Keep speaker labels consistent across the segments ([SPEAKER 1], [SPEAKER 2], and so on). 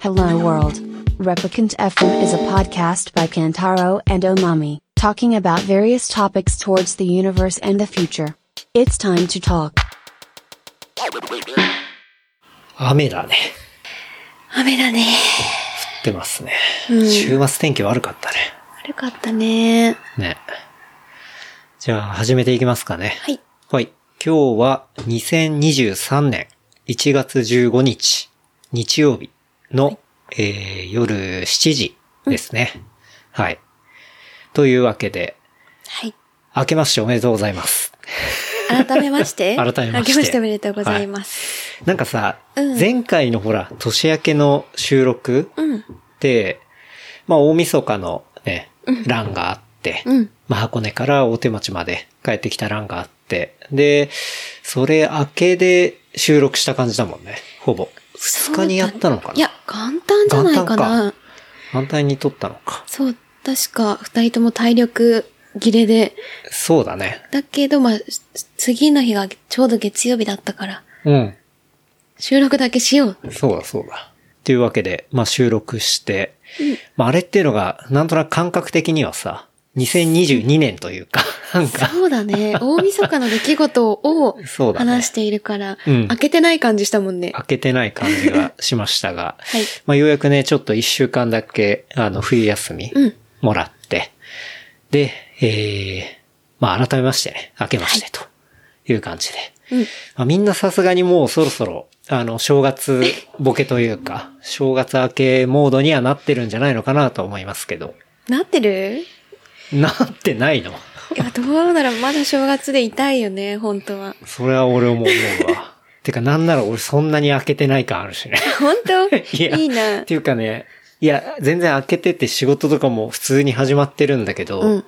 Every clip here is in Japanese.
[SPEAKER 1] Hello World. Replicant FM is a podcast by Kantaro and Omami, talking about various topics towards the universe and the future. It's time to talk.
[SPEAKER 2] 雨だね。
[SPEAKER 3] 雨だね。
[SPEAKER 2] 降ってますね。
[SPEAKER 3] うん
[SPEAKER 2] 週末天気悪かったね。
[SPEAKER 3] 悪かったね。
[SPEAKER 2] ね。じゃあ、始めていきますかね。
[SPEAKER 3] はい。
[SPEAKER 2] はい。今日は2023年1月15日、日曜日の、えー夜7時ですね、はい。というわけで、
[SPEAKER 3] はい。
[SPEAKER 2] 明けましておめでとうございます。
[SPEAKER 3] 改めまして。
[SPEAKER 2] 改めまして
[SPEAKER 3] 明けましておめでとうございます。
[SPEAKER 2] なんかさ、
[SPEAKER 3] うん
[SPEAKER 2] 前回のほら、年明けの収録
[SPEAKER 3] うん。
[SPEAKER 2] で、まあ大晦日のね、欄があって、
[SPEAKER 3] うん。
[SPEAKER 2] まあ箱根から大手町まで帰ってきた欄があって、で、それ明けで収録した感じだもんね、ほぼ。二日にやったのかない
[SPEAKER 3] や、元旦じゃないか
[SPEAKER 2] 元
[SPEAKER 3] な
[SPEAKER 2] 旦。反対に撮ったのか。
[SPEAKER 3] そう、確か二人とも体力切れで。
[SPEAKER 2] そうだね。
[SPEAKER 3] だけど、まあ、し次の日がちょうど月曜日だったから、
[SPEAKER 2] うん。
[SPEAKER 3] 収録だけしよう。
[SPEAKER 2] そうだそうだ。というわけで、まあ収録して、まああれっていうのが、なんとなく感覚的にはさ、2022年というか、 なんか、
[SPEAKER 3] そうだね。大晦日の出来事を
[SPEAKER 2] そうだね
[SPEAKER 3] 話しているから、
[SPEAKER 2] うん
[SPEAKER 3] 開けてない感じしたもんね。
[SPEAKER 2] 開けてない感じがしましたが、
[SPEAKER 3] はい
[SPEAKER 2] まあようやくね、ちょっと一週間だけ、あの、冬休み
[SPEAKER 3] うん、
[SPEAKER 2] もらって、で、えー、まあ改めましてね、明けましてという感じで。
[SPEAKER 3] うん。
[SPEAKER 2] まあ、みんなさすがにもうそろそろ、あの、正月ボケというか、 正月明けモードにはなってるんじゃないのかなと思いますけど。
[SPEAKER 3] なってる
[SPEAKER 2] なってないの
[SPEAKER 3] いや、どうならまだ正月で痛いよね、本当は。
[SPEAKER 2] それは俺思うわ。 てかなんなら俺そんなに明けてない感あるしね。
[SPEAKER 3] 本当
[SPEAKER 2] いや
[SPEAKER 3] いいな
[SPEAKER 2] っ。ていうかね、いや、全然開けてて仕事とかも普通に始まってるんだけど、
[SPEAKER 3] う
[SPEAKER 2] や
[SPEAKER 3] ん。
[SPEAKER 2] っ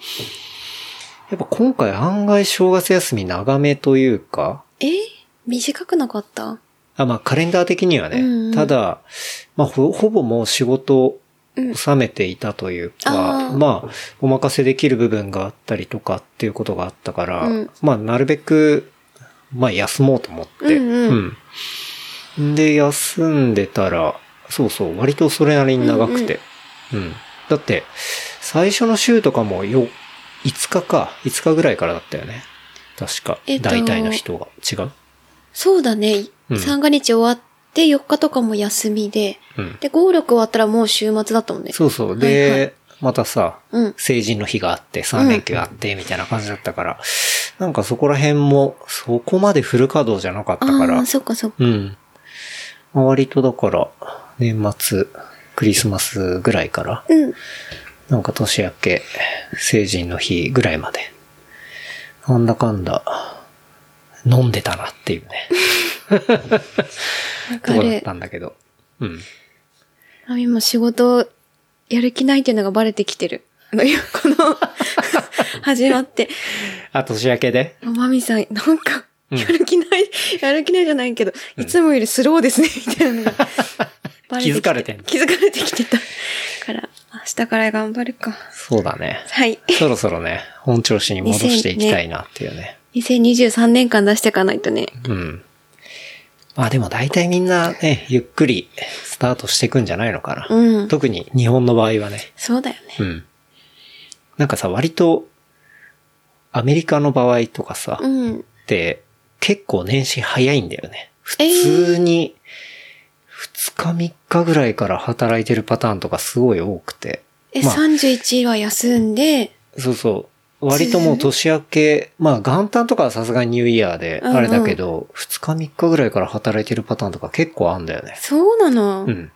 [SPEAKER 2] ぱ今回案外正月休み長めというか、
[SPEAKER 3] え短くなかった
[SPEAKER 2] あまあカレンダー的にはね、
[SPEAKER 3] うんうん
[SPEAKER 2] ただ、まあほほぼもう仕事
[SPEAKER 3] うん
[SPEAKER 2] 収めていたというか、
[SPEAKER 3] あー
[SPEAKER 2] まあお任せできる部分があったりとかっていうことがあったから、
[SPEAKER 3] うん
[SPEAKER 2] まあなるべく、まあ休もうと思って、
[SPEAKER 3] うんうん
[SPEAKER 2] うんで、休んでたら、そうそう、割とそれなりに長くて、うん、だって、最初の週とかもよ、5日か、5日ぐらいからだったよね。確か、
[SPEAKER 3] えっと
[SPEAKER 2] 大体の人が。違う
[SPEAKER 3] そうだね。
[SPEAKER 2] うん
[SPEAKER 3] 三が日終わって4日とかも休みで。
[SPEAKER 2] うん。
[SPEAKER 3] で、5、6終わったらもう週末だったもんね。
[SPEAKER 2] そうそう。
[SPEAKER 3] はいは
[SPEAKER 2] で、またさ、
[SPEAKER 3] うん。
[SPEAKER 2] 成人の日があって、3連休あって、みたいな感じだったから、なんかそこら辺も、そこまでフル稼働じゃなかったか
[SPEAKER 3] あ
[SPEAKER 2] ら
[SPEAKER 3] あ、、そっかそっか。
[SPEAKER 2] うん。まあ割とだから、年末、クリスマスぐらいから、
[SPEAKER 3] うん。
[SPEAKER 2] なんか年明け、成人の日ぐらいまで、なんだかんだ、飲んでたなっていうね、とこ
[SPEAKER 3] わか
[SPEAKER 2] だっ
[SPEAKER 3] る
[SPEAKER 2] た。んだけど。うん。
[SPEAKER 3] あ今仕事、やる気ないっていうのがバレてきてる。あの、いや この、始まって。
[SPEAKER 2] あ、年明けで
[SPEAKER 3] まみさん、なんか、
[SPEAKER 2] うん
[SPEAKER 3] やる気ない、やる気ないじゃないけど、いつもよりスロー ですね、みたいなのが。バレ
[SPEAKER 2] 気づ
[SPEAKER 3] き
[SPEAKER 2] かれてんの
[SPEAKER 3] 気づかれてきてた。から、明日から頑張るか。
[SPEAKER 2] そうだね。
[SPEAKER 3] はい。
[SPEAKER 2] そろそろね、本調子に戻していきたいなっていうね。
[SPEAKER 3] 2023年間出していかないとね。
[SPEAKER 2] うん。まあでも大体みんなね、ゆっくりスタートしていくんじゃないのかな。
[SPEAKER 3] うん
[SPEAKER 2] 特に日本の場合はね。
[SPEAKER 3] そうだよね。
[SPEAKER 2] うん。なんかさ、割と、アメリカの場合とかさ、
[SPEAKER 3] うん。
[SPEAKER 2] って、結構年始早いんだよね。普
[SPEAKER 3] えー
[SPEAKER 2] 通に、2日3日ぐらいから働いてるパターンとかすごい多くて。
[SPEAKER 3] え、
[SPEAKER 2] まあ
[SPEAKER 3] 31は休んで、
[SPEAKER 2] そうそう。割ともう年明 け、まあ元旦とかはさすがにニューイヤーで、
[SPEAKER 3] うんうん
[SPEAKER 2] あれだけど、2日3日ぐらいから働いてるパターンとか結構あんだよね。
[SPEAKER 3] そうなの。
[SPEAKER 2] うん。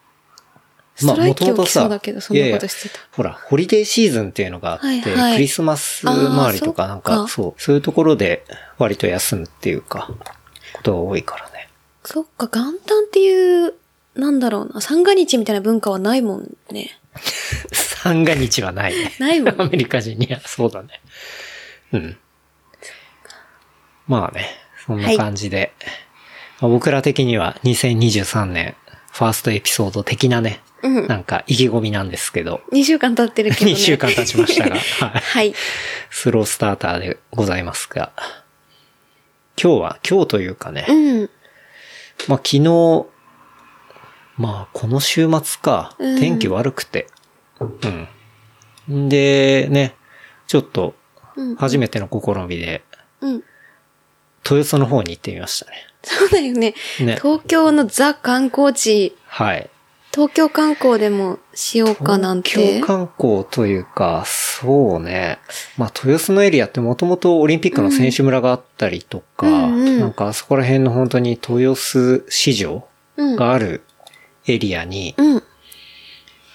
[SPEAKER 3] ストライキ起きそうだけ
[SPEAKER 2] まあ元々
[SPEAKER 3] ど、
[SPEAKER 2] さ
[SPEAKER 3] そんなことしてた。
[SPEAKER 2] ほら、ホリデーシーズンっていうのがあって、
[SPEAKER 3] はいはい
[SPEAKER 2] クリスマス周りと
[SPEAKER 3] あ
[SPEAKER 2] か
[SPEAKER 3] ー
[SPEAKER 2] なんか、
[SPEAKER 3] そっか
[SPEAKER 2] そう、そういうところで割と休むっていうか、ことが多いからね。
[SPEAKER 3] そっか、元旦っていう、なんだろうな、三が日みたいな文化はないもんね。
[SPEAKER 2] 三が日はないね。
[SPEAKER 3] ない もん
[SPEAKER 2] アメリカ人には、そうだね。うん。まあね、そんな感じで、まあ僕ら的には2023年、ファーストエピソード的なね、
[SPEAKER 3] うん。
[SPEAKER 2] なんか意気込みなんですけど、
[SPEAKER 3] 2週間経ってるけど、ね。
[SPEAKER 2] 2週間経ちました が、はい。
[SPEAKER 3] はい。
[SPEAKER 2] スロースターターでございますが、今日は、今日というかね、
[SPEAKER 3] うん。
[SPEAKER 2] まあ昨日、まあ、この週末か、
[SPEAKER 3] うん
[SPEAKER 2] 天気悪くて。うん。で、ね、ちょっと、
[SPEAKER 3] うん。
[SPEAKER 2] 初めての試みで、
[SPEAKER 3] うん。
[SPEAKER 2] 豊洲の方に行ってみましたね。
[SPEAKER 3] そうだよね。
[SPEAKER 2] ね。
[SPEAKER 3] 東京のザ観光地、
[SPEAKER 2] はい。
[SPEAKER 3] 東京観光でもしようかなんて。
[SPEAKER 2] 東京観光というか、そうね。まあ、豊洲のエリアってもともとオリンピックの選手村があったりとか、
[SPEAKER 3] うんうんうん
[SPEAKER 2] なんかそこら辺の本当に豊洲市場
[SPEAKER 3] うん。
[SPEAKER 2] があるエリアに、
[SPEAKER 3] うん。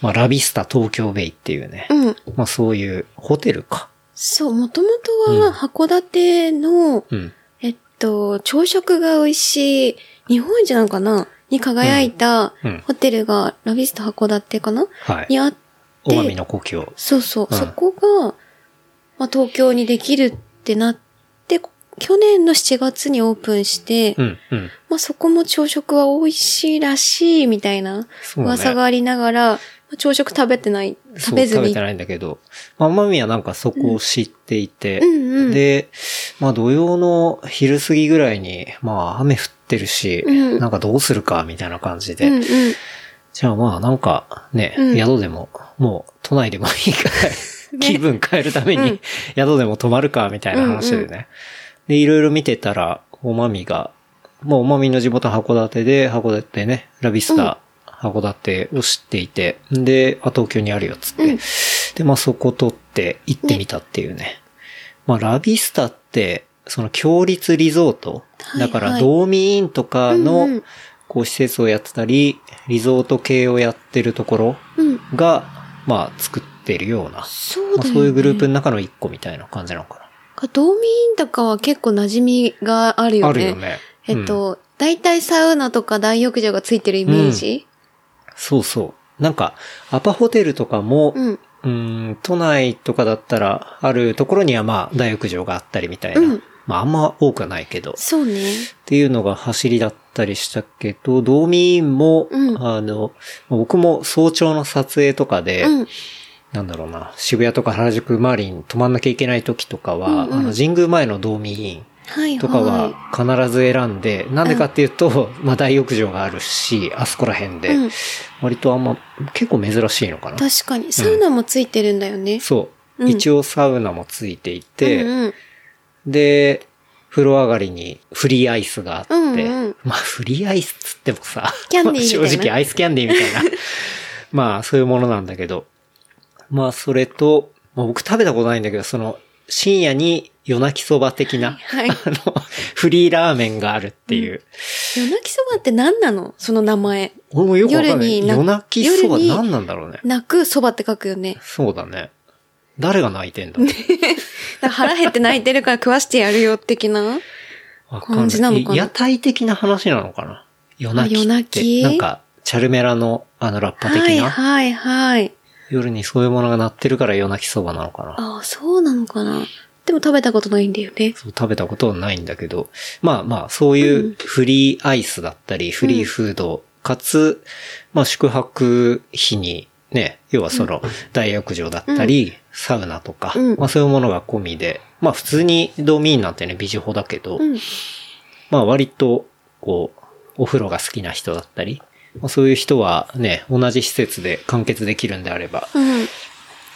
[SPEAKER 2] まあ、ラビスタ東京ベイっていうね、
[SPEAKER 3] うん。
[SPEAKER 2] まあそういうホテルか。
[SPEAKER 3] そう、もともとは函館の、
[SPEAKER 2] うん。
[SPEAKER 3] えっと、朝食が美味しい、日本一なのかなに輝いた
[SPEAKER 2] うんうん
[SPEAKER 3] ホテルが、ラビスタ函館かな
[SPEAKER 2] はい。
[SPEAKER 3] にあって、
[SPEAKER 2] 小神の故郷。
[SPEAKER 3] そうそう、
[SPEAKER 2] うん
[SPEAKER 3] そこが、まあ、東京にできるってなって、去年の7月にオープンして、
[SPEAKER 2] うん、うん。
[SPEAKER 3] まあ、そこも朝食は美味しいらしいみたいな
[SPEAKER 2] そうね
[SPEAKER 3] 噂がありながら、まあ朝食食べてない、食べず
[SPEAKER 2] そう食べ
[SPEAKER 3] に
[SPEAKER 2] て。ないんだけど、まあ、マミはなんかそこを知っていて、
[SPEAKER 3] うんうん
[SPEAKER 2] で、まあ土曜の昼過ぎぐらいに、まあ雨降ってるし、
[SPEAKER 3] うん
[SPEAKER 2] なんかどうするかみたいな感じで、
[SPEAKER 3] うんうん。
[SPEAKER 2] じゃあまあなんかね、
[SPEAKER 3] うん
[SPEAKER 2] 宿でも、もう都内でもいい から、気分変えるために、
[SPEAKER 3] うん
[SPEAKER 2] 宿でも泊まるかみたいな話でね。
[SPEAKER 3] うん
[SPEAKER 2] で、いろいろ見てたら、おまみが、もうおまみの地元函館で、函館ね、ラビスタ、函館を知っていて、で、あ、東京にあるよっつって。
[SPEAKER 3] うん
[SPEAKER 2] で、まあそこ取って行ってみたっていうね。まあラビスタって、その強立リゾート。
[SPEAKER 3] はい
[SPEAKER 2] だか
[SPEAKER 3] は
[SPEAKER 2] ら、
[SPEAKER 3] い
[SPEAKER 2] ドーミーンとかの、
[SPEAKER 3] うんうん
[SPEAKER 2] こう施設をやってたり、リゾート系をやってるところ
[SPEAKER 3] うん。
[SPEAKER 2] が、まあ作ってるような
[SPEAKER 3] そう
[SPEAKER 2] まあ
[SPEAKER 3] だよね。
[SPEAKER 2] そういうグループの中の一個みたいな感じなのか
[SPEAKER 3] ドーミーンとかは結構馴染みがあるよ
[SPEAKER 2] な。あ
[SPEAKER 3] ね。
[SPEAKER 2] るよね。
[SPEAKER 3] えっと、大体サウナとか大浴場がついてるイメージ、
[SPEAKER 2] そうそう。なんか、アパホテルとかも、
[SPEAKER 3] うん、うん。
[SPEAKER 2] うーん、都内とかだったら、あるところにはまあ、大浴場があったりみたいな。
[SPEAKER 3] うん
[SPEAKER 2] まあ、あんま多くはないけど。
[SPEAKER 3] そうね。
[SPEAKER 2] っていうのが走りだったりしたけど、ドーミーンも、
[SPEAKER 3] うん
[SPEAKER 2] あの、僕も早朝の撮影とかで、
[SPEAKER 3] うん。
[SPEAKER 2] なんだろうな、渋谷とか原宿周りに泊まんなきゃいけない時とかは、
[SPEAKER 3] うんうん
[SPEAKER 2] あの、神宮前のドーミーン、
[SPEAKER 3] はいはい。
[SPEAKER 2] とかは必ず選んで、なんでかっていうと、まあ大浴場があるし、あそこら辺で、
[SPEAKER 3] うん
[SPEAKER 2] 割とあんま、結構珍しいのかな。
[SPEAKER 3] 確かに。サウナもついてるんだよね。
[SPEAKER 2] そう、
[SPEAKER 3] うん
[SPEAKER 2] 一応サウナもついていて、
[SPEAKER 3] うんうん、
[SPEAKER 2] で、風呂上がりにフリーアイスがあって、
[SPEAKER 3] うんうん
[SPEAKER 2] まあフリーアイスっつってもさ、
[SPEAKER 3] キャンディーみたいな
[SPEAKER 2] 正直アイスキャンディーみ たいな、まあそういうものなんだけど、まあそれと、まあ、僕食べたことないんだけど、その深夜に夜泣きそば的な、
[SPEAKER 3] はい。
[SPEAKER 2] あの、フリーラーメンがあるっていう。
[SPEAKER 3] 夜泣きそばって何なのその名前。
[SPEAKER 2] 俺もよくわかんない。
[SPEAKER 3] 夜にな
[SPEAKER 2] 夜泣きそば
[SPEAKER 3] 夜に
[SPEAKER 2] 何なんだろうね。
[SPEAKER 3] 泣くそばって書くよね。
[SPEAKER 2] そうだね。誰が泣いてんだ
[SPEAKER 3] だから腹減って泣いてるから食わしてやるよ、的な。
[SPEAKER 2] わかんない。
[SPEAKER 3] 感じなのかな
[SPEAKER 2] 屋台的な話なのかな夜泣きって。
[SPEAKER 3] あ夜泣き
[SPEAKER 2] なんか、チャルメラのあのラッパ的な、
[SPEAKER 3] はいはいはい。
[SPEAKER 2] 夜にそういうものが鳴ってるから夜泣きそばなのかな。
[SPEAKER 3] ああ、そうなのかな。でも食べたことないんだよね。
[SPEAKER 2] そう食べたことはないんだけど、まあまあ、そういうフリーアイスだったり、フリーフード、かつ、まあ宿泊費に、ね、要はその、大浴場だったり、サウナとか、
[SPEAKER 3] うん
[SPEAKER 2] まあそういうものが込みで、まあ普通にドーミーンなんてね、ビジホだけど、
[SPEAKER 3] うん。
[SPEAKER 2] まあ割と、こう、お風呂が好きな人だったり、まあ、そういう人はね、同じ施設で完結できるんであれば
[SPEAKER 3] うん。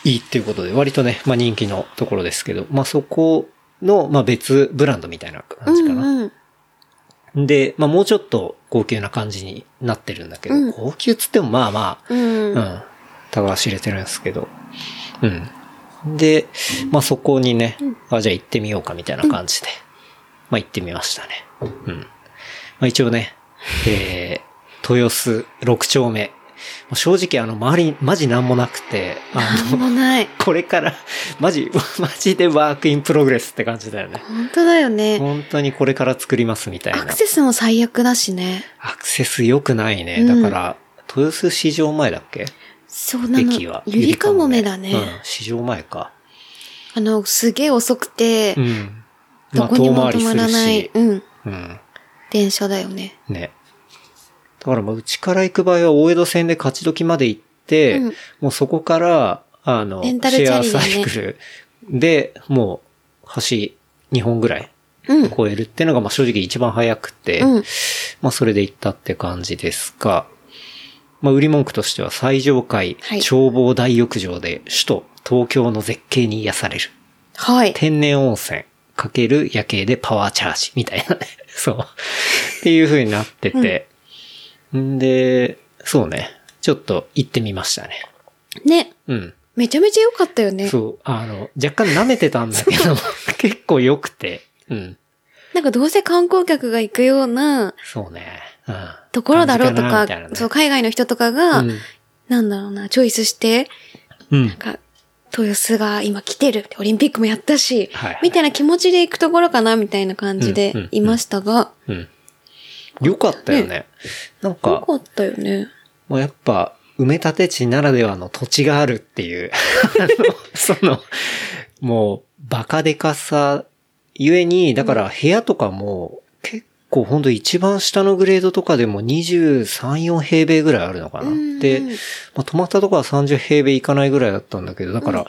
[SPEAKER 2] いいっていうことで、割とね、まあ人気のところですけど、まあそこの、まあ別ブランドみたいな感じかな。
[SPEAKER 3] うんうん。
[SPEAKER 2] で、まあもうちょっと高級な感じになってるんだけど、
[SPEAKER 3] うん
[SPEAKER 2] 高級っつってもまあまあ、
[SPEAKER 3] うん。
[SPEAKER 2] うん、たが知れてるんですけど、うん。で、まあそこにね、あ、じゃあ行ってみようかみたいな感じで、まあ行ってみましたね。うん。まあ一応ね、えー、豊洲6丁目。もう正直あの周り、マジなんもなくて、あ
[SPEAKER 3] なん
[SPEAKER 2] の、
[SPEAKER 3] もない。
[SPEAKER 2] これから、マジ、マジでワークインプログレスって感じだよね。
[SPEAKER 3] 本当だよね。
[SPEAKER 2] 本当にこれから作りますみたいな
[SPEAKER 3] ア。クセスも最悪だしね。
[SPEAKER 2] アクセス良くないね。だから、豊洲市場前だっけ
[SPEAKER 3] そうなの。
[SPEAKER 2] 駅は。
[SPEAKER 3] ゆりかもめだ
[SPEAKER 2] う
[SPEAKER 3] ね
[SPEAKER 2] ん。、市場前か。
[SPEAKER 3] あの、すげえ遅くて
[SPEAKER 2] う、ん。
[SPEAKER 3] どこにも止まら
[SPEAKER 2] まあ
[SPEAKER 3] ない、うん、
[SPEAKER 2] うん。
[SPEAKER 3] 電車だよね。
[SPEAKER 2] ね。だからまあ、うちから行く場合は大江戸線で勝どきまで行って、
[SPEAKER 3] うん
[SPEAKER 2] もうそこから、あの、
[SPEAKER 3] レ
[SPEAKER 2] シ
[SPEAKER 3] ンタルチ
[SPEAKER 2] ェ
[SPEAKER 3] ャ
[SPEAKER 2] ア
[SPEAKER 3] リ
[SPEAKER 2] サ
[SPEAKER 3] でね
[SPEAKER 2] イクルで、もう、橋2本ぐらい
[SPEAKER 3] うん。
[SPEAKER 2] 越えるっていうのが、まあ正直一番早くて、
[SPEAKER 3] うん。
[SPEAKER 2] まあそれで行ったって感じですが、まあ、売り文句としては最上階、
[SPEAKER 3] はい
[SPEAKER 2] 眺望大浴場で首都、東京の絶景に癒される。
[SPEAKER 3] はい。
[SPEAKER 2] 天然温泉かける夜景でパワーチャージみたいなね。 そう。っていう風になってて。んで、そうね。ちょっと行ってみましたね。
[SPEAKER 3] ね。
[SPEAKER 2] うん。
[SPEAKER 3] めちゃめちゃ良かったよね。
[SPEAKER 2] そう。あの、若干舐めてたんだけど、 結構良くて。うん。
[SPEAKER 3] なんかどうせ観光客が行くような
[SPEAKER 2] そうね。うん。
[SPEAKER 3] ところだろうと
[SPEAKER 2] 感
[SPEAKER 3] か、
[SPEAKER 2] じなみたいなね
[SPEAKER 3] そう、海外の人とかが、
[SPEAKER 2] うん
[SPEAKER 3] なんだろうな、チョイスして、
[SPEAKER 2] うん。
[SPEAKER 3] なんか、豊洲が今来てる。オリンピックもやったし、
[SPEAKER 2] はい
[SPEAKER 3] みたいな気持ちで行くところかな、みたいな感
[SPEAKER 2] う
[SPEAKER 3] じ
[SPEAKER 2] んうん
[SPEAKER 3] でいましたが、
[SPEAKER 2] うん。良かったよね。なん
[SPEAKER 3] よ
[SPEAKER 2] か、
[SPEAKER 3] かったよね。
[SPEAKER 2] もうやっぱ、埋め立て地ならではの土地があるっていう、 あのその、もう、バカでかさ、ゆえに、だから部屋とかも、結構ほんと一番下のグレードとかでも23、4平米ぐらいあるのかな。
[SPEAKER 3] うん
[SPEAKER 2] で、まあ、泊まったとこは30平米いかないぐらいだったんだけど、だから、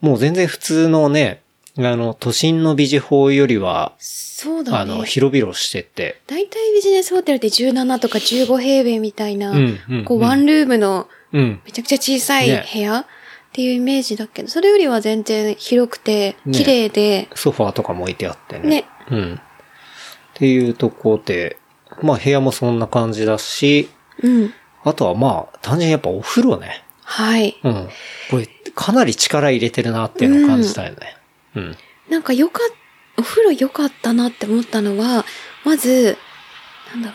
[SPEAKER 2] もう全然普通のね、あの、都心のビジホよりは、
[SPEAKER 3] そう
[SPEAKER 2] あ
[SPEAKER 3] だ
[SPEAKER 2] の、
[SPEAKER 3] ね。
[SPEAKER 2] 広々してて、
[SPEAKER 3] 大体ビジネスホテルって17とか15平米みたいな、
[SPEAKER 2] うんうんうん
[SPEAKER 3] こうワンルームの
[SPEAKER 2] うん。
[SPEAKER 3] めちゃくちゃ小さい
[SPEAKER 2] ね
[SPEAKER 3] 部屋っていうイメージだけど、それよりは全然広くて、
[SPEAKER 2] ね
[SPEAKER 3] 綺麗で、
[SPEAKER 2] ソファーとかも置いてあってね。
[SPEAKER 3] ね
[SPEAKER 2] うん。っていうとこで、まあ部屋もそんな感じだし、
[SPEAKER 3] うん。
[SPEAKER 2] あとはまあ、単純にやっぱお風呂ね。
[SPEAKER 3] はい。
[SPEAKER 2] うん。これ、かなり力入れてるなっていうのを感じたよね。うん。
[SPEAKER 3] なんかよかっ、お風呂良かったなって思ったのは、まず、なんだろ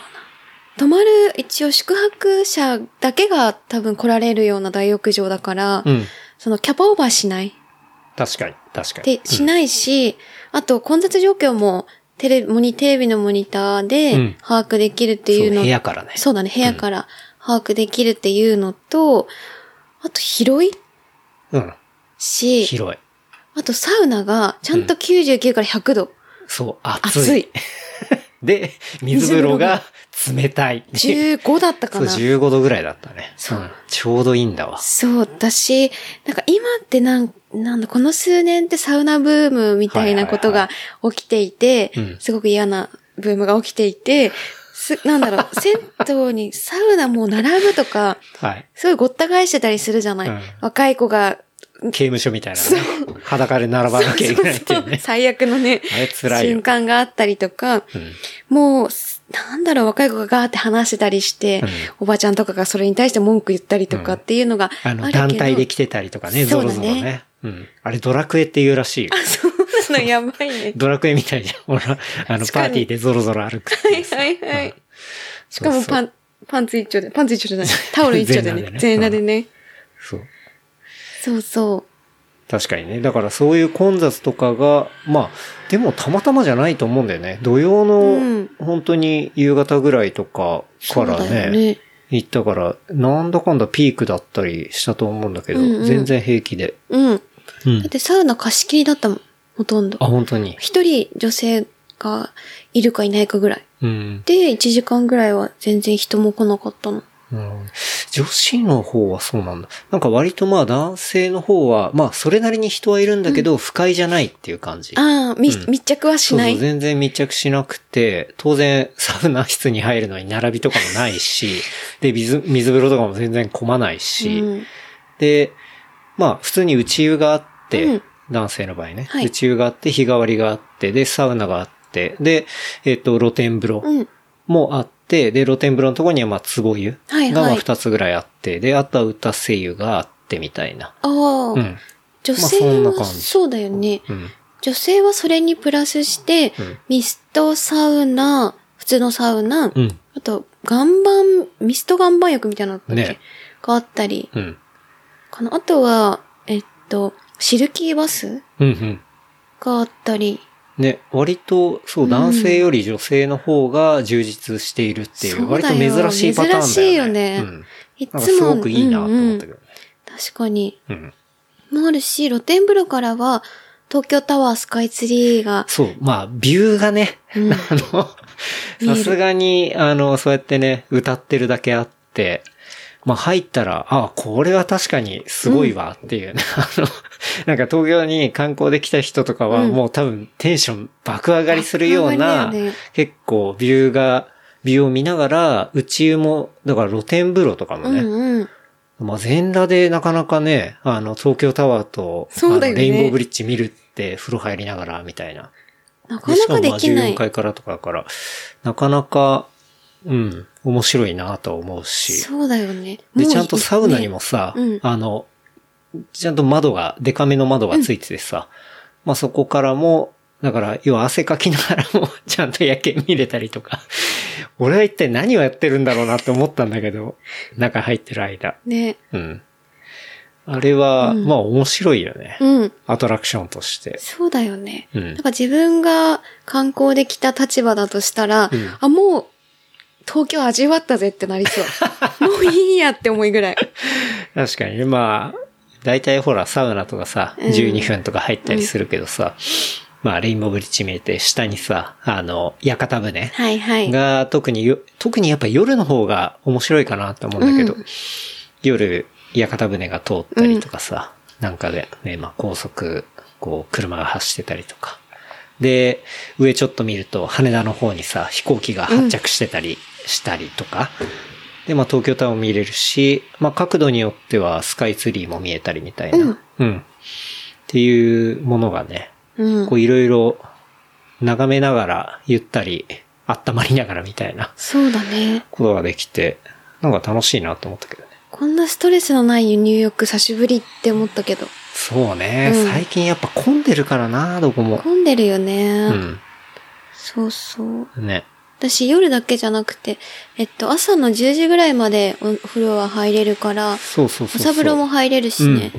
[SPEAKER 3] うな。泊まる、一応宿泊者だけが多分来られるような大浴場だから、
[SPEAKER 2] うん。
[SPEAKER 3] そのキャパオーバーしない。
[SPEAKER 2] 確かに、確かに。
[SPEAKER 3] で、しないし、あと混雑状況もテレモニ、テレビのモニター
[SPEAKER 2] う
[SPEAKER 3] で
[SPEAKER 2] ん
[SPEAKER 3] 把握できるって
[SPEAKER 2] そ
[SPEAKER 3] いううの
[SPEAKER 2] 部屋からね。。
[SPEAKER 3] そうだね、部屋から把握できるっていうのと、あと広いう
[SPEAKER 2] うん。
[SPEAKER 3] し、
[SPEAKER 2] 広い。
[SPEAKER 3] あとサウナがちゃんと99から100度。
[SPEAKER 2] そう、暑い。
[SPEAKER 3] 熱い。
[SPEAKER 2] で、水風呂が冷たい。
[SPEAKER 3] 15だったか
[SPEAKER 2] そう、
[SPEAKER 3] な。
[SPEAKER 2] 15度ぐらいだったね。
[SPEAKER 3] そうん
[SPEAKER 2] ちょうどいいんだわ。
[SPEAKER 3] そう、だし、なんか今ってなん、なんだ、この数年ってサウナブームみたいなこと
[SPEAKER 2] は
[SPEAKER 3] が起きていて、
[SPEAKER 2] うん
[SPEAKER 3] すごく嫌なブームが起きていて、す、なんだろ う、銭湯にサウナもう並ぶとか、
[SPEAKER 2] はい。
[SPEAKER 3] すごいごった返してたりするじゃない、
[SPEAKER 2] うん
[SPEAKER 3] 若い子が、
[SPEAKER 2] 刑務所みたいなね。裸で並ばなきゃいけないっていうね。
[SPEAKER 3] 最悪のね、
[SPEAKER 2] あれ辛いよ
[SPEAKER 3] 瞬間があったりとか、もう、すなんだろう、若い子がガーって話してたりして、
[SPEAKER 2] うん
[SPEAKER 3] おばちゃんとかがそれに対して文句言ったりとかっていうのが
[SPEAKER 2] あ
[SPEAKER 3] あるけど、
[SPEAKER 2] の、団体で来てたりとかね、ゾ
[SPEAKER 3] そうだ
[SPEAKER 2] ロ
[SPEAKER 3] ね
[SPEAKER 2] ゾロね。うん。あれ、ドラクエって言うらしいよ。
[SPEAKER 3] そうなのやばいね。
[SPEAKER 2] ドラクエみたいじゃん。 ほら、あの、
[SPEAKER 3] 確か
[SPEAKER 2] パー
[SPEAKER 3] に
[SPEAKER 2] ティーでゾロゾロ歩くって
[SPEAKER 3] は
[SPEAKER 2] いう。
[SPEAKER 3] いはいはい。しか
[SPEAKER 2] そ
[SPEAKER 3] も
[SPEAKER 2] うそう
[SPEAKER 3] パン、パンツ一丁で、パンツ一丁じゃ ない、タオル一丁でね、
[SPEAKER 2] 全
[SPEAKER 3] 全
[SPEAKER 2] 裸
[SPEAKER 3] 裸
[SPEAKER 2] で
[SPEAKER 3] でね。
[SPEAKER 2] そう。
[SPEAKER 3] そうそ
[SPEAKER 2] 確かにね。だからそういう混雑とかが、まあ、でもたまたまじゃないと思うんだよね。土曜
[SPEAKER 3] う
[SPEAKER 2] の
[SPEAKER 3] ん、
[SPEAKER 2] 本当に夕方ぐらいとか
[SPEAKER 3] う。
[SPEAKER 2] から
[SPEAKER 3] そうだよ
[SPEAKER 2] ね、。行ったから、なんだかんだピークだったりしたと思うんだけど、
[SPEAKER 3] うんうん
[SPEAKER 2] 全然平気で。
[SPEAKER 3] うん。だ
[SPEAKER 2] うん
[SPEAKER 3] っ。てサウナ貸し切りだったもん、ほとんど
[SPEAKER 2] あ、。本当に。
[SPEAKER 3] 一人女性がいるかいないかぐらい。
[SPEAKER 2] うん。
[SPEAKER 3] で、1時間ぐらいは全然人も来なかったの。
[SPEAKER 2] なるほど女子の方はそうなんだ。なんか割とまあ男性の方は、まあそれなりに人はいるんだけど、不快じゃないっていう感じ。
[SPEAKER 3] ああ、み
[SPEAKER 2] うん
[SPEAKER 3] 密着はし
[SPEAKER 2] そう
[SPEAKER 3] な
[SPEAKER 2] そう、
[SPEAKER 3] い。
[SPEAKER 2] 全然密着しなくて、当然サウナ室に入るのに並びとかもないし、 で、水、水風呂とかも全然混まないし、
[SPEAKER 3] うん
[SPEAKER 2] で、まあ普通に内湯があって、
[SPEAKER 3] うん
[SPEAKER 2] 男性の場合ね、
[SPEAKER 3] はい
[SPEAKER 2] 内湯があって、日替わりがあって、で、サウナがあって、で、えっ、と、露天風呂。
[SPEAKER 3] うん。
[SPEAKER 2] もあって、で、露天風呂のところには、まあ、壺湯
[SPEAKER 3] はいはい
[SPEAKER 2] が、まあ、二つぐらいあって、で、あとは歌声湯があって、みたいな。
[SPEAKER 3] ああ、
[SPEAKER 2] うん。
[SPEAKER 3] 女
[SPEAKER 2] まあそん
[SPEAKER 3] 性
[SPEAKER 2] な
[SPEAKER 3] は
[SPEAKER 2] 感じ
[SPEAKER 3] そうだよね。
[SPEAKER 2] うん。
[SPEAKER 3] 女性はそれにプラスして、
[SPEAKER 2] うん
[SPEAKER 3] ミストサウナ、普通のサウナ、
[SPEAKER 2] うん。
[SPEAKER 3] あと、岩盤、ミスト岩盤浴みたいなのだっけ、
[SPEAKER 2] ね
[SPEAKER 3] があったり、
[SPEAKER 2] うん。
[SPEAKER 3] かな。あとは、えっと、シルキーバス
[SPEAKER 2] うん。うん。
[SPEAKER 3] があったり、
[SPEAKER 2] ね、割と、そう、男性より女性の方が充実しているっていう、
[SPEAKER 3] そうだ
[SPEAKER 2] 割
[SPEAKER 3] よ
[SPEAKER 2] と珍しいパターンだよね。
[SPEAKER 3] 珍しいよね
[SPEAKER 2] うん。
[SPEAKER 3] いつ
[SPEAKER 2] なんか
[SPEAKER 3] も、
[SPEAKER 2] すごくいいなと思ったけ
[SPEAKER 3] うんうん
[SPEAKER 2] どね。
[SPEAKER 3] 確かに。
[SPEAKER 2] うん。
[SPEAKER 3] もあるし、露天風呂からは、東京タワースカイツリーが、
[SPEAKER 2] そう、まあ、ビューがね、
[SPEAKER 3] うん、
[SPEAKER 2] あの、
[SPEAKER 3] 見え
[SPEAKER 2] さ
[SPEAKER 3] る
[SPEAKER 2] すがに、あの、そうやってね、歌ってるだけあって、まあ入ったら、ああ、これは確かにすごいわっていうね、 あの、なんか東京に観光で来た人とかは
[SPEAKER 3] うん
[SPEAKER 2] もう多分テンション爆上がりするような、
[SPEAKER 3] 爆上がりだよね
[SPEAKER 2] 結構ビューがビューを見ながら、内湯も、だから露天風呂とかも
[SPEAKER 3] うん
[SPEAKER 2] ね、
[SPEAKER 3] うん。
[SPEAKER 2] まあ、全裸でなかなかね、あの、東京タワーと、
[SPEAKER 3] そうだ
[SPEAKER 2] あ
[SPEAKER 3] よ
[SPEAKER 2] の
[SPEAKER 3] ね
[SPEAKER 2] レインボーブリッジ見るって、風呂入りながら、みたいな。
[SPEAKER 3] なかなかできな
[SPEAKER 2] しかもまあ
[SPEAKER 3] い
[SPEAKER 2] 14。階からとかだから、なかなか、うん、面白いなと思うし。
[SPEAKER 3] そうだよね。
[SPEAKER 2] で、
[SPEAKER 3] もう
[SPEAKER 2] ちゃんとサウナにも
[SPEAKER 3] ね
[SPEAKER 2] さ、
[SPEAKER 3] うん
[SPEAKER 2] あの、ちゃんと窓が、デカめの窓がついててさ、まあそこからも、だから、要は汗かきながらも、 ちゃんと夜景見れたりとか、俺は一体何をやってるんだろうなって思ったんだけど、中入ってる間。
[SPEAKER 3] ね。
[SPEAKER 2] うん。あれは、
[SPEAKER 3] うん
[SPEAKER 2] まあ面白いよね。
[SPEAKER 3] うん。
[SPEAKER 2] アトラクションとして。
[SPEAKER 3] そうだよね。
[SPEAKER 2] う
[SPEAKER 3] なん
[SPEAKER 2] ん。
[SPEAKER 3] か自分が観光で来た立場だとしたら、
[SPEAKER 2] うん
[SPEAKER 3] あ、もう、東京味わったぜってな りそう。もういいやって思いぐらい。
[SPEAKER 2] 確かにね、まあ、大体ほら、サウナとかさ、
[SPEAKER 3] うん
[SPEAKER 2] 12分とか入ったりするけどさ、まあ、レインボーブリッジ見えて、下にさ、あの、屋形船
[SPEAKER 3] はいはい。
[SPEAKER 2] が特によ、特にやっぱ夜の方が面白いかなって思うんだけど、
[SPEAKER 3] う
[SPEAKER 2] 夜、屋形船が通ったりとかさ、なんかで、ね、まあ高速、こう、車が走ってたりとか。で、上ちょっと見ると、羽田の方にさ、飛行機が発着してたりしたりとか、で、まあ東京タワーも見れるし、まあ角度によってはスカイツリーも見えたりみたいな、
[SPEAKER 3] うん
[SPEAKER 2] うん、っていうものがね、
[SPEAKER 3] うん
[SPEAKER 2] こ。ういろいろ眺めながら、ゆったり、温まりながらみたいな
[SPEAKER 3] そうだね。
[SPEAKER 2] ことができて、なんか楽しいなと思ったけどね。
[SPEAKER 3] こんなストレスのない入浴久しぶりって思ったけど。
[SPEAKER 2] そうね、
[SPEAKER 3] うん
[SPEAKER 2] 最近やっぱ混んでるからな、どこも。
[SPEAKER 3] 混んでるよね。
[SPEAKER 2] うん。
[SPEAKER 3] そうそう。
[SPEAKER 2] ね。
[SPEAKER 3] 私夜だけじゃなくて、えっと、朝の10時ぐらいまでお風呂は入れるから、
[SPEAKER 2] そうそうそうそう。
[SPEAKER 3] お風呂も入れるしね。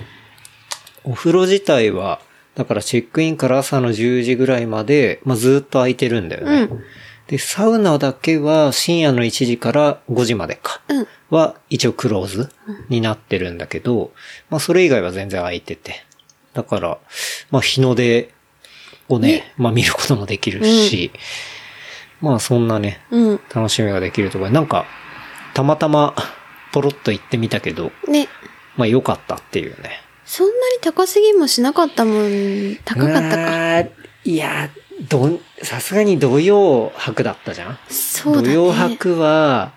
[SPEAKER 2] お風呂自体は、だからチェックインから朝の10時ぐらいまで、まあ、ずーっと空いてるんだよ
[SPEAKER 3] う
[SPEAKER 2] ね。
[SPEAKER 3] ん。
[SPEAKER 2] で、サウナだけは深夜の1時から5時までか。
[SPEAKER 3] うん。
[SPEAKER 2] は一応クローズになってるんだけど、まあそれ以外は全然空いてて。だから、まあ日の出をね、まあ見ることもできるし、まあそんなね、
[SPEAKER 3] うん。
[SPEAKER 2] 楽しみができるところなんか、たまたまポロッと行ってみたけど、
[SPEAKER 3] ね。
[SPEAKER 2] まあ良かったっていうね。
[SPEAKER 3] そんなに高すぎもしなかったもん。高かったか。
[SPEAKER 2] か。いや、どん、さすがに土曜博だったじゃん
[SPEAKER 3] そうだね。
[SPEAKER 2] 土曜博は、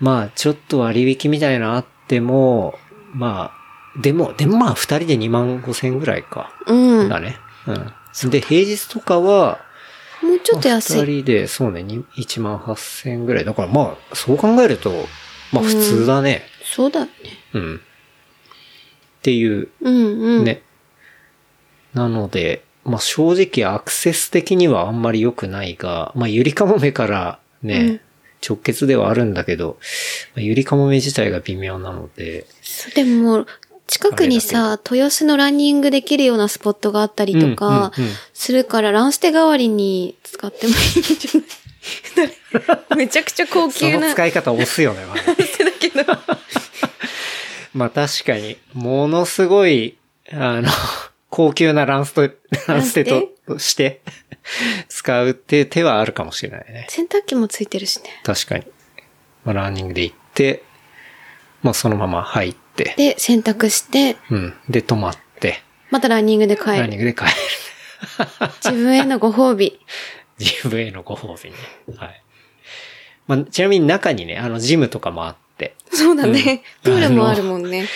[SPEAKER 2] まあ、ちょっと割引みたいなのあっても、まあ、でも、でもまあ、二人で2万5千ぐらいか。
[SPEAKER 3] うん。も
[SPEAKER 2] だね。うん。で、平日とかは、
[SPEAKER 3] うちょっと安い。
[SPEAKER 2] 二人で、そうね、に1万8千ぐらい。だからまあ、そう考えると、まあ、普通だね。
[SPEAKER 3] そうだね。
[SPEAKER 2] うん。っていう、
[SPEAKER 3] うんうん。
[SPEAKER 2] ね。なので、まあ正直アクセス的にはあんまり良くないが、まあゆりかもめからね、
[SPEAKER 3] うん
[SPEAKER 2] 直結ではあるんだけど、まあゆりかもめ自体が微妙なので、
[SPEAKER 3] そうでも、近くにさ、豊洲のランニングできるようなスポットがあったりとか
[SPEAKER 2] うんうんうん、
[SPEAKER 3] するから、ランステ代わりに使ってもいいんじゃない めちゃくちゃ高
[SPEAKER 2] そ
[SPEAKER 3] 級
[SPEAKER 2] の
[SPEAKER 3] な。
[SPEAKER 2] 使い方押すよね、まあ ね
[SPEAKER 3] だけど。
[SPEAKER 2] まあ確かに、ものすごい、あの、高級なランスと、ランステ
[SPEAKER 3] ラン
[SPEAKER 2] と
[SPEAKER 3] ス
[SPEAKER 2] として、 使うって手はあるかもしれないね。
[SPEAKER 3] 洗濯機もついてるしね。
[SPEAKER 2] 確かに。まあランニングで行って、まあそのまま入って、
[SPEAKER 3] で、洗濯して、
[SPEAKER 2] うん。で、止まって、
[SPEAKER 3] またランニングで帰
[SPEAKER 2] ラン
[SPEAKER 3] る。
[SPEAKER 2] ニングで帰る。
[SPEAKER 3] 自分へのご褒美。
[SPEAKER 2] 自分へのご褒美ね。はい。まあ、ちなみに中にね、あの、ジムとかもあって、
[SPEAKER 3] そうだね。
[SPEAKER 2] う
[SPEAKER 3] プ
[SPEAKER 2] ん
[SPEAKER 3] ールもあるもんね。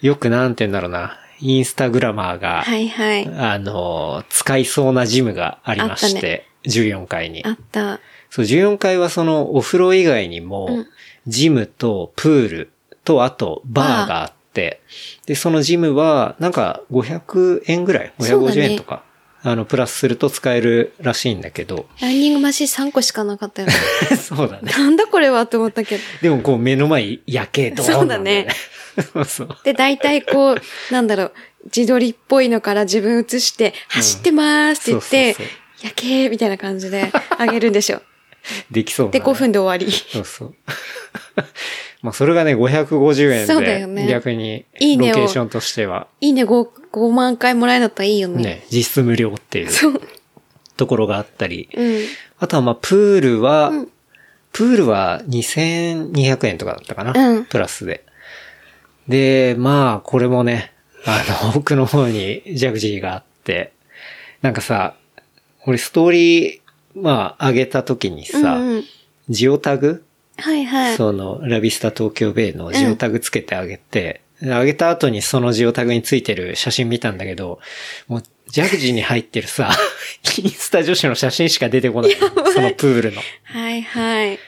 [SPEAKER 2] よくなんて言うんだろうな、インスタグラマーが、
[SPEAKER 3] はいはい。
[SPEAKER 2] あの、使いそうなジムがありまし、
[SPEAKER 3] あって
[SPEAKER 2] 14階に
[SPEAKER 3] あ。った。
[SPEAKER 2] そう、14階はその、お風呂以外にも、
[SPEAKER 3] うん
[SPEAKER 2] ジムとプールと、あと、バーがあって、で、そのジムは、なんか、500円ぐらい
[SPEAKER 3] そうだ
[SPEAKER 2] ?550
[SPEAKER 3] ね
[SPEAKER 2] 円とか、あの、プラスすると使えるらしいんだけ ど、
[SPEAKER 3] ランニングマシン3個しかなかったよね。
[SPEAKER 2] そうだね。
[SPEAKER 3] なんだこれはって思ったけど。
[SPEAKER 2] でもこう目の前夜景ドーン
[SPEAKER 3] そう
[SPEAKER 2] な
[SPEAKER 3] だね
[SPEAKER 2] んだよね。そうそう。
[SPEAKER 3] で、大体こう、なんだろう、自撮りっぽいのから自分映して、走ってまーすって言っ
[SPEAKER 2] そう
[SPEAKER 3] て
[SPEAKER 2] そう、
[SPEAKER 3] 夜景みたいな感じであげるん でしょ。
[SPEAKER 2] できそうだ、ね。
[SPEAKER 3] で、5。分で終わり。
[SPEAKER 2] そうそう。 まあそれがね、550円
[SPEAKER 3] そうだよ
[SPEAKER 2] で、
[SPEAKER 3] ね
[SPEAKER 2] 逆に、
[SPEAKER 3] いい
[SPEAKER 2] ロ
[SPEAKER 3] ねを
[SPEAKER 2] ケーションとしてはい
[SPEAKER 3] いね5、5万回もらえなったらいいよね。
[SPEAKER 2] ね、実質無料っていう
[SPEAKER 3] そう。
[SPEAKER 2] ところがあったり。
[SPEAKER 3] うん。
[SPEAKER 2] あとはまあプールは、
[SPEAKER 3] うん
[SPEAKER 2] プールは2200円とかだったかな、
[SPEAKER 3] うん
[SPEAKER 2] プラスで。で、まあこれもね、あの、 奥の方にジャグジーがあって、なんかさ、俺ストーリー、まあ上げた時にさ、
[SPEAKER 3] うんうん
[SPEAKER 2] ジオタグ
[SPEAKER 3] はいはい。
[SPEAKER 2] その、ラビスタ東京ベイのジオタグつけてあげて、あげた後にそのジオタグについてる写真見たんだけど、もう、ジャグジーに入ってるさ、 インスタ女子の写真しか出てこない。そのプールの。
[SPEAKER 3] はいはい。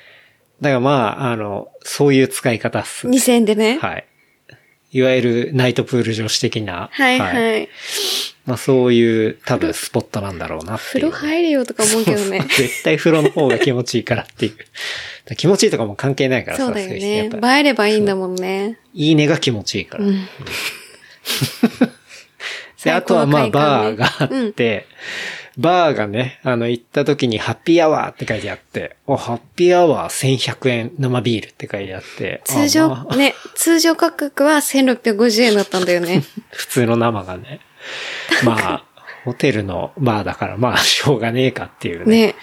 [SPEAKER 2] だからまあ、あの、そういう使い方っす。
[SPEAKER 3] 2000でね。
[SPEAKER 2] はい。いわゆるナイトプール女子的な。
[SPEAKER 3] はいはい。
[SPEAKER 2] まあそういう多分スポットなんだろうなって
[SPEAKER 3] 風
[SPEAKER 2] いう。
[SPEAKER 3] 呂入れよとか思うけどね
[SPEAKER 2] そう。そう絶対風呂の方が気持ちいいからっていう。だから気持ちいいとかも関係ないからさ
[SPEAKER 3] そうだよ
[SPEAKER 2] い人や
[SPEAKER 3] ね
[SPEAKER 2] っ。ぱ
[SPEAKER 3] 映えればいいんだもんね。
[SPEAKER 2] いいねが気持ちいいから。
[SPEAKER 3] うん。
[SPEAKER 2] で、あとはまあ
[SPEAKER 3] 最高の
[SPEAKER 2] バ
[SPEAKER 3] 快
[SPEAKER 2] ーがあ
[SPEAKER 3] 感ね
[SPEAKER 2] って、バーがね、あの行った時にハッピーアワーって書いてあって、お、ハッピーアワー1100円生ビールって書いてあって、
[SPEAKER 3] 通
[SPEAKER 2] あ
[SPEAKER 3] 常
[SPEAKER 2] まあ、
[SPEAKER 3] ね、通常価格は1650円だったんだよね。
[SPEAKER 2] 普通の生が ね。まあ、ホテルのバーだからまあしょうがねえかっていうね、
[SPEAKER 3] ね。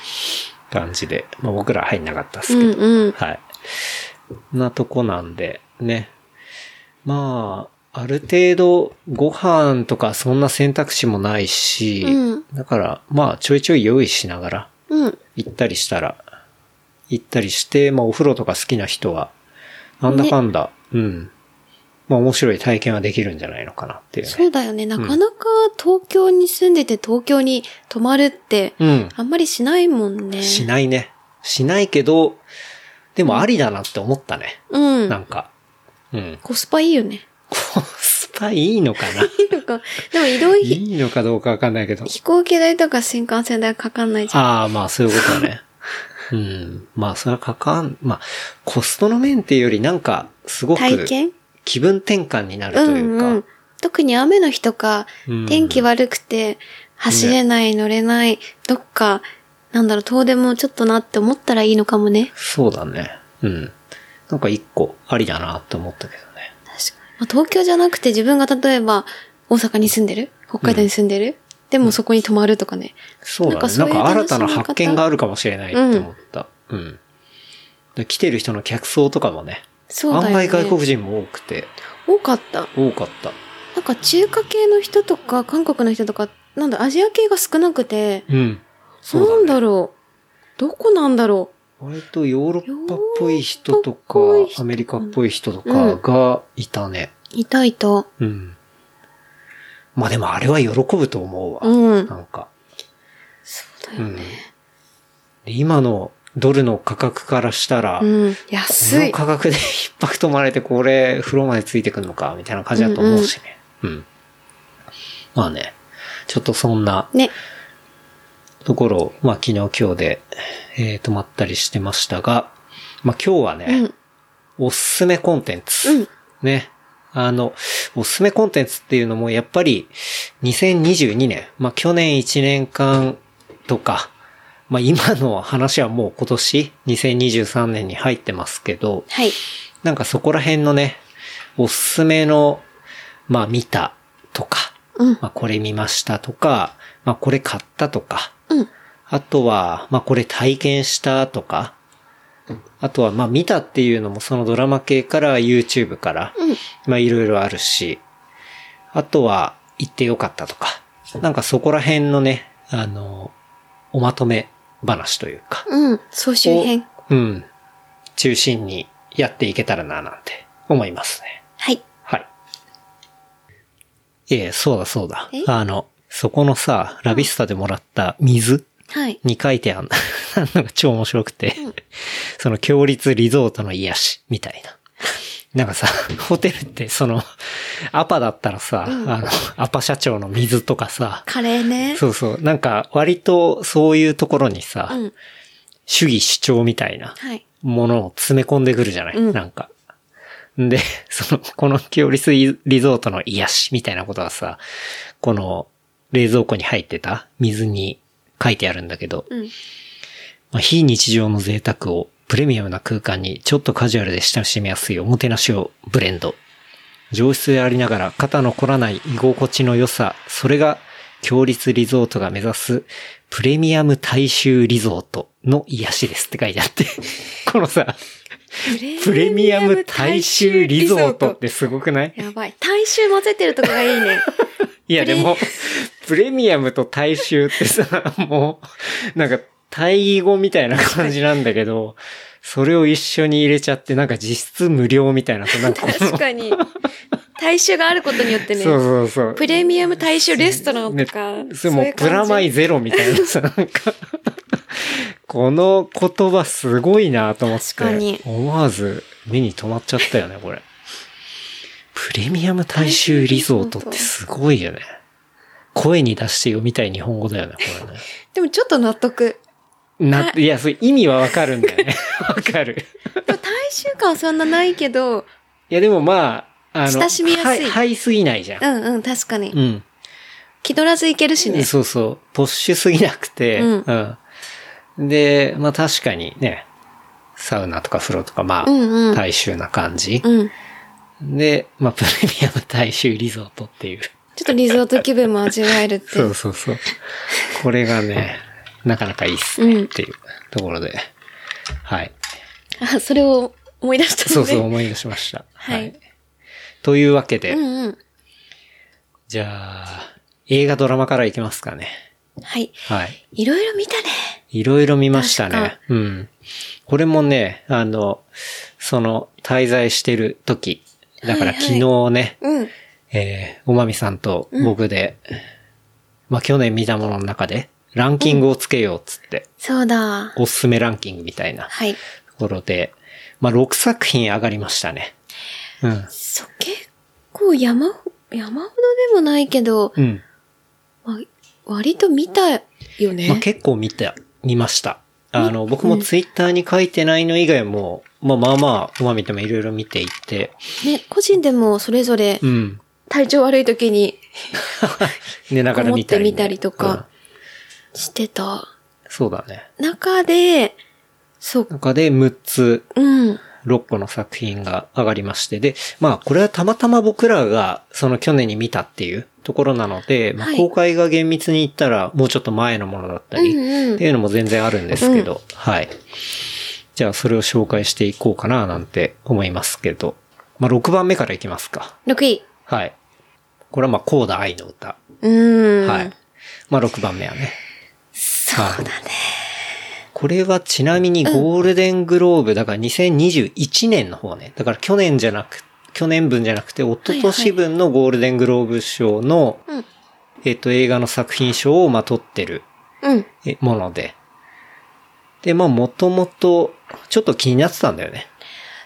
[SPEAKER 2] 感じで、まあ僕らは入んなかったっす
[SPEAKER 3] う
[SPEAKER 2] けど。
[SPEAKER 3] んうん。
[SPEAKER 2] はい。なとこなんで、ね。まあ、ある程度、ご飯とかそんな選択肢もないし、
[SPEAKER 3] うん
[SPEAKER 2] だから、まあ、ちょいちょい用意しながら、
[SPEAKER 3] うん。
[SPEAKER 2] 行ったりしたら、行ったりして、まあ、お風呂とか好きな人は、なんだかんだ、うん。まあ、面白い体験はできるんじゃないのかなっていうね。
[SPEAKER 3] そうだよね。なかなか東京に住んでて東京に泊まるって、
[SPEAKER 2] うん。
[SPEAKER 3] あんまりしないもんね。
[SPEAKER 2] しないね。しないけど、でもありだなって思ったね。
[SPEAKER 3] う。
[SPEAKER 2] なんんか。うん。
[SPEAKER 3] コスパいいよね。
[SPEAKER 2] コスパいいのかない
[SPEAKER 3] いのか。でも移動費、
[SPEAKER 2] いいのかどうかわかんないけど。
[SPEAKER 3] 飛行機代とか新幹線代かかんないじゃん。
[SPEAKER 2] ああ、まあそういうことだ ね。うん。まあそれはかかん、まあ、コストの面っていうよりなんか、すごく
[SPEAKER 3] 体験
[SPEAKER 2] 気分転換になる
[SPEAKER 3] う
[SPEAKER 2] とい
[SPEAKER 3] ん
[SPEAKER 2] うか。
[SPEAKER 3] うん。特に雨の日とか
[SPEAKER 2] うん、
[SPEAKER 3] 天気悪くて、走れない、乗れない、どっか、なんだろう、遠出もちょっとなって思ったらいいのかもね。
[SPEAKER 2] そうだね。うん。なんか一個ありだなと思ったけどね。
[SPEAKER 3] 確かに。まあ東京じゃなくて自分が例えば、大阪に住んでる北海道に住んでる、でもそこに泊まるとかね。
[SPEAKER 2] そうだね。な
[SPEAKER 3] なんんかそういう
[SPEAKER 2] か新たな
[SPEAKER 3] 楽しみ方
[SPEAKER 2] 発見があるかもしれないって思った。うん。で来てる人の客層とかもね。
[SPEAKER 3] そうだよ
[SPEAKER 2] 案
[SPEAKER 3] ね。
[SPEAKER 2] 外外国人も多くて、
[SPEAKER 3] 多かった。
[SPEAKER 2] 多かった。
[SPEAKER 3] なんか中華系の人とか、韓国の人とか、なんだ、アジア系が少なくて、
[SPEAKER 2] うん。そうだ
[SPEAKER 3] な
[SPEAKER 2] ね
[SPEAKER 3] んだろう。どこなんだろ
[SPEAKER 2] 割とヨーロッパっぽい人とか
[SPEAKER 3] ヨーロッパっぽい、人
[SPEAKER 2] アメリカっぽい人とかがいたね。
[SPEAKER 3] う。いたいた。
[SPEAKER 2] うん。まあでもあれは喜ぶと思うわ。
[SPEAKER 3] うん
[SPEAKER 2] なんか。
[SPEAKER 3] そうだ
[SPEAKER 2] う
[SPEAKER 3] よ
[SPEAKER 2] ん。で
[SPEAKER 3] ね。
[SPEAKER 2] 今のドルの価格からしたら、こ
[SPEAKER 3] うん。安
[SPEAKER 2] の
[SPEAKER 3] い。
[SPEAKER 2] 価格で一泊泊まれてこれ、風呂までついてくるのか、みたいな感じだと思うしね。うん、まあね。ちょっとそんな
[SPEAKER 3] ね。
[SPEAKER 2] ところを、まあ昨日今日で、えー泊まったりしてましたが、まあ今日はね、
[SPEAKER 3] うん。
[SPEAKER 2] おすすめコンテンツ。
[SPEAKER 3] うん
[SPEAKER 2] ね。あの、おすすめコンテンツっていうのもやっぱり2022年、まあ去年1年間とか、まあ今の話はもう今年2023年に入ってますけど、
[SPEAKER 3] はい。
[SPEAKER 2] なんかそこら辺のね、おすすめの、まあ見たとか、
[SPEAKER 3] うん。
[SPEAKER 2] まあこれ見ましたとか、まあこれ買ったとか、
[SPEAKER 3] うん。
[SPEAKER 2] あとは、まあ、これ体験したとか、あとは、まあ、見たっていうのもそのドラマ系から YouTube から、
[SPEAKER 3] うん。
[SPEAKER 2] まあ、いろいろあるし、あとは、行ってよかったとか、なんかそこら辺のね、あの、おまとめ話というか、
[SPEAKER 3] うん。総集編。
[SPEAKER 2] うん、中心にやっていけたらな、なんて思いますね。
[SPEAKER 3] はい。
[SPEAKER 2] はい。ええ、そうだそうだ
[SPEAKER 3] え。
[SPEAKER 2] あの、そこのさ、ラビスタでもらった水、
[SPEAKER 3] はい。
[SPEAKER 2] に書いてあん なんか超面白くて、その強立リゾートの癒し、みたいな。なんかさ、ホテルってその、アパだったらさ、あの、アパ社長の水とかさ、
[SPEAKER 3] カレーね。
[SPEAKER 2] そうそう、なんか割とそういうところにさ、
[SPEAKER 3] うん。
[SPEAKER 2] 主義主張みたいな
[SPEAKER 3] はい。
[SPEAKER 2] ものを詰め込んでくるじゃない、
[SPEAKER 3] うん
[SPEAKER 2] なんか。で、 その、この強立リゾートの癒しみたいなことはさ、この冷蔵庫に入ってた水に書いてあるんだけど、
[SPEAKER 3] うん。
[SPEAKER 2] まあ、非日常の贅沢をプレミアムな空間にちょっとカジュアルで親しみやすいおもてなしをブレンド。上質でありながら肩の凝らない居心地の良さ、それが強立リゾートが目指すプレミアム大衆リゾートの癒しですって書いてあ って。このさ、プレミアム大衆リゾートってすごくない
[SPEAKER 3] やばい。大衆混ぜてるとこがい いね。
[SPEAKER 2] いやでも、プレミアムと大 衆ってさ、もう、なんか、対義語みたいな感じなんだけど、それを一緒に入れちゃって、なんか実質無料みたいな、なんかこの
[SPEAKER 3] 確かに。大衆があることによってね。
[SPEAKER 2] そうそうそう。
[SPEAKER 3] プレミアム大衆レストランとか。
[SPEAKER 2] それもうプラマイ
[SPEAKER 3] ズ
[SPEAKER 2] ゼロみたいなさ、なんか、この言葉すごいなと思っ
[SPEAKER 3] 確かに
[SPEAKER 2] て、思わず目に留まっちゃったよね、これ。プレミアム大衆リゾートってすごいよね。声に出して読みたい日本語だよね、こ れね。
[SPEAKER 3] でもちょっと納得。
[SPEAKER 2] な、いや、それ意味はわかるんだよね。わかる。
[SPEAKER 3] でも大衆感はそんなないけど、
[SPEAKER 2] いや、でもまあ、あの、
[SPEAKER 3] 親しみやすい
[SPEAKER 2] ははいすぎないじゃん
[SPEAKER 3] う。んうん、確かに。
[SPEAKER 2] うん。
[SPEAKER 3] 気取らずいけるしね。
[SPEAKER 2] そうそう。ポッシュすぎなくて、
[SPEAKER 3] うん
[SPEAKER 2] うんで、まあ確かにね、サウナとか風呂とか、まあ、
[SPEAKER 3] うんうん。
[SPEAKER 2] 大衆な感じ。
[SPEAKER 3] うん。
[SPEAKER 2] で、まあプレミアム大衆リゾートっていう。
[SPEAKER 3] ちょっとリゾート気分も味わえるって。
[SPEAKER 2] そうそうそう。これが ね、なかなかいいっす
[SPEAKER 3] う
[SPEAKER 2] ね
[SPEAKER 3] ん
[SPEAKER 2] っていうところで。はい。
[SPEAKER 3] あ、それを思い出した
[SPEAKER 2] そ
[SPEAKER 3] の
[SPEAKER 2] う
[SPEAKER 3] ね。
[SPEAKER 2] そう思い出しました。
[SPEAKER 3] はい
[SPEAKER 2] というわけで、
[SPEAKER 3] うんうん。
[SPEAKER 2] じゃあ、映画ドラマからいきますかね。
[SPEAKER 3] はい。
[SPEAKER 2] はい。
[SPEAKER 3] いろいろ見たね。
[SPEAKER 2] いろいろ見ました
[SPEAKER 3] 確
[SPEAKER 2] ね。うん。これもね、あの、その、滞在してる時、だから
[SPEAKER 3] はいはい
[SPEAKER 2] 昨日ね、
[SPEAKER 3] うん。
[SPEAKER 2] えーおまみさんと僕で、まあ去年見たものの中で、ランキングをつけようっつって、
[SPEAKER 3] そうだ。
[SPEAKER 2] おすすめランキングみたいな
[SPEAKER 3] はい。
[SPEAKER 2] ところで、まあ6作品上がりましたね。うん。
[SPEAKER 3] そう、結構山ほ、山ほどでもないけど、
[SPEAKER 2] うん。
[SPEAKER 3] まあ割と見たよね。
[SPEAKER 2] まあ、結構見た、見ました。あの、僕もツイッターに書いてないの以外も、まあまあまあ、おまみでもいろいろ見ていて、
[SPEAKER 3] ね、個人でもそれぞれ
[SPEAKER 2] うん。
[SPEAKER 3] 体調悪い時に
[SPEAKER 2] 寝ながら見たり、
[SPEAKER 3] こもって見たりとかしてた
[SPEAKER 2] うんそうだね。
[SPEAKER 3] 中で、そう、
[SPEAKER 2] 中で6つ、
[SPEAKER 3] うん。
[SPEAKER 2] 6個の作品が上がりまして。で、まあこれはたまたま僕らがその去年に見たっていうところなので、まあ
[SPEAKER 3] はい
[SPEAKER 2] 公開が厳密に言ったらもうちょっと前のものだったり、
[SPEAKER 3] うんうん
[SPEAKER 2] っていうのも全然あるんですけど、はい。じゃあそれを紹介していこうかななんて思いますけど。まあ6番目からいきますか。
[SPEAKER 3] 6位。
[SPEAKER 2] はい。これはまあコーダ愛の歌。
[SPEAKER 3] うーん。
[SPEAKER 2] はい。まあ、6番目はね。そうだね。これはちなみにゴールデングローブ、だから2021年の方ね。だから去年じゃなく、去年分じゃなくて、一昨年分のゴールデングローブ賞の、
[SPEAKER 3] うん
[SPEAKER 2] えっと、映画の作品賞をまとってる
[SPEAKER 3] うん。
[SPEAKER 2] えもので。で、まあ、もともと、ちょっと気になってたんだよね。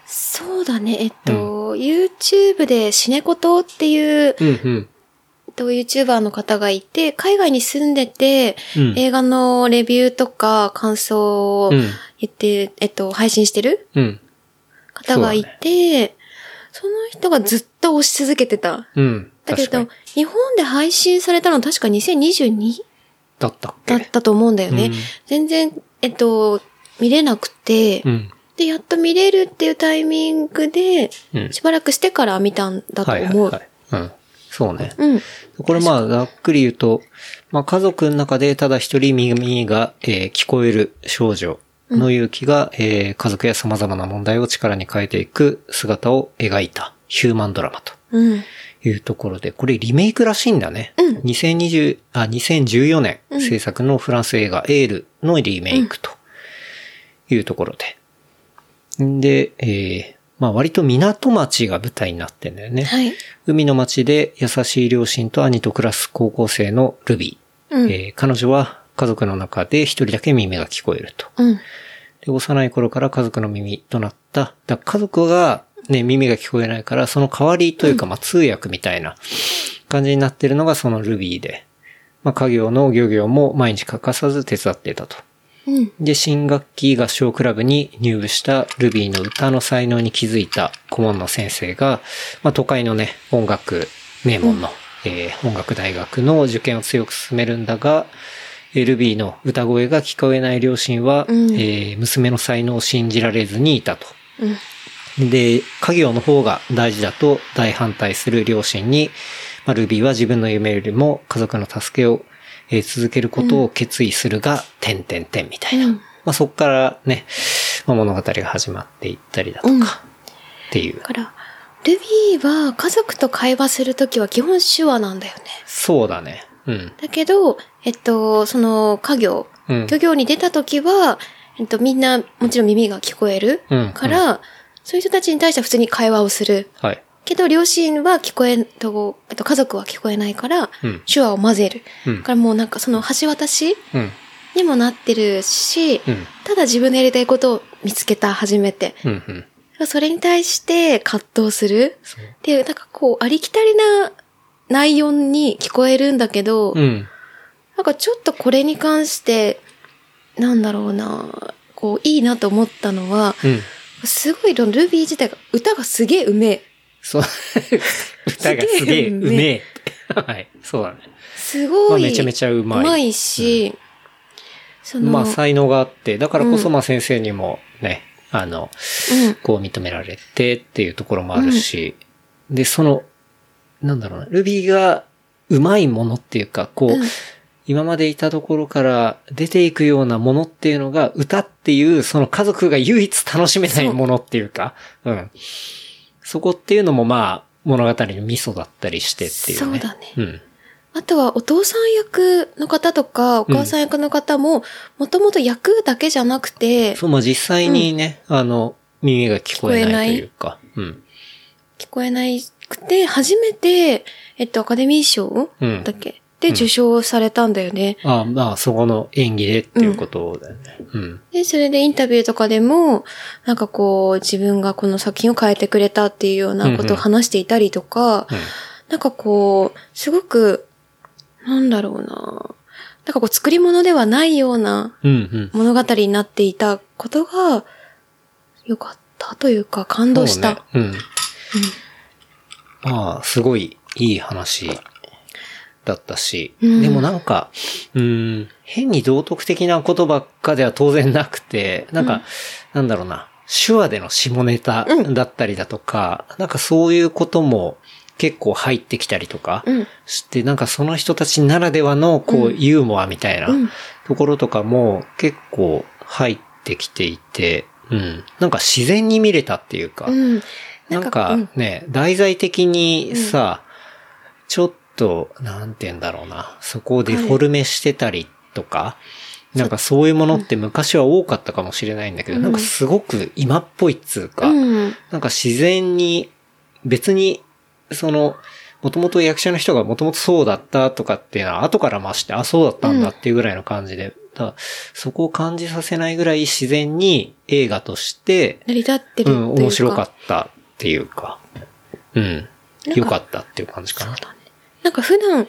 [SPEAKER 3] そうだね、えっと、YouTube でシネコトっていう、
[SPEAKER 2] うんうん。
[SPEAKER 3] えっと、YouTuber の方がいて、海外に住んでて、
[SPEAKER 2] うん
[SPEAKER 3] 映画のレビューとか感想を
[SPEAKER 2] うん
[SPEAKER 3] 言って、えっと、配信してる
[SPEAKER 2] うん。
[SPEAKER 3] 方がいて、その人がずっと押し続けてた。
[SPEAKER 2] うん。
[SPEAKER 3] だけ
[SPEAKER 2] 確か
[SPEAKER 3] ど
[SPEAKER 2] に。、
[SPEAKER 3] 日本で配信されたの確か 2022?
[SPEAKER 2] だったっけ
[SPEAKER 3] だったと思うんだよね。
[SPEAKER 2] うん
[SPEAKER 3] 全然、えっと、見れなくて、
[SPEAKER 2] うん。
[SPEAKER 3] で、やっと見れるっていうタイミングで、
[SPEAKER 2] うん
[SPEAKER 3] しばらくしてから見たんだと思
[SPEAKER 2] は
[SPEAKER 3] う。
[SPEAKER 2] いはいはい。うん。そうね。
[SPEAKER 3] うん。
[SPEAKER 2] これまあ、ざっくり言うと、まあ、家族の中でただ一人耳が、えー聞こえる少女の勇気が、えー家族や様々な問題を力に変えていく姿を描いたヒューマンドラマと
[SPEAKER 3] うん。
[SPEAKER 2] いうところで、これリメイクらしいんだね。
[SPEAKER 3] うん
[SPEAKER 2] 2020あ、2014年
[SPEAKER 3] うん
[SPEAKER 2] 制作のフランス映画エールのリメイクというところで。んで、えーまあ割と港町が舞台になってんだよね。
[SPEAKER 3] はい。
[SPEAKER 2] 海の町で優しい両親と兄と暮らす高校生のルビー。
[SPEAKER 3] うん
[SPEAKER 2] えー彼女は家族の中で一人だけ耳が聞こえると。
[SPEAKER 3] うん。
[SPEAKER 2] で幼い頃から家族の耳となった。だ家族が、ね、耳が聞こえないから、その代わりというか、まあ、通訳みたいな感じになってるのがそのルビーで。まあ、家業の漁業も毎日欠かさず手伝っていたと。
[SPEAKER 3] うん。
[SPEAKER 2] で、新学期合唱クラブに入部したルビーの歌の才能に気づいた顧問の先生が、まあ、都会のね、音楽、名門の、えー音楽大学の受験を強く進めるんだが、えールビーの歌声が聞こえない両親は、
[SPEAKER 3] うん
[SPEAKER 2] えー娘の才能を信じられずにいたと。
[SPEAKER 3] うん。
[SPEAKER 2] で、家業の方が大事だと大反対する両親に、まあ、ルビーは自分の夢よりも家族の助けを、えー続けることを決意するが、点々点みたいな。
[SPEAKER 3] うん
[SPEAKER 2] まあ、そこからね、まあ、物語が始まっていったりだと
[SPEAKER 3] うん。だ
[SPEAKER 2] かっていう。
[SPEAKER 3] から、ルビーは家族と会話するときは基本手話なんだよね。
[SPEAKER 2] そうだね。うん。
[SPEAKER 3] だけど、えっと、その家業、
[SPEAKER 2] うん
[SPEAKER 3] 漁業に出たときは、えっと、みんな、もちろん耳が聞こえる
[SPEAKER 2] うん
[SPEAKER 3] から、そういう人たちに対しては普通に会話をする。
[SPEAKER 2] はい。
[SPEAKER 3] けど、両親は聞こえんと、えっと、家族は聞こえないから、
[SPEAKER 2] うん。
[SPEAKER 3] 手話を混ぜる。
[SPEAKER 2] うん
[SPEAKER 3] だ。からもうなんかその橋渡し
[SPEAKER 2] うん。
[SPEAKER 3] にもなってるし、
[SPEAKER 2] うん。
[SPEAKER 3] ただ自分のやりたいことを見つけた、初めて。
[SPEAKER 2] うん。うん。
[SPEAKER 3] それに対して葛藤する。
[SPEAKER 2] そう。
[SPEAKER 3] で、なんかこう、ありきたりな内容に聞こえるんだけど、
[SPEAKER 2] うん。
[SPEAKER 3] なんかちょっとこれに関して、なんだろうな、こう、いいなと思ったのは、
[SPEAKER 2] うん。
[SPEAKER 3] すごいルビー自体が、歌がすげえうめえ。
[SPEAKER 2] そう。 歌がすげえうめえ。はい。そうだね。
[SPEAKER 3] す
[SPEAKER 2] ま
[SPEAKER 3] ご
[SPEAKER 2] あ、
[SPEAKER 3] い。
[SPEAKER 2] めちゃめちゃう
[SPEAKER 3] う
[SPEAKER 2] まい。
[SPEAKER 3] まいし、その、
[SPEAKER 2] まあ、才能があって、だからこそ、
[SPEAKER 3] うん
[SPEAKER 2] まあ、先生にもね、あの、
[SPEAKER 3] うん。
[SPEAKER 2] こう認められてっていうところもあるし、で、その、なんだろうな、ルビーがうまいものっていうか、こう、
[SPEAKER 3] うん
[SPEAKER 2] 今までいたところから出ていくようなものっていうのが、歌っていう、その家族が唯一楽しめないものっていうか、うん。そこっていうのも、まあ、物語の味噌だったりしてっていうね。
[SPEAKER 3] そうだね
[SPEAKER 2] うん。
[SPEAKER 3] あとはお父さん役の方とか、お母さん役の方も、もともと役だけじゃなくて、
[SPEAKER 2] そう、まあ実際にね、あの、耳が聞こえないというか、うん。
[SPEAKER 3] 聞こえなくて、初めて、えっと、アカデミー賞
[SPEAKER 2] うん
[SPEAKER 3] だっけ、で、受賞されたんだよね。
[SPEAKER 2] ああまあ、そこの演技でっていうことだよね。うん。
[SPEAKER 3] で、それでインタビューとかでも、なんかこう、自分がこの作品を変えてくれたっていうような
[SPEAKER 2] う
[SPEAKER 3] こ
[SPEAKER 2] んう
[SPEAKER 3] と
[SPEAKER 2] ん
[SPEAKER 3] を話していたりとか、
[SPEAKER 2] うん
[SPEAKER 3] なんかこう、すごく、なんだろうな。なんかこう、作り物ではないような
[SPEAKER 2] うん、うん。
[SPEAKER 3] 物語になっていたことが、良かったというか、感動した。
[SPEAKER 2] そうねうん。まあ、すごいいい話だったし、
[SPEAKER 3] うん
[SPEAKER 2] でもなんか、うん、変に道徳的なことばっかでは当然なくて、なんか、なんだろうな、手話での下ネタ
[SPEAKER 3] うん
[SPEAKER 2] だったりだとか、なんかそういうことも結構入ってきたりとか
[SPEAKER 3] うん
[SPEAKER 2] して、なんかその人たちならではのこう、
[SPEAKER 3] うん
[SPEAKER 2] ユーモアみたいな
[SPEAKER 3] うん
[SPEAKER 2] ところとかも結構入ってきていて、うん、なんか自然に見れたっていうか、
[SPEAKER 3] うん。
[SPEAKER 2] な
[SPEAKER 3] なんん
[SPEAKER 2] か
[SPEAKER 3] か
[SPEAKER 2] ね、題材的にさ、ちょっと、なんて言うんだろうな、そこをデフォルメしてたりとか、なんかそういうものって昔は多かったかもしれないんだけど、
[SPEAKER 3] うん
[SPEAKER 2] なんかすごく今っぽいっつうか、
[SPEAKER 3] うん。
[SPEAKER 2] なんか自然に、別に、その、もともと役者の人がもともとそうだったとかっていうのは後から増して、あ、そうだったんだっていうぐらいの感じで、だからそこを感じさせないぐらい自然に映画として
[SPEAKER 3] 成り立ってると
[SPEAKER 2] う
[SPEAKER 3] いうか。
[SPEAKER 2] ん、面白かったっていうか、うん、
[SPEAKER 3] なんか
[SPEAKER 2] 良かったっていう感じかな。
[SPEAKER 3] なんか普段、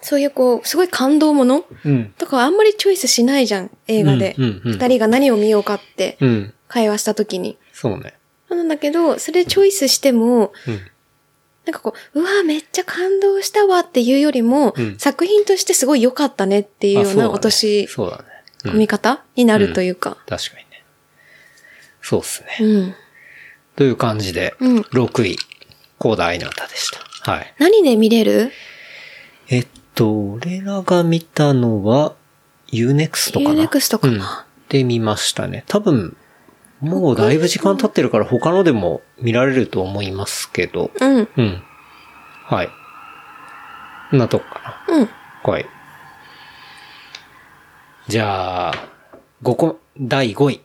[SPEAKER 3] そういうこう、すごい感動もの
[SPEAKER 2] うん。
[SPEAKER 3] とかあんまりチョイスしないじゃん、映画で。
[SPEAKER 2] う
[SPEAKER 3] 二、
[SPEAKER 2] んうんうん
[SPEAKER 3] 人が何を見ようかって
[SPEAKER 2] うん、
[SPEAKER 3] 会話した時に。
[SPEAKER 2] そうね。
[SPEAKER 3] なんだけど、それチョイスしても、
[SPEAKER 2] うん、
[SPEAKER 3] なんかこう、うわめっちゃ感動したわっていうよりも、
[SPEAKER 2] うん
[SPEAKER 3] 作品としてすごい良かったねっていうよう
[SPEAKER 2] あそうだ
[SPEAKER 3] な
[SPEAKER 2] ね
[SPEAKER 3] 落とし
[SPEAKER 2] そうだね。う
[SPEAKER 3] 込み
[SPEAKER 2] ん、
[SPEAKER 3] 方になるというか。
[SPEAKER 2] 確かにね。そうっすね。
[SPEAKER 3] うん。
[SPEAKER 2] という感じで、
[SPEAKER 3] うん
[SPEAKER 2] 6位、コーダ・アイナタでした。はい。
[SPEAKER 3] 何で見れる
[SPEAKER 2] えっと、俺らが見たのは、UNEXT かな。
[SPEAKER 3] UNEXT かな
[SPEAKER 2] うんで見ましたね。多分、もうだいぶ時間経ってるから他のでも見られると思いますけど。
[SPEAKER 3] うん。
[SPEAKER 2] うん。はい。こんなとこか
[SPEAKER 3] うん。
[SPEAKER 2] な。はい。じゃあ、5個、第5位、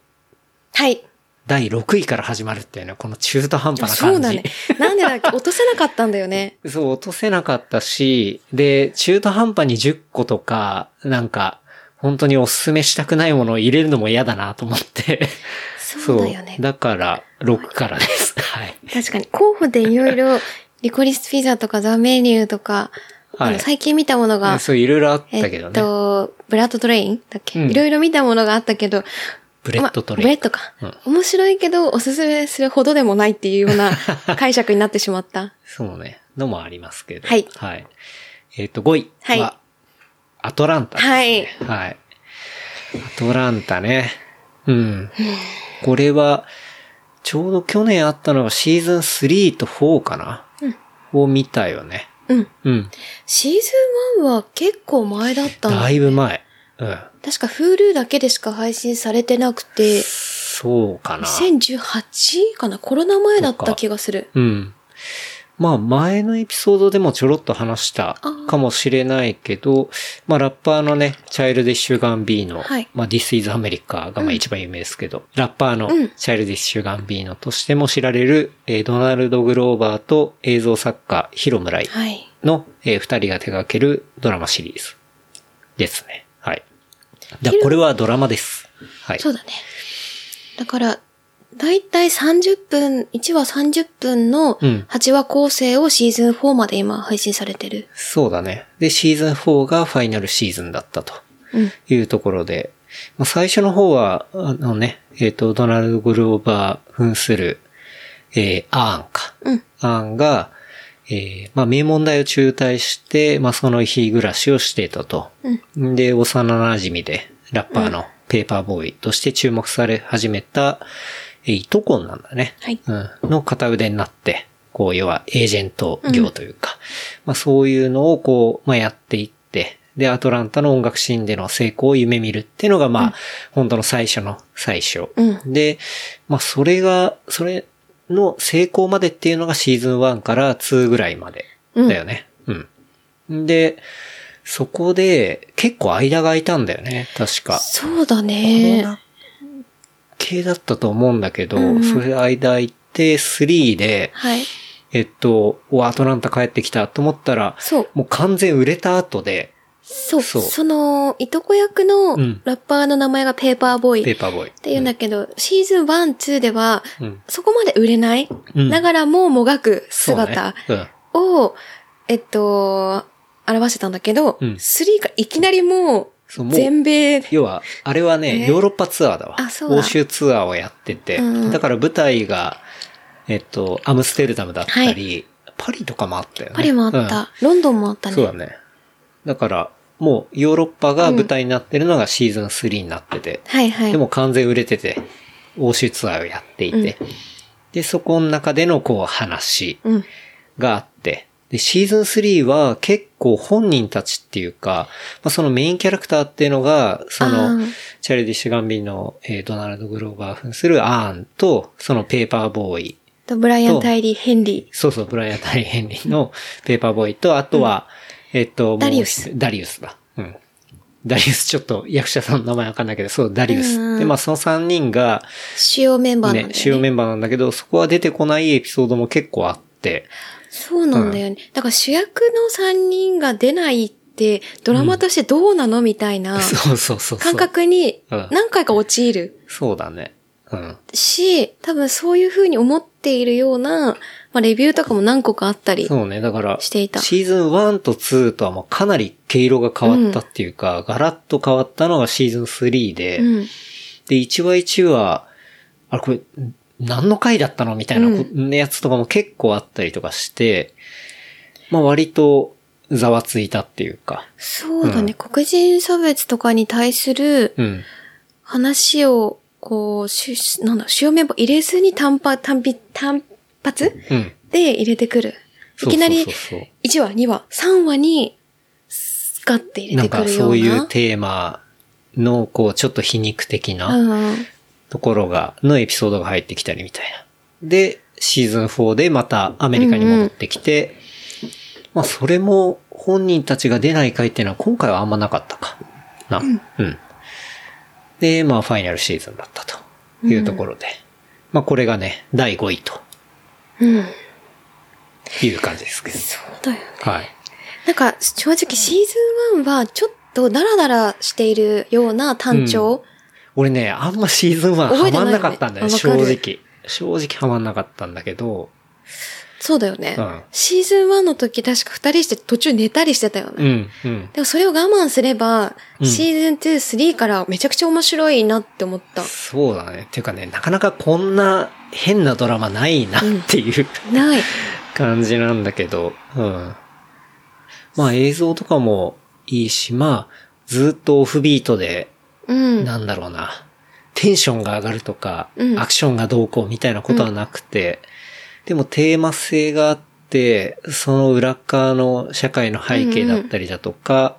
[SPEAKER 3] はい。
[SPEAKER 2] 第6位から始まるっていうね、この中途半端な感じ。
[SPEAKER 3] そうだね。なんでだっ け落とせなかったんだよね。
[SPEAKER 2] そう、落とせなかったし、で、中途半端に10個とか、なんか、本当におすすめしたくないものを入れるのも嫌だなと思って。
[SPEAKER 3] そうだよね
[SPEAKER 2] そう。だから、6からです。はい。
[SPEAKER 3] 確かに、候補でいろいろ、リコリスピザとかザメニューとか、
[SPEAKER 2] はい
[SPEAKER 3] あの最近見たものが、
[SPEAKER 2] そう、いろいろあっ
[SPEAKER 3] え
[SPEAKER 2] たけど
[SPEAKER 3] っ
[SPEAKER 2] ね。
[SPEAKER 3] と、ブラッドトレインだっけ、
[SPEAKER 2] うん
[SPEAKER 3] いろいろ見たものがあったけど、
[SPEAKER 2] ブレッドトレイ
[SPEAKER 3] まあブレ
[SPEAKER 2] ン
[SPEAKER 3] ッ。ドか、面白いけど、おすすめするほどでもないっていうよう な解釈になってしまった。
[SPEAKER 2] そうね。のもありますけど。
[SPEAKER 3] はい
[SPEAKER 2] はい。えっ、と、5位は、
[SPEAKER 3] はい
[SPEAKER 2] アトランタですね、はい。アトランタね。うん。これは、ちょうど去年あったのがシーズン3と4かな、を見たよね。
[SPEAKER 3] うん。
[SPEAKER 2] うん。
[SPEAKER 3] シーズン1は結構前だったんだ
[SPEAKER 2] だいぶ前。うん。
[SPEAKER 3] 確か Hulu だけでしか配信されてなくて、
[SPEAKER 2] そうかな。
[SPEAKER 3] 2018かなコロナ前だった気がする。
[SPEAKER 2] うん。まあ前のエピソードでもちょろっと話したかもしれないけど、まあラッパーのね、チャイルディッシュガン B の、
[SPEAKER 3] はい
[SPEAKER 2] まあ This is America がまあ一番有名ですけど、ラッパーの
[SPEAKER 3] うん
[SPEAKER 2] チャイルディッシュガン B のとしても知られる、えードナルド・グローバーと映像作家ヒロムライ
[SPEAKER 3] はい。
[SPEAKER 2] の、えー二人が手掛けるドラマシリーズですね。はい。じゃあこれはドラマです。はい。
[SPEAKER 3] そうだね。だから、だいたい30分、1話30分の
[SPEAKER 2] うん
[SPEAKER 3] 8話構成をシーズン4まで今配信されてる。
[SPEAKER 2] そうだね。で、シーズン4がファイナルシーズンだったと
[SPEAKER 3] うん。
[SPEAKER 2] いうところで、まあ、最初の方は、あのね、えっ、と、ドナルド・グローバー扮する、えーアーンか。
[SPEAKER 3] うん。
[SPEAKER 2] アーンが、えーまあ、名門大を中退して、まあ、その日暮らしをしていたと。で、幼馴染で、ラッパーのペーパーボーイとして注目され始めた、えーいとこなんだね。
[SPEAKER 3] はい
[SPEAKER 2] うん。の片腕になって、こう、要はエージェント業というか、まあ、そういうのをこう、まあ、やっていって、で、アトランタの音楽シーンでの成功を夢見るっていうのが、まあ、本当の最初の最初。
[SPEAKER 3] うん。
[SPEAKER 2] で、まあ、それが、それの成功までっていうのがシーズン1から2ぐらいまでだよね。うん。で、そこで結構間が空いたんだよね、確か。
[SPEAKER 3] そうだ
[SPEAKER 2] コロ
[SPEAKER 3] ね。
[SPEAKER 2] ナ系だったと思うんだけど、
[SPEAKER 3] うんうん
[SPEAKER 2] それ間空いて3で、
[SPEAKER 3] はい。
[SPEAKER 2] えっと、おアトランタ帰ってきたと思ったら、
[SPEAKER 3] そう。
[SPEAKER 2] もう完全売れた後で、
[SPEAKER 3] そう。
[SPEAKER 2] そう
[SPEAKER 3] その、いとこ役の
[SPEAKER 2] うん
[SPEAKER 3] ラッパーの名前がペーパーボーイ
[SPEAKER 2] ペ
[SPEAKER 3] っ
[SPEAKER 2] ーパーボーイ。
[SPEAKER 3] ていうんだけど、シーズン1、2では、
[SPEAKER 2] うん
[SPEAKER 3] そこまで売れない、
[SPEAKER 2] うん
[SPEAKER 3] ながらももがく
[SPEAKER 2] そうね
[SPEAKER 3] 姿
[SPEAKER 2] うん
[SPEAKER 3] を、えっと、表してたんだけど、
[SPEAKER 2] うん
[SPEAKER 3] 3がいきなりも
[SPEAKER 2] そう
[SPEAKER 3] う、
[SPEAKER 2] もう
[SPEAKER 3] 全米で、
[SPEAKER 2] 要は、あれはね、
[SPEAKER 3] え
[SPEAKER 2] ヨーロッパツアーだわ。
[SPEAKER 3] あそうだ
[SPEAKER 2] 欧州ツアーをやってて、
[SPEAKER 3] うん
[SPEAKER 2] だから舞台が、えっと、アムステルダムだったり、パリとかもあったよね。
[SPEAKER 3] パリもあった、ロンドンもあった
[SPEAKER 2] うん
[SPEAKER 3] ね。
[SPEAKER 2] そうだね。だから、もうヨーロッパが舞台になってるのがシーズン3になってて、
[SPEAKER 3] はいはい。
[SPEAKER 2] でも完全売れてて、欧州ツアーをやっていて、で、そこの中でのこう話
[SPEAKER 3] うん。
[SPEAKER 2] があって、で、シーズン3は結構本人たちっていうか、まあ、そのメインキャラクターっていうのが、そ
[SPEAKER 3] あ
[SPEAKER 2] の
[SPEAKER 3] ー、
[SPEAKER 2] チャイルディッシュガンビンの、えードナルド・グローバー扮するアーンと、そのペーパーボーイ、
[SPEAKER 3] と、ブライア
[SPEAKER 2] そう
[SPEAKER 3] ン・タイリー・ヘンリ
[SPEAKER 2] そうそう、ブライアン・タイ・ヘンリーのペーパーボーイと、あとは、えっと、もう
[SPEAKER 3] ダリウス。
[SPEAKER 2] ダリウスだ。うん。ダリウス、ちょっと役者さんの名前わかんないけど、そう、ダリウ
[SPEAKER 3] うんう
[SPEAKER 2] ス。
[SPEAKER 3] ん
[SPEAKER 2] で、まあ、その3人が、
[SPEAKER 3] ー。主要メンバーなんだよ
[SPEAKER 2] ね
[SPEAKER 3] ね。、
[SPEAKER 2] 主要メンバーなんだけど、そこは出てこないエピソードも結構あって、
[SPEAKER 3] そうなんだよね。だから主役の3人が出ないって、ドラマとしてどうなのみたいな
[SPEAKER 2] そうそうそうそう。
[SPEAKER 3] 感覚に
[SPEAKER 2] うん
[SPEAKER 3] 何回か陥る
[SPEAKER 2] そうだね。うん。
[SPEAKER 3] し、多分そういう風に思っているような、まあレビューとかも何個かあったり。
[SPEAKER 2] そうね。だから、
[SPEAKER 3] していた
[SPEAKER 2] シーズン1と2とはもうかなり毛色が変わったっていうか、ガラッと変わったのがシーズン3で、
[SPEAKER 3] うん。
[SPEAKER 2] で、1話1話、あれこれ、何の回だったのみたいなこ、やつとかも結構あったりとかして、まあ割とざわついたっていうか、
[SPEAKER 3] そうだね。黒人差別とかに対する
[SPEAKER 2] うん。
[SPEAKER 3] 話を、こう、主、なんだ、主要メンバー入れずに単発、単発、単発
[SPEAKER 2] うん。
[SPEAKER 3] で入れてくる。い
[SPEAKER 2] そう
[SPEAKER 3] きなり
[SPEAKER 2] そうそうそう
[SPEAKER 3] 1話、2話、3話に、スカって入れ
[SPEAKER 2] なん
[SPEAKER 3] てく
[SPEAKER 2] か
[SPEAKER 3] るような。
[SPEAKER 2] そういうテーマの、こう、ちょっと皮肉的な
[SPEAKER 3] うん。
[SPEAKER 2] ところが、のエピソードが入ってきたりみたいな。で、シーズン4でまたアメリカに戻ってきて、まあそれも本人たちが出ない回っていうのは今回はあんまなかったかな。うん。で、まあファイナルシーズンだったというところで、まあこれがね、第5位と
[SPEAKER 3] うん。
[SPEAKER 2] いう感じですけど。
[SPEAKER 3] そうだよね。
[SPEAKER 2] はい。
[SPEAKER 3] なんか、正直シーズン1はちょっとダラダラしているような単調。
[SPEAKER 2] 俺ね、あんまシーズン1
[SPEAKER 3] 覚
[SPEAKER 2] ハ
[SPEAKER 3] えて
[SPEAKER 2] マ
[SPEAKER 3] な
[SPEAKER 2] ん
[SPEAKER 3] いよね
[SPEAKER 2] なかったんだよね、
[SPEAKER 3] あわ
[SPEAKER 2] 正
[SPEAKER 3] かる
[SPEAKER 2] 直。正直ハマんなかったんだけど、
[SPEAKER 3] そうだよね。
[SPEAKER 2] うん
[SPEAKER 3] シーズン1の時確か二人して途中寝たりしてたよね。
[SPEAKER 2] うん、うん。
[SPEAKER 3] でもそれを我慢すれば、
[SPEAKER 2] うん
[SPEAKER 3] シーズン2、3からめちゃくちゃ面白いなって思った。
[SPEAKER 2] そうだね。ていうかね、なかなかこんな変なドラマないなっていう、
[SPEAKER 3] ない。
[SPEAKER 2] 感じなんだけど、うん。まあ映像とかもいいし、まあ、ずっとオフビートで、
[SPEAKER 3] うん。
[SPEAKER 2] なんだろうな、テンションが上がるとか、
[SPEAKER 3] うん
[SPEAKER 2] アクションがどうこうみたいなことはなくて、でもテーマ性があって、その裏側の社会の背景だったりだとか、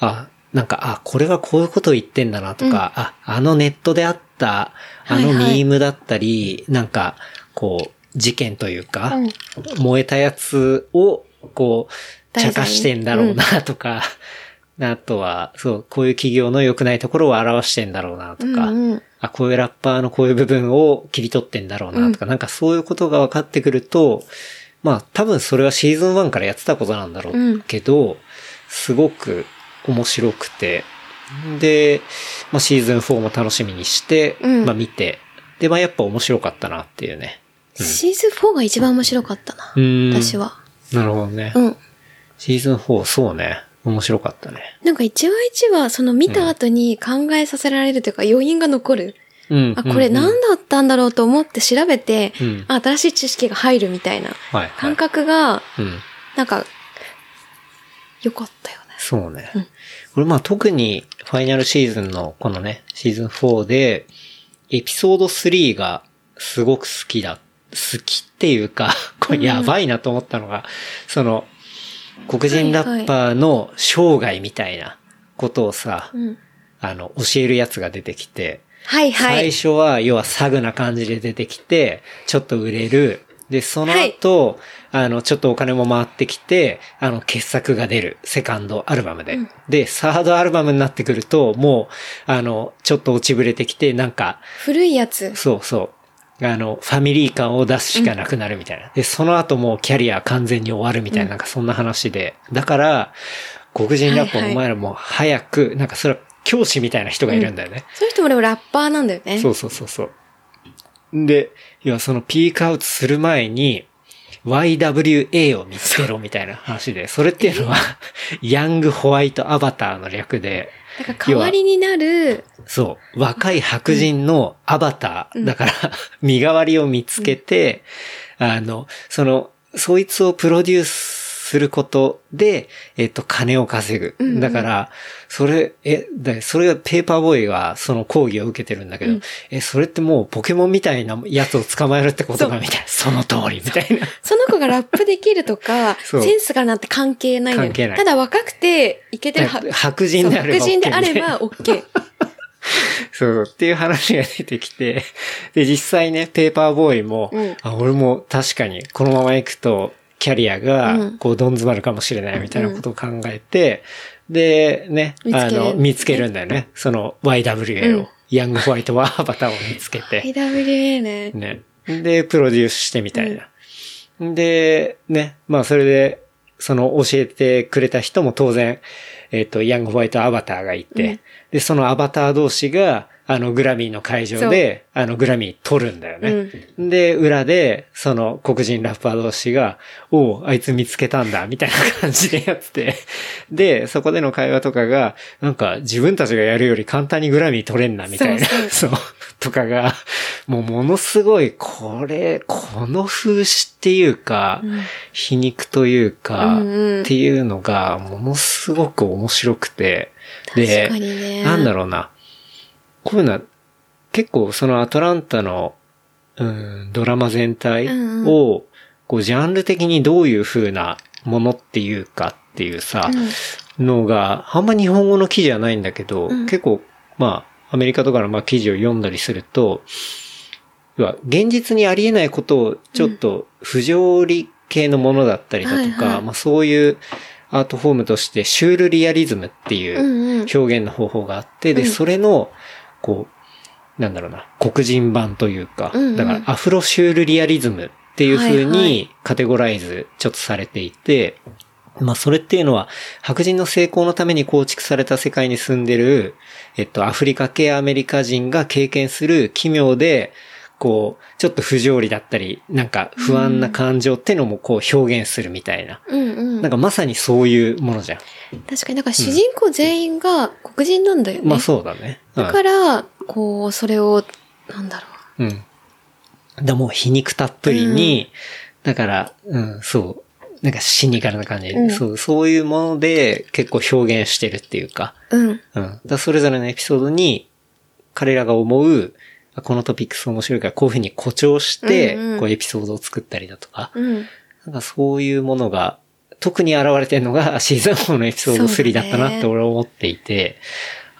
[SPEAKER 2] あ、なんか、あ、これはこういうことを言ってんだなとか、
[SPEAKER 3] うん
[SPEAKER 2] あ、あのネットであった、あ
[SPEAKER 3] は
[SPEAKER 2] の
[SPEAKER 3] いはい
[SPEAKER 2] ミームだったり、なんか、こう、事件というか、
[SPEAKER 3] うん
[SPEAKER 2] 燃えたやつを、こう、
[SPEAKER 3] 題材
[SPEAKER 2] 茶化してんだろうな、とか、あとは、そう、こういう企業の良くないところを表してんだろうな、とか、
[SPEAKER 3] うんうん
[SPEAKER 2] あ、こういうラッパーのこういう部分を切り取ってんだろうな、とか、なんかそういうことが分かってくると、まあ、多分それはシーズン1からやってたことなんだろうけど、すごく面白くて、で、まあ、シーズン4も楽しみにして、
[SPEAKER 3] うん
[SPEAKER 2] まあ見て、で、まあやっぱ面白かったなっていうね。
[SPEAKER 3] シーズン4が一番面白かったな
[SPEAKER 2] う。ーん
[SPEAKER 3] 私は。
[SPEAKER 2] なるほどね。
[SPEAKER 3] うん。
[SPEAKER 2] シーズン4、そうね。面白かったね。
[SPEAKER 3] なんか一話一話、その見た後に考えさせられるというか余韻が残る。
[SPEAKER 2] うん。
[SPEAKER 3] あ、これ何
[SPEAKER 2] うん
[SPEAKER 3] だったんだろうと思って調べて、
[SPEAKER 2] うん
[SPEAKER 3] あ新しい知識が入るみたいな
[SPEAKER 2] はい、はい
[SPEAKER 3] 感覚が、
[SPEAKER 2] うん。
[SPEAKER 3] なんか、良かったよね。
[SPEAKER 2] そうね。
[SPEAKER 3] うん
[SPEAKER 2] これまあ特にファイナルシーズンのこのね、シーズン4で、エピソード3がすごく好きだ。好きっていうか、 これやばいなと思ったのが、その、黒人ラッパーの生涯みたいなことをさ、
[SPEAKER 3] うん。
[SPEAKER 2] あの、教えるやつが出てきて、
[SPEAKER 3] はいはい。
[SPEAKER 2] 最初は、要はサグな感じで出てきて、ちょっと売れる。で、その後、あの、ちょっとお金も回ってきて、あの、傑作が出る。セカンドアルバムで。で、サードアルバムになってくると、もう、あの、ちょっと落ちぶれてきて、なんか、
[SPEAKER 3] 古いやつ。
[SPEAKER 2] そうそう。あの、ファミリー感を出すしかなくなるみたいな。で、その後もうキャリア完全に終わるみたいな、なんかそんな話で。だから、黒人ラッパ
[SPEAKER 3] は
[SPEAKER 2] ー
[SPEAKER 3] いはい
[SPEAKER 2] お前らもう早く、なんかそれは教師みたいな人がいるんだよね。
[SPEAKER 3] そういう人もでもラッパーなんだよね。。
[SPEAKER 2] そううそうそうそう。で、要はそのピークアウトする前に、YWA を見つけろみたいな話で、それっていうのは、 ヤングホワイトアバターの略で、
[SPEAKER 3] だから代わりになる、
[SPEAKER 2] そう、若い白人のアバター、だから、 身代わりを見つけて、あの、その、そいつをプロデュースすることで、えっと、金を稼ぐ。
[SPEAKER 3] んうん
[SPEAKER 2] だから、それ、え、だそれがペーパーボーイがその講義を受けてるんだけど、え、それってもうポケモンみたいなやつを捕まえるってことかみたいな、その通りみたいな。
[SPEAKER 3] その子がラップできるとか、
[SPEAKER 2] そう
[SPEAKER 3] センスがなんて関係ないのよ
[SPEAKER 2] 関係ない
[SPEAKER 3] ただ若くて、いけてるは
[SPEAKER 2] だ白人であれば、
[SPEAKER 3] そう白人であれ ば OK。
[SPEAKER 2] そう、っていう話が出てきて、で、実際ね、ペーパーボーイも、
[SPEAKER 3] うん
[SPEAKER 2] あ俺も確かにこのまま行くと、キャリア
[SPEAKER 3] う
[SPEAKER 2] が
[SPEAKER 3] ん、
[SPEAKER 2] こう、どん詰まるかもしれないみたいなことを考えて、で、ね、
[SPEAKER 3] 見つ
[SPEAKER 2] あ
[SPEAKER 3] ける
[SPEAKER 2] の、見つけるんだよね。その YWA を、
[SPEAKER 3] うん
[SPEAKER 2] ヤングホワイトワーバターを見つけて、
[SPEAKER 3] AWA ね。
[SPEAKER 2] ね。で、プロデュースしてみたいな。で、ね、まあそれで、その教えてくれた人も当然、えっ、と、ヤングホワイトアバターがいて、
[SPEAKER 3] うん
[SPEAKER 2] で、そのアバター同士が、あの、グラミーの会場で、あの、グラミー取るんだよね。で、裏で、その黒人ラッパー同士が、おう、あいつ見つけたんだ、みたいな感じでやってて、で、そこでの会話とかが、なんか自分たちがやるより簡単にグラミー取れんな、みたいな。
[SPEAKER 3] そうそう
[SPEAKER 2] そう。とかが、もうものすごい、これ、この風刺っていうか、皮肉というか、
[SPEAKER 3] うんうん
[SPEAKER 2] っていうのが、ものすごく面白くて。
[SPEAKER 3] 確かにね。
[SPEAKER 2] なんだろうな。こういうのは、結構そのアトランタの、うん、ドラマ全体を、
[SPEAKER 3] うんうん
[SPEAKER 2] こう、ジャンル的にどういう風なものっていうかっていうさ、
[SPEAKER 3] うん
[SPEAKER 2] のが、あんま日本語の記事はないんだけど、
[SPEAKER 3] うん
[SPEAKER 2] 結構、まあ、アメリカとかのまあ記事を読んだりすると、要は現実にありえないことをちょっと不条理系のものだったりだとか、
[SPEAKER 3] はいはい
[SPEAKER 2] まあそういうアートフォームとしてシュールリアリズムっていう、
[SPEAKER 3] うんうん。
[SPEAKER 2] 表現の方法があって、で、
[SPEAKER 3] うん
[SPEAKER 2] それの、こう、なんだろうな、黒人版というか、
[SPEAKER 3] うんうん
[SPEAKER 2] だからアフロシュールリアリズムっていう風
[SPEAKER 3] はいは
[SPEAKER 2] にカテゴライズちょっとされていて、まあそれっていうのは白人の成功のために構築された世界に住んでる、えっと、アフリカ系アメリカ人が経験する奇妙で、こう、ちょっと不条理だったり、なんか不安な感情ってのもこう表現するみたいな。
[SPEAKER 3] うんうん。
[SPEAKER 2] なんかまさにそういうものじゃん。
[SPEAKER 3] 確かに、だから主人公全員が黒人なんだよね。
[SPEAKER 2] まあそうだね。うん
[SPEAKER 3] だから、こう、それを、なんだろ
[SPEAKER 2] うん。だもう皮肉たっぷりに、だから、うん、そう。なんかシニカルな感じ、
[SPEAKER 3] うん
[SPEAKER 2] そう、そういうもので結構表現してるっていうか、
[SPEAKER 3] う。うん。
[SPEAKER 2] うん。だからそれぞれのエピソードに、彼らが思う、あこのトピックス面白いからこういうふうに誇張して、
[SPEAKER 3] うんうん
[SPEAKER 2] こうエピソードを作ったりだとか、
[SPEAKER 3] うん。
[SPEAKER 2] なんかそういうものが、特に現れてるのが シーズン4のエピソード3だったなって俺は思っていて、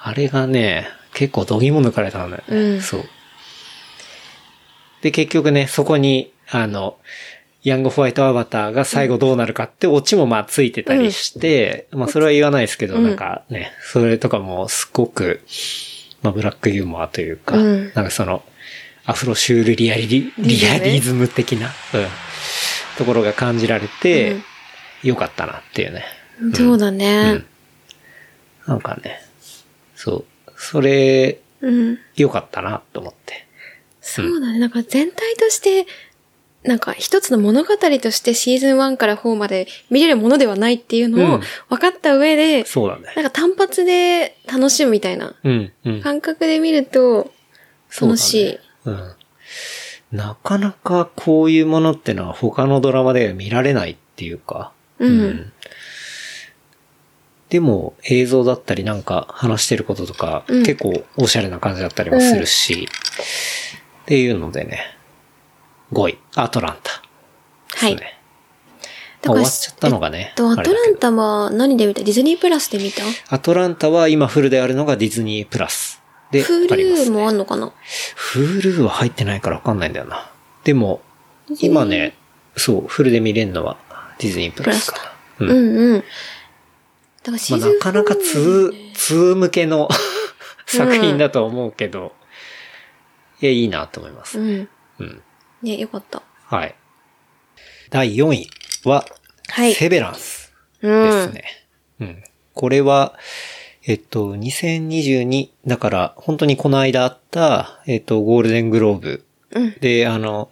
[SPEAKER 2] あれがね、結構度肝抜かれたんだよね。
[SPEAKER 3] うん
[SPEAKER 2] そう。で、結局ね、そこに、あの、ヤングホワイトアバターが最後どうなるかってオチもまあついてたりして、まあそれは言わないですけど、
[SPEAKER 3] うん
[SPEAKER 2] なんかね、それとかもすごく、まあブラックユーモアというか、
[SPEAKER 3] うん
[SPEAKER 2] なんかその、アフロシュールリアリ、リアリズム的な、うん、ところが感じられて、よかったなっていうね。
[SPEAKER 3] そうだ
[SPEAKER 2] う
[SPEAKER 3] ね
[SPEAKER 2] ん。。なんかね、そう、それ、
[SPEAKER 3] うん。
[SPEAKER 2] 良かったなと思って。
[SPEAKER 3] そうだね。なんか全体として、なんか一つの物語としてシーズン1から4まで見れるものではないっていうの
[SPEAKER 2] う
[SPEAKER 3] を
[SPEAKER 2] ん
[SPEAKER 3] 分かった上で、
[SPEAKER 2] そうだね。
[SPEAKER 3] なんか単発で楽しむみたいな
[SPEAKER 2] うん、うん。
[SPEAKER 3] 感覚で見ると
[SPEAKER 2] そうだ
[SPEAKER 3] 楽
[SPEAKER 2] ね
[SPEAKER 3] しい。
[SPEAKER 2] うん。なかなかこういうものってのは他のドラマでは見られないっていうか。
[SPEAKER 3] うん
[SPEAKER 2] でも映像だったりなんか話してることとか、
[SPEAKER 3] うん
[SPEAKER 2] 結構おしゃれな感じだったりもするし、っていうのでね、5位、アトランタ
[SPEAKER 3] は
[SPEAKER 2] で
[SPEAKER 3] い。
[SPEAKER 2] すね。まあ終わっちゃったのがね
[SPEAKER 3] えっと、ア
[SPEAKER 2] あれだけ
[SPEAKER 3] ト
[SPEAKER 2] ど
[SPEAKER 3] ランタは何で見たディズニープラスで見た
[SPEAKER 2] アトランタは今フルであるのがディズニープラスであ
[SPEAKER 3] フル
[SPEAKER 2] ります、
[SPEAKER 3] ー
[SPEAKER 2] ね。
[SPEAKER 3] もあんのかな
[SPEAKER 2] フルは入ってないからわかんないんだよな。でも、今ね、そう、フルで見れるのはディズニープラスかな。
[SPEAKER 3] う
[SPEAKER 2] うんん。
[SPEAKER 3] うん。だからシ
[SPEAKER 2] ま
[SPEAKER 3] ー
[SPEAKER 2] あ、
[SPEAKER 3] ズ
[SPEAKER 2] な
[SPEAKER 3] ン
[SPEAKER 2] かなか
[SPEAKER 3] 4
[SPEAKER 2] 通、通向けの作品だとは思うけど、いや、いいなと思いま
[SPEAKER 3] う
[SPEAKER 2] す。
[SPEAKER 3] ん。
[SPEAKER 2] うん。
[SPEAKER 3] ね、よかった。
[SPEAKER 2] はい。第4位は、
[SPEAKER 3] はい。
[SPEAKER 2] セベランス
[SPEAKER 3] うん
[SPEAKER 2] ですね。うん。これは、えっと、2022、だから、本当にこの間あった、えっと、ゴールデングローブ
[SPEAKER 3] うん。
[SPEAKER 2] で、あの、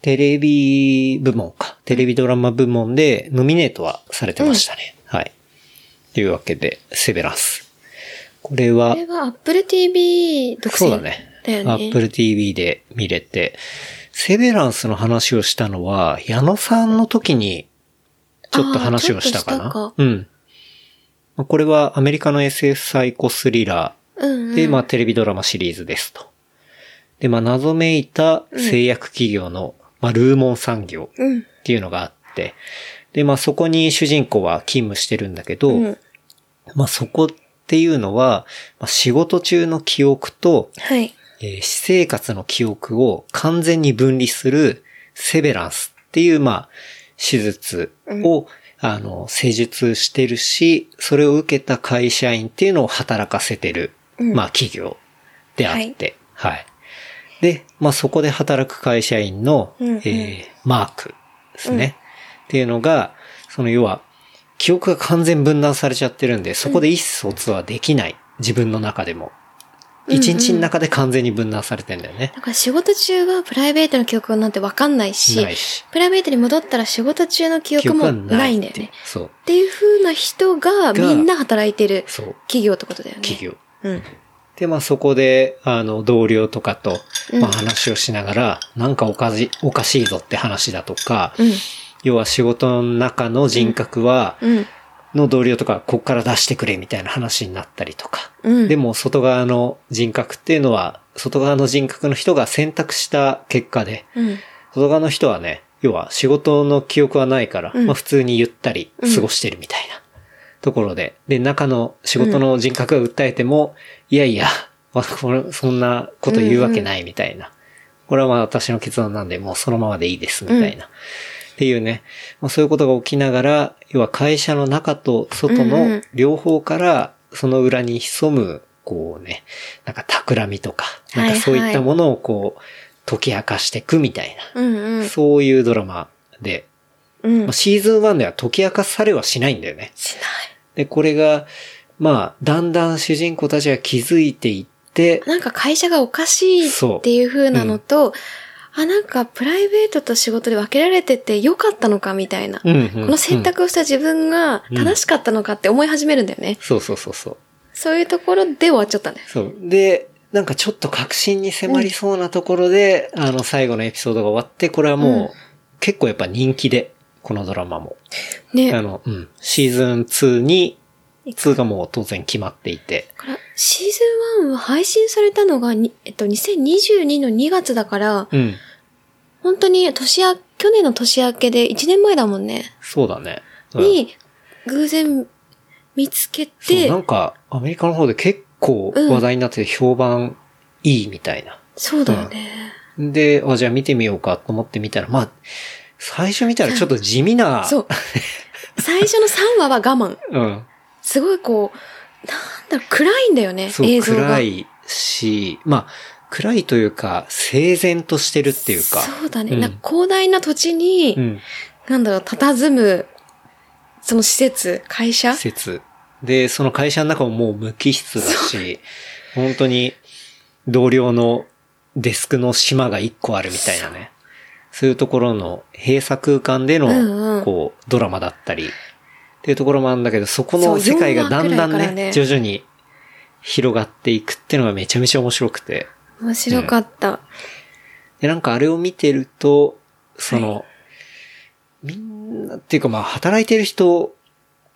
[SPEAKER 2] テレビ部門か。テレビドラマ部門でノミネートはされてましたね。はい。というわけで、セベランス。これ
[SPEAKER 3] こ
[SPEAKER 2] は
[SPEAKER 3] れ、が Apple TV 独占。
[SPEAKER 2] そうだね。
[SPEAKER 3] だよね。
[SPEAKER 2] Apple TV で見れて、セベランスの話をしたのは、矢野さんの時に、ちょっと話をしたか
[SPEAKER 3] あーちょっとした
[SPEAKER 2] な。
[SPEAKER 3] か
[SPEAKER 2] うん。まあこれはアメリカの SF サイコスリラー、
[SPEAKER 3] うん、うん。
[SPEAKER 2] で、まあ、テレビドラマシリーズですと。で、まあ、謎めいた製薬企業の、まあ、ルーモン産業
[SPEAKER 3] うん。
[SPEAKER 2] っていうのがあって、で、まあ、そこに主人公は勤務してるんだけど、
[SPEAKER 3] うん。
[SPEAKER 2] まあ、そこっていうのは、まあ、仕事中の記憶と、
[SPEAKER 3] はい。
[SPEAKER 2] えー私生活の記憶を完全に分離するセベランスっていう、まあ、手術を、あの、施術してるし、それを受けた会社員っていうのを働かせてる、
[SPEAKER 3] うん
[SPEAKER 2] まあ、企業であって、はい、で、まあ、そこで働く会社員の、
[SPEAKER 3] うんうん
[SPEAKER 2] えーマークですね、っていうのが、その要は、記憶が完全分断されちゃってるんで、そこで意思疎通はできない。自分の中でも。一日の中で完全に分断されてんだよね。
[SPEAKER 3] だから仕事中はプライベートの記憶なんてわかんないし、
[SPEAKER 2] ないし。
[SPEAKER 3] プライベートに戻ったら仕事中の記憶もないんだよ
[SPEAKER 2] 記憶がっ。て
[SPEAKER 3] ね
[SPEAKER 2] そう。
[SPEAKER 3] っていう風な人がみ
[SPEAKER 2] が
[SPEAKER 3] んな働いてる
[SPEAKER 2] そう。
[SPEAKER 3] 企業ってことだよね。
[SPEAKER 2] 企業。
[SPEAKER 3] うん。
[SPEAKER 2] で、まあそこで、あの、同僚とかと、
[SPEAKER 3] うん
[SPEAKER 2] まあ話をしながら、なんかおかし、おかしいぞって話だとか、
[SPEAKER 3] うん。
[SPEAKER 2] 要は仕事の中の人格は、
[SPEAKER 3] うん。
[SPEAKER 2] の同僚とか、こっから出してくれみたいな話になったりとか。
[SPEAKER 3] うん。
[SPEAKER 2] でも、外側の人格っていうのは、外側の人格の人が選択した結果で、
[SPEAKER 3] うん。
[SPEAKER 2] 外側の人はね、要は仕事の記憶はないから、
[SPEAKER 3] うん
[SPEAKER 2] まあ普通にゆったり過ごしてるみたいなところで、で、中の仕事の人格が訴えても、いやいや、まあこれそんなこと言うわけないみたいな。これはまあ私の決断なんで、もうそのままでいいですみたいな。っていうね、まあそういうことが起きながら、要は会社の中と外
[SPEAKER 3] うんう
[SPEAKER 2] の
[SPEAKER 3] ん
[SPEAKER 2] 両方から、その裏に潜む、こうね、なんか企みとか、なんかそういったものをこう、解き明かしていくみたいな。
[SPEAKER 3] うん。うん。
[SPEAKER 2] そういうドラマで、
[SPEAKER 3] うん
[SPEAKER 2] まあ、。シーズン1では解き明かされはしないんだよね。
[SPEAKER 3] し
[SPEAKER 2] で、これが、まあ、だんだん主人公たちが気づいていって
[SPEAKER 3] ない。、なんか会社がおかしいっていう風なのと、あ、なんかプライベートと仕事で分けられててよかったのかみたいな。
[SPEAKER 2] うんうんうん
[SPEAKER 3] この選択をした自分が正しかったのかって思い始めるんだよね。
[SPEAKER 2] そうそうそうそう。
[SPEAKER 3] そういうところで終わっちゃったんだよ。
[SPEAKER 2] そう。で、なんかちょっと確信に迫りそうなところで、あの、最後のエピソードが終わって、これはもう、
[SPEAKER 3] うん
[SPEAKER 2] 結構やっぱ人気で、このドラマも。あ
[SPEAKER 3] ね。
[SPEAKER 2] の、うん。シーズン2に、2がもう当然決まっていて、
[SPEAKER 3] これシーズン1は配信されたのがに、えっと、2022の2月だから、
[SPEAKER 2] うん。
[SPEAKER 3] 本当に年明去年の年明けで1年前だもんね。
[SPEAKER 2] そうだね。うん
[SPEAKER 3] に、偶然見つけ
[SPEAKER 2] そう、
[SPEAKER 3] て
[SPEAKER 2] な、んか、アメリカの方で結構話題になってて評判いいみたいな。
[SPEAKER 3] そうだよね。
[SPEAKER 2] で、あ、じゃあ見てみようかと思って見たら、まあ、最初見たらちょっと地味な、
[SPEAKER 3] そう。最初の3話は我慢。
[SPEAKER 2] うん。
[SPEAKER 3] すごいこう、なんだろう、暗いんだよね、
[SPEAKER 2] そう、
[SPEAKER 3] 映像が。
[SPEAKER 2] 暗いし、まあ、暗いというか、整然としてるっていうか。
[SPEAKER 3] そうだね。
[SPEAKER 2] うん
[SPEAKER 3] なんか広大な土地に、
[SPEAKER 2] うん。
[SPEAKER 3] なんだろう、佇む、その施設、会社
[SPEAKER 2] 施設。で、その会社の中ももう無機質だし、本当に同僚のデスクの島が一個あるみたいなね。そういうところの閉鎖空間での、
[SPEAKER 3] うんうん
[SPEAKER 2] こう、ドラマだったり、っていうところもあるんだけど、そこ
[SPEAKER 3] そう
[SPEAKER 2] の世界がだんだん
[SPEAKER 3] 4話くらいから
[SPEAKER 2] ね、
[SPEAKER 3] ね
[SPEAKER 2] 徐々に広がっていくっていうのがめちゃめちゃ面白くて。
[SPEAKER 3] 面白かった。
[SPEAKER 2] で、なんかあれを見てると、その、みんなっていうかまあ働いてる人、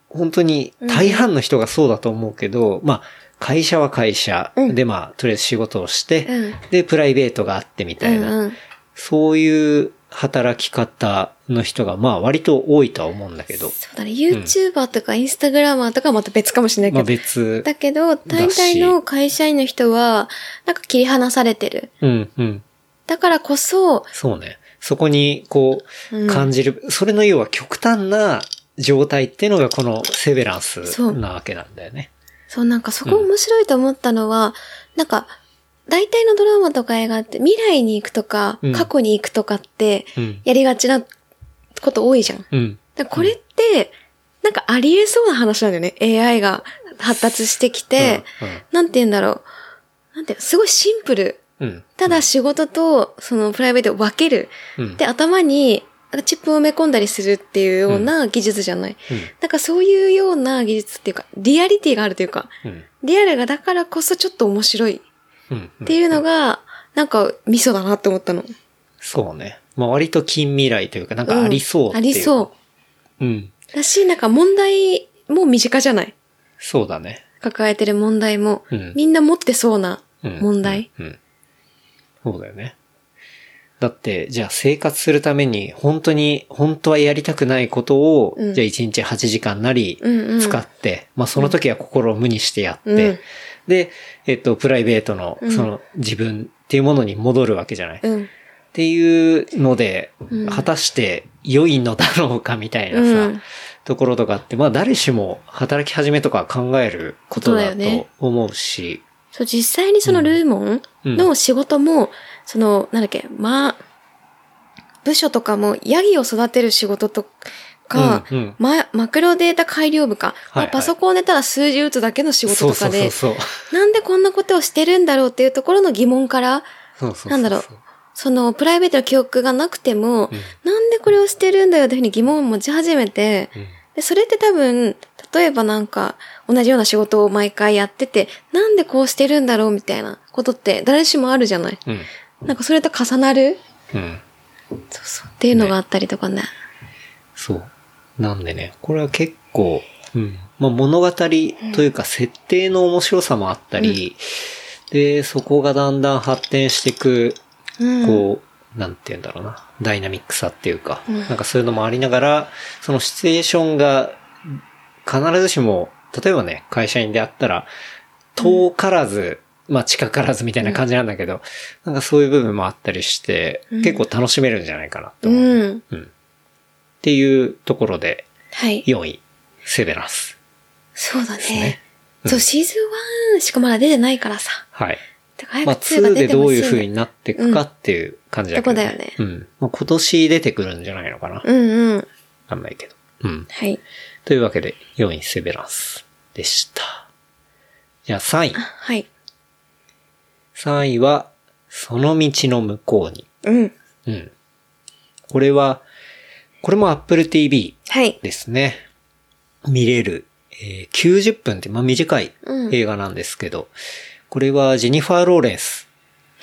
[SPEAKER 2] 本当に大半の人がそうだと思うけど、まあ会社は会社、
[SPEAKER 3] うん
[SPEAKER 2] でまあとりあえず仕事をして、
[SPEAKER 3] うん
[SPEAKER 2] でプライベートがあってみたいな、
[SPEAKER 3] うんうん。
[SPEAKER 2] そういう働き方の人がまあ割と多いとは思うんだけど、
[SPEAKER 3] そうだね。YouTuber とか Instagramer とかはまた別かもしれな
[SPEAKER 2] まあ
[SPEAKER 3] いけど。
[SPEAKER 2] 別、
[SPEAKER 3] だけど、大体の会社員の人は、なんか切り離されてる。
[SPEAKER 2] うんうん、
[SPEAKER 3] だからこそ、
[SPEAKER 2] そうね。そこにこ
[SPEAKER 3] う
[SPEAKER 2] うん感じる、それの要は極端な状態っていうのがこのセベラン
[SPEAKER 3] そ
[SPEAKER 2] ス
[SPEAKER 3] う
[SPEAKER 2] なわけなんだよね。
[SPEAKER 3] そうなんかそこ面白いと思ったのは、なんか、大体のドラマとか映画って未来に行くとか
[SPEAKER 2] うん、
[SPEAKER 3] 過去に行くとかって、
[SPEAKER 2] うん。
[SPEAKER 3] やりがちなこと多いじゃん。
[SPEAKER 2] うん。
[SPEAKER 3] だからこれって、なんかありえそうな話なんだよね。AI が発達してきて、なんて言うんだろう。なんて、すごいシンプル。
[SPEAKER 2] うん、うん。
[SPEAKER 3] ただ仕事と、そのプライベートを分ける。
[SPEAKER 2] うん、
[SPEAKER 3] で、頭に、チップを埋め込んだりするっていうような技術じゃない。
[SPEAKER 2] うん、
[SPEAKER 3] なんかそういうような技術っていうか、リアリティがあるというか、
[SPEAKER 2] うん。
[SPEAKER 3] リアルがだからこそちょっと面白い
[SPEAKER 2] うん。うん
[SPEAKER 3] っていうのが、なんかミソだなって思ったの。
[SPEAKER 2] そうね。まあ割と近未来というか、なんかありそうって
[SPEAKER 3] あ
[SPEAKER 2] いう、。
[SPEAKER 3] りそう
[SPEAKER 2] うん。
[SPEAKER 3] う。だし、なんか問題も身近じゃない。
[SPEAKER 2] そうだね。
[SPEAKER 3] 抱えてる問題も、
[SPEAKER 2] うん
[SPEAKER 3] みんな持ってそうな
[SPEAKER 2] うん。
[SPEAKER 3] 問題。
[SPEAKER 2] うん。うんそうだよね。だって、じゃあ生活するために、本当に、本当はやりたくないことを、
[SPEAKER 3] うん
[SPEAKER 2] じゃあ1日8時間なり
[SPEAKER 3] うんうん
[SPEAKER 2] 使って、まあその時は心を無にしてやって、
[SPEAKER 3] うん
[SPEAKER 2] で、えっと、プライベートの、
[SPEAKER 3] うん
[SPEAKER 2] その自分っていうものに戻るわけじゃない。
[SPEAKER 3] うん。
[SPEAKER 2] っていうので、
[SPEAKER 3] うん
[SPEAKER 2] 果たして良いのだろうかみたいなさ、
[SPEAKER 3] うん
[SPEAKER 2] ところとかって、まあ誰しも働き始めとか考えることだ
[SPEAKER 3] そう
[SPEAKER 2] と
[SPEAKER 3] だよね
[SPEAKER 2] 思うし、
[SPEAKER 3] そう、実際にそのルーモン
[SPEAKER 2] うん
[SPEAKER 3] の仕事も、その、なんだっけ、まあ、部署とかも、ヤギを育てる仕事とか、
[SPEAKER 2] うんうん
[SPEAKER 3] ま、マクロデータ改良部か、
[SPEAKER 2] はいはい
[SPEAKER 3] まあパソコンでただ数字打つだけの仕事
[SPEAKER 2] そう
[SPEAKER 3] と
[SPEAKER 2] そ
[SPEAKER 3] か
[SPEAKER 2] うそう
[SPEAKER 3] で、
[SPEAKER 2] そう。
[SPEAKER 3] なんでこんなことをしてるんだろうっていうところの疑問から、
[SPEAKER 2] そうそうそう
[SPEAKER 3] なんだろうそのプライベートの記憶がなくても、
[SPEAKER 2] うん
[SPEAKER 3] なんでこれをしてるんだよっていうふうに疑問を持ち始めて、
[SPEAKER 2] うん
[SPEAKER 3] で、それって多分、例えばなんか、同じような仕事を毎回やってて、なんでこうしてるんだろうみたいなことって誰しもあるじゃない。
[SPEAKER 2] うん。
[SPEAKER 3] なんかそれと重なる
[SPEAKER 2] うん。
[SPEAKER 3] そうそう。っていうのがあったりとかね。
[SPEAKER 2] そう。なんでね、これは結構、うん。まあ物語というか設定の面白さもあったり、で、そこがだんだん発展していく
[SPEAKER 3] うん。
[SPEAKER 2] こう、なんて言うんだろうな、ダイナミックさっていうか、
[SPEAKER 3] うん
[SPEAKER 2] なんかそういうのもありながら、そのシチュエーションが必ずしも、例えばね、会社員であったら、遠からず、まあ近からずみたいな感じなんだけど、なんかそういう部分もあったりして、
[SPEAKER 3] うん
[SPEAKER 2] 結構楽しめるんじゃないかなと
[SPEAKER 3] う
[SPEAKER 2] 思う。
[SPEAKER 3] ん。
[SPEAKER 2] うんっていうところで、
[SPEAKER 3] はい。
[SPEAKER 2] 4位、セベランス。
[SPEAKER 3] そうだね。
[SPEAKER 2] ねうん
[SPEAKER 3] そう、シーズン1しかまだ出てないからさ。
[SPEAKER 2] はい。
[SPEAKER 3] だから
[SPEAKER 2] まあ
[SPEAKER 3] 早く2が
[SPEAKER 2] 2
[SPEAKER 3] 出
[SPEAKER 2] で
[SPEAKER 3] てほ
[SPEAKER 2] どう
[SPEAKER 3] しい
[SPEAKER 2] い
[SPEAKER 3] ん
[SPEAKER 2] う
[SPEAKER 3] だ、
[SPEAKER 2] 風になっていくかっていう感じだけど、
[SPEAKER 3] うんそこだよね
[SPEAKER 2] うん。まあ今年出てくるんじゃないのかな。
[SPEAKER 3] うんうん。
[SPEAKER 2] あんないけど。うん。
[SPEAKER 3] はい。
[SPEAKER 2] というわけで、4位セベランスでした。じゃあ3位
[SPEAKER 3] あ。はい。
[SPEAKER 2] 3位は、その道の向こうに。
[SPEAKER 3] うん。
[SPEAKER 2] うん。これは、これも Apple TV
[SPEAKER 3] はい。
[SPEAKER 2] ですね。見れる。えー90分って、まあ、短い
[SPEAKER 3] うん
[SPEAKER 2] 映画なんですけど、これはジェニファー・ローレンス。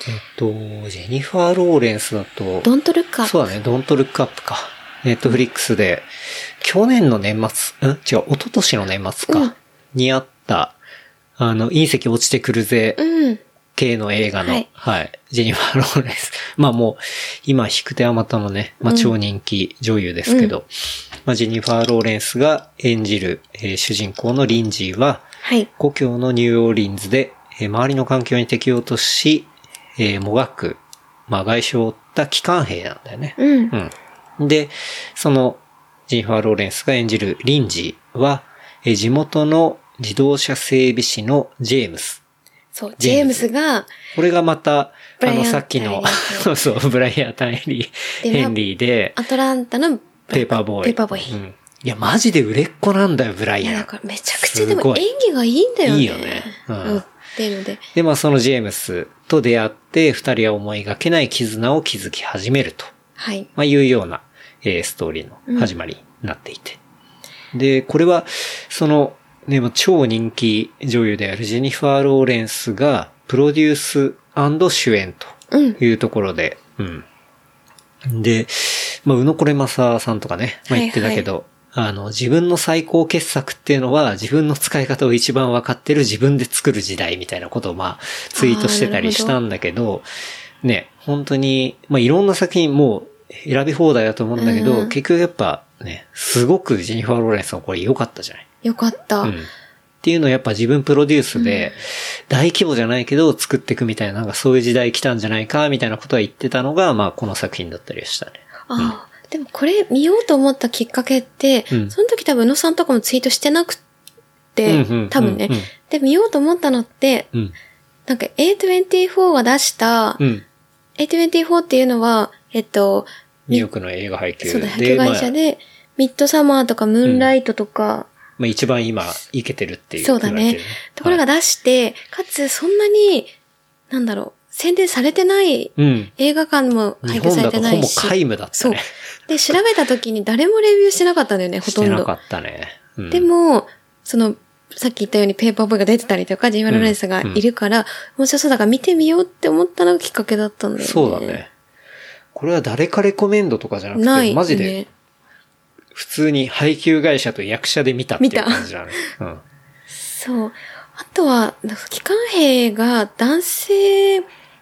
[SPEAKER 2] えっと、ジェニファー・ローレンスだと、
[SPEAKER 3] ドントルッカー。
[SPEAKER 2] そうだね、ドントルックアップか。ネットフリックスで、去年の年末、ん違う、一昨年の年末か、
[SPEAKER 3] うん
[SPEAKER 2] にあった、あの、隕石落ちてくるぜ、
[SPEAKER 3] うん。
[SPEAKER 2] 系の映画の、
[SPEAKER 3] は
[SPEAKER 2] はい
[SPEAKER 3] い、
[SPEAKER 2] ジェニファー・ローレンス。 まあもう、今、引く手あまたのね、まあ
[SPEAKER 3] うん
[SPEAKER 2] 超人気女優ですけど、まあジェニファー・ローレンスが演じる、えー主人公のリンジーは、
[SPEAKER 3] はい。
[SPEAKER 2] 故郷のニューオーリンズで、えー周りの環境に適応とし、えーもがく、まあ、外傷を負った機関兵なんだよね。
[SPEAKER 3] うん。
[SPEAKER 2] うん。で、その、ジンファー・ローレンスが演じるリンジーは、えー地元の自動車整備士のジェームス。
[SPEAKER 3] そう、
[SPEAKER 2] ジ
[SPEAKER 3] ジ
[SPEAKER 2] ェー
[SPEAKER 3] ェー
[SPEAKER 2] ム
[SPEAKER 3] ム
[SPEAKER 2] ズ
[SPEAKER 3] スが、
[SPEAKER 2] これがまた、
[SPEAKER 3] ブ
[SPEAKER 2] あ
[SPEAKER 3] ライア
[SPEAKER 2] の、
[SPEAKER 3] ン
[SPEAKER 2] さっき の、そうそう、ブライアン・タンヘリー、
[SPEAKER 3] で
[SPEAKER 2] ヘンリーで、
[SPEAKER 3] アトランタの、
[SPEAKER 2] ペーパーボーイ。
[SPEAKER 3] ペーパーボーイ
[SPEAKER 2] うん。いや、マジで売れっ子なんだよ、ブラ
[SPEAKER 3] い
[SPEAKER 2] イ
[SPEAKER 3] や、
[SPEAKER 2] ア
[SPEAKER 3] だ
[SPEAKER 2] ン
[SPEAKER 3] か。らめちゃくちゃ
[SPEAKER 2] す
[SPEAKER 3] で
[SPEAKER 2] ご
[SPEAKER 3] も
[SPEAKER 2] い
[SPEAKER 3] 演技がいいんだよね。
[SPEAKER 2] いいよねうん
[SPEAKER 3] うん。っていうので。
[SPEAKER 2] で、まあ、そのジェームスと出会って、二人は思いがけない絆を築き始めると。
[SPEAKER 3] はい。
[SPEAKER 2] まあ、いうような、えーストーリーの始まりになっていて。で、これは、その、ね、もう超人気女優であるジェニファー・ローレンスが、プロデュース主演
[SPEAKER 3] うん。
[SPEAKER 2] というところで、うん。で、まあ、うのこれまささんとかね、まあ、言ってたけど、あの、自分の最高傑作っていうのは、自分の使い方を一番分かってる自分で作る時代みたいなことを、まあ、ツイートしてたりしたんだけど、ね、本当に、まあ、いろんな作品もう選び放題だと思うんだけど、
[SPEAKER 3] うん
[SPEAKER 2] 結局やっぱね、すごくジェニファー・ローレンスのこれ良かったじゃない
[SPEAKER 3] よかった。
[SPEAKER 2] うんっていうのをやっぱ自分プロデュースで、大規模じゃないけど作っていくみたいな、なんかそういう時代来たんじゃないか、みたいなことは言ってたのが、まあこの作品だったりしたね。
[SPEAKER 3] ああ。でもこれ見ようと思ったきっかけって、
[SPEAKER 2] うん
[SPEAKER 3] その時多分宇野さんとかもツイートしてなくて、
[SPEAKER 2] うんうん
[SPEAKER 3] 多分ね、
[SPEAKER 2] うんうん
[SPEAKER 3] で、見ようと思ったのって、
[SPEAKER 2] うん。
[SPEAKER 3] なんか A24 が出した、
[SPEAKER 2] うん。
[SPEAKER 3] A24 っていうのは、えっと、
[SPEAKER 2] ニューヨークの映画配給で。
[SPEAKER 3] そうだ、派遣会社で、ミッドサマーとかムーンライトとか、
[SPEAKER 2] まあ、まあ一番今、いけてるっていう。
[SPEAKER 3] そうだね。ところが出して、かつそんなに、なんだろう、宣伝されてない
[SPEAKER 2] うん。
[SPEAKER 3] 映画館も
[SPEAKER 2] 日
[SPEAKER 3] 配給
[SPEAKER 2] 本
[SPEAKER 3] され
[SPEAKER 2] だ
[SPEAKER 3] て
[SPEAKER 2] とほぼ
[SPEAKER 3] ないし。
[SPEAKER 2] 皆無だった
[SPEAKER 3] そう
[SPEAKER 2] ね。。
[SPEAKER 3] で、調べた時に誰もレビューしてなかったんだよね、ほ
[SPEAKER 2] し
[SPEAKER 3] と
[SPEAKER 2] て
[SPEAKER 3] ん
[SPEAKER 2] な
[SPEAKER 3] ど
[SPEAKER 2] か。ったね。うん
[SPEAKER 3] で、も、その、さっき言ったようにペーパーボーイが出てたりとか、ジンワロレンスがいるから、面白そうだから見てみようって思ったのがきっかけだったんだよね。
[SPEAKER 2] そうだね。これは誰かレコメンドとかじゃなくて、
[SPEAKER 3] ない、ね。
[SPEAKER 2] マジで普通に配給会社と役者で見たってい
[SPEAKER 3] 見
[SPEAKER 2] う
[SPEAKER 3] た
[SPEAKER 2] 感じだね。 うん。
[SPEAKER 3] そう。あとは、なんか機関兵が男性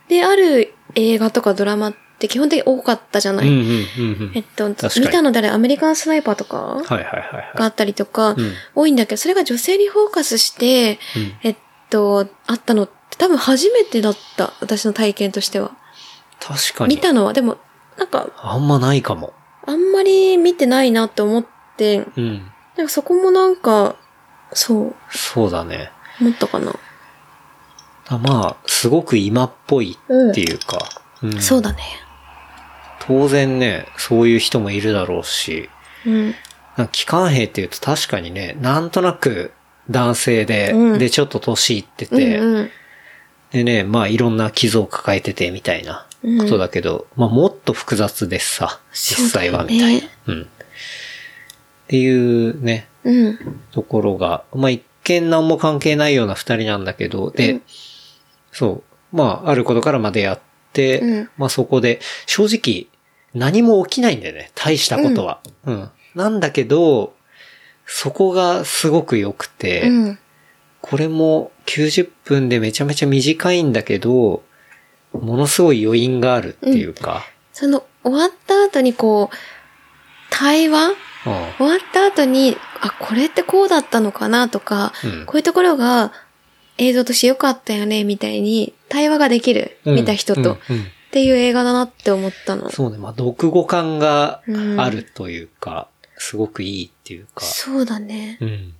[SPEAKER 3] である映画とかドラマって基本的に多かったじゃない。
[SPEAKER 2] うんうんうんうん
[SPEAKER 3] えっと、見
[SPEAKER 2] かに
[SPEAKER 3] たのであれアメリカンスナイパーとか
[SPEAKER 2] はいはいはい
[SPEAKER 3] があ
[SPEAKER 2] はい。
[SPEAKER 3] ったりとか、
[SPEAKER 2] うん
[SPEAKER 3] 多いんだけど、それが女性にフォーカスして、
[SPEAKER 2] うん
[SPEAKER 3] えっと、あったのって多分初めてだった。私の体験としては。
[SPEAKER 2] 確かに。
[SPEAKER 3] 見たのは、でも、なんか、
[SPEAKER 2] あんまないかも。
[SPEAKER 3] あんまり見てないなって思って、
[SPEAKER 2] うん。
[SPEAKER 3] なんかそこもなんか、そう、
[SPEAKER 2] そうだね。
[SPEAKER 3] 思ったかな。
[SPEAKER 2] だまあ、すごく今っぽいっていうか。うん
[SPEAKER 3] そうだね。
[SPEAKER 2] 当然ね、そういう人もいるだろうし。
[SPEAKER 3] うん。
[SPEAKER 2] なんか機関兵っていうと確かにね、なんとなく男性で、
[SPEAKER 3] うん
[SPEAKER 2] で、ちょっと年いってて、
[SPEAKER 3] うんうん、
[SPEAKER 2] でね、まあいろんな傷を抱えててみたいなことだけど、まあもっと複雑でさ、実際はみたいな。
[SPEAKER 3] そう
[SPEAKER 2] うん。っていうね、
[SPEAKER 3] うん。
[SPEAKER 2] ところが、まあ一見何も関係ないような二人なんだけど、で、
[SPEAKER 3] うん
[SPEAKER 2] そう、まああることからまでやって、
[SPEAKER 3] うん
[SPEAKER 2] まあそこで、正直何も起きないんだよね、大したことは。うん。なんだけど、そこがすごく良くて、
[SPEAKER 3] うん。
[SPEAKER 2] これも90分でめちゃめちゃ短いんだけど、ものすごい余韻があるっていうか、
[SPEAKER 3] その、終わった後にこう、対話
[SPEAKER 2] うん。
[SPEAKER 3] 終わった後に、あ、これってこうだったのかなとか、
[SPEAKER 2] うん
[SPEAKER 3] こういうところが映像として良かったよね、みたいに、対話ができる、
[SPEAKER 2] うん
[SPEAKER 3] 見た人と、っ
[SPEAKER 2] うんうん
[SPEAKER 3] ていう映画だなって思ったの。
[SPEAKER 2] そうね、まあ、読語感があるというか、すごくいいっていうか。
[SPEAKER 3] そうだね。
[SPEAKER 2] うん。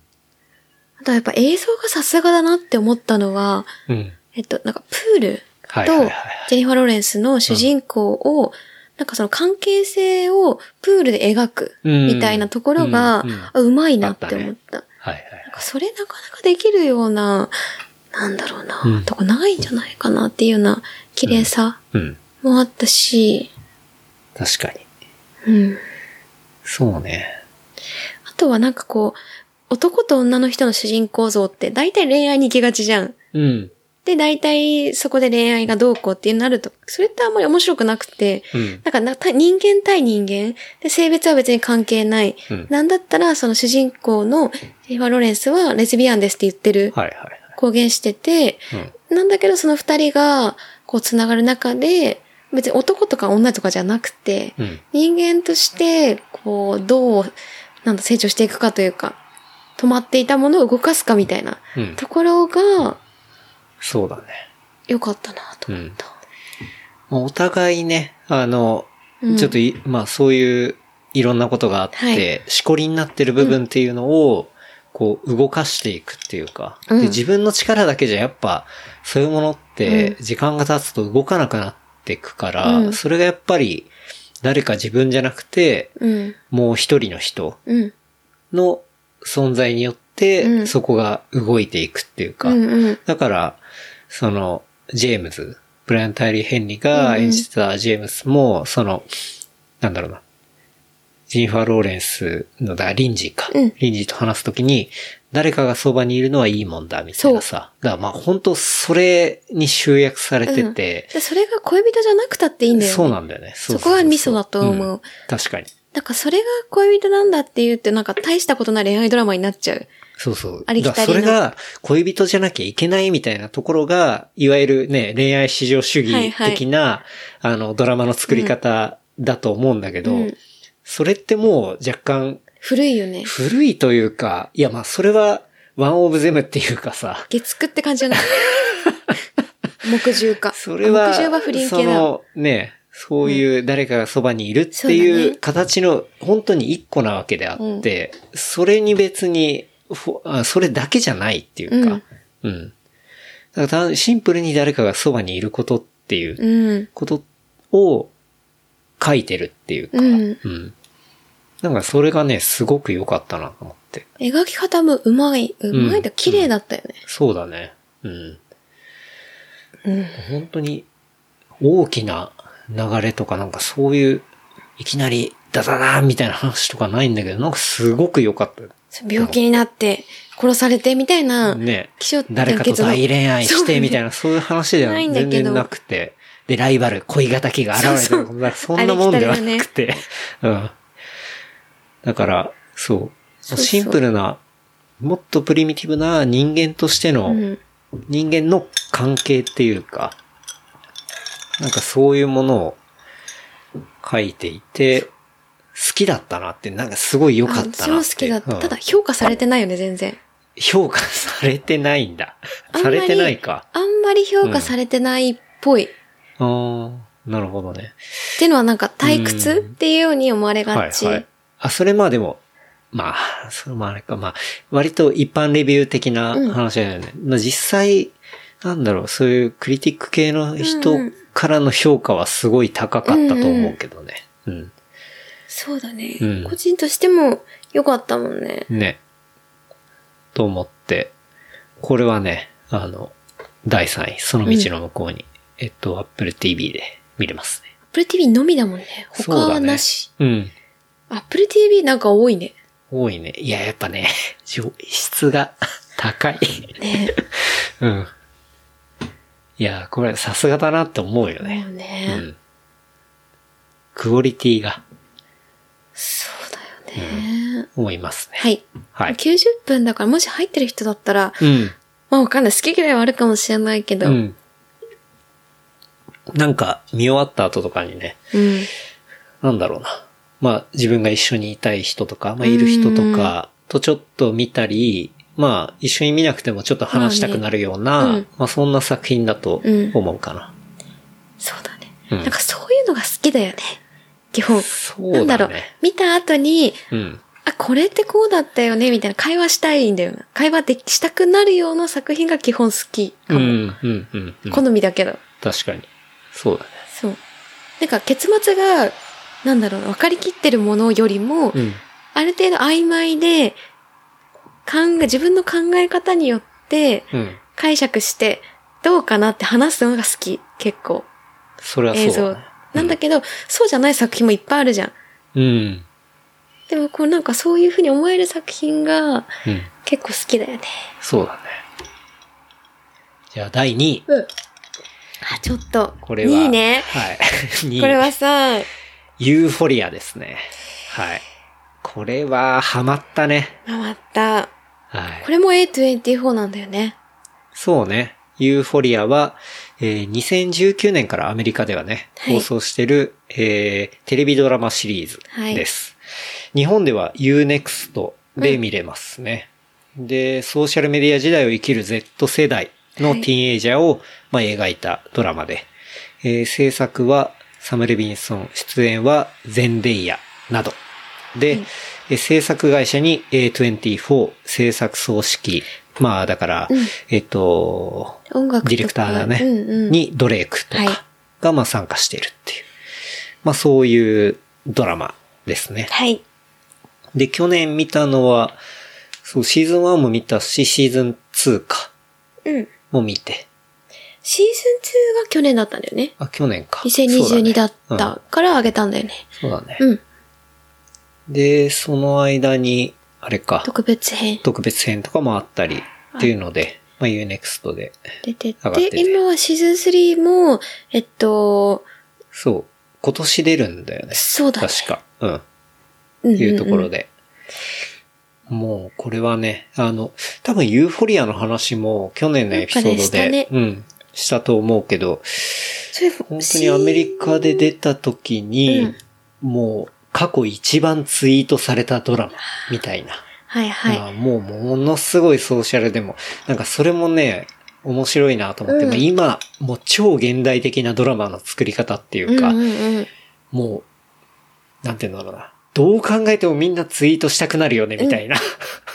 [SPEAKER 3] あとはやっぱ映像がさすがだなって思ったのは、
[SPEAKER 2] うん。
[SPEAKER 3] えっと、なんかプール
[SPEAKER 2] はいはいはい
[SPEAKER 3] と
[SPEAKER 2] はい
[SPEAKER 3] ジェニファー・ローレンスの主人公を、なんかその関係性をプールで描く
[SPEAKER 2] うん
[SPEAKER 3] みたいなところ
[SPEAKER 2] う
[SPEAKER 3] が、うん
[SPEAKER 2] うん
[SPEAKER 3] まいなって思った。
[SPEAKER 2] はいはい
[SPEAKER 3] なんかそれなかなかできるような、なんだろうな、
[SPEAKER 2] うん
[SPEAKER 3] とこないんじゃないかなっていうような綺麗さ
[SPEAKER 2] うん。
[SPEAKER 3] もあったし、
[SPEAKER 2] 確かに。
[SPEAKER 3] うん。
[SPEAKER 2] そうね。
[SPEAKER 3] あとはなんかこう、男と女の人の主人公像って大体恋愛に行きがちじゃん。
[SPEAKER 2] うん。
[SPEAKER 3] で、大体そこで恋愛がどうこうっていうなると、それってあんまり面白くなくて、
[SPEAKER 2] うん。
[SPEAKER 3] なんかなた人間対人間で性別は別に関係ない。
[SPEAKER 2] うん
[SPEAKER 3] なんだったらその主人公のエヴァ・ロレンスはレズビアンですって言ってる。
[SPEAKER 2] はいはい
[SPEAKER 3] 公言してて、
[SPEAKER 2] はい。
[SPEAKER 3] なんだけどその二人がこう繋がる中で、別に男とか女とかじゃなくて、
[SPEAKER 2] うん。うん。
[SPEAKER 3] 人間としてこうどうなんだ成長していくかというか、止まっていたものを動かすかみたいな
[SPEAKER 2] うん。
[SPEAKER 3] ところが
[SPEAKER 2] そうだね。
[SPEAKER 3] 良かったなと思った。
[SPEAKER 2] まあお互いね、あの、
[SPEAKER 3] うん
[SPEAKER 2] ちょっとい、まあそういういろんなことがあって、
[SPEAKER 3] はい
[SPEAKER 2] しこりになってる部分っていうのを、こう動かしていくっていうか、
[SPEAKER 3] うん
[SPEAKER 2] で、自分の力だけじゃやっぱ、そういうものって時間が経つと動かなくなってくから、
[SPEAKER 3] うん
[SPEAKER 2] それがやっぱり誰か自分じゃなくて、
[SPEAKER 3] うん。
[SPEAKER 2] もう一人の人
[SPEAKER 3] うん。
[SPEAKER 2] の存在によっ
[SPEAKER 3] う
[SPEAKER 2] て、
[SPEAKER 3] ん
[SPEAKER 2] そこが動いていくっていうか、
[SPEAKER 3] うんうん。
[SPEAKER 2] だから、その、ジェームズ、ブライアン・タイリー・ヘンリーが演じてたジェームズも、その、なんだろうな、ジンファー・ローレンスの、だ、リンジーか。
[SPEAKER 3] うん
[SPEAKER 2] リンジーと話すときに、誰かがそばにいるのはいいもんだ、みたいなさ。だからまあ本当それに集約されてて、
[SPEAKER 3] で、それが恋人じゃなくたっていいんだよね。
[SPEAKER 2] そうなんだよね。うううう
[SPEAKER 3] そこはミソだと思うん
[SPEAKER 2] 確かに。
[SPEAKER 3] なんかそれが恋人なんだって言うって、なんか大したことない恋愛ドラマになっちゃう。
[SPEAKER 2] そうそう。
[SPEAKER 3] ありきたりな
[SPEAKER 2] だからそれが恋人じゃなきゃいけないみたいなところが、いわゆるね、恋愛至上主義的な、あの、ドラマの作り方だと思うんだけど、
[SPEAKER 3] うん
[SPEAKER 2] それってもう若干
[SPEAKER 3] 古いよね。
[SPEAKER 2] 古いというか、いやまあそれはワンオブゼムっていうかさ、
[SPEAKER 3] 月9って感じ じゃない木獣か。
[SPEAKER 2] それは、
[SPEAKER 3] 木獣は不倫系
[SPEAKER 2] そ
[SPEAKER 3] だ。
[SPEAKER 2] のね、そういう誰かがそばにいるって
[SPEAKER 3] そう
[SPEAKER 2] い
[SPEAKER 3] だね
[SPEAKER 2] う形の本当に一個なわけであって、それに別に、ほあそれだけじゃないっていうか、うん。だから単シンプルに誰かがそばにいることっていう
[SPEAKER 3] うん。
[SPEAKER 2] ことを書いてるっていうか、
[SPEAKER 3] うん。
[SPEAKER 2] うん。なんかそれがね、すごく良かったなと思って。
[SPEAKER 3] 描き方もうまい。うまいと
[SPEAKER 2] うん
[SPEAKER 3] 綺麗だったよね。
[SPEAKER 2] そうだね。うん。
[SPEAKER 3] うん。
[SPEAKER 2] 本当に大きな流れとかなんかそういう、いきなりダダダーンみたいな話とかないんだけど、なんかすごく良かったよ。
[SPEAKER 3] 病気になって、殺されてみたいな、
[SPEAKER 2] ね。
[SPEAKER 3] 気象
[SPEAKER 2] 誰かと大恋愛してみたいな、そういう話では
[SPEAKER 3] ないんだけど
[SPEAKER 2] 全然なくて。で、ライバル、恋敵が現れてるとか、なんかそんなもんではなくて。 うん。だから、そう。
[SPEAKER 3] そうそう
[SPEAKER 2] シンプルな、もっとプリミティブな人間としての、
[SPEAKER 3] うん。
[SPEAKER 2] 人間の関係っていうか、なんかそういうものを書いていて、好きだったなって、なんかすごい良かったなって。
[SPEAKER 3] 私も好きだった。
[SPEAKER 2] うん
[SPEAKER 3] ただ、評価されてないよね、全然。
[SPEAKER 2] 評価されてないんだ。
[SPEAKER 3] あん
[SPEAKER 2] さ
[SPEAKER 3] まり
[SPEAKER 2] れてないか。
[SPEAKER 3] あんまり評価されてないっぽい。っ
[SPEAKER 2] あーなるほどね。
[SPEAKER 3] ていうのはなんか退屈
[SPEAKER 2] うん
[SPEAKER 3] っていうように思われ
[SPEAKER 2] は
[SPEAKER 3] が
[SPEAKER 2] い
[SPEAKER 3] ち。
[SPEAKER 2] はい。あ、それまあでも、まあ、それもあれか、まあ、割と一般レビュー的な話だよね。まあ実際、なんだろう、そういうクリティック系の人
[SPEAKER 3] うんうん
[SPEAKER 2] からの評価はすごい高かったと思うけどね。うん。
[SPEAKER 3] そうだね、
[SPEAKER 2] うん
[SPEAKER 3] 個人としても良かったもんね。
[SPEAKER 2] ね。と思って、これはね、あの、第3位、その道の向こうに、えっと、Apple TV で見れますね。
[SPEAKER 3] Apple TV のみだもんね。他
[SPEAKER 2] そう
[SPEAKER 3] は
[SPEAKER 2] だね
[SPEAKER 3] なし。
[SPEAKER 2] うん。
[SPEAKER 3] Apple TV なんか多いね。
[SPEAKER 2] 多いね。いや、やっぱね、 上質が 高い。
[SPEAKER 3] ね
[SPEAKER 2] うん。いや、これさすがだなって思うよ
[SPEAKER 3] だ
[SPEAKER 2] ね。
[SPEAKER 3] よ
[SPEAKER 2] う
[SPEAKER 3] ね、
[SPEAKER 2] ん。クオリティが
[SPEAKER 3] そうだよね。
[SPEAKER 2] 思いますね。
[SPEAKER 3] はい。
[SPEAKER 2] はい。
[SPEAKER 3] 90分だからもし入ってる人だったら、
[SPEAKER 2] うん。
[SPEAKER 3] まあわかんない。好き嫌いはあるかもしれないけど。
[SPEAKER 2] う
[SPEAKER 3] うん。
[SPEAKER 2] ん。なんか、見終わった後とかにね、なんだろうな。まあ、自分が一緒にいたい人とか、まあ、いる人とかとちょっと見たり、まあ、一緒に見なくてもちょっと話したくなるような、
[SPEAKER 3] ま
[SPEAKER 2] ま
[SPEAKER 3] あ
[SPEAKER 2] あ、
[SPEAKER 3] ねうん
[SPEAKER 2] そんな作品だと
[SPEAKER 3] うん
[SPEAKER 2] 思うかな。
[SPEAKER 3] そうだね、
[SPEAKER 2] うん
[SPEAKER 3] なんかそういうのが好きだよね。基本。
[SPEAKER 2] そう
[SPEAKER 3] なんだ
[SPEAKER 2] だ
[SPEAKER 3] ろう
[SPEAKER 2] ね。。
[SPEAKER 3] 見た後に、
[SPEAKER 2] うん。
[SPEAKER 3] あ、これってこうだったよね、みたいな会話したいんだよな。会話できしたくなるような作品が基本好きか
[SPEAKER 2] う
[SPEAKER 3] も。
[SPEAKER 2] ん、うん、うん、うん。
[SPEAKER 3] 好みだけど。
[SPEAKER 2] 確かに。そうだね。
[SPEAKER 3] そう。なんか結末が、なんだろうな、分かりきってるものよりも、
[SPEAKER 2] うん。
[SPEAKER 3] ある程度曖昧で、考え、自分の考え方によって
[SPEAKER 2] うん。
[SPEAKER 3] 解釈して、どうかなって話すのが好き。結構。
[SPEAKER 2] それはそう
[SPEAKER 3] 映
[SPEAKER 2] だ、
[SPEAKER 3] 像。
[SPEAKER 2] ね。
[SPEAKER 3] なんだけど、そうじゃない作品もいっぱいあるじゃん。
[SPEAKER 2] うん。
[SPEAKER 3] でもこうなんかそういうふうに思える作品が
[SPEAKER 2] うん。
[SPEAKER 3] 結構好きだよね。
[SPEAKER 2] そうだね。じゃあ、第2位。
[SPEAKER 3] うん。あ、ちょっと。
[SPEAKER 2] これは。
[SPEAKER 3] いいね。
[SPEAKER 2] はい。2位。
[SPEAKER 3] これはさ、
[SPEAKER 2] ユーフォリアですね。はい。これは、ハマったね。
[SPEAKER 3] 回った。
[SPEAKER 2] はい
[SPEAKER 3] こ。れも A24 なんだよね。
[SPEAKER 2] そうね。ユーフォリアは、えー2019年からアメリカではね、
[SPEAKER 3] はい
[SPEAKER 2] 放送してる、えーテレビドラマシリーズです。日本では UNEXT で見れますね、で、ソーシャルメディア時代を生きる Z 世代のティーンエイジャーを、まあ、描いたドラマで、えー制作はサム・レビンソン、出演はゼンレイヤなど。で、
[SPEAKER 3] はい
[SPEAKER 2] えー制作会社にえー24、制作総指揮、まあだから、
[SPEAKER 3] うん
[SPEAKER 2] えっと、
[SPEAKER 3] 音楽とか
[SPEAKER 2] ディレクターだね、
[SPEAKER 3] うんうん
[SPEAKER 2] にドレイクと
[SPEAKER 3] はい
[SPEAKER 2] かがまあ参加しているっていう。まあそういうドラマですね。
[SPEAKER 3] はい。
[SPEAKER 2] で、去年見たのは、そう、シーズン1も見たし、シーズン2か、
[SPEAKER 3] うん。
[SPEAKER 2] も見て。
[SPEAKER 3] シーズン2が去年だったんだよね。
[SPEAKER 2] あ、去年か。
[SPEAKER 3] 2022だっ
[SPEAKER 2] そうだね。
[SPEAKER 3] たからあげたんだよね。
[SPEAKER 2] うんそうだね
[SPEAKER 3] うん。
[SPEAKER 2] で、その間に、あれか、
[SPEAKER 3] 特別編
[SPEAKER 2] 特別編とかもあったりっていうので、まあ UNEXT で。
[SPEAKER 3] 出て
[SPEAKER 2] 上がって
[SPEAKER 3] て、
[SPEAKER 2] て
[SPEAKER 3] 今はシーズン3も、えっと、
[SPEAKER 2] そう。今年出るんだよね。
[SPEAKER 3] そうだね
[SPEAKER 2] 確か。うん。
[SPEAKER 3] うん
[SPEAKER 2] いうとこ
[SPEAKER 3] うんう
[SPEAKER 2] ろ
[SPEAKER 3] ん
[SPEAKER 2] で。もう、これはね、あの、多分ユーフォリアの話も去年のエピソー
[SPEAKER 3] な
[SPEAKER 2] ド
[SPEAKER 3] んかね
[SPEAKER 2] で、
[SPEAKER 3] したね
[SPEAKER 2] うん、したと思うけど、
[SPEAKER 3] それ
[SPEAKER 2] 本当にアメリカで出た時に、
[SPEAKER 3] うん
[SPEAKER 2] もう、過去一番ツイートされたドラマ、みたいな。
[SPEAKER 3] はいはい。
[SPEAKER 2] まあもう、ものすごいソーシャルでも、なんかそれもね、面白いなと思って、
[SPEAKER 3] うん
[SPEAKER 2] まあ今、もう超現代的なドラマの作り方っていうか、
[SPEAKER 3] うんうんうん、
[SPEAKER 2] もう、なんて言うんだろうな。どう考えてもみんなツイートしたくなるよね、みたいな、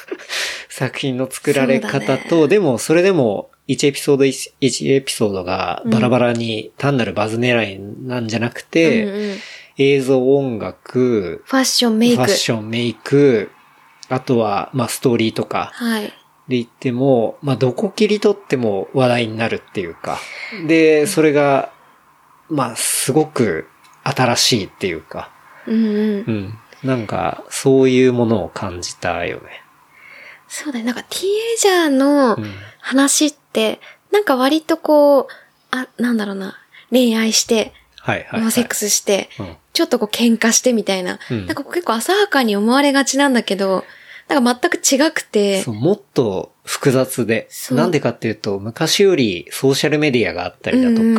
[SPEAKER 2] 作品の作られ方
[SPEAKER 3] そう
[SPEAKER 2] と、でも、それでも、1エピソード 1, エピソードがバラバラに単なるバズ狙いなんじゃなくて、
[SPEAKER 3] うんうん
[SPEAKER 2] 映像音楽、
[SPEAKER 3] ファッションメイ
[SPEAKER 2] フ
[SPEAKER 3] ク。
[SPEAKER 2] ァッション、メイク、あとは、まあ、ストーリーとか
[SPEAKER 3] はい。
[SPEAKER 2] で言っても、まあ、どこ切り取っても話題になるっていうか。で、それが、まあ、すごく新しいっていうか。
[SPEAKER 3] うんうん。
[SPEAKER 2] うん。なんか、そういうものを感じたよね。
[SPEAKER 3] そうだね。なんか、ティーエイジャーの
[SPEAKER 2] うん。
[SPEAKER 3] 話って、なんか割とこう、あ、なんだろうな。恋愛して、
[SPEAKER 2] はいはい、は
[SPEAKER 3] も
[SPEAKER 2] い。
[SPEAKER 3] うセックスして、
[SPEAKER 2] うん。
[SPEAKER 3] ちょっとこう喧嘩してみたいな。
[SPEAKER 2] うん
[SPEAKER 3] なんかこう結構浅はかに思われがちなんだけど、なんか全く違くて
[SPEAKER 2] そ、う、もっと複雑で。
[SPEAKER 3] そう
[SPEAKER 2] なんでかっていうと、昔よりソーシャルメディアがあったりだとか、
[SPEAKER 3] うんうん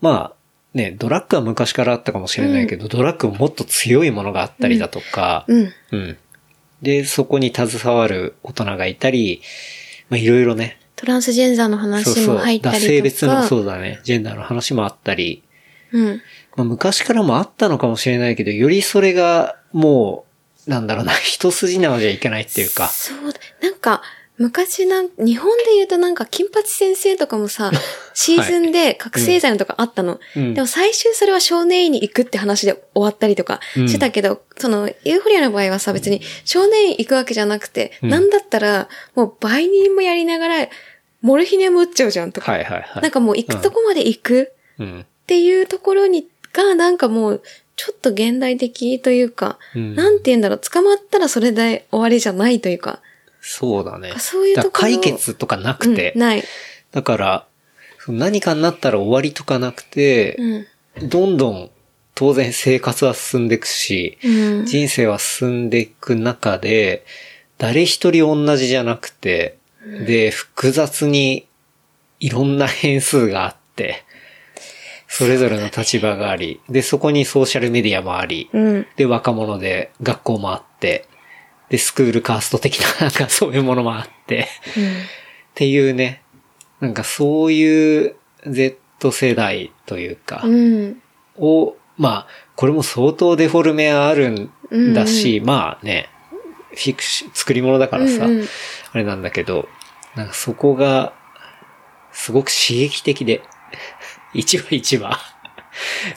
[SPEAKER 2] まあ、ね、ドラッグは昔からあったかもしれないけど、ドラッグももっと強いものがあったりだとか、
[SPEAKER 3] うん。
[SPEAKER 2] うん。で、そこに携わる大人がいたり、まあ、いろいろね、
[SPEAKER 3] トランスジェンダーの
[SPEAKER 2] そう
[SPEAKER 3] 話
[SPEAKER 2] そ
[SPEAKER 3] も
[SPEAKER 2] う、
[SPEAKER 3] 入ったりとか。
[SPEAKER 2] だ性別のそうだね、ジェンダーの話もあったり、
[SPEAKER 3] うん。
[SPEAKER 2] まあ、昔からもあったのかもしれないけど、よりそれが、もう、なんだろうな、 一筋縄じゃいけないっていうか。
[SPEAKER 3] そうだ、なんか、昔なん、日本で言うとなんか、金八先生とか もさ、シーズンで覚醒剤のとかあったの。
[SPEAKER 2] うん
[SPEAKER 3] でも最終それは少年院に行くって話で終わったりとか
[SPEAKER 2] うん
[SPEAKER 3] してたけど、その、ユーフォリアの場合はさ、別に少年院行くわけじゃなくて、
[SPEAKER 2] うん
[SPEAKER 3] なんだったら、もう売人もやりながら、モルヒネも打っちゃうじゃんとか。
[SPEAKER 2] はいはいはい。
[SPEAKER 3] なんかもう行くとこまで行く
[SPEAKER 2] うん。
[SPEAKER 3] っていうところに、が、なんかもう、ちょっと現代的というか、
[SPEAKER 2] うん
[SPEAKER 3] なんて言うんだろう、捕まったらそれで終わりじゃないというか、
[SPEAKER 2] そうだね。
[SPEAKER 3] そういうとこ
[SPEAKER 2] だ
[SPEAKER 3] ろ
[SPEAKER 2] から解決とかなくて。
[SPEAKER 3] うん、ない。
[SPEAKER 2] だから、その何かになったら終わりとかなくて、
[SPEAKER 3] うん。
[SPEAKER 2] どんどん当然生活は進んでいくし、
[SPEAKER 3] うん。
[SPEAKER 2] 人生は進んでいく中で、誰一人同じじゃなくて、で、複雑にいろんな変数があって、それぞれの立場があり、で、そこにソーシャルメディアもあり、
[SPEAKER 3] うん。
[SPEAKER 2] で、若者で学校もあって、で、スクールカースト的な、なんか そういうものもあって、っていうね、なんかそういう Z 世代というか、
[SPEAKER 3] うん。
[SPEAKER 2] を、まあ、これも相当デフォルメあるんだし、まあね、フィクシ、作り物だからさ、
[SPEAKER 3] うんうん
[SPEAKER 2] あれなんだけど、なんかそこが、すごく刺激的で、 一話一 話、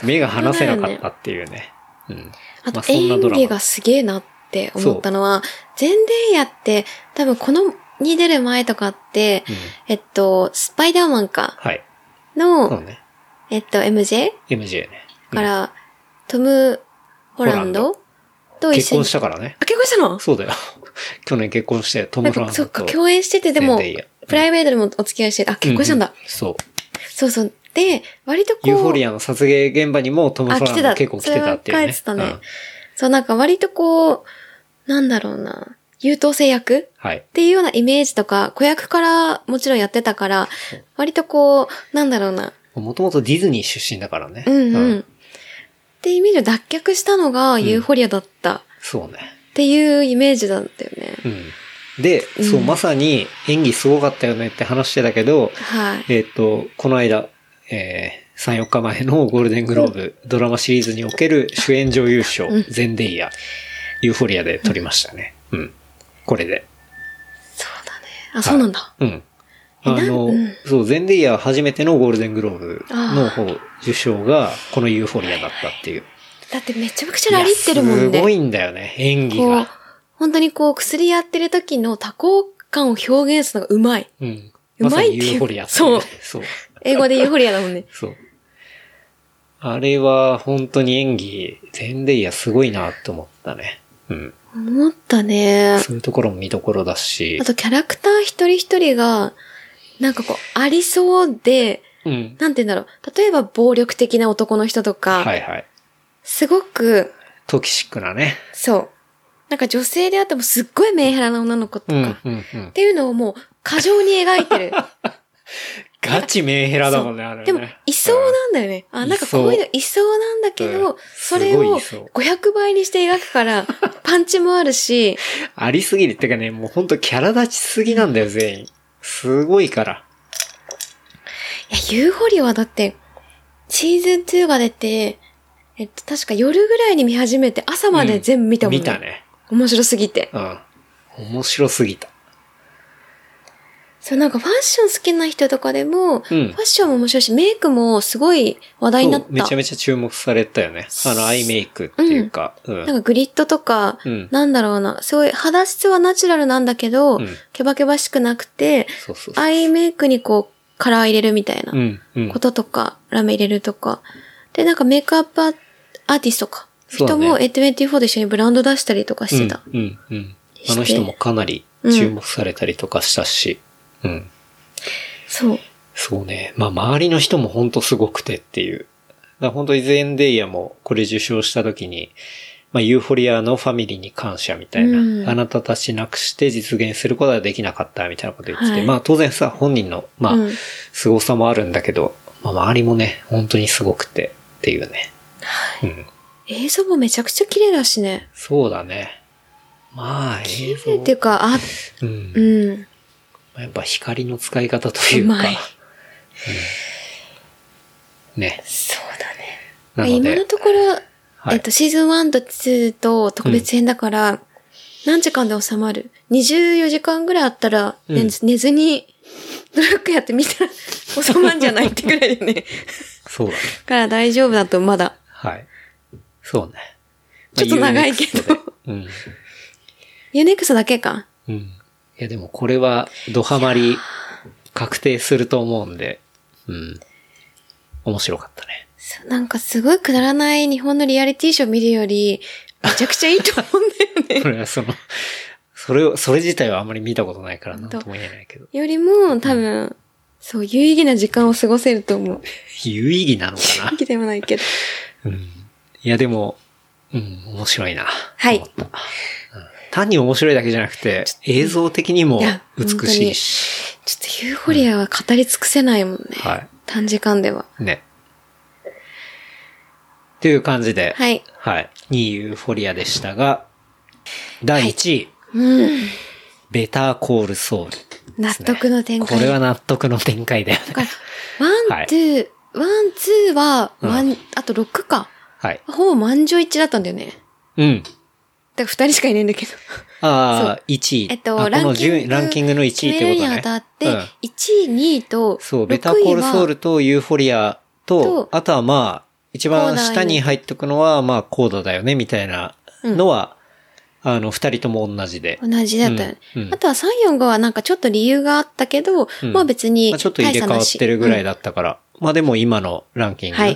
[SPEAKER 2] 目が離せなかったっていうね。うん。まあ
[SPEAKER 3] あと、
[SPEAKER 2] そんな
[SPEAKER 3] 演
[SPEAKER 2] ドラマ
[SPEAKER 3] 技がすげえなって思ったのは、全レイヤって、多分この、に出る前とかって、
[SPEAKER 2] うん
[SPEAKER 3] えっと、スパイダーマンか、
[SPEAKER 2] はい。
[SPEAKER 3] の、
[SPEAKER 2] そうね。
[SPEAKER 3] えっと、MJ
[SPEAKER 2] MJ ね。うん
[SPEAKER 3] から、トム・ホランドと一
[SPEAKER 2] 結
[SPEAKER 3] 緒に。
[SPEAKER 2] 婚したからね。
[SPEAKER 3] あ、結婚したの
[SPEAKER 2] そうだよ。 去年結婚して、ト
[SPEAKER 3] な
[SPEAKER 2] ム・
[SPEAKER 3] ん
[SPEAKER 2] フラン
[SPEAKER 3] か、そ
[SPEAKER 2] ス
[SPEAKER 3] っか、
[SPEAKER 2] と。
[SPEAKER 3] 共演してて、でも
[SPEAKER 2] 全レイヤ、
[SPEAKER 3] プライベートでもお付き合いしてて、あ、結婚したんだ。
[SPEAKER 2] ううそう。
[SPEAKER 3] そうそう。で、割とこう。
[SPEAKER 2] ユーフォリアの撮影現場にもトム・フランド結構来てたっていうね。
[SPEAKER 3] それは書いてたね
[SPEAKER 2] うん
[SPEAKER 3] そう、なんか割とこう、なんだろうな、優等生役っ
[SPEAKER 2] はい。
[SPEAKER 3] ていうようなイメージとか、子役からもちろんやってたから、割とこう、なんだろうな、
[SPEAKER 2] もともとディズニー出身だからね。
[SPEAKER 3] うんうん。ってイメージを脱却したのがユーフォリアだったっ
[SPEAKER 2] そうね。
[SPEAKER 3] ていうイメージだったよね。
[SPEAKER 2] うん。で、そう、
[SPEAKER 3] うん
[SPEAKER 2] まさに演技すごかったよねって話してたけど、
[SPEAKER 3] はい。
[SPEAKER 2] えっ、と、この間、えー3、4日前のゴールデングローブドラマシリーズにおける主演女優賞、ゼンデイヤ、ユーフォリアで取りましたね。うん。これで。
[SPEAKER 3] そうだね。あ、そうなんだ。
[SPEAKER 2] うん。あ
[SPEAKER 3] なん
[SPEAKER 2] の、
[SPEAKER 3] うん
[SPEAKER 2] そう、ゼンデイヤ初めてのゴールデングローブの
[SPEAKER 3] あ
[SPEAKER 2] 方、受賞が、このユーフォリアだったっていう。
[SPEAKER 3] だってめちゃくちゃラリってるも
[SPEAKER 2] い
[SPEAKER 3] ん
[SPEAKER 2] やす
[SPEAKER 3] ね。
[SPEAKER 2] ごいんだよね、演技
[SPEAKER 3] こう
[SPEAKER 2] が。、
[SPEAKER 3] 本当にこう薬やってる時の多幸感を表現するのがうまい。
[SPEAKER 2] うん。
[SPEAKER 3] う
[SPEAKER 2] まさ
[SPEAKER 3] まい
[SPEAKER 2] に
[SPEAKER 3] っていう
[SPEAKER 2] ユーフォリアってい
[SPEAKER 3] そう
[SPEAKER 2] そう。。
[SPEAKER 3] 英語でユーフォリアだもんね
[SPEAKER 2] そう。あれは本当に演技、ゼンデイヤすごいなと思ったね。うん。
[SPEAKER 3] 思ったね。
[SPEAKER 2] そういうところも見どころだし
[SPEAKER 3] あ。とキャラクター一人一人が、なんかこう、ありそうで、
[SPEAKER 2] うん。
[SPEAKER 3] なんて言うんだろう。例えば暴力的な男の人とか、
[SPEAKER 2] はいはい。
[SPEAKER 3] すごく、
[SPEAKER 2] トキシックなね。
[SPEAKER 3] そう。なんか女性であってもすっごいメンヘラな女の子と
[SPEAKER 2] う
[SPEAKER 3] か、
[SPEAKER 2] ん、う
[SPEAKER 3] っ
[SPEAKER 2] ん、うん。
[SPEAKER 3] ていうのをもう過剰に描いてる。
[SPEAKER 2] ガチメンヘラだもんね、あれね。
[SPEAKER 3] でも、いそうなんだよね。あ、なんかこういうのいそうなんだけ
[SPEAKER 2] うん
[SPEAKER 3] ど、それ
[SPEAKER 2] すご
[SPEAKER 3] を
[SPEAKER 2] いいそう
[SPEAKER 3] 500倍にして描 くから、パンチもあるし、
[SPEAKER 2] ありすぎるってかね、もうほんとキャラ立ちすぎなんだよ、全員。すごいから。
[SPEAKER 3] いや、ユーフォリアはだって、シーズン2が出て、えっと、確か夜ぐらいに見始めて、朝まで全部見たもんね。
[SPEAKER 2] 見た。ね。
[SPEAKER 3] 面白すぎて。
[SPEAKER 2] うん。面白すぎた。
[SPEAKER 3] そう、なんかファッション好きな人とかでも、フ
[SPEAKER 2] うん
[SPEAKER 3] ァッションも面白いし、メイクもすごい話題になっ
[SPEAKER 2] そうめ
[SPEAKER 3] た
[SPEAKER 2] ちゃ。めちゃ注目されたよね。あの、アイメイクっていうか。うん。
[SPEAKER 3] なんかグリッドとか、
[SPEAKER 2] うん
[SPEAKER 3] なんだろうな、すごい肌質はナチュラルなんだけど、
[SPEAKER 2] うん
[SPEAKER 3] ケバケバしくなくて、
[SPEAKER 2] そうそうそう。
[SPEAKER 3] アイメイクにこう、カラー入れるみたいな
[SPEAKER 2] うん、うん
[SPEAKER 3] こ。ととか、ラメ入れるとか。で、なんかメイクアップアアーティストか。
[SPEAKER 2] そうだ
[SPEAKER 3] 人
[SPEAKER 2] ね
[SPEAKER 3] も824で一緒にブランド出したりとかしてた。
[SPEAKER 2] うん、うん、うん。
[SPEAKER 3] して
[SPEAKER 2] あの人もかなり注目されたりとかしたし。うん。
[SPEAKER 3] そう。
[SPEAKER 2] そうね。まあ、周りの人もほんとすごくてっていう。だから本当にゼンデイヤもこれ受賞した時に、まあ、ユーフォリアのファミリーに感謝みたいな、
[SPEAKER 3] うん
[SPEAKER 2] あなたたちなくして実現することはできなかったみたいなこと言ってて、
[SPEAKER 3] はい
[SPEAKER 2] まあ当然さ、本人の、まあ、
[SPEAKER 3] うん
[SPEAKER 2] 凄さもあるんだけど、まあ周りもね、本当にすごくてっていうね。うん。
[SPEAKER 3] 映像もめちゃくちゃ綺麗だしね。
[SPEAKER 2] そうだね。まあ映
[SPEAKER 3] 綺麗
[SPEAKER 2] 像
[SPEAKER 3] っていうか、あ、
[SPEAKER 2] うん
[SPEAKER 3] う。ん。
[SPEAKER 2] やっぱ光の使い方というか。
[SPEAKER 3] うまい
[SPEAKER 2] うんね。
[SPEAKER 3] そうだね。
[SPEAKER 2] なの
[SPEAKER 3] 今の
[SPEAKER 2] で、
[SPEAKER 3] ところ、
[SPEAKER 2] はい
[SPEAKER 3] えっと、シーズン1と2と特別編だから、何時間で収まる ?24 時間ぐらいあったら、ね
[SPEAKER 2] うん
[SPEAKER 3] 寝ずに、ドラッグやってみたら収まんじゃないってぐらいでね。
[SPEAKER 2] そうだね。
[SPEAKER 3] から大丈夫だとまだ。
[SPEAKER 2] はい。そうね。
[SPEAKER 3] ちょっと
[SPEAKER 2] まあ
[SPEAKER 3] 長いけど。
[SPEAKER 2] ユーネクストで
[SPEAKER 3] ユネクストだけか。
[SPEAKER 2] うん。うん。いやでもこれはドハマり確定すると思うんで、うん。面白かったね。
[SPEAKER 3] そうなんかすごいくだらない日本のリアリティショー見るより、めちゃくちゃいいと思うんだ よね。
[SPEAKER 2] これはその、それを、それ自体はあんまり見たことないからなんと
[SPEAKER 3] 本当
[SPEAKER 2] も言えないけど。
[SPEAKER 3] よりも多分、そう、有意義な時間を過ごせる と思う。
[SPEAKER 2] 有意義なのか
[SPEAKER 3] 有意義ではないけど。
[SPEAKER 2] な。うん。いやでも、うん、面白いな。
[SPEAKER 3] はい
[SPEAKER 2] 思ったうん単に面白いだけじゃなくて、映像的にも
[SPEAKER 3] いや
[SPEAKER 2] 美しいし。
[SPEAKER 3] ちょっとユーフォリアは語り尽くせないもんね。
[SPEAKER 2] はい。
[SPEAKER 3] 短時間では。
[SPEAKER 2] ね。という感じで、
[SPEAKER 3] はい。
[SPEAKER 2] はい。2位ユーフォリアでしたが、第1位、
[SPEAKER 3] うん。
[SPEAKER 2] ベターコールソウル。
[SPEAKER 3] 納得の展
[SPEAKER 2] こ
[SPEAKER 3] 開。
[SPEAKER 2] れは納得の展開だよね。
[SPEAKER 3] ワ
[SPEAKER 2] は
[SPEAKER 3] ン、
[SPEAKER 2] い
[SPEAKER 3] ツー、ワン、ツーは、
[SPEAKER 2] うん
[SPEAKER 3] ワン、あと6か。
[SPEAKER 2] はい。
[SPEAKER 3] ほぼ満場一致だったんだよね。
[SPEAKER 2] うん。
[SPEAKER 3] だから2人しかいないんだけど。
[SPEAKER 2] ああ、1位。
[SPEAKER 3] えっ
[SPEAKER 2] あ
[SPEAKER 3] と、
[SPEAKER 2] こ
[SPEAKER 3] ラン
[SPEAKER 2] の
[SPEAKER 3] キン
[SPEAKER 2] 順
[SPEAKER 3] グ。
[SPEAKER 2] ランキングの1位ってこと
[SPEAKER 3] 決め
[SPEAKER 2] だ
[SPEAKER 3] るに
[SPEAKER 2] ね。
[SPEAKER 3] あたっ
[SPEAKER 2] うん
[SPEAKER 3] て、1位、2位と、
[SPEAKER 2] そう、ベターコールソウ
[SPEAKER 3] ル。
[SPEAKER 2] ルとユーフォリアと
[SPEAKER 3] と、
[SPEAKER 2] あとはまあ、一番下に入ってくのは、まあ、コーダだよね、みたいなのは、あの、二人とも同じで。
[SPEAKER 3] 同じだったよね。
[SPEAKER 2] うんうん
[SPEAKER 3] あとは3、4、5はなんかちょっと理由があったけど、
[SPEAKER 2] うん
[SPEAKER 3] まあ別に
[SPEAKER 2] まあ、ちょっと入れ替わってるぐらい
[SPEAKER 3] だ。
[SPEAKER 2] だったから。まあでも今のランキング
[SPEAKER 3] はい
[SPEAKER 2] っ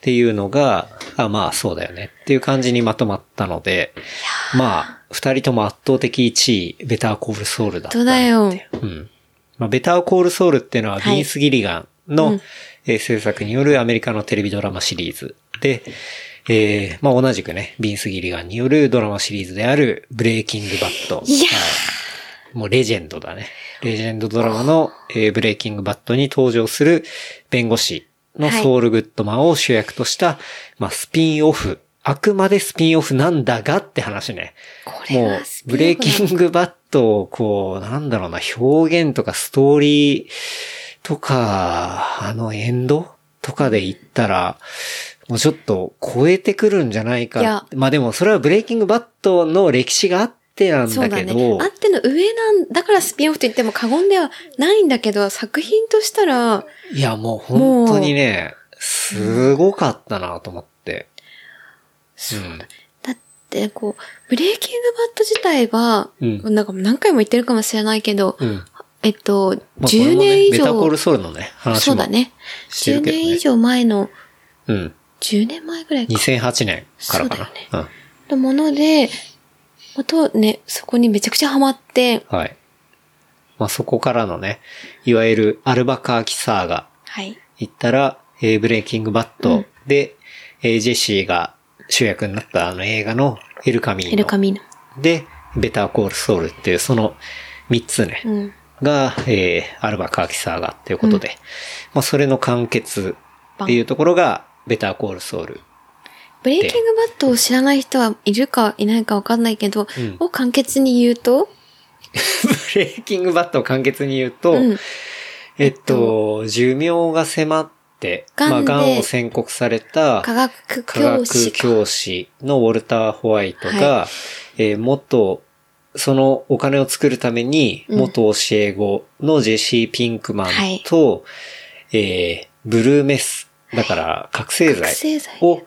[SPEAKER 2] ていうのが、あまあそうだよねっていう感じにまとまったので、まあ、二人とも圧倒的1位、ベターコールソウルだった
[SPEAKER 3] 本当だ
[SPEAKER 2] ね。
[SPEAKER 3] よ。
[SPEAKER 2] うん。まあ、ベターコールソウルっていうのは、
[SPEAKER 3] は
[SPEAKER 2] ビ
[SPEAKER 3] い
[SPEAKER 2] ンス・ギリガンの、
[SPEAKER 3] うん
[SPEAKER 2] えー制作によるアメリカのテレビドラマシリーズで、えーまあ同じくね、ビンス・ギリガンによるドラマシリーズである、ブレイキング・バット。
[SPEAKER 3] いやー
[SPEAKER 2] もうレジェンドだね。レジェンドドラマの、えーブレイキングバットに登場する弁護士の
[SPEAKER 3] はい
[SPEAKER 2] ソウルグッドマンを主役とした、まあスピンオフ。あくまでスピンオフなんだがって話ね。
[SPEAKER 3] これ
[SPEAKER 2] もう
[SPEAKER 3] はス、ピ
[SPEAKER 2] ブ
[SPEAKER 3] ード
[SPEAKER 2] レ
[SPEAKER 3] が
[SPEAKER 2] イキングバットをこう、なんだろうな、表現とかストーリーとか、あのエンドとかで行ったら、もうちょっと超えてくるんじゃない
[SPEAKER 3] い
[SPEAKER 2] か
[SPEAKER 3] や。
[SPEAKER 2] まあでもそれはブレイキングバットの歴史があってなん
[SPEAKER 3] そう
[SPEAKER 2] だ
[SPEAKER 3] だ
[SPEAKER 2] け
[SPEAKER 3] ね
[SPEAKER 2] ど。。
[SPEAKER 3] あっての上なん、だからスピンオフと言っても過言ではないんだけど、作品としたら、
[SPEAKER 2] いやもう本当にね、すごかったなと思って。
[SPEAKER 3] そうだ。だって、こう、ブレイキングバット自体は、
[SPEAKER 2] うん
[SPEAKER 3] なんか何回も言ってるかもしれないけど、
[SPEAKER 2] うん。
[SPEAKER 3] えっと、
[SPEAKER 2] まあこれもね
[SPEAKER 3] 10年以
[SPEAKER 2] メタコー
[SPEAKER 3] 上、
[SPEAKER 2] ルソウルのね、話
[SPEAKER 3] そう
[SPEAKER 2] も
[SPEAKER 3] だね。
[SPEAKER 2] してる
[SPEAKER 3] 10
[SPEAKER 2] けどね。
[SPEAKER 3] 年以上前の、
[SPEAKER 2] うん。
[SPEAKER 3] 10年前ぐらいか。
[SPEAKER 2] 2008年からかな。
[SPEAKER 3] そうだのもので、あとね、そこにめちゃくちゃハマって、
[SPEAKER 2] うん。はい。まあそこからのね、いわゆるアルバカーキサーガ
[SPEAKER 3] はい。
[SPEAKER 2] 行ったら、えーブレイキングバッ
[SPEAKER 3] う
[SPEAKER 2] ト
[SPEAKER 3] ん
[SPEAKER 2] で、えージェシーが主役になったあの映画のエルカミーノ。
[SPEAKER 3] エルカミーノ。
[SPEAKER 2] で、ベターコールソウルっていうその3つね、
[SPEAKER 3] うん。
[SPEAKER 2] が、えーアルバカーキサーガっていうことで、まあそれの完結っていうところが、ベターコールソウル。
[SPEAKER 3] ブレイキングバットを知らない人はいるかいないかわかんないけど、
[SPEAKER 2] うん
[SPEAKER 3] を簡潔に言うと、
[SPEAKER 2] ブレイキングバットを簡潔に言うと、
[SPEAKER 3] うん。
[SPEAKER 2] えっと、寿命が迫って、
[SPEAKER 3] 癌で
[SPEAKER 2] まあ、癌を宣告された
[SPEAKER 3] 科学
[SPEAKER 2] 科
[SPEAKER 3] 教師
[SPEAKER 2] 学
[SPEAKER 3] か。
[SPEAKER 2] 教師のウォルター・ホワイトが、
[SPEAKER 3] は
[SPEAKER 2] えー元、そのお金を作るために、
[SPEAKER 3] うん
[SPEAKER 2] 元教え子のジェシー・ピンクマン
[SPEAKER 3] はい
[SPEAKER 2] と、えーブルーメス、だから覚醒剤
[SPEAKER 3] 覚醒剤。
[SPEAKER 2] を、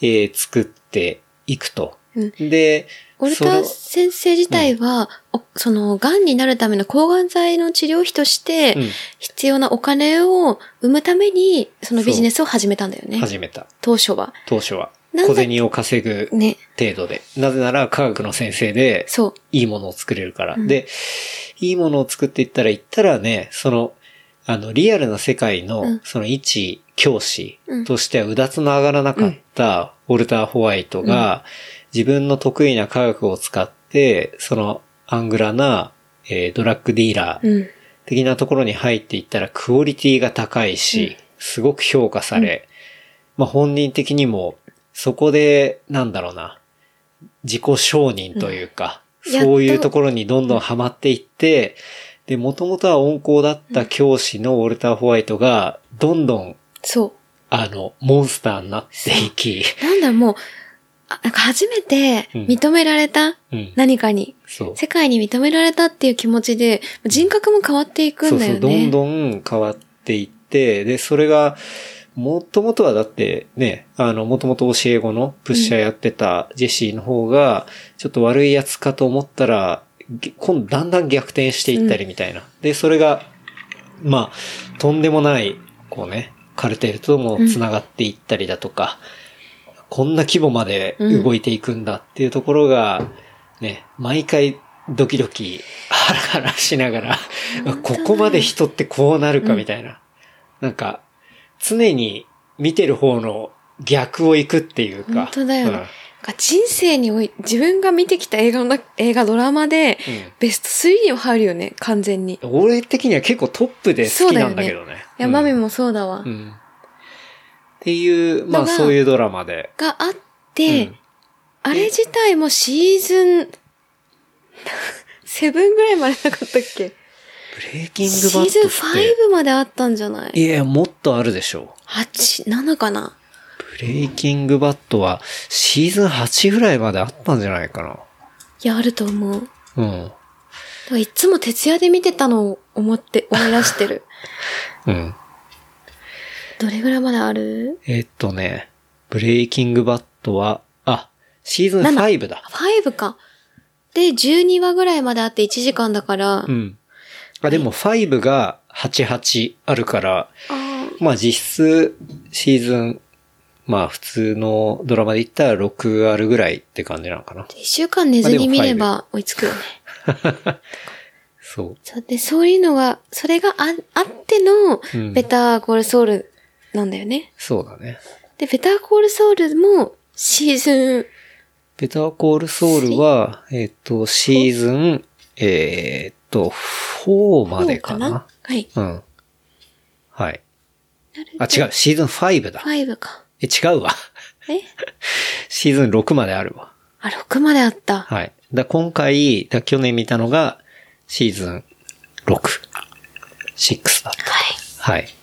[SPEAKER 2] えー作っていくと。
[SPEAKER 3] うん
[SPEAKER 2] で、
[SPEAKER 3] オル
[SPEAKER 2] そ
[SPEAKER 3] タ
[SPEAKER 2] れを
[SPEAKER 3] ー先生自体は、おその、癌になるための抗がん剤の治療費として、
[SPEAKER 2] うん
[SPEAKER 3] 必要なお金を生むために、そのビジネスを始めたんだよね。
[SPEAKER 2] 始めた。
[SPEAKER 3] 当初は。
[SPEAKER 2] 当初は。
[SPEAKER 3] なん
[SPEAKER 2] 小
[SPEAKER 3] だ
[SPEAKER 2] 銭を稼ぐ
[SPEAKER 3] ね。
[SPEAKER 2] 程度で。なぜなら科学の先生で、
[SPEAKER 3] そう。
[SPEAKER 2] いいものを作れるから。
[SPEAKER 3] うん
[SPEAKER 2] で、いいものを作っていったら、いったらね、その、あの、リアルな世界の、
[SPEAKER 3] うん
[SPEAKER 2] その一教師としてはうだつの上がらなかった、ウォルター・ホワイトが、自分の得意な科学を使って、その、アングラな、えードラッグディーラー
[SPEAKER 3] うん。
[SPEAKER 2] 的なところに入っていったら、クオリティが高いし、すごく評価され、まあ、本人的にも、そこで、なんだろうな、自己承認というか、
[SPEAKER 3] うん
[SPEAKER 2] そうい
[SPEAKER 3] やっ
[SPEAKER 2] う
[SPEAKER 3] と
[SPEAKER 2] ところにどんどんハマっていって、で、もともとは温厚だった教師のウォルター・ホワイトが、どんどん、
[SPEAKER 3] そ
[SPEAKER 2] あの、モンスターになっていき、
[SPEAKER 3] う。なんだろうもう、あなんか初めて
[SPEAKER 2] うん
[SPEAKER 3] 認められた、
[SPEAKER 2] うん。
[SPEAKER 3] 何かに。
[SPEAKER 2] そう。
[SPEAKER 3] 世界に認められたっていう気持ちで、人格も変わっていくんだよね。
[SPEAKER 2] そうそう、どんどん変わっていって、で、それが、もともとはだってね、あの、もともと教え子のプッシャーやってたジェシーの方が、ちょっと悪いやつかと思ったら、ぎ今度だんだん逆転していったりみたいな。で、それが、まあ、とんでもない、こうね、カルテルとも繋がっていったりだとか、こんな規模まで動いていくんだっていうところが、ね、毎回ドキドキ、ハラハラしながら、ここまで人ってこうなるかみたいな。なんか、常に見てる方の逆を行くっていうか。
[SPEAKER 3] 本当だよねなんか人生におい、自分が見てきた映画の中、映画ドラマで、
[SPEAKER 2] うん。
[SPEAKER 3] ベスト3には入るよね、完全に。い
[SPEAKER 2] うん俺的には結構トップで好きなんだけどね。
[SPEAKER 3] や、マミ
[SPEAKER 2] も。
[SPEAKER 3] もそうだわ。
[SPEAKER 2] うん。っていう、まあ
[SPEAKER 3] のが
[SPEAKER 2] そういうドラマで。
[SPEAKER 3] があっ
[SPEAKER 2] う
[SPEAKER 3] て
[SPEAKER 2] ん、
[SPEAKER 3] あれ自体もシーズン、 セブンぐらいまでなかったっけ
[SPEAKER 2] ブレイキング
[SPEAKER 3] シ
[SPEAKER 2] バッ
[SPEAKER 3] ー
[SPEAKER 2] ト
[SPEAKER 3] ズン
[SPEAKER 2] って。
[SPEAKER 3] 5まであったんじゃない
[SPEAKER 2] いや、もっとあるでしょ
[SPEAKER 3] ?8、7かな
[SPEAKER 2] う。ブレイキングバットはシーズン8ぐらいまであったんじゃないか
[SPEAKER 3] いや、あると思う。だ
[SPEAKER 2] な。うん。
[SPEAKER 3] からいつも徹夜で見てたのを思って、思い出し てる。
[SPEAKER 2] うん。
[SPEAKER 3] どれぐらいまである
[SPEAKER 2] えっとね、ブレイキングバットは、あ、シーズン
[SPEAKER 3] 七
[SPEAKER 2] 5だ。
[SPEAKER 3] ?5 か。で、12話ぐらいまであって1時間だから、
[SPEAKER 2] うん。あ、でも5が88あるから、
[SPEAKER 3] あー
[SPEAKER 2] まあ実質シーズン、まあ普通のドラマで言ったら6あるぐらいって感じなのかな。
[SPEAKER 3] 一週間寝ずに見れば追いつくよね。
[SPEAKER 2] そう。
[SPEAKER 3] そうで、そういうのが、それがああっての
[SPEAKER 2] うん、
[SPEAKER 3] ベターコールソウルなんだよね。
[SPEAKER 2] そうだね。
[SPEAKER 3] で、ベターコールソウルもシーズ
[SPEAKER 2] ベターコールソウルは、えっと、シーズン、えーっと、4
[SPEAKER 3] ン
[SPEAKER 2] まで
[SPEAKER 3] 4
[SPEAKER 2] か
[SPEAKER 3] か
[SPEAKER 2] な。
[SPEAKER 3] なはい。
[SPEAKER 2] うん。はい。
[SPEAKER 3] なる
[SPEAKER 2] あ、違う。シーズン5だ。
[SPEAKER 3] 5か。
[SPEAKER 2] え、違うわ。
[SPEAKER 3] え
[SPEAKER 2] シーズン6まであるわ。
[SPEAKER 3] あ、6まで あった。
[SPEAKER 2] はい。だ今回、だ去年見たのが、シーズン6。6だった。
[SPEAKER 3] は
[SPEAKER 2] は
[SPEAKER 3] い。
[SPEAKER 2] い。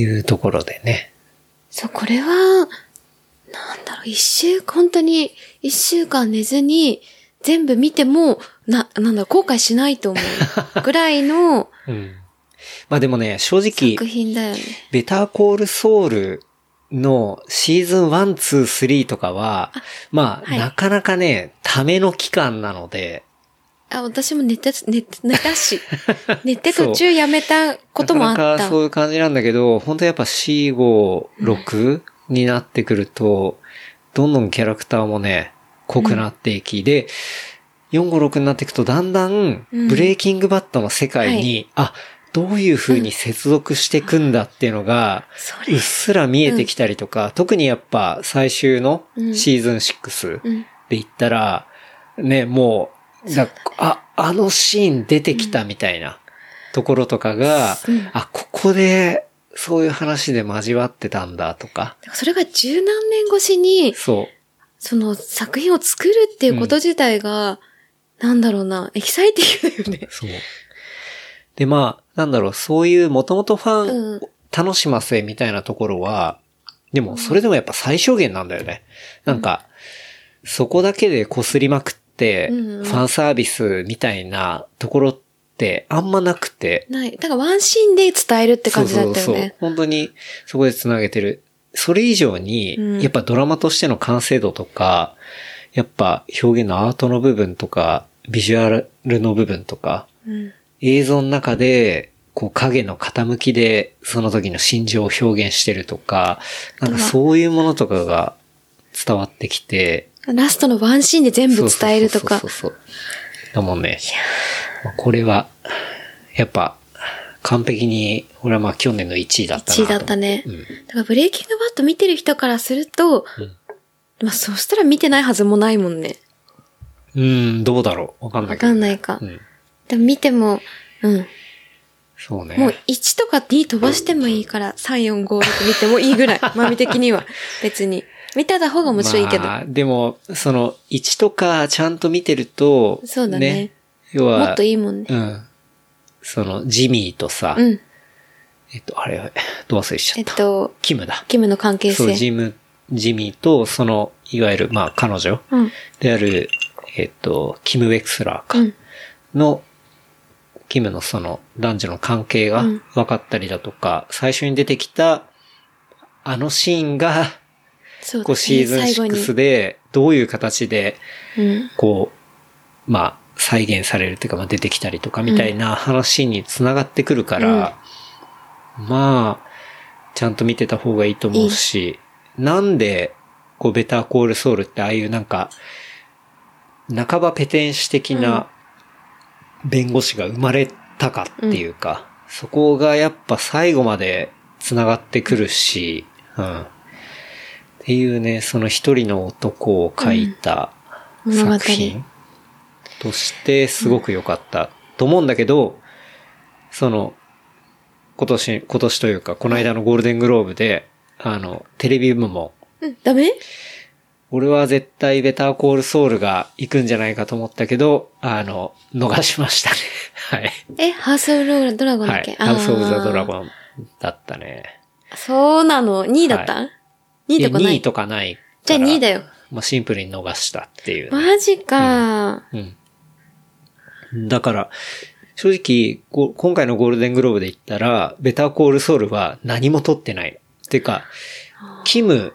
[SPEAKER 2] いうところでね。
[SPEAKER 3] そう、これは、なんだろう、一週、本当に一週間寝ずに、全部見ても、な、なんだろう、後悔しないと思う。ぐらい の
[SPEAKER 2] うん。まあでもね、正直、
[SPEAKER 3] 作品だよね。
[SPEAKER 2] ベターコールソウルのシーズン1、2、3とかは、まあ、
[SPEAKER 3] はい
[SPEAKER 2] なかなかね、ための期間なので、
[SPEAKER 3] あ、私も寝て、寝て、寝た し、寝て途中やめたこともあっ
[SPEAKER 2] なかな
[SPEAKER 3] た。
[SPEAKER 2] かそういう感じなんだけど、本当やっぱ C、5、6になってくると、どんどんキャラクターもね、濃くなっていき、で、4、5、6になっていくとだんだん、
[SPEAKER 3] うん
[SPEAKER 2] ブレイキングバットの世界に、あ、どういう風に接続していくんだっていうのが、
[SPEAKER 3] そう
[SPEAKER 2] っ
[SPEAKER 3] れ。
[SPEAKER 2] すら見えてきたりとか、特にやっぱ最終のシーズン6
[SPEAKER 3] うん。
[SPEAKER 2] で言ったら、ね、もう、だあ、あのシーン出てきたみたいなところとかが、
[SPEAKER 3] うん
[SPEAKER 2] あ、ここでそういう話で交わってたんだとか、
[SPEAKER 3] それが十何年越しに、
[SPEAKER 2] そう。
[SPEAKER 3] その作品を作るっていうこと自体が、なんだろうな、エキサイティングだよね。
[SPEAKER 2] そう。で、まあ、なんだろう、そういうもともとファン
[SPEAKER 3] うん
[SPEAKER 2] を楽しませみたいなところは、でも、それでもやっぱ最小限なんだよね。なんか、そこだけで擦りまくって、
[SPEAKER 3] う
[SPEAKER 2] フ
[SPEAKER 3] んうん
[SPEAKER 2] ァンサービスみたいなところってあんまなくて、
[SPEAKER 3] ない。だからワンシーンで伝えるって感じだったよね。
[SPEAKER 2] そうそうそう。本当にそこで繋げてる。それ以上に、
[SPEAKER 3] うん
[SPEAKER 2] やっぱドラマとしての完成度とか、やっぱ表現のアートの部分とか、ビジュアルの部分とか、
[SPEAKER 3] うん。
[SPEAKER 2] 映像の中で、こう影の傾きで、その時の心情を表現してるとか、なんかそういうものとかが伝わってきて、
[SPEAKER 3] ラストのワンシーンで全部伝えるとか
[SPEAKER 2] そう。そうそうそうだもんね。まあこれは、やっぱ、完璧に、俺はまあ去年の1位だったなと
[SPEAKER 3] 1位だったね。
[SPEAKER 2] うん
[SPEAKER 3] だからブレイキングバット見てる人からすると、
[SPEAKER 2] うん
[SPEAKER 3] まあそしたら見てないはずもないもんね。
[SPEAKER 2] うーん、どうだろうわかんない
[SPEAKER 3] わ
[SPEAKER 2] けど
[SPEAKER 3] かんないか。
[SPEAKER 2] うん。
[SPEAKER 3] でも見ても、うん。
[SPEAKER 2] そうね。
[SPEAKER 3] もう1とか2飛ばしてもいいから、3、4、5、6見てもいいぐ らい。まみ的には。別に。見た方がもちろんいいけど。
[SPEAKER 2] まあ、でも、その、1とかちゃんと見てると、
[SPEAKER 3] そうだね
[SPEAKER 2] 要は、
[SPEAKER 3] もっといいもんね。
[SPEAKER 2] うん。その、ジミーとさ、
[SPEAKER 3] うん。
[SPEAKER 2] えっと、あれ、どう忘れしち
[SPEAKER 3] え
[SPEAKER 2] ゃ
[SPEAKER 3] っ
[SPEAKER 2] った。
[SPEAKER 3] と、
[SPEAKER 2] キムだ。
[SPEAKER 3] キムの関係
[SPEAKER 2] そう、
[SPEAKER 3] 性。
[SPEAKER 2] ジム、ジミーと、その、いわゆる、まあ、彼女
[SPEAKER 3] うん。
[SPEAKER 2] である、えっと、キム・ウェクスラーか、
[SPEAKER 3] うん。
[SPEAKER 2] の、キムのその、男女の関係が
[SPEAKER 3] うん
[SPEAKER 2] 分かったりだとか、最初に出てきた、あのシーンが、
[SPEAKER 3] そうだね
[SPEAKER 2] こう、シーズン
[SPEAKER 3] 最後に
[SPEAKER 2] 6で、どういう形で、
[SPEAKER 3] うん。
[SPEAKER 2] こう、まあ、再現されるっていうか、まあ、出てきたりとかみたいな話につながってくるから、まあ、ちゃんと見てた方がいいと思うし、なんで、こう、ベターコールソウルってああいうなんか、半ばペテン師的な弁護士が生まれたかっていうか、そこがやっぱ最後まで繋がってくるし、うん。っていうね、その一人の男を描いた、
[SPEAKER 3] うん物語
[SPEAKER 2] 作品としてすごく良かったと思うんだけど、その、今年、今年というか、この間のゴールデングローブで、あの、テレビ部門、
[SPEAKER 3] うん。ダメ
[SPEAKER 2] 俺は絶対ベターコールソウルが行くんじゃないかと思ったけど、あの、逃しましたね。 はい。
[SPEAKER 3] え、ハウス・オブ・ドラゴンだ
[SPEAKER 2] は
[SPEAKER 3] っけ
[SPEAKER 2] い。ハウス・オブ・ザ・ドラ
[SPEAKER 3] ン。
[SPEAKER 2] ゴンだったね。
[SPEAKER 3] そうなの ?2 位だった、
[SPEAKER 2] は
[SPEAKER 3] ?2 位とかない
[SPEAKER 2] 2位とかないから。
[SPEAKER 3] じゃあ2位だよ。
[SPEAKER 2] まあ、シンプルに逃したっていうね、
[SPEAKER 3] マジか、
[SPEAKER 2] うん。だから、正直、こ今回のゴールデングローブで言ったら、ベターコールソウルは何も取ってない。てか、キム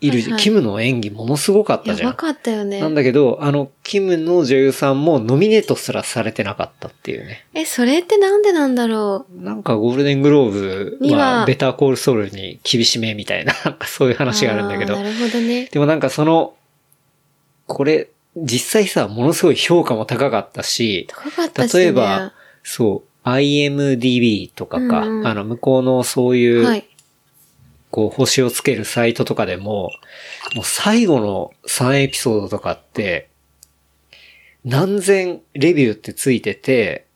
[SPEAKER 2] いるじ、
[SPEAKER 3] はいはい
[SPEAKER 2] キムの演技ものすごかったじ
[SPEAKER 3] や
[SPEAKER 2] ゃ
[SPEAKER 3] ば
[SPEAKER 2] ん。
[SPEAKER 3] かったよね
[SPEAKER 2] な。んだけど、あの、キムの女優さんもノミネートすらされてなかったっていうね。
[SPEAKER 3] え、それってなんでなんだろ
[SPEAKER 2] なんかゴールデングロー
[SPEAKER 3] に
[SPEAKER 2] ブ
[SPEAKER 3] は
[SPEAKER 2] は、ベターコールソウルに厳しめみたいな、 なんかそういう
[SPEAKER 3] う
[SPEAKER 2] 話があるんだけど
[SPEAKER 3] ー。なるほどね。
[SPEAKER 2] でもなんかその、これ、実際さ、ものすごい評価も高かったし、
[SPEAKER 3] 高かったし、ね。
[SPEAKER 2] 例えば、、そう、IMDB とかか、
[SPEAKER 3] うんうん
[SPEAKER 2] あの、向こうのそういう、
[SPEAKER 3] はい。
[SPEAKER 2] こう、星をつけるサイトとかでも、もう最後の3エピソードとかって、何千レビューってついてて、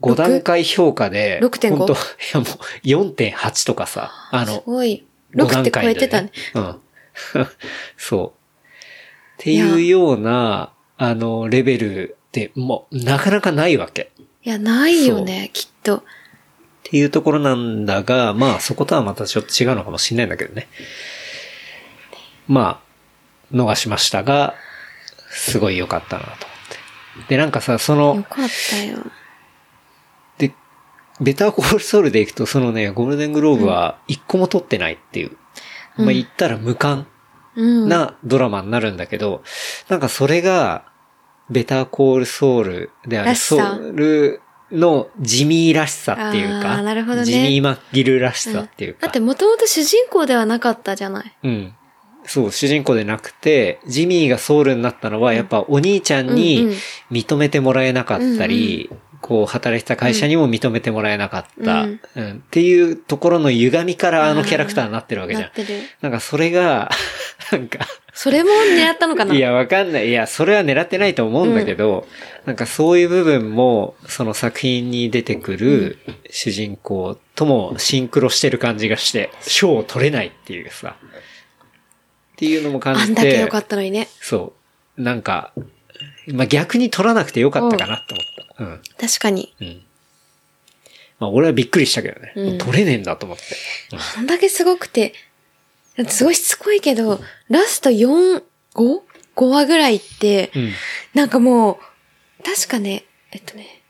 [SPEAKER 2] 5
[SPEAKER 3] 六
[SPEAKER 2] 段階評価で、
[SPEAKER 3] 6.5
[SPEAKER 2] 本当いやもう4.8とかさ、あ
[SPEAKER 3] す
[SPEAKER 2] の、
[SPEAKER 3] ごい。
[SPEAKER 2] 5
[SPEAKER 3] 6って
[SPEAKER 2] 段
[SPEAKER 3] 超
[SPEAKER 2] 階
[SPEAKER 3] え
[SPEAKER 2] で
[SPEAKER 3] てたね。。
[SPEAKER 2] うん。 そう。っていうような、あの、レベルって、もう、なかなかないわけ。
[SPEAKER 3] いや、ないよね、きっと。
[SPEAKER 2] っていうところなんだが、まあそことはまたちょっと違うのかもしれないんだけどね。まあ、逃しましたが、すごい良かったなと思って。で、なんかさ、その
[SPEAKER 3] よ、かったよ。
[SPEAKER 2] で、ベターコールソウルでいくと、そのね、ゴールデングローブは一個も取ってないっていう。
[SPEAKER 3] う
[SPEAKER 2] ま
[SPEAKER 3] ん
[SPEAKER 2] あ言ったら無感
[SPEAKER 3] うん。
[SPEAKER 2] なドラマになるんだけど、なんかそれが、ベターコールソウルであ
[SPEAKER 3] ら
[SPEAKER 2] り、
[SPEAKER 3] しさ
[SPEAKER 2] ソウルの地味らしさっていう
[SPEAKER 3] あ
[SPEAKER 2] か、
[SPEAKER 3] ーなるほどね
[SPEAKER 2] 地味マッギルらしさっていうか、
[SPEAKER 3] だってもともと主人公ではなかったじゃない。
[SPEAKER 2] うん。そう、主人公でなくて、ジミーがソウルになったのは、やっぱお兄ちゃん
[SPEAKER 3] うんう
[SPEAKER 2] に
[SPEAKER 3] ん
[SPEAKER 2] 認めてもらえなかったり、こう、働いてた会社にも認めてもらえなかった、
[SPEAKER 3] う
[SPEAKER 2] うんんっていうところの歪みからあのキャラクターになってるわけじゃ
[SPEAKER 3] なんっ。てる。
[SPEAKER 2] なんかそれが、 なんか、
[SPEAKER 3] それも狙ったのかな。
[SPEAKER 2] いや、わかんない。いや、それは狙ってないと思うんだけど、なんかそういう部分も、その作品に出てくる主人公ともシンクロしてる感じがして、賞を取れないっていうさ、っていうのも感
[SPEAKER 3] あん
[SPEAKER 2] じ
[SPEAKER 3] だけ
[SPEAKER 2] て
[SPEAKER 3] 良、かったのにね。
[SPEAKER 2] そう。なんか、まあ、逆に取らなくてよかったかなって思った。
[SPEAKER 3] 確かに。
[SPEAKER 2] うん。うん。まあ、俺はびっくりしたけどね。
[SPEAKER 3] うん
[SPEAKER 2] 取れねえんだと思って。うん
[SPEAKER 3] あんだけすごくて、すごいしつこいけど、ラスト4、5?5 話ぐらいって、
[SPEAKER 2] うん。
[SPEAKER 3] なんかもう、確かね、えっとね、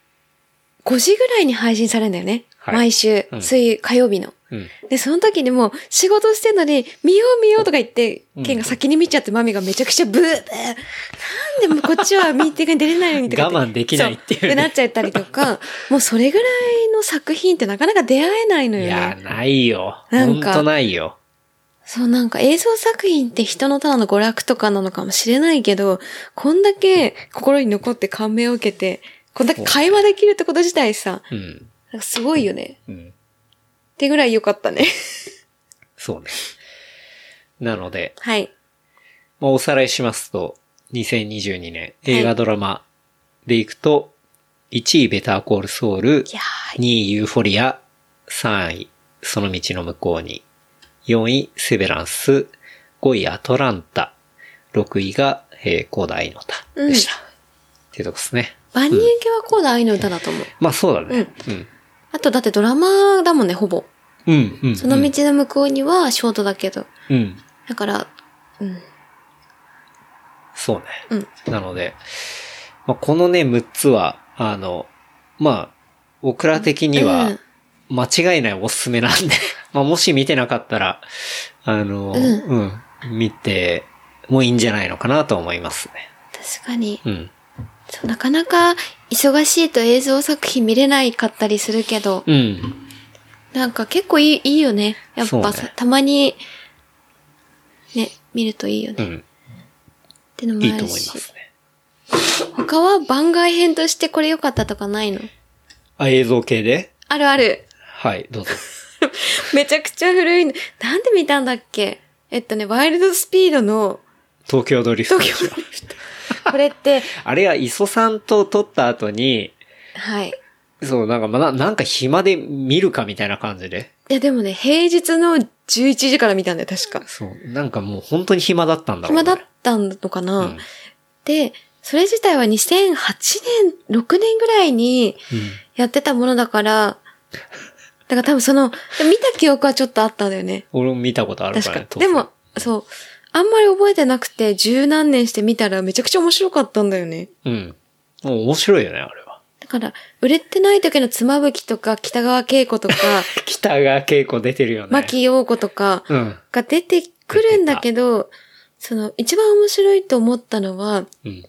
[SPEAKER 3] 5時ぐらいに配信されるんだよね。
[SPEAKER 2] はい
[SPEAKER 3] 毎週、
[SPEAKER 2] うん
[SPEAKER 3] 水、火曜日の。
[SPEAKER 2] うん。
[SPEAKER 3] で、その時にもう仕事してんのに、見よう見ようとか言って
[SPEAKER 2] う、ん
[SPEAKER 3] ケンが先に見ちゃって、マミがめちゃくちゃブーブーなんでもうこっちはミーティングに出れないのにとかっ て。
[SPEAKER 2] 我慢できないっていうね
[SPEAKER 3] そってなっちゃったりとか、もうそれぐらいの作品ってなかなか出会えないの
[SPEAKER 2] い
[SPEAKER 3] よ
[SPEAKER 2] や、
[SPEAKER 3] ね。
[SPEAKER 2] ないよ。
[SPEAKER 3] な
[SPEAKER 2] ほ
[SPEAKER 3] ん
[SPEAKER 2] ん
[SPEAKER 3] か
[SPEAKER 2] とないよ。
[SPEAKER 3] そうなんか映像作品って人のただの娯楽とかなのかもしれないけど、こんだけ心に残って感銘を受けて、こんだけ会話できるってこと自体さ、
[SPEAKER 2] うん。
[SPEAKER 3] なんかすごいよね。
[SPEAKER 2] うん。
[SPEAKER 3] ってぐらい良かったね。
[SPEAKER 2] そうね。なので、
[SPEAKER 3] はい。
[SPEAKER 2] まあ、おさらいしますと、2022年映
[SPEAKER 3] は
[SPEAKER 2] 画
[SPEAKER 3] い
[SPEAKER 2] ドラマでいくと、1位ベターコールソウル
[SPEAKER 3] い、や
[SPEAKER 2] 2位ユーフォリア、3位その道の向こうに、4位セベランス、5位アトランタ、6位が、えー、コーダ愛の歌でした。っていうとこですね。
[SPEAKER 3] ー、万人受けはこうだ愛の歌だと思う。
[SPEAKER 2] まあそうだね。うん。
[SPEAKER 3] あとだってドラマだもんね、ほぼ。
[SPEAKER 2] うん、うん。
[SPEAKER 3] その道の向こうにはショートだけど。
[SPEAKER 2] うん。
[SPEAKER 3] だから、うん。
[SPEAKER 2] そうね。
[SPEAKER 3] うん
[SPEAKER 2] なので、まあ、このね、6つは、あの、まあ、僕ら的に
[SPEAKER 3] う
[SPEAKER 2] は
[SPEAKER 3] ん、
[SPEAKER 2] 間違いないおすすめなんで、 まあ、もし見てなかったら、あの、
[SPEAKER 3] うん
[SPEAKER 2] うん、見てもいいんじゃないのかなと思いますね。
[SPEAKER 3] 確かに。
[SPEAKER 2] うん。
[SPEAKER 3] そうなかなか忙しいと映像作品見れないかったりするけど、
[SPEAKER 2] うん。
[SPEAKER 3] なんか結構いい、いいよね。やっ
[SPEAKER 2] そう
[SPEAKER 3] ぱ
[SPEAKER 2] ね
[SPEAKER 3] さ、たまに、ね、見るといいよね。
[SPEAKER 2] う
[SPEAKER 3] っ
[SPEAKER 2] ん。
[SPEAKER 3] てのもあ
[SPEAKER 2] い
[SPEAKER 3] る
[SPEAKER 2] い
[SPEAKER 3] し。
[SPEAKER 2] と思いますね。
[SPEAKER 3] 他は番外編としてこれ良かったとかないの
[SPEAKER 2] あ、映像系で
[SPEAKER 3] あるある。
[SPEAKER 2] はい、どうぞ。
[SPEAKER 3] めちゃくちゃ古いの。なんで見たんだっけえっとね、ワイルドスピードの、
[SPEAKER 2] 東京ドリフトでしょ。
[SPEAKER 3] これって、
[SPEAKER 2] あれは磯さんと撮った後に、
[SPEAKER 3] はい。
[SPEAKER 2] そう、なんか、まあ、ななんか暇で見るかみたいな感じで。
[SPEAKER 3] いやでもね、平日の11時から見たんだよ、確か。
[SPEAKER 2] そう。なんかもう本当に暇だったんだろう、ね。
[SPEAKER 3] 暇だったのかな、
[SPEAKER 2] うん
[SPEAKER 3] で、それ自体は2008年、6年ぐらいに、やってたものだから、だから多分その、でも見た記憶はちょっとあったんだよね。
[SPEAKER 2] 俺も見たことある
[SPEAKER 3] 確
[SPEAKER 2] からね。
[SPEAKER 3] か。でも、そう。あんまり覚えてなくて、十何年して見たらめちゃくちゃ面白かったんだよね。
[SPEAKER 2] 当時。うん。もう面白いよね、あれは。
[SPEAKER 3] だから、売れてない時の妻夫木とか、北川景子と か、
[SPEAKER 2] 北川景子出てるよね。
[SPEAKER 3] 牧陽子とか
[SPEAKER 2] うん。
[SPEAKER 3] が出てくるんだけど、その、一番面白いと思ったのは、
[SPEAKER 2] うん。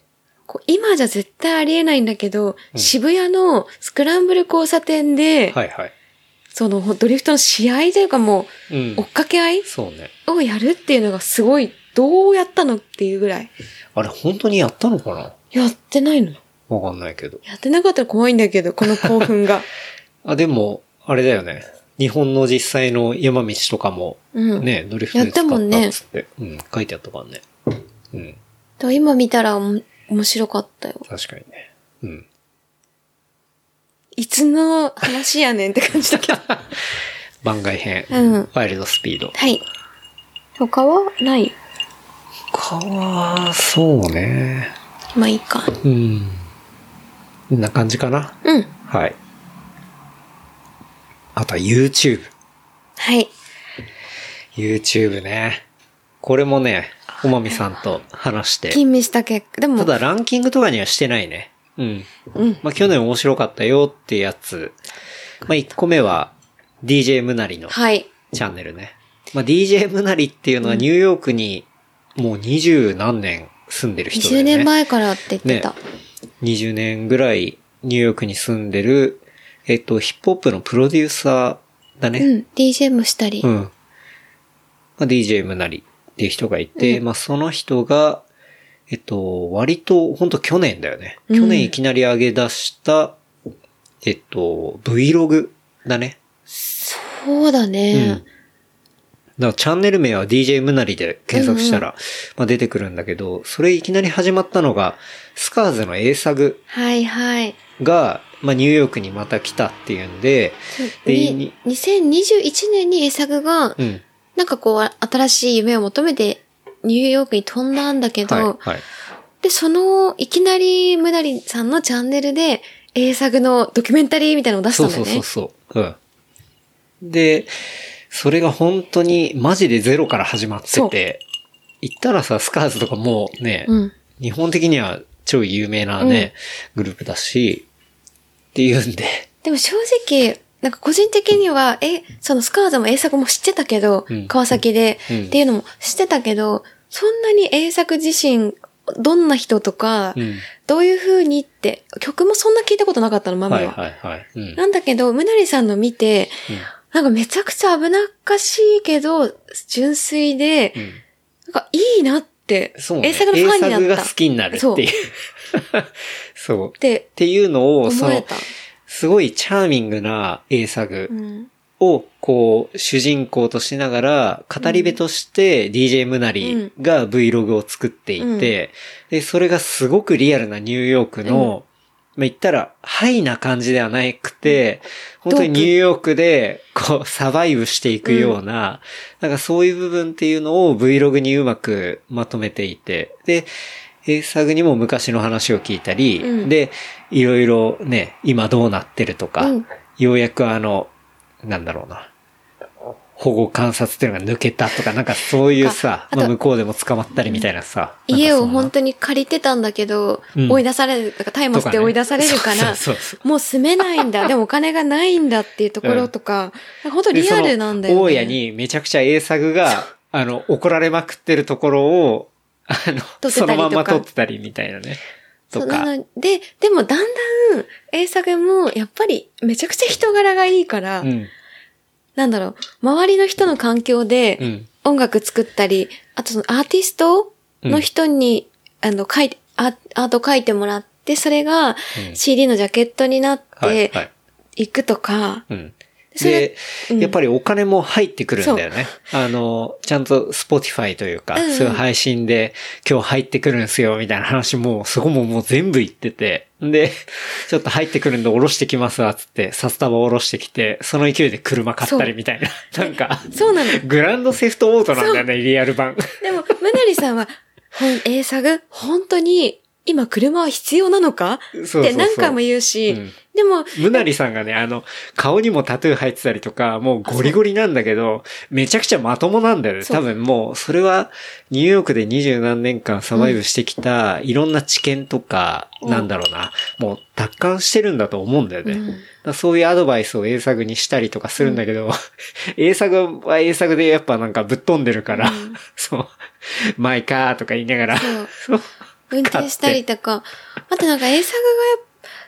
[SPEAKER 3] こう今じゃ絶対ありえないんだけど、渋谷のスクランブル交差点で、
[SPEAKER 2] はいはい。
[SPEAKER 3] その、ドリフトの試合というかも
[SPEAKER 2] う
[SPEAKER 3] う、
[SPEAKER 2] ん
[SPEAKER 3] 追。っかけ合い
[SPEAKER 2] そうね。
[SPEAKER 3] をやるっていうのがすごい、どうやったのっていうぐらい。
[SPEAKER 2] あれ本当にやったのかな
[SPEAKER 3] やってないの
[SPEAKER 2] わかんないけど。
[SPEAKER 3] やってなかったら怖いんだけど、この興奮 が。
[SPEAKER 2] あ、でも、あれだよね。日本の実際の山道とかも、
[SPEAKER 3] うん。
[SPEAKER 2] ね、ドリフトで使ったっつって。うん。書いてあったからね。うん。
[SPEAKER 3] と今見たらおも面白かったよ。
[SPEAKER 2] 確かにね。 うん。
[SPEAKER 3] いつの話やねんって感じだけど。
[SPEAKER 2] 番外編。
[SPEAKER 3] うん
[SPEAKER 2] ワイルドスピード。
[SPEAKER 3] はい。他はない
[SPEAKER 2] 他は、そうね。
[SPEAKER 3] まあいいか。
[SPEAKER 2] うん。こんな感じかな。
[SPEAKER 3] うん。
[SPEAKER 2] はい。あとは YouTube。
[SPEAKER 3] はい。
[SPEAKER 2] YouTube ね。これもね、おまみさんと話して。
[SPEAKER 3] 吟味した結果、でも、
[SPEAKER 2] ただランキングとかにはしてないね。うん。
[SPEAKER 3] うん。
[SPEAKER 2] まあ、去年面白かったよってやつ。まあ、1個目は DJ ムナリの
[SPEAKER 3] はい。
[SPEAKER 2] チャンネルね。まあ、DJ ムナリっていうのはニューヨークにもう二十何年住んでる人だ
[SPEAKER 3] 20
[SPEAKER 2] よね。
[SPEAKER 3] 年前からって言ってた。
[SPEAKER 2] ね20年ぐらいニューヨークに住んでる、えっと、ヒップホップのプロデューサーだね。
[SPEAKER 3] うん。DJ もしたり。
[SPEAKER 2] うん。まあ、DJ ムナリっていう人がいて、まあその人が、えっと、割と、ほんと去年だよね。
[SPEAKER 3] うん
[SPEAKER 2] 去年いきなり上げ出した、えっと、Vlog だね。
[SPEAKER 3] そうだ
[SPEAKER 2] うん。だ
[SPEAKER 3] ね
[SPEAKER 2] か。らチャンネル名は DJ ムナリで検索したら、まあ出てくるんだけど、それいきなり始まったのが、スカーズの A サグ
[SPEAKER 3] はいはい。
[SPEAKER 2] が、まあニューヨークにまた来たっていうんで、で
[SPEAKER 3] に2021年にエサグが、
[SPEAKER 2] うん。
[SPEAKER 3] なんかこう、新しい夢を求めて、ニューヨークに飛んだんだけど、
[SPEAKER 2] はい、はい。
[SPEAKER 3] で、その、いきなりムナリさんのチャンネルで、A 作のドキュメンタリーみたいなのを出した
[SPEAKER 2] そ
[SPEAKER 3] ん
[SPEAKER 2] う
[SPEAKER 3] だ
[SPEAKER 2] そ
[SPEAKER 3] よ
[SPEAKER 2] うそ
[SPEAKER 3] ね
[SPEAKER 2] う。そう。うん。で、それが本当にマジでゼロから始まってて、言ったらさ、スカーズとかもうね、
[SPEAKER 3] うん。
[SPEAKER 2] 日本的には超有名なね、グループだし、っていうんで、
[SPEAKER 3] でも正直、なんか個人的には、え、そのスカーズも A 作も知ってたけど、
[SPEAKER 2] うん
[SPEAKER 3] 川崎で、
[SPEAKER 2] うん
[SPEAKER 3] っていうのも知ってたけど、そんなに A 作自身、どんな人とか、
[SPEAKER 2] うん。
[SPEAKER 3] どういう風にって、曲もそんな聞いたことなかったの、マミは。
[SPEAKER 2] はいはいはい。うん。
[SPEAKER 3] なんだけど、ムナリさんの見て、なんかめちゃくちゃ危なっかしいけど、純粋で、
[SPEAKER 2] うんうん
[SPEAKER 3] なんかいいなって、
[SPEAKER 2] そうね。
[SPEAKER 3] A 作のファンになった。
[SPEAKER 2] 英作が好きになるっていう。 そうっ
[SPEAKER 3] って
[SPEAKER 2] ていうのを、そ
[SPEAKER 3] 思え
[SPEAKER 2] の、
[SPEAKER 3] た。
[SPEAKER 2] すごいチャーミングな英作
[SPEAKER 3] うん。
[SPEAKER 2] を、こう、主人公としながら、語り部として DJ ムナリが Vlog を作っていて、
[SPEAKER 3] うん
[SPEAKER 2] で、それがすごくリアルなニューヨークの、まあ、言ったら、ハイな感じではなくて、本当にニューヨークで、こう、サバイブしていくような、なんかそういう部分っていうのを Vlog にうまくまとめていて、で、えーサグにも昔の話を聞いたり、
[SPEAKER 3] うん
[SPEAKER 2] で、いろいろね、今どうなってるとか、
[SPEAKER 3] うん
[SPEAKER 2] ようやくあの、なんだろうな。保護観察っていうのが抜けたとか、なんかそういうさ、
[SPEAKER 3] あ
[SPEAKER 2] まあ
[SPEAKER 3] と
[SPEAKER 2] 向こうでも捕まったりみたいなさ。
[SPEAKER 3] 家を
[SPEAKER 2] なん
[SPEAKER 3] 本
[SPEAKER 2] か
[SPEAKER 3] 当に借りてたんだけど、
[SPEAKER 2] うん
[SPEAKER 3] 追い出される、だから大
[SPEAKER 2] そんな
[SPEAKER 3] 麻して追い出されるから、
[SPEAKER 2] とねそうそうそう
[SPEAKER 3] もう住めない んだ、でもお金がないんだっていうところとか、なんか本当リアルなんだよ
[SPEAKER 2] でそ
[SPEAKER 3] ね。
[SPEAKER 2] の大家にめちゃくちゃ英作 が、あの、怒られまくってるところを、あ
[SPEAKER 3] 撮
[SPEAKER 2] の、
[SPEAKER 3] ってたりと
[SPEAKER 2] そ
[SPEAKER 3] か
[SPEAKER 2] のまんま撮ってたりみたいなね。
[SPEAKER 3] そ
[SPEAKER 2] と
[SPEAKER 3] うな
[SPEAKER 2] か。
[SPEAKER 3] ので、でもだんだん、A 作も、やっぱり、めちゃくちゃ人柄がいいから、
[SPEAKER 2] うん。
[SPEAKER 3] なんだろう、周りの人の環境で、
[SPEAKER 2] うん。
[SPEAKER 3] 音楽作ったり、あとそのアーティストの人に、あの、書いて、アアート書いてもらって、それが
[SPEAKER 2] うん
[SPEAKER 3] CD のジャケットになっ
[SPEAKER 2] はい、
[SPEAKER 3] て
[SPEAKER 2] はい。
[SPEAKER 3] いくとか、
[SPEAKER 2] うん。
[SPEAKER 3] それ
[SPEAKER 2] で、
[SPEAKER 3] うん
[SPEAKER 2] やっぱりお金も入ってくるんだよね。あの、ちゃんと Spotify というか、
[SPEAKER 3] うんうん
[SPEAKER 2] そういう配信で今日入ってくるんですよ、みたいな話も、そこももう全部言ってて。で、ちょっと入ってくるんで下ろしてきますわ、つって、札束下ろしてきて、その勢いで車買ったりみたいな。なんか、
[SPEAKER 3] そうなの。
[SPEAKER 2] グランドセフトオートなんだよね、リアル版。
[SPEAKER 3] でも、むなりさんは、ほん、えー、サグ、本当に、今車は必要なのか
[SPEAKER 2] そうそうそう
[SPEAKER 3] って何回も言うし、
[SPEAKER 2] うん
[SPEAKER 3] でも、
[SPEAKER 2] むなりさんがね、あの、顔にもタトゥー入ってたりとか、もうゴリゴリなんだけど、めちゃくちゃまともなんだよね。
[SPEAKER 3] そう
[SPEAKER 2] 多分もう、それは、ニューヨークで二十何年間サバイブしてきた、いろんな知見とか、
[SPEAKER 3] うん
[SPEAKER 2] なんだろうな、もう達観してるんだと思うんだよね。
[SPEAKER 3] うん
[SPEAKER 2] だからそういうアドバイスを英作にしたりとかするんだけど、英作は英作でやっぱなんかぶっ飛んでるから、そう、マイカーとか言いながら、
[SPEAKER 3] そう
[SPEAKER 2] そう
[SPEAKER 3] 運転したりとか、あとなんか、えー、サグがやっ、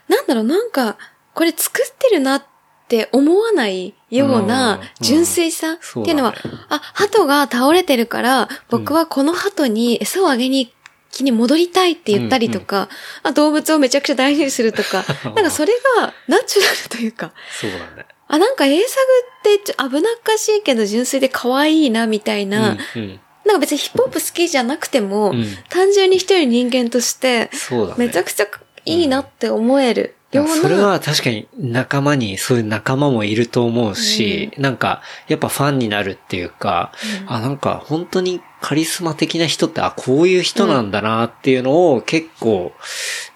[SPEAKER 3] なんだろう、なんか、これ作ってるなって思わないよう
[SPEAKER 2] うん
[SPEAKER 3] な純粋さっていうのは、
[SPEAKER 2] そうだ、
[SPEAKER 3] あ、鳩が倒れてるから、僕はこの鳩に餌をあげに、木に戻りたいって言ったりとか、あ動物をめちゃくちゃ大事にするとか なんかそれがナチュラルというか、
[SPEAKER 2] そうなんだよ。
[SPEAKER 3] あ、なんか A サグってちょ危なっかしいけど純粋で可愛いなみたいな、
[SPEAKER 2] うんうん
[SPEAKER 3] なんか別にヒップホップ好きじゃなくても、
[SPEAKER 2] うん
[SPEAKER 3] 単純に一人の人間として、
[SPEAKER 2] そうだね。
[SPEAKER 3] めちゃくちゃいいなって思えるような、
[SPEAKER 2] それは確かに仲間に、そういう仲間もいると思うし、なんか、やっぱファンになるっていうか、あ、なんか本当にカリスマ的な人って、あ、こういう人なんだなっていうのを結構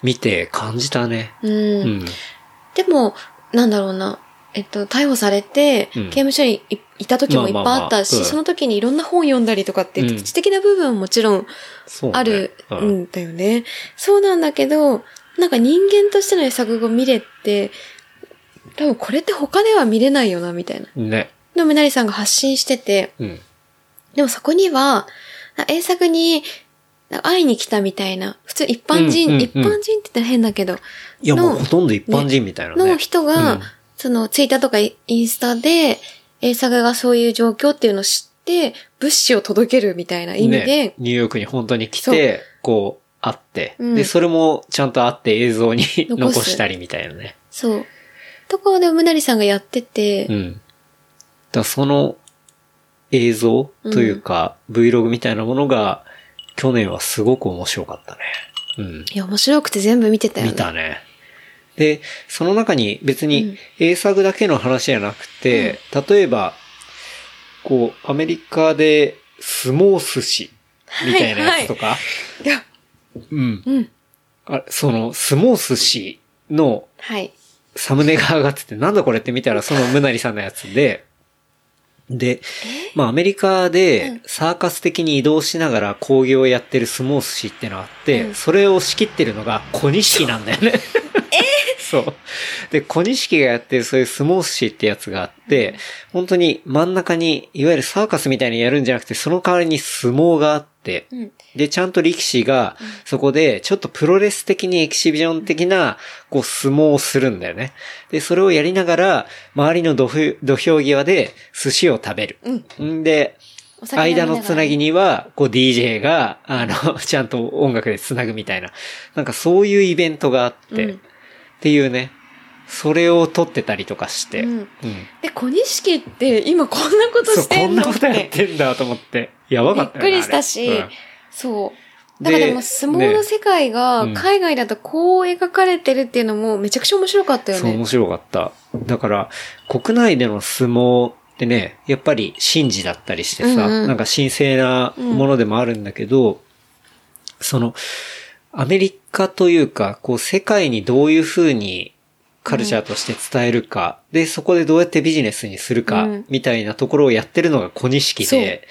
[SPEAKER 2] 見て感じたね。
[SPEAKER 3] うん
[SPEAKER 2] うん。
[SPEAKER 3] でも、なんだろうな。えっと、逮捕されて、
[SPEAKER 2] うん
[SPEAKER 3] 刑務所にいいた時もいっぱいあったし、
[SPEAKER 2] まあまあまあうん
[SPEAKER 3] その時にいろんな本読んだりとかって、
[SPEAKER 2] うん
[SPEAKER 3] 知的な部分ももちろん
[SPEAKER 2] そうね
[SPEAKER 3] ある
[SPEAKER 2] うん
[SPEAKER 3] んだよね。そうなんだけど、なんか人間としての作画を見れって、多分これって他では見れないよな、みたいな。
[SPEAKER 2] ね。
[SPEAKER 3] でも、みなりさんが発信してて、
[SPEAKER 2] うん。
[SPEAKER 3] でもそこには、な栄作にな会いに来たみたいな、普通一般人、
[SPEAKER 2] うんうんうん
[SPEAKER 3] 一般人って言ったら変だけど、
[SPEAKER 2] いや、
[SPEAKER 3] の
[SPEAKER 2] もうほとんど一般人みたいなね。
[SPEAKER 3] の人が、
[SPEAKER 2] うん
[SPEAKER 3] そのツイッターとかイインスタで、栄作がそういう状況っていうのを知って、物資を届けるみたいな意味で、
[SPEAKER 2] ね、ニューヨークに本当に来て、こう、会って、
[SPEAKER 3] うん
[SPEAKER 2] で、それもちゃんと会って映像に
[SPEAKER 3] 残す
[SPEAKER 2] 残したりみたいなね。
[SPEAKER 3] そう。とかをね、むなりさんがやってて、
[SPEAKER 2] うん。だからその映像というか、Vlog みたいなものが、去年はすごく面白かったね。うん。
[SPEAKER 3] いや、面白くて全部見てたよね。
[SPEAKER 2] 見たね。で、その中に別
[SPEAKER 3] うん
[SPEAKER 2] に A 作だけの話じゃなくて、例えば、こう、アメリカで相撲寿司みたいなやつとか、
[SPEAKER 3] いや、
[SPEAKER 2] うん。
[SPEAKER 3] うん。
[SPEAKER 2] あその、相撲寿司の
[SPEAKER 3] はい。
[SPEAKER 2] サムネが上がってて、なんだこれって見たらそのムナリさんのやつで、で、まあアメリカ
[SPEAKER 3] う
[SPEAKER 2] で
[SPEAKER 3] ん
[SPEAKER 2] サーカス的に移動しながら工業をやってる相撲寿司ってのがあって、
[SPEAKER 3] うん
[SPEAKER 2] それを仕切ってるのが小錦なんだよね。 そう。で、小錦がやってるそういう相撲寿司ってやつがあって、本当に真ん中に、いわゆるサーカスみたいにやるんじゃなくて、その代わりに相撲があって、
[SPEAKER 3] うん。
[SPEAKER 2] で、ちゃんと力士が、そこで、ちょっとプロレス的にエキシビジョン的な、こう、相撲をするんだよね。で、それをやりながら、周りの土俵土俵際で、寿司を食べる。
[SPEAKER 3] うん。
[SPEAKER 2] んで、
[SPEAKER 3] お酒飲み
[SPEAKER 2] 間
[SPEAKER 3] ながら
[SPEAKER 2] のつなぎには、こう DJ が、あの、 ちゃんと音楽でつなぐみたいな。なんかそういうイベントがあって、
[SPEAKER 3] うん
[SPEAKER 2] っていうね、それを撮ってたりとかして、
[SPEAKER 3] うんで、小錦って今こんなこと
[SPEAKER 2] そう、
[SPEAKER 3] して
[SPEAKER 2] こん
[SPEAKER 3] んの
[SPEAKER 2] なことやってんだと思って、やばかったよね。
[SPEAKER 3] びっくりしたし
[SPEAKER 2] あれうん
[SPEAKER 3] そう。だからでも相撲の世界が
[SPEAKER 2] ね
[SPEAKER 3] 海外だとこう描かれてるっていうのもめちゃくちゃ面白かったよ
[SPEAKER 2] そう、面
[SPEAKER 3] ね。
[SPEAKER 2] 白かった。だから、国内での相撲ってね、やっぱり神事だったりしてさ、
[SPEAKER 3] うんうん
[SPEAKER 2] なんか神聖なものでもあるんだけど、その、アメリカというか、こう、世界にどういう風にカルチャーとして伝えるか、で、そこでどうやってビジネスにするか、
[SPEAKER 3] うん
[SPEAKER 2] みたいなところをやってるのが小錦で、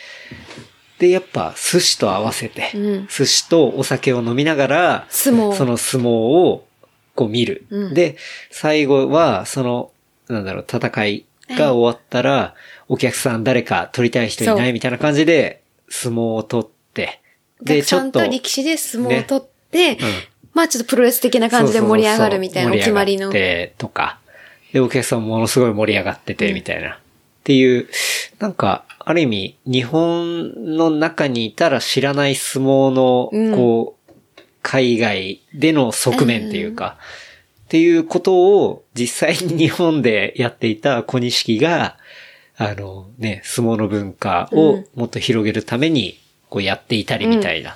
[SPEAKER 2] で、やっぱ寿司と合わせて、
[SPEAKER 3] うん
[SPEAKER 2] 寿司とお酒を飲みながら、
[SPEAKER 3] 相撲。
[SPEAKER 2] その相撲をこう見る。
[SPEAKER 3] うん
[SPEAKER 2] で、最後は、その、なんだろう、戦いが終わったら、お客さん誰か取りたい人い
[SPEAKER 3] そ
[SPEAKER 2] な
[SPEAKER 3] う
[SPEAKER 2] いみたいな感じで、相撲を取って、
[SPEAKER 3] お客
[SPEAKER 2] で、ち
[SPEAKER 3] さ
[SPEAKER 2] ょ
[SPEAKER 3] ん
[SPEAKER 2] っと、
[SPEAKER 3] と
[SPEAKER 2] うん、
[SPEAKER 3] 力士で相撲を取って、まあちょっとプロレス的な感じで
[SPEAKER 2] そうそうそう
[SPEAKER 3] 盛り上がるみたいなお決まりの。
[SPEAKER 2] 盛上がってとか、で、お客さんものすごい盛り上がってて、みたいな。っていう、なんか、ある意味、日本の中にいたら知らない相撲の、
[SPEAKER 3] うん
[SPEAKER 2] こう、海外での側面っていうか、っていうことを実際に日本でやっていた小錦が、あのね、相撲の文化
[SPEAKER 3] う
[SPEAKER 2] を
[SPEAKER 3] ん
[SPEAKER 2] もっと広げるために、こうやっていたりみたいな、っ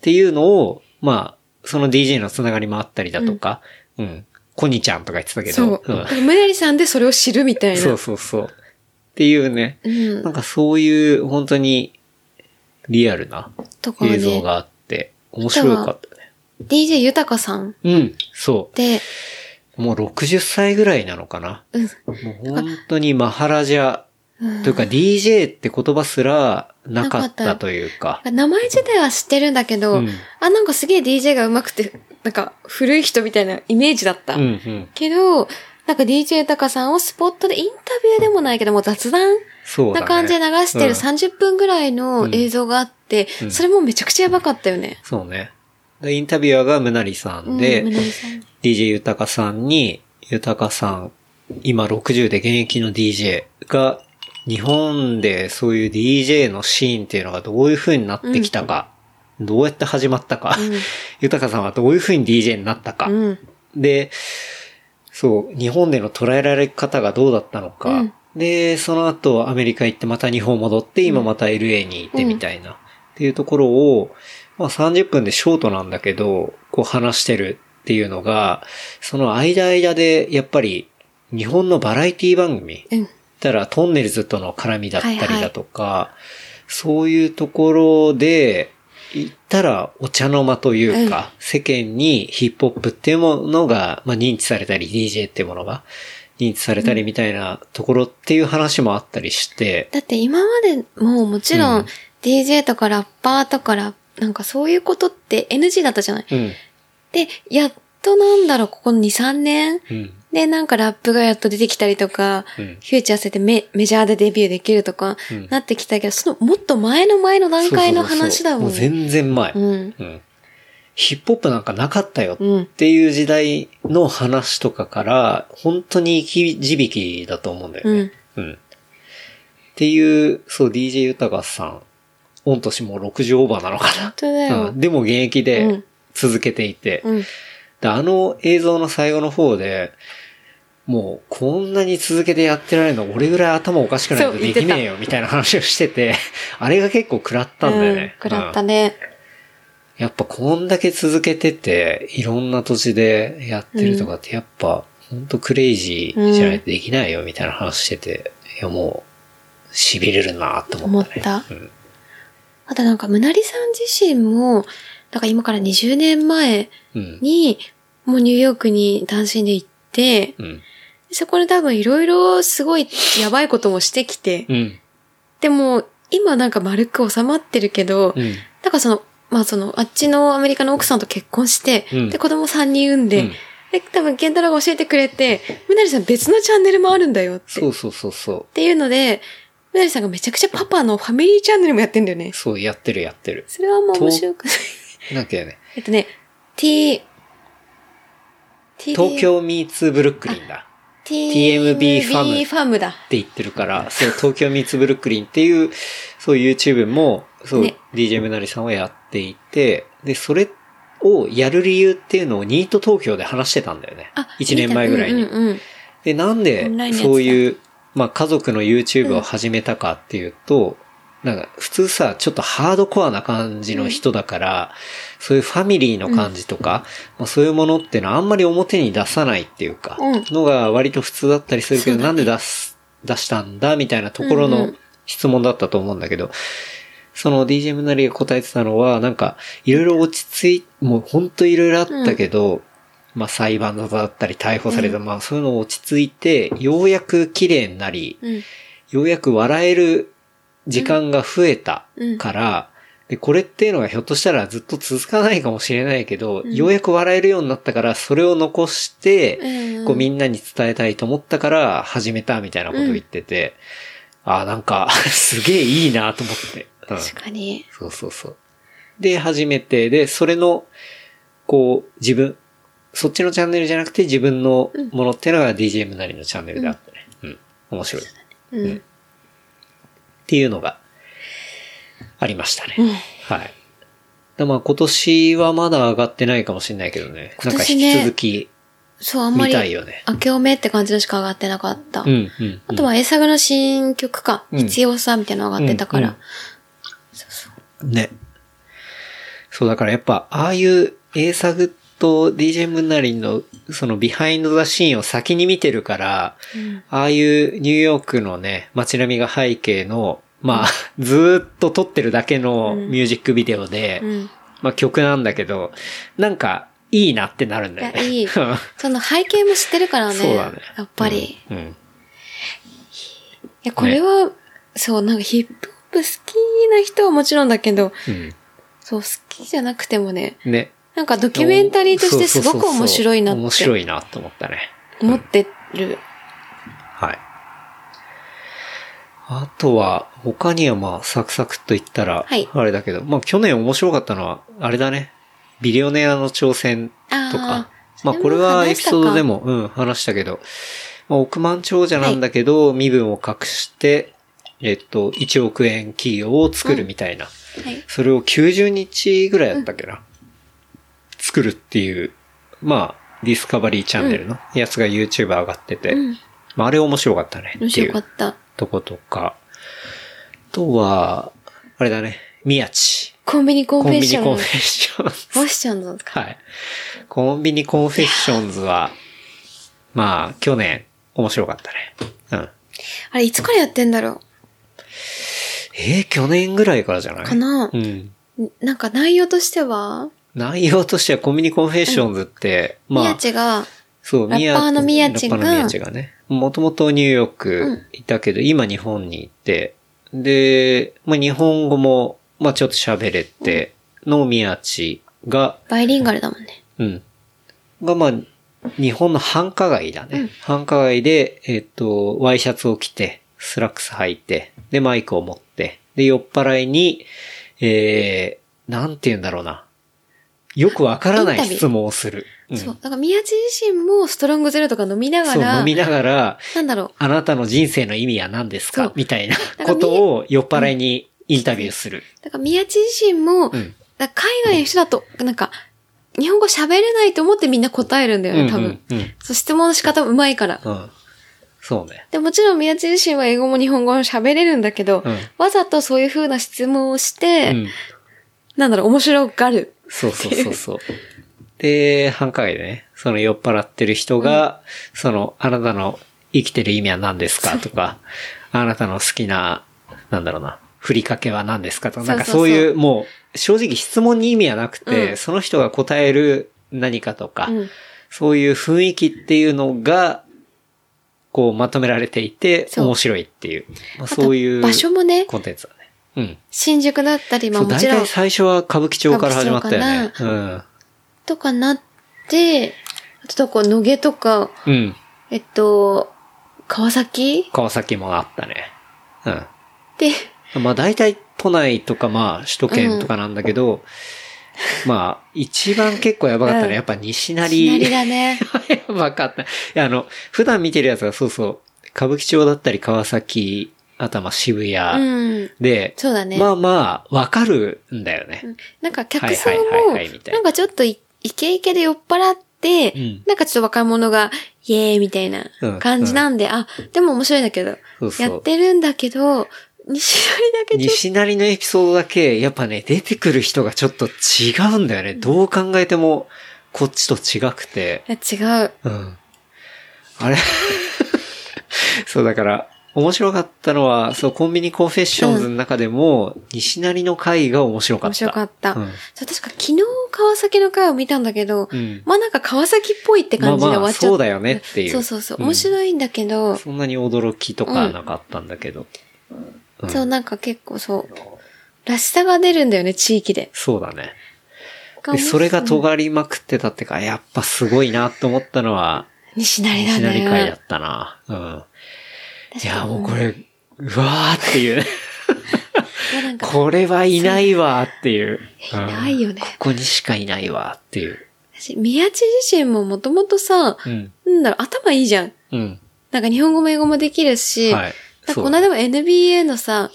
[SPEAKER 2] ていうのを、まあ、その DJ のつながりもあったりだとか、うん、コニちゃんとか言ってたけど、
[SPEAKER 3] そう。
[SPEAKER 2] ん
[SPEAKER 3] だからむなりさんでそれを知るみたいな。
[SPEAKER 2] そうそうそう。っていうね、
[SPEAKER 3] うん
[SPEAKER 2] なんかそういう本当にリアルな
[SPEAKER 3] とか
[SPEAKER 2] 映像
[SPEAKER 3] ね、
[SPEAKER 2] があって、面白かったね。
[SPEAKER 3] DJ 豊さん
[SPEAKER 2] うん、そ
[SPEAKER 3] で、
[SPEAKER 2] う。もう60歳ぐらいなのかな。
[SPEAKER 3] うん、
[SPEAKER 2] もう本当にマハラジャ
[SPEAKER 3] うん
[SPEAKER 2] というか DJ って言葉すらなかっ
[SPEAKER 3] なかった
[SPEAKER 2] たというか。
[SPEAKER 3] 名前自体は知ってるんだけど、
[SPEAKER 2] うん
[SPEAKER 3] あ、なんかすげえ DJ が上手くて、なんか古い人みたいなイメージだった。
[SPEAKER 2] うんうん。
[SPEAKER 3] けど、なんか DJ タカさんをスポットでインタビューでもないけどもう雑談
[SPEAKER 2] そうだね。
[SPEAKER 3] な感じで流してる
[SPEAKER 2] うん
[SPEAKER 3] 30分ぐらいの映像があって、
[SPEAKER 2] うん
[SPEAKER 3] それもめちゃくちゃやばかったよね。
[SPEAKER 2] そうね。でインタビュアーがムナリさんで、
[SPEAKER 3] うん、村井さん
[SPEAKER 2] DJ ゆたかさんに、ゆたかさん、今60で現役の DJ が、日本でそういう DJ のシーンっていうのがどういう風になってきたか、どうやって始まったか、
[SPEAKER 3] うん
[SPEAKER 2] ゆたかさんはどういう風に DJ になったか、
[SPEAKER 3] うん。
[SPEAKER 2] で、そう、日本での捉えられ方がどうだったのか、
[SPEAKER 3] うん
[SPEAKER 2] で、その後アメリカ行ってまた日本戻って、今また LA にいてみたいな、っていうところを、まあ30分でショートなんだけど、こう話してるっていうのが、その間間でやっぱり日本のバラエティ番組、
[SPEAKER 3] うん。
[SPEAKER 2] たらトンネルズとの絡みだったりだとか、そういうところで、言ったらお茶の間というか、世間にヒップホップっていうものが、まあ、認知されたり DJ っていうものが、リーチされたりみたいなところっていう話もあったりして、
[SPEAKER 3] だって今までももちろ
[SPEAKER 2] うん
[SPEAKER 3] ん DJ とかラッパーとかラなんかそういうことって NG だったじゃない。
[SPEAKER 2] うん、
[SPEAKER 3] で、やっとなんだろう、ここ2、3年
[SPEAKER 2] うん、
[SPEAKER 3] でなんかラップがやっと出てきたりとか、
[SPEAKER 2] うん。
[SPEAKER 3] フューチャーせてメメジャーでデビューできるとか、
[SPEAKER 2] うん
[SPEAKER 3] なってきたけど、そのもっと前の前の段階の話だもん
[SPEAKER 2] そうそうそうもう全然前。
[SPEAKER 3] うん。
[SPEAKER 2] うん。ヒップホップなんかなかったよっ
[SPEAKER 3] うん。
[SPEAKER 2] ていう時代の話とかから、本当に生き字引だと思うんだよね。うん。っていう、そう、DJ 豊さん、御年もう60オーバーなのか
[SPEAKER 3] 本当だ
[SPEAKER 2] な。
[SPEAKER 3] よ
[SPEAKER 2] うん。。でも現役
[SPEAKER 3] う
[SPEAKER 2] で
[SPEAKER 3] ん
[SPEAKER 2] 続けていて、
[SPEAKER 3] うん。
[SPEAKER 2] であの映像の最後の方で、もうこんなに続けてやってられるの俺ぐらい頭おかしくないと
[SPEAKER 3] そう
[SPEAKER 2] で
[SPEAKER 3] 言って
[SPEAKER 2] き
[SPEAKER 3] た
[SPEAKER 2] ねえよみたいな話をしてて、あれが結構食らったんだよね。
[SPEAKER 3] うん、食らった
[SPEAKER 2] うん
[SPEAKER 3] ね。
[SPEAKER 2] やっぱこんだけ続けてて、いろんな土地でやってるとかってやっぱ、ほんとクレイジーじゃないとできないよみたいな話してて、いやもう、痺れるなと思ったね。
[SPEAKER 3] 思った
[SPEAKER 2] うん
[SPEAKER 3] あとなんか、むなりさん自身も、なんか今から20年前
[SPEAKER 2] うん。
[SPEAKER 3] に、もうニューヨークに単身で行って、
[SPEAKER 2] うん。
[SPEAKER 3] そこで多分いろいろすごいやばいこともしてきて、
[SPEAKER 2] うん。
[SPEAKER 3] でも今なんか丸く収まってるけど
[SPEAKER 2] う、ん。
[SPEAKER 3] なんかその、まあその、あっちのアメリカの奥さんと結婚して、
[SPEAKER 2] うん
[SPEAKER 3] で子供3人産んで、
[SPEAKER 2] うん
[SPEAKER 3] で多分ケンタロウが教えてくれて、むなりさん別のチャンネルもあるんだよって。
[SPEAKER 2] そうそうそうそ
[SPEAKER 3] っていうので、むなりさんがめちゃくちゃパパのファミリーチャンネルもやってんだよね
[SPEAKER 2] う。。そう、やってるやってる。
[SPEAKER 3] それはもう面白くない。
[SPEAKER 2] なんかね、
[SPEAKER 3] えっとね、t, t
[SPEAKER 2] 東京ミーツブルックリンだ。TMB
[SPEAKER 3] TMB
[SPEAKER 2] ファム
[SPEAKER 3] ファムだ。
[SPEAKER 2] って言ってるから、そう、東京ミーツブルックリンっていう、そう YouTube も、そう、
[SPEAKER 3] ね
[SPEAKER 2] DJ むなりさんはやっていて、で、それをやる理由っていうのをニート東京で話してたんだよね。1年前ぐらいに。
[SPEAKER 3] 見たうんうんうん
[SPEAKER 2] で、なん
[SPEAKER 3] オ
[SPEAKER 2] で
[SPEAKER 3] ンラインのやつだ
[SPEAKER 2] そういう、まあ家族の YouTube を始めたかっていうと、なんか普通さ、ちょっとハードコアな感じの人だから、そういうファミリーの感じとか、まあそういうものってのはあんまり表に出さないっていうか、
[SPEAKER 3] うん
[SPEAKER 2] のが割と普通だったりするけど、
[SPEAKER 3] そうだ
[SPEAKER 2] なんで出す、出したんだみたいなところ
[SPEAKER 3] うんう
[SPEAKER 2] の
[SPEAKER 3] ん
[SPEAKER 2] 質問だったと思うんだけど、その DJ むなりが答えてたのは、なんか、いろいろ落ち着い、もうほんといろいろあったけど、まあ裁判だったり逮捕された、まあそういうの落ち着いて、ようやく綺麗になり、
[SPEAKER 3] うん。
[SPEAKER 2] ようやく笑える時間が増えたから、で、これっていうのがひょっとしたらずっと続かないかもしれないけど、
[SPEAKER 3] うん
[SPEAKER 2] ようやく笑えるようになったから、それを残して、こうみんなに伝えたいと思ったから始めたみたいなことを言ってて、ああ、なんか すげえいいなと思って。うん
[SPEAKER 3] 確かに。
[SPEAKER 2] そうそうそう。で、始めて、で、それの、こう、自分、そっちのチャンネルじゃなくて自分のものっていうのが DJM なりのチャンネルであってね。うん。面白い。っ
[SPEAKER 3] うん。
[SPEAKER 2] ていうのが、ありましたね。はい。だまあ今年はまだ上がってないかもしれないけどね。な
[SPEAKER 3] 今
[SPEAKER 2] んか
[SPEAKER 3] 年
[SPEAKER 2] 引
[SPEAKER 3] ね
[SPEAKER 2] き続き
[SPEAKER 3] そう、あんま
[SPEAKER 2] 見
[SPEAKER 3] り、
[SPEAKER 2] たい
[SPEAKER 3] 明
[SPEAKER 2] よね。
[SPEAKER 3] けおめって感じのしか上がってなかった。
[SPEAKER 2] うん、うん、うん。
[SPEAKER 3] あとは、エサグの新曲か、
[SPEAKER 2] うん
[SPEAKER 3] 必要さみたいなのが上がってたか
[SPEAKER 2] うん
[SPEAKER 3] ら。
[SPEAKER 2] ね。そう、だからやっぱ、ああいう A サグと DJ ムナリンの、そのビハインドザシーンを先に見てるから、ああいうニューヨークのね、街並みが背景の、まあ、ずーっと撮ってるだけのミュージックビデオで、
[SPEAKER 3] うん。
[SPEAKER 2] まあ曲なんだけど、なんか、いいなってなるんだよね。
[SPEAKER 3] いやいいその背景も知ってるからね。
[SPEAKER 2] そうだね。
[SPEAKER 3] やっぱり。
[SPEAKER 2] うん。うん
[SPEAKER 3] いや、これは、そう、なんかヒップホップ好きな人はもちろんだけど、そう、好きじゃなくてもね、
[SPEAKER 2] うん。ね。
[SPEAKER 3] なんかドキュメンタリーとしてす
[SPEAKER 2] そうそ
[SPEAKER 3] ご
[SPEAKER 2] う
[SPEAKER 3] く
[SPEAKER 2] そうそう
[SPEAKER 3] 面白いなっ
[SPEAKER 2] 面
[SPEAKER 3] て
[SPEAKER 2] 白いなと思ったね。
[SPEAKER 3] 思ってる。
[SPEAKER 2] はい。あとは、他にはまあ、サクサクっと言ったら、
[SPEAKER 3] はい
[SPEAKER 2] あれだけど、まあ去年面白かったのは、あれだね。ビリオネアの挑戦とか
[SPEAKER 3] あ。ー
[SPEAKER 2] まあこれはエピソードで
[SPEAKER 3] も
[SPEAKER 2] も、うん、話したけど、まあ億万長者なんだけど、身分を隠して、えっと、1億円企業を作るみたいな。
[SPEAKER 3] 話したか。はい。
[SPEAKER 2] それを90日ぐらいやったっけな。作るっていう、まあ、ディスカバリーチャンネルのやつが YouTube 上がってて、
[SPEAKER 3] うん。
[SPEAKER 2] まあ、あれ面白かったねって
[SPEAKER 3] 面
[SPEAKER 2] い
[SPEAKER 3] 白か
[SPEAKER 2] う
[SPEAKER 3] った。
[SPEAKER 2] とことか。あとは、あれだね、宮地。
[SPEAKER 3] コンビニコン
[SPEAKER 2] コ
[SPEAKER 3] フ
[SPEAKER 2] ン
[SPEAKER 3] ェ
[SPEAKER 2] ビニ
[SPEAKER 3] ッション。
[SPEAKER 2] コンフェッション ズ。
[SPEAKER 3] ボッションのか。
[SPEAKER 2] はい。コンビニコンフェッションズは、まあ、去年、面白かったね。うん。
[SPEAKER 3] あれ、いつからやってんだろ
[SPEAKER 2] えー去年ぐらいからじゃないう
[SPEAKER 3] かな
[SPEAKER 2] うん。
[SPEAKER 3] なんか内容としては、
[SPEAKER 2] 内容としてはコンビニコンフェッションズって、ま
[SPEAKER 3] 宮
[SPEAKER 2] あ、
[SPEAKER 3] 地が、
[SPEAKER 2] そう、
[SPEAKER 3] ラッパーの宮地が
[SPEAKER 2] ラッパーの宮地がね。もともとニューヨークいたけど、今日本に行って、で、まあ、日本語も、まあ、ちょっと喋れて、の宮地が、
[SPEAKER 3] バイリンガルだもんね。
[SPEAKER 2] うん。が、まあ、日本の繁華街だね。繁華街で、えっ、と、ワイシャツを着て、スラックス履いて、で、マイクを持って、で、酔っ払いに、えー、なんて言うんだろうな。よくわからな
[SPEAKER 3] イン
[SPEAKER 2] い
[SPEAKER 3] タビュー
[SPEAKER 2] 質問をする。うん
[SPEAKER 3] そう。だから宮地自身もストロングゼロとか飲みなが
[SPEAKER 2] そう、
[SPEAKER 3] ら、
[SPEAKER 2] 飲みながら、
[SPEAKER 3] なんだろ
[SPEAKER 2] あなたの人生の意味は何です
[SPEAKER 3] そ
[SPEAKER 2] か
[SPEAKER 3] う
[SPEAKER 2] みたいな
[SPEAKER 3] から
[SPEAKER 2] ことを酔っ払いにインタビューする。
[SPEAKER 3] う。だから宮地自身も、
[SPEAKER 2] ん
[SPEAKER 3] だから海外の人だと、なんか、日本語喋れないと思ってみんな答えるんだよね、多分。
[SPEAKER 2] うんうん
[SPEAKER 3] そう質問の仕方もうまいから。
[SPEAKER 2] うん。うん。そうね。
[SPEAKER 3] でもちろん宮地自身は英語も日本語も喋れるんだけど、
[SPEAKER 2] うん
[SPEAKER 3] わざとそういう風な質問をし
[SPEAKER 2] う
[SPEAKER 3] て、
[SPEAKER 2] ん。
[SPEAKER 3] なんだろう、面白がる。
[SPEAKER 2] そうそうそうそう。で、繁華街でね、その酔っ払ってる人が、その、あなたの生きてる意味は何ですかとか、あなたの好きな、なんだろうな、ふりかけは何ですかとか、なんか
[SPEAKER 3] そうそ
[SPEAKER 2] そう
[SPEAKER 3] そう
[SPEAKER 2] ういう、もう、正直質問に意味はなくて、
[SPEAKER 3] うん
[SPEAKER 2] その人が答える何かとか、
[SPEAKER 3] うん
[SPEAKER 2] そういう雰囲気っていうのが、こうまとめられていて、
[SPEAKER 3] そう
[SPEAKER 2] 面白いっていう。まあ、
[SPEAKER 3] あと
[SPEAKER 2] そういう
[SPEAKER 3] 場所もね、
[SPEAKER 2] コンテンツだね。うん。
[SPEAKER 3] 新宿だったり、まあ
[SPEAKER 2] そう、
[SPEAKER 3] も
[SPEAKER 2] 大
[SPEAKER 3] ちろん
[SPEAKER 2] 体、最初は歌舞伎町から始まったよね。
[SPEAKER 3] 歌
[SPEAKER 2] うん。
[SPEAKER 3] とかなって、あとどこ、野毛とか、
[SPEAKER 2] うん。
[SPEAKER 3] えっと、川崎
[SPEAKER 2] 川崎もあったね。
[SPEAKER 3] で、
[SPEAKER 2] うん。まあ大体都内とかまあ首都圏とかなんだけど、まあ一番結構やばかったの
[SPEAKER 3] うん
[SPEAKER 2] はやっぱ西
[SPEAKER 3] しな
[SPEAKER 2] 成。
[SPEAKER 3] りだね。
[SPEAKER 2] やばかった。いや、あの、普段見てるやつがそうそう、歌舞伎町だったり川崎、あとはまあ渋
[SPEAKER 3] う
[SPEAKER 2] 谷
[SPEAKER 3] ん。
[SPEAKER 2] で、
[SPEAKER 3] そうだね。
[SPEAKER 2] まあまあ、わかるんだよね。
[SPEAKER 3] なんか客層
[SPEAKER 2] はいはい
[SPEAKER 3] も、
[SPEAKER 2] はいはいみたいな
[SPEAKER 3] なんかちょっといイケイケで酔っ払って、
[SPEAKER 2] うん
[SPEAKER 3] なんかちょっと若者が、イエーイみたいな
[SPEAKER 2] うん
[SPEAKER 3] 感じなんで、あ、でも面白いんだけど、
[SPEAKER 2] そうそう
[SPEAKER 3] やってるんだけど、西成だけちょっ
[SPEAKER 2] 西成のエピソードだけ、やっぱね、出てくる人がちょっと違うんだよね。どう考えても、こっちと違くて。
[SPEAKER 3] と、いや違う。
[SPEAKER 2] うん。あれ そう、だから、面白かったのは、そう、コンビニコンフェッションズの中でも、西成の回が面白かった。
[SPEAKER 3] 面白かった。
[SPEAKER 2] うん
[SPEAKER 3] そう確か昨日川崎の回を見たんだけど、
[SPEAKER 2] うん
[SPEAKER 3] まあなんか川崎っぽいって感じで終わっちゃった。
[SPEAKER 2] まあまあそうだよねっていう
[SPEAKER 3] そうそうそう。
[SPEAKER 2] うん
[SPEAKER 3] 面白いんだけど、
[SPEAKER 2] そんなに驚きとかはなかったんだけど。うん
[SPEAKER 3] そうなんか結構そう、らしさが出るんだよね、地域で。
[SPEAKER 2] そうだね。で、それが尖りまくってたってか、やっぱすごいなと思ったのは、
[SPEAKER 3] 西成だ
[SPEAKER 2] 西
[SPEAKER 3] ね。
[SPEAKER 2] 成会だったな。うん。いや、もうこれ、うわーっていうね。
[SPEAKER 3] いやなんか、
[SPEAKER 2] これはいないわーっていう。
[SPEAKER 3] いないよ
[SPEAKER 2] う
[SPEAKER 3] ね
[SPEAKER 2] んここにしかいないわーっていう。
[SPEAKER 3] 私宮地自身ももともとさ、
[SPEAKER 2] うん。
[SPEAKER 3] なんだろう、頭いいじゃん。
[SPEAKER 2] うん。
[SPEAKER 3] なんか日本語も英語もできるし、
[SPEAKER 2] はい。
[SPEAKER 3] なんか
[SPEAKER 2] そう
[SPEAKER 3] この間も NBA のさ、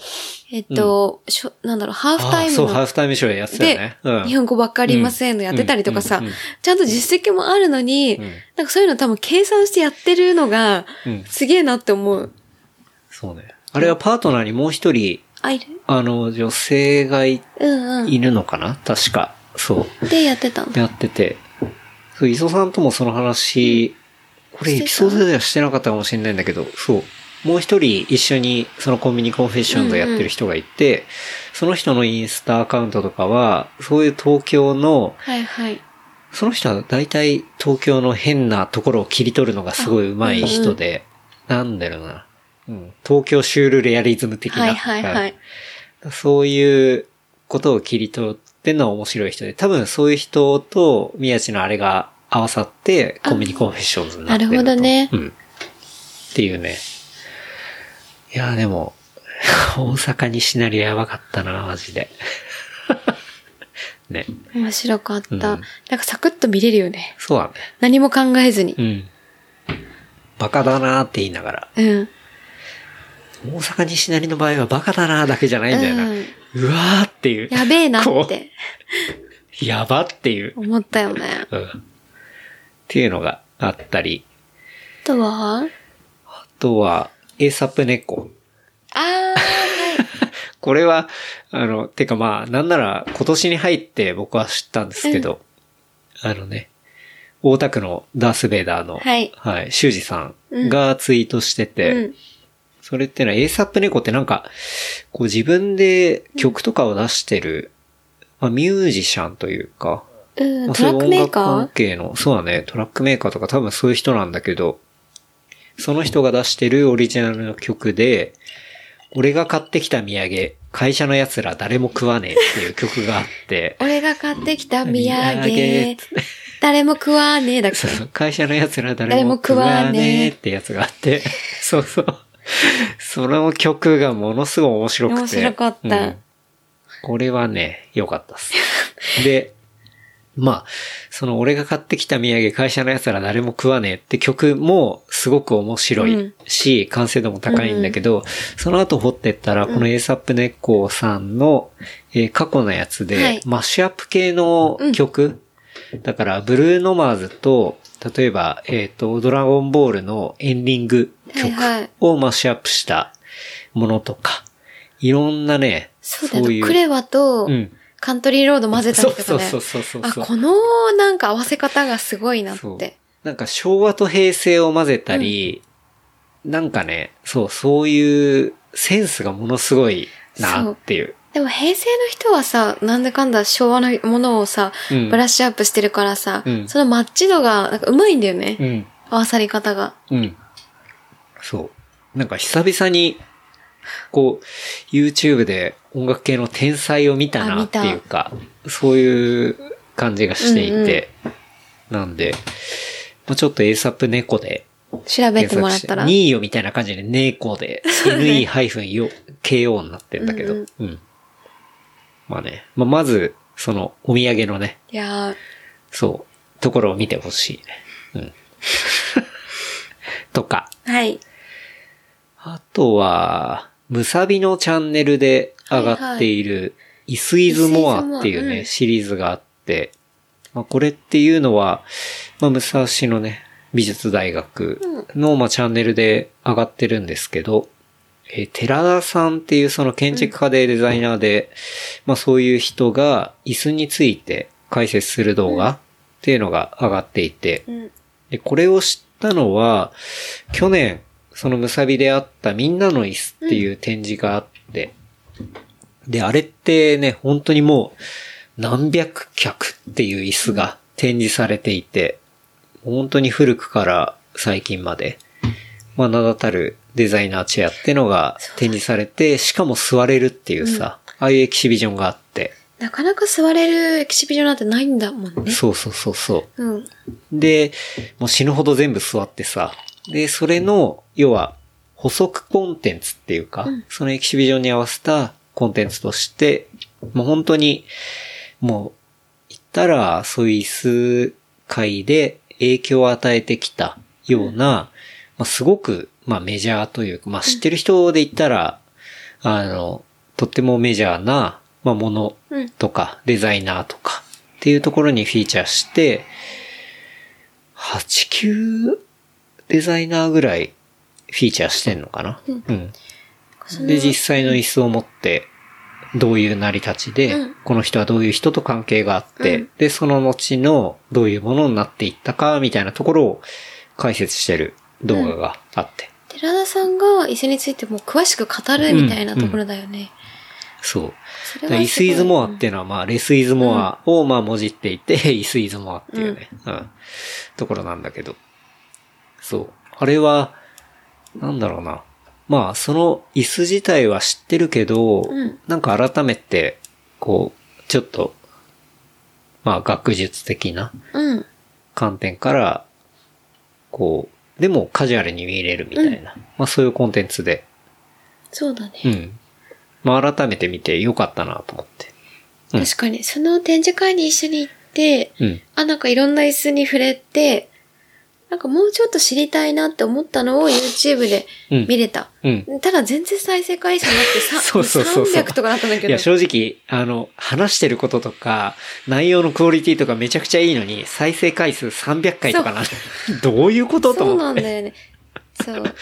[SPEAKER 3] えっと、しょなんだろう、ハーフタイ
[SPEAKER 2] あー
[SPEAKER 3] ム
[SPEAKER 2] そう、
[SPEAKER 3] の
[SPEAKER 2] ハーフタイムショーやってたよ
[SPEAKER 3] で
[SPEAKER 2] ね。うん。、
[SPEAKER 3] 日本語ばっかりいませんのやってたりとかさ
[SPEAKER 2] うんうんうん、
[SPEAKER 3] ちゃんと実績もあるのに
[SPEAKER 2] うん、
[SPEAKER 3] なんかそういうの多分計算してやってるのが
[SPEAKER 2] うん、
[SPEAKER 3] すげえなって思う。
[SPEAKER 2] そうね。あれはパートナーにもう一人、
[SPEAKER 3] あ、いる
[SPEAKER 2] あの、女性がい
[SPEAKER 3] うんう
[SPEAKER 2] いるのかな確か。そう。
[SPEAKER 3] ん。でやってたの。
[SPEAKER 2] やってて、そう、磯さんともその話、これエピソードではしてなかったかもしれないんだけど、そう。もう一人一緒にそのコンビニコンフェッションズをやってる人がいて、その人のインスタアカウントとかは、そういう東京の、
[SPEAKER 3] はいはい。
[SPEAKER 2] その人は大体東京の変なところを切り取るのがすごい上手い人で、なんだろうな。うん。東京シュールレアリズム的な。
[SPEAKER 3] はいはいはい。
[SPEAKER 2] そういうことを切り取ってのは面白い人で、多分そういう人と宮地のあれが合わさって、コンビニコンフェッションズになってるんだと
[SPEAKER 3] なるほどね
[SPEAKER 2] うん。っていうね。いや、でも、 大阪にシナリオやばかったな、マジで。 ね。
[SPEAKER 3] 面白かった。
[SPEAKER 2] うん
[SPEAKER 3] なんかサクッと見れるよね。
[SPEAKER 2] そうだね。
[SPEAKER 3] 何も考えずに
[SPEAKER 2] う。ん。バカだなーって言いながら。
[SPEAKER 3] うん。
[SPEAKER 2] 大阪にシナリの場合はバカだなーだけじゃないんだよな。
[SPEAKER 3] うん
[SPEAKER 2] うわーっていう。
[SPEAKER 3] やべえな
[SPEAKER 2] こ
[SPEAKER 3] っ
[SPEAKER 2] う
[SPEAKER 3] て
[SPEAKER 2] やばっていう。
[SPEAKER 3] 思ったよね。
[SPEAKER 2] うん。っていうのがあったり。
[SPEAKER 3] あとは
[SPEAKER 2] あとは、ASAP 猫。
[SPEAKER 3] あ
[SPEAKER 2] これは、あの、てかまあ、なんなら今年に入って僕は知ったんですけど、あのね、大田区のダース・ベイダーの、
[SPEAKER 3] はい
[SPEAKER 2] 修二さんがツイートして
[SPEAKER 3] ー
[SPEAKER 2] て、
[SPEAKER 3] はい。うん。
[SPEAKER 2] それってのは ASAP 猫ってなんか、こう自分で曲とかを出してる、まあミュージシャンというか、
[SPEAKER 3] うん、
[SPEAKER 2] まあ
[SPEAKER 3] トラックメー
[SPEAKER 2] そういう音楽
[SPEAKER 3] カ
[SPEAKER 2] 関係の、そうだね、トラックメーカーとか多分そういう人なんだけど、その人が出してるオリジナルの曲で、俺が買ってきた土産、会社の奴ら誰も食わねえっていう曲があって
[SPEAKER 3] ー、俺が買ってきた土
[SPEAKER 2] 土産
[SPEAKER 3] 産、誰も食わねえだっけ
[SPEAKER 2] そうそう会社の奴ら誰も食わねえってやつがあって、 そうそう。その曲がものすごい面白くて。
[SPEAKER 3] 面白かった
[SPEAKER 2] うんこれはね、良かったっ す。で、まあ、その俺が買ってきた土産会社の奴ら誰も食わねえって曲もすごく面白いし、完成度も高いんだけど、その後掘ってったら、この ASAP ネコさんの、えー過去のやつで、
[SPEAKER 3] はい
[SPEAKER 2] マッシュアップ系の曲、だから、ブルーノマーズと、例えば、えっ、と、ドラゴンボールのエンディング
[SPEAKER 3] はいはい
[SPEAKER 2] 曲をマッシュアップしたものとか、いろんなね、
[SPEAKER 3] そうだよ
[SPEAKER 2] い
[SPEAKER 3] ね。クレワと
[SPEAKER 2] うん
[SPEAKER 3] カントリーロード混ぜた
[SPEAKER 2] そ
[SPEAKER 3] り
[SPEAKER 2] う
[SPEAKER 3] と
[SPEAKER 2] そ
[SPEAKER 3] か
[SPEAKER 2] う
[SPEAKER 3] ね
[SPEAKER 2] そ。うそうそう
[SPEAKER 3] あ、
[SPEAKER 2] そう。
[SPEAKER 3] このなんか合わせ方がすごいなっ
[SPEAKER 2] そう
[SPEAKER 3] て。
[SPEAKER 2] なんか昭和と平成を混ぜたり、なんかね、そう、そういうセンスがものすごいなっていう。
[SPEAKER 3] でも平成の人はさ、なんだかんだ昭和のものをさ、
[SPEAKER 2] うん
[SPEAKER 3] ブラッシュアップしてるからさ、
[SPEAKER 2] うん
[SPEAKER 3] そのマッチ度がなんか上手いんだよね。
[SPEAKER 2] うん。
[SPEAKER 3] 合わさり方が。
[SPEAKER 2] うん。そう。なんか久々に、こう、YouTube で音楽系の天才を見た
[SPEAKER 3] あ
[SPEAKER 2] なっ
[SPEAKER 3] 見
[SPEAKER 2] て
[SPEAKER 3] た
[SPEAKER 2] いうか、そういう感じがしていて、なんで、まあ、ちょっと ASAP 猫で
[SPEAKER 3] 調べてもらったら。
[SPEAKER 2] ニーヨみたいな感じで猫で、NE-KO になってんだけど、
[SPEAKER 3] う
[SPEAKER 2] うんん、まあね、まあ、まず、その、お土産のね、
[SPEAKER 3] いやー、
[SPEAKER 2] そう、ところを見てほしい ね。うん。とか、
[SPEAKER 3] はい。
[SPEAKER 2] あとは、ムサビのチャンネルで上がっている、イスイズモアっていう
[SPEAKER 3] イスイズモアう
[SPEAKER 2] ね、
[SPEAKER 3] ん
[SPEAKER 2] シリーズがあって、まあ、これっていうのは、まあ、武蔵のね、美術大学の、まあ、チャンネルで上がってるんですけど、えー寺田さんっていうその建築家でデザイナーで、まあ、そういう人が椅子について解説する動画っていうのが上がっていて、
[SPEAKER 3] うん。
[SPEAKER 2] で、これを知ったのは、去年、そのムサビであったみんなの椅子っていう展示があって、で、あれってね、本当にもう何百脚っていう椅子が展示されていて、本当に古くから最近まで、まあ、名だたるデザイナーチェアってのが展示されて、しかも座れるっていうさ、ああいうエキシビジョンがあって、
[SPEAKER 3] なかなか座れるエキシビジョンなんてないんだもんね。
[SPEAKER 2] そうそうそうそう。
[SPEAKER 3] うん。
[SPEAKER 2] で、もう死ぬほど全部座ってさ。で、それの、要は、補足コンテンツっていうか、そのエキシビジョンに合わせたコンテンツとして、もう本当に、もう、言ったら、そういう椅子界で影響を与えてきたような、まあ、すごく、まあメジャーというか、まあ知ってる人で言ったら、あの、とってもメジャーな、まあもの
[SPEAKER 3] うん。
[SPEAKER 2] とか、デザイナーとか、っていうところにフィーチャーして、8、9デザイナーぐらいフィーチャーしてんのかな。うん。
[SPEAKER 3] その
[SPEAKER 2] で、実際の椅子を持って、どういう成り立ちで、
[SPEAKER 3] うん
[SPEAKER 2] この人はどういう人と関係があって、
[SPEAKER 3] うん
[SPEAKER 2] で、その後のどういうものになっていったか、みたいなところを解説してる動画があって。
[SPEAKER 3] 寺田さんが椅子についてもう詳しく語るみたいなところだよね。
[SPEAKER 2] そう。だ
[SPEAKER 3] それはす
[SPEAKER 2] か
[SPEAKER 3] ご
[SPEAKER 2] ら
[SPEAKER 3] い
[SPEAKER 2] イスイズモアっていうのは、まあ、レスイズモアを、まあ、もじっていて、 イスイズモアっていうね、うん、ところなんだけど。そう。あれは、なんだろうな。まあ、その椅子自体は知ってるけど、
[SPEAKER 3] うん
[SPEAKER 2] なんか改めて、こう、ちょっと、まあ、学術的な
[SPEAKER 3] うん。
[SPEAKER 2] 観点から、こう、でもカジュアルに見れるみたいな、まあ、そういうコンテンツで、
[SPEAKER 3] そうだね。
[SPEAKER 2] うん。まあ、改めて見てよかったなと思って。うん
[SPEAKER 3] 確かに、その展示会に一緒に行って、
[SPEAKER 2] うん。
[SPEAKER 3] あ、なんかいろんな椅子に触れて、なんかもうちょっと知りたいなって思ったのを YouTube で
[SPEAKER 2] うん
[SPEAKER 3] 見れた。
[SPEAKER 2] うん。
[SPEAKER 3] ただ全然再生回数なくて さ
[SPEAKER 2] そうそうそうそう
[SPEAKER 3] 300とかなったんだけ
[SPEAKER 2] い
[SPEAKER 3] ど
[SPEAKER 2] や、。正直、あの、話してることとか、内容のクオリティとかめちゃくちゃいいのに、再生回数300回とかな。 どういうことと
[SPEAKER 3] そう
[SPEAKER 2] 思
[SPEAKER 3] な
[SPEAKER 2] っ
[SPEAKER 3] ん
[SPEAKER 2] て。
[SPEAKER 3] だよね。 そう。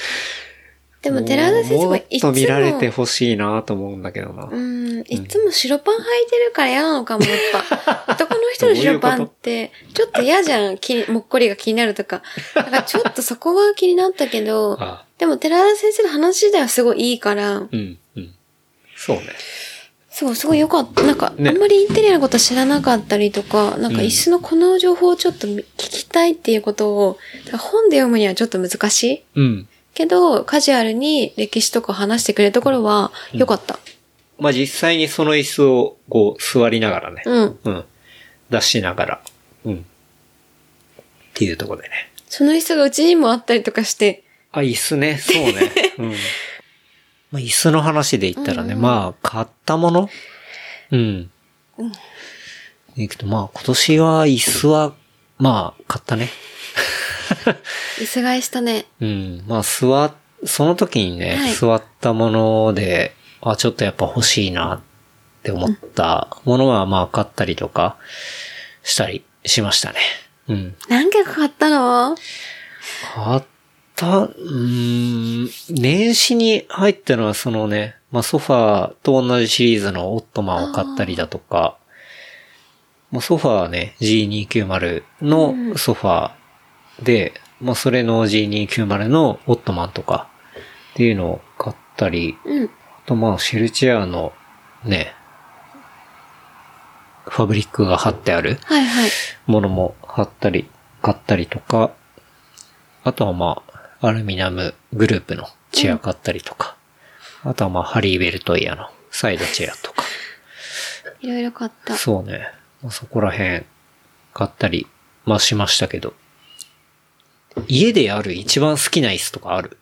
[SPEAKER 3] でも寺田先生
[SPEAKER 2] も
[SPEAKER 3] は
[SPEAKER 2] っ
[SPEAKER 3] いつ
[SPEAKER 2] と
[SPEAKER 3] も、
[SPEAKER 2] 見られてほしいなと思うんだけどな
[SPEAKER 3] う。ん、いつも白パン履いてるから嫌なのかも、や っぱ。男の人の白パンって、ちょっと嫌じゃん。きもっこりが気になるとか。だからちょっとそこは気になったけど、
[SPEAKER 2] あ
[SPEAKER 3] でも寺田先生の話自体はすごいいいから、
[SPEAKER 2] うん、うん。そうね。
[SPEAKER 3] そう、すごい良かった。なんか、
[SPEAKER 2] ね
[SPEAKER 3] あんまりインテリアのこと知らなかったりとか、なんか
[SPEAKER 2] うん
[SPEAKER 3] 椅子のこの情報をちょっと聞きたいっていうことを、だから本で読むにはちょっと難しい
[SPEAKER 2] うん。
[SPEAKER 3] けど、カジュアルに歴史とか話してくれるところは良かった。
[SPEAKER 2] まあ、実際にその椅子をこう座りながらね、
[SPEAKER 3] うん。
[SPEAKER 2] うん。出しながら、うん。っていうところでね。
[SPEAKER 3] その椅子がうちにもあったりとかして、
[SPEAKER 2] あ、椅子ね、そう ね。うん。まあ、椅子の話で言ったらね、
[SPEAKER 3] うんうん
[SPEAKER 2] まあ、買ったものうん。でいくと、まあ、今年は椅子は、まあ、買ったね。
[SPEAKER 3] 椅子買いしたね。
[SPEAKER 2] うん。まあ、座、その時にね、
[SPEAKER 3] はい
[SPEAKER 2] 座ったもので、あ、ちょっとやっぱ欲しいなって思ったものは、まあ、買ったりとかしたりしましたね。うん。
[SPEAKER 3] 何件か買ったの
[SPEAKER 2] 買った、うーん、年始に入ったのはそのね、まあ、ソファーと同じシリーズのオットマンを買ったりだとか、まあ、ソファーはね、G290 のソファーで、まあ、それの G290 のオットマンとかっていうのを買ったり、
[SPEAKER 3] うん。
[SPEAKER 2] あとまあ、シェルチェアのね、ファブリックが貼ってある
[SPEAKER 3] はいはい。
[SPEAKER 2] ものも貼ったり、買ったりとか、あとはまあ、アルミナムグループのチェア買ったりとか、あとはまあ、ハリーベルトイヤーのサイドチェアとか、
[SPEAKER 3] いろいろ買った。
[SPEAKER 2] そうね、まあそこら辺買ったり、まあしましたけど、家である一番好きな椅子とかある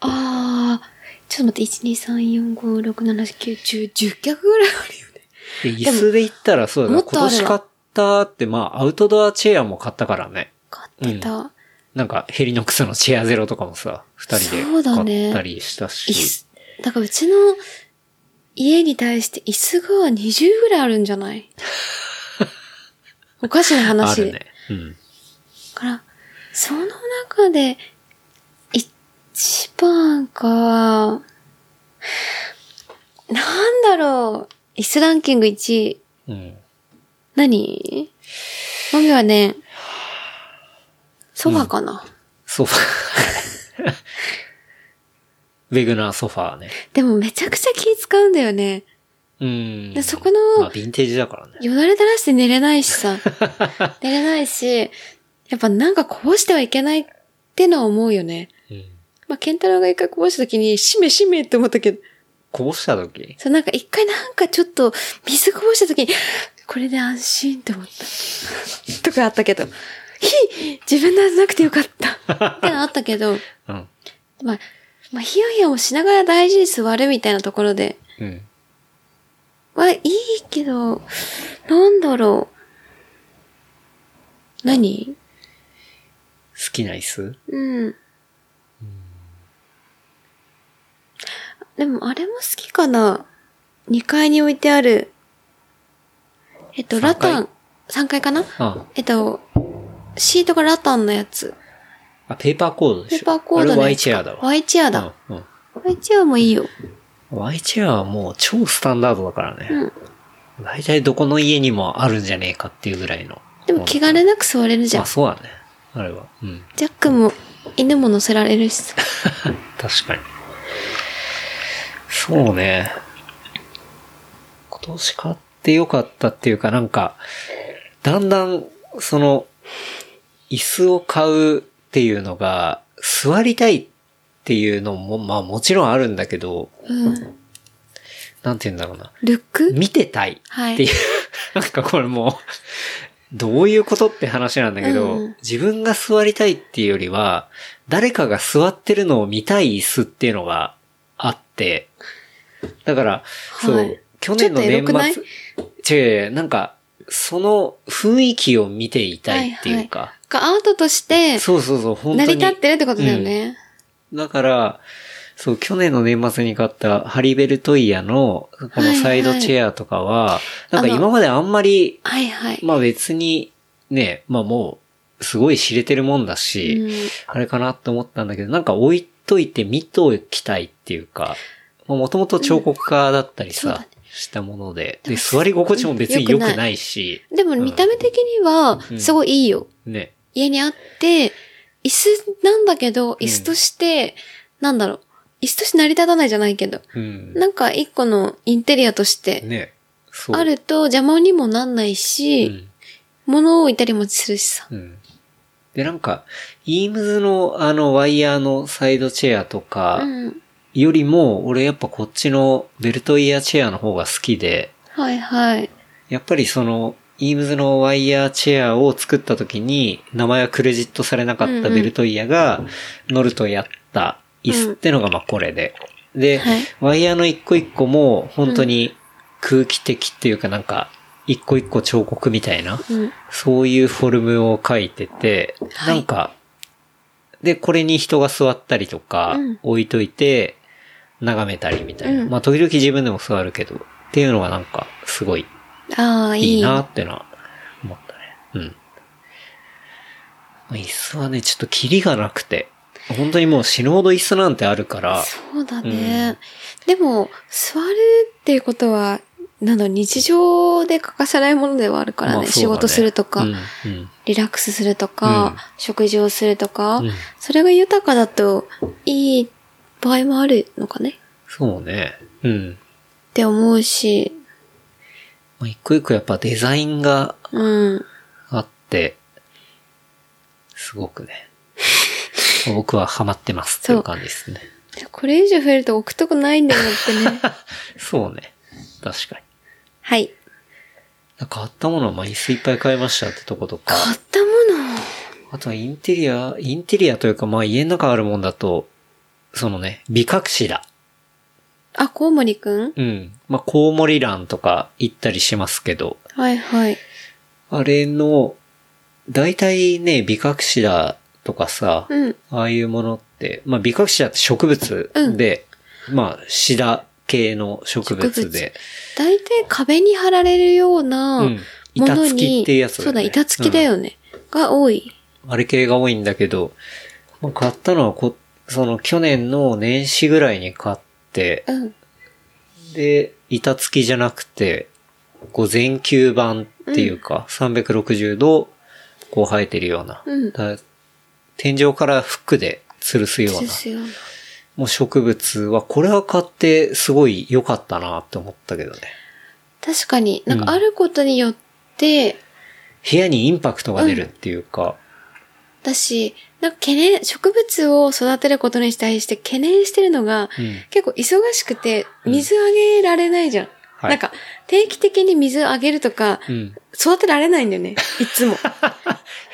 [SPEAKER 3] あー、ちょっと待って、1,2,3,4,5,6,7,8,9,10,10脚ぐらいあるよね。
[SPEAKER 2] で椅子で言ったらそうだな、
[SPEAKER 3] もっとある
[SPEAKER 2] 今
[SPEAKER 3] わ
[SPEAKER 2] 年買ったってまあ、アウトドアチェアも買ったからね。
[SPEAKER 3] 買ってた。
[SPEAKER 2] なんか、ヘリノックスのチェアゼロとかもさ、二人
[SPEAKER 3] そう
[SPEAKER 2] で
[SPEAKER 3] だね
[SPEAKER 2] 買ったりしたし。
[SPEAKER 3] 椅子。だからうちの家に対して椅子が20ぐらいあるんじゃ ないおかしな
[SPEAKER 2] あ
[SPEAKER 3] 話。
[SPEAKER 2] るね。うん。
[SPEAKER 3] だから、その中で、一番か、なんだろう、椅子ランキング1位。
[SPEAKER 2] うん。
[SPEAKER 3] 何マミはね、ソファかな。
[SPEAKER 2] ソファ。 ベグナーソファーね。
[SPEAKER 3] でもめちゃくちゃ気使うんだよね。
[SPEAKER 2] うん。
[SPEAKER 3] でそこの
[SPEAKER 2] まあ、ヴィンテージだからね。
[SPEAKER 3] よだれ垂らして寝れないしさ。寝れないし、やっぱなんかこぼしてはいけないってのは思うよね。
[SPEAKER 2] うん。
[SPEAKER 3] まあ、ケンタロウが一回こぼした時に、しめしめって思ったけど、
[SPEAKER 2] こぼした時
[SPEAKER 3] そう、なんか一回なんかちょっと水こぼした時に、これで安心って思った。 とかあったけど、ひ自分のじゃなくてよかった。ってのあったけど、
[SPEAKER 2] うん。
[SPEAKER 3] まあ、まあ、ひやひやもしながら大事に座るみたいなところで、
[SPEAKER 2] うん。
[SPEAKER 3] はいいけど、なんだろう。何
[SPEAKER 2] 好きな椅子
[SPEAKER 3] うん。でも、あれも好きかな。2階に置いてある。えっと、ラ
[SPEAKER 2] 三階
[SPEAKER 3] タン。3階かな
[SPEAKER 2] あ
[SPEAKER 3] えっと、シートがラタンのやつ。
[SPEAKER 2] あ、ペーパーコードでし
[SPEAKER 3] ペ
[SPEAKER 2] ょ。
[SPEAKER 3] ーパーコード
[SPEAKER 2] あれ
[SPEAKER 3] の
[SPEAKER 2] ワ
[SPEAKER 3] や
[SPEAKER 2] イ
[SPEAKER 3] つ
[SPEAKER 2] チ
[SPEAKER 3] か
[SPEAKER 2] ェアだわ。
[SPEAKER 3] ワイチェアだ。
[SPEAKER 2] うん。うん。
[SPEAKER 3] ワイチェアもいいよ。
[SPEAKER 2] ワイチェアはもう超スタンダードだからね。うん。大体どこの家にもあるんじゃねえかっていうぐらいの。
[SPEAKER 3] でも、気兼ねなく座れるじゃ
[SPEAKER 2] ま
[SPEAKER 3] ん
[SPEAKER 2] あ、。そうだね。あれは。うん。
[SPEAKER 3] ジャックも、犬も乗せられるしさ。
[SPEAKER 2] 確かに。そうね。今年買ってよかったっていうかなんか、だんだん、その、椅子を買うっていうのが、座りたいっていうのも、まあもちろんあるんだけど、
[SPEAKER 3] うん。
[SPEAKER 2] なんて言うんだろうな。
[SPEAKER 3] ルック
[SPEAKER 2] 見てたい
[SPEAKER 3] は
[SPEAKER 2] ってい
[SPEAKER 3] い。
[SPEAKER 2] う、 なんかこれもう、どういうことって話なんだけど、
[SPEAKER 3] うん
[SPEAKER 2] 自分が座りたいっていうよりは、誰かが座ってるのを見たい椅子っていうのがあって、だから、
[SPEAKER 3] は
[SPEAKER 2] そう
[SPEAKER 3] い、
[SPEAKER 2] 去年の
[SPEAKER 3] ちょっとエロくない
[SPEAKER 2] 年末、違う違うなんか、その雰囲気を見ていたいっていうか、
[SPEAKER 3] がアートとして、
[SPEAKER 2] そうそうそう、本当
[SPEAKER 3] 成
[SPEAKER 2] に。
[SPEAKER 3] り立ってるってことだよね。
[SPEAKER 2] だから、そう、去年の年末に買ったハリベルトイヤの、このサイドチェアとかは、
[SPEAKER 3] はいはい
[SPEAKER 2] なんか今まであんまり、
[SPEAKER 3] はいはい。
[SPEAKER 2] まあ別に、ね、まあもう、すごい知れてるもんだし、
[SPEAKER 3] うん
[SPEAKER 2] あれかなと思ったんだけど、なんか置いといて見ときたいっていうか、もともと彫刻家だったり
[SPEAKER 3] うんそう
[SPEAKER 2] さ
[SPEAKER 3] だ、
[SPEAKER 2] したもので、で、
[SPEAKER 3] でも
[SPEAKER 2] 座り心地も別に
[SPEAKER 3] 良
[SPEAKER 2] 良
[SPEAKER 3] くない
[SPEAKER 2] くないし、
[SPEAKER 3] でも見た目的には
[SPEAKER 2] う、ん
[SPEAKER 3] すごいいいよ。
[SPEAKER 2] ね、
[SPEAKER 3] 家にあって、椅子なんだけど、椅子として、なんだろう、椅子として成り立たないじゃないけど、
[SPEAKER 2] うん。
[SPEAKER 3] なんか一個のインテリアとして、
[SPEAKER 2] ね。そう。
[SPEAKER 3] あると邪魔にもなんないうし、
[SPEAKER 2] ん。
[SPEAKER 3] 物を置いたりもするしさ。
[SPEAKER 2] うん。で、なんか、イームズのあのワイヤーのサイドチェアとか
[SPEAKER 3] うん。
[SPEAKER 2] よりも、俺やっぱこっちのベルトイヤーチェアの方が好きで、
[SPEAKER 3] はいはい。
[SPEAKER 2] やっぱりその、イームズのワイヤーチェアを作った時に、名前はクレジットされなか
[SPEAKER 3] うん
[SPEAKER 2] っ
[SPEAKER 3] う
[SPEAKER 2] た
[SPEAKER 3] ん
[SPEAKER 2] ベルトイヤーが、ノルトやった椅子ってのがまあこれで。で、
[SPEAKER 3] はい
[SPEAKER 2] ワイヤーの一個一個も、本当に空気的っていうかなんか、一個一個彫刻みたいな、
[SPEAKER 3] うん。
[SPEAKER 2] そういうフォルムを書いてて、
[SPEAKER 3] はい
[SPEAKER 2] なんか、で、これに人が座ったりとか
[SPEAKER 3] うん、
[SPEAKER 2] 置いといて、眺めたりみたいな。
[SPEAKER 3] うん
[SPEAKER 2] まあ、時々自分でも座るけど、っていうのがなんか、すごい
[SPEAKER 3] ああ、いい。
[SPEAKER 2] いいなってのは思ったね。うん。椅子はね、ちょっとキリがなくて、本当にもう死ぬほど椅子なんてあるから、
[SPEAKER 3] そうだね。でも、座るっていうことは、なの日常で欠かせないものではあるからね。
[SPEAKER 2] まあそう
[SPEAKER 3] 仕
[SPEAKER 2] だ
[SPEAKER 3] 事するとか、
[SPEAKER 2] うん、うん
[SPEAKER 3] リラックスすると
[SPEAKER 2] う
[SPEAKER 3] か、
[SPEAKER 2] ん
[SPEAKER 3] 食事をするとか、
[SPEAKER 2] うん
[SPEAKER 3] それが豊かだといい場合もあるのかね
[SPEAKER 2] そうね。うん。
[SPEAKER 3] って思うし、
[SPEAKER 2] まあ、一個一個やっぱデザインが
[SPEAKER 3] うん。
[SPEAKER 2] あって、すごく ね。僕はハマってますっていう感じですね。
[SPEAKER 3] これ以上増えると置くとこないんだよっ てね。
[SPEAKER 2] そうね。確かに。
[SPEAKER 3] はい。
[SPEAKER 2] なんか買ったものはまあ椅子いっぱい買いましたってとことか。
[SPEAKER 3] 買ったもの
[SPEAKER 2] あとはインテリア、インテリアというかまあ家の中あるもんだと、そのね、美隠しだ。
[SPEAKER 3] あ、コウモリくん
[SPEAKER 2] うん。まあコウモリランとか行ったりしますけど、
[SPEAKER 3] はいはい。
[SPEAKER 2] あれの、大体ね、美隠しだとかさ、
[SPEAKER 3] うん。
[SPEAKER 2] ああいうものって、まあ、美隠しだって植物で、まあ、シダ系の植物で、
[SPEAKER 3] 大体壁に貼られるような、
[SPEAKER 2] うん。
[SPEAKER 3] も
[SPEAKER 2] 板
[SPEAKER 3] の
[SPEAKER 2] 付き
[SPEAKER 3] に、
[SPEAKER 2] っていうやつ
[SPEAKER 3] そうだ、板付きだよね。が多い。
[SPEAKER 2] うんあれ系が多いんだけど、まあ買ったのはこ、その去年の年始ぐらいに買って、
[SPEAKER 3] うん。
[SPEAKER 2] で、板付きじゃなくて、こう全球版っていうか、360度、こう生えてるような。
[SPEAKER 3] うん
[SPEAKER 2] だ天井からフックで吊るすよう
[SPEAKER 3] で
[SPEAKER 2] な。
[SPEAKER 3] すよ。
[SPEAKER 2] もう植物は、これは買ってすごい良かったなって思ったけどね。
[SPEAKER 3] 確かに、なん
[SPEAKER 2] うん
[SPEAKER 3] かあることによって、
[SPEAKER 2] 部屋にインパクトが出るっていうか、
[SPEAKER 3] だし、なんか懸念、植物を育てることに対して懸念してるのが、
[SPEAKER 2] うん
[SPEAKER 3] 結構忙しくて、水あげられないじゃん。
[SPEAKER 2] はい
[SPEAKER 3] なんか、定期的に水あげるとか、
[SPEAKER 2] うん。
[SPEAKER 3] 育てられないん だよね。いつも。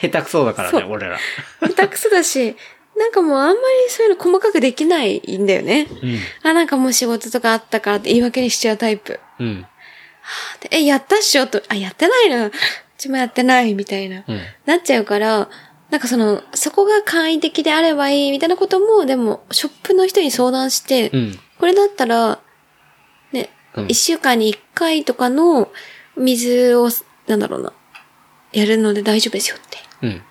[SPEAKER 2] 下手くそだからね、
[SPEAKER 3] そう
[SPEAKER 2] 俺ら。
[SPEAKER 3] 下手くそだし、なんかもうあんまりそういうの細かくできないんだよね。
[SPEAKER 2] うん。
[SPEAKER 3] あ、なんかもう仕事とかあったからって言い訳にしちゃうタイプ。
[SPEAKER 2] うん。
[SPEAKER 3] でえ、やったっしょと、あ、やってないのうちもやってない、みたいな、
[SPEAKER 2] うん。
[SPEAKER 3] なっちゃうから、なんかその、そこが簡易的であればいい、みたいなことも、でも、ショップの人に相談して、
[SPEAKER 2] うん。
[SPEAKER 3] これだったら、ね、一、
[SPEAKER 2] うん
[SPEAKER 3] 週間に一回とかの水を、なんだろうな、やるので大丈夫ですよって。
[SPEAKER 2] うん。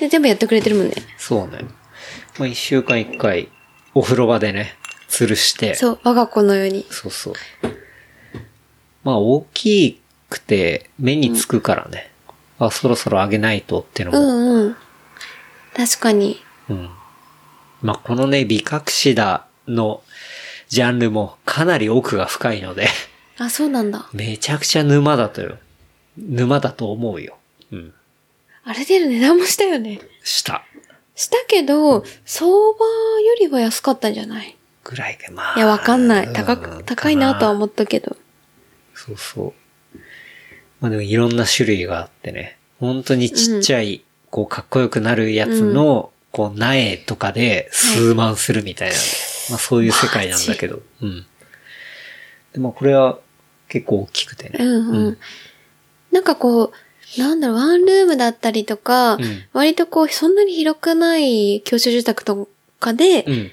[SPEAKER 3] で、全部やってくれてるもんね。
[SPEAKER 2] そうね。まあ、一週間一回、お風呂場でね、吊るして。う。
[SPEAKER 3] そう、我が子のように。
[SPEAKER 2] そうそう。まあ、大きくて、目につくからね。あ、そろそろあげないとっていう
[SPEAKER 3] う
[SPEAKER 2] のも。
[SPEAKER 3] んうん。確かに。
[SPEAKER 2] うん。まあ、このね、美隠しだのジャンルもかなり奥が深いので、
[SPEAKER 3] あ、そうなんだ。
[SPEAKER 2] めちゃくちゃ沼だとよ。沼だと思うよ。うん。
[SPEAKER 3] あれ出る値段もしたよね。
[SPEAKER 2] した。
[SPEAKER 3] したけど、相場よりは安かったんじゃない
[SPEAKER 2] ぐらいで、まあ。
[SPEAKER 3] いや、わかんな
[SPEAKER 2] う
[SPEAKER 3] い。高く、高いなとは思ったけど。
[SPEAKER 2] そうそう。まあでもいろんな種類があってね。本当にちっちゃい、こうかっこよくなるやつの、こう苗とかで数万するみたいな、まあそういう世界なんだけど。うん。でもこれは結構大きくて
[SPEAKER 3] う
[SPEAKER 2] ね。
[SPEAKER 3] んうん。
[SPEAKER 2] うん
[SPEAKER 3] なんかこう、なんだろう、ワンルームだったりとか、
[SPEAKER 2] ん
[SPEAKER 3] 割とこう、そんなに広くない教習住宅とかで、
[SPEAKER 2] うん。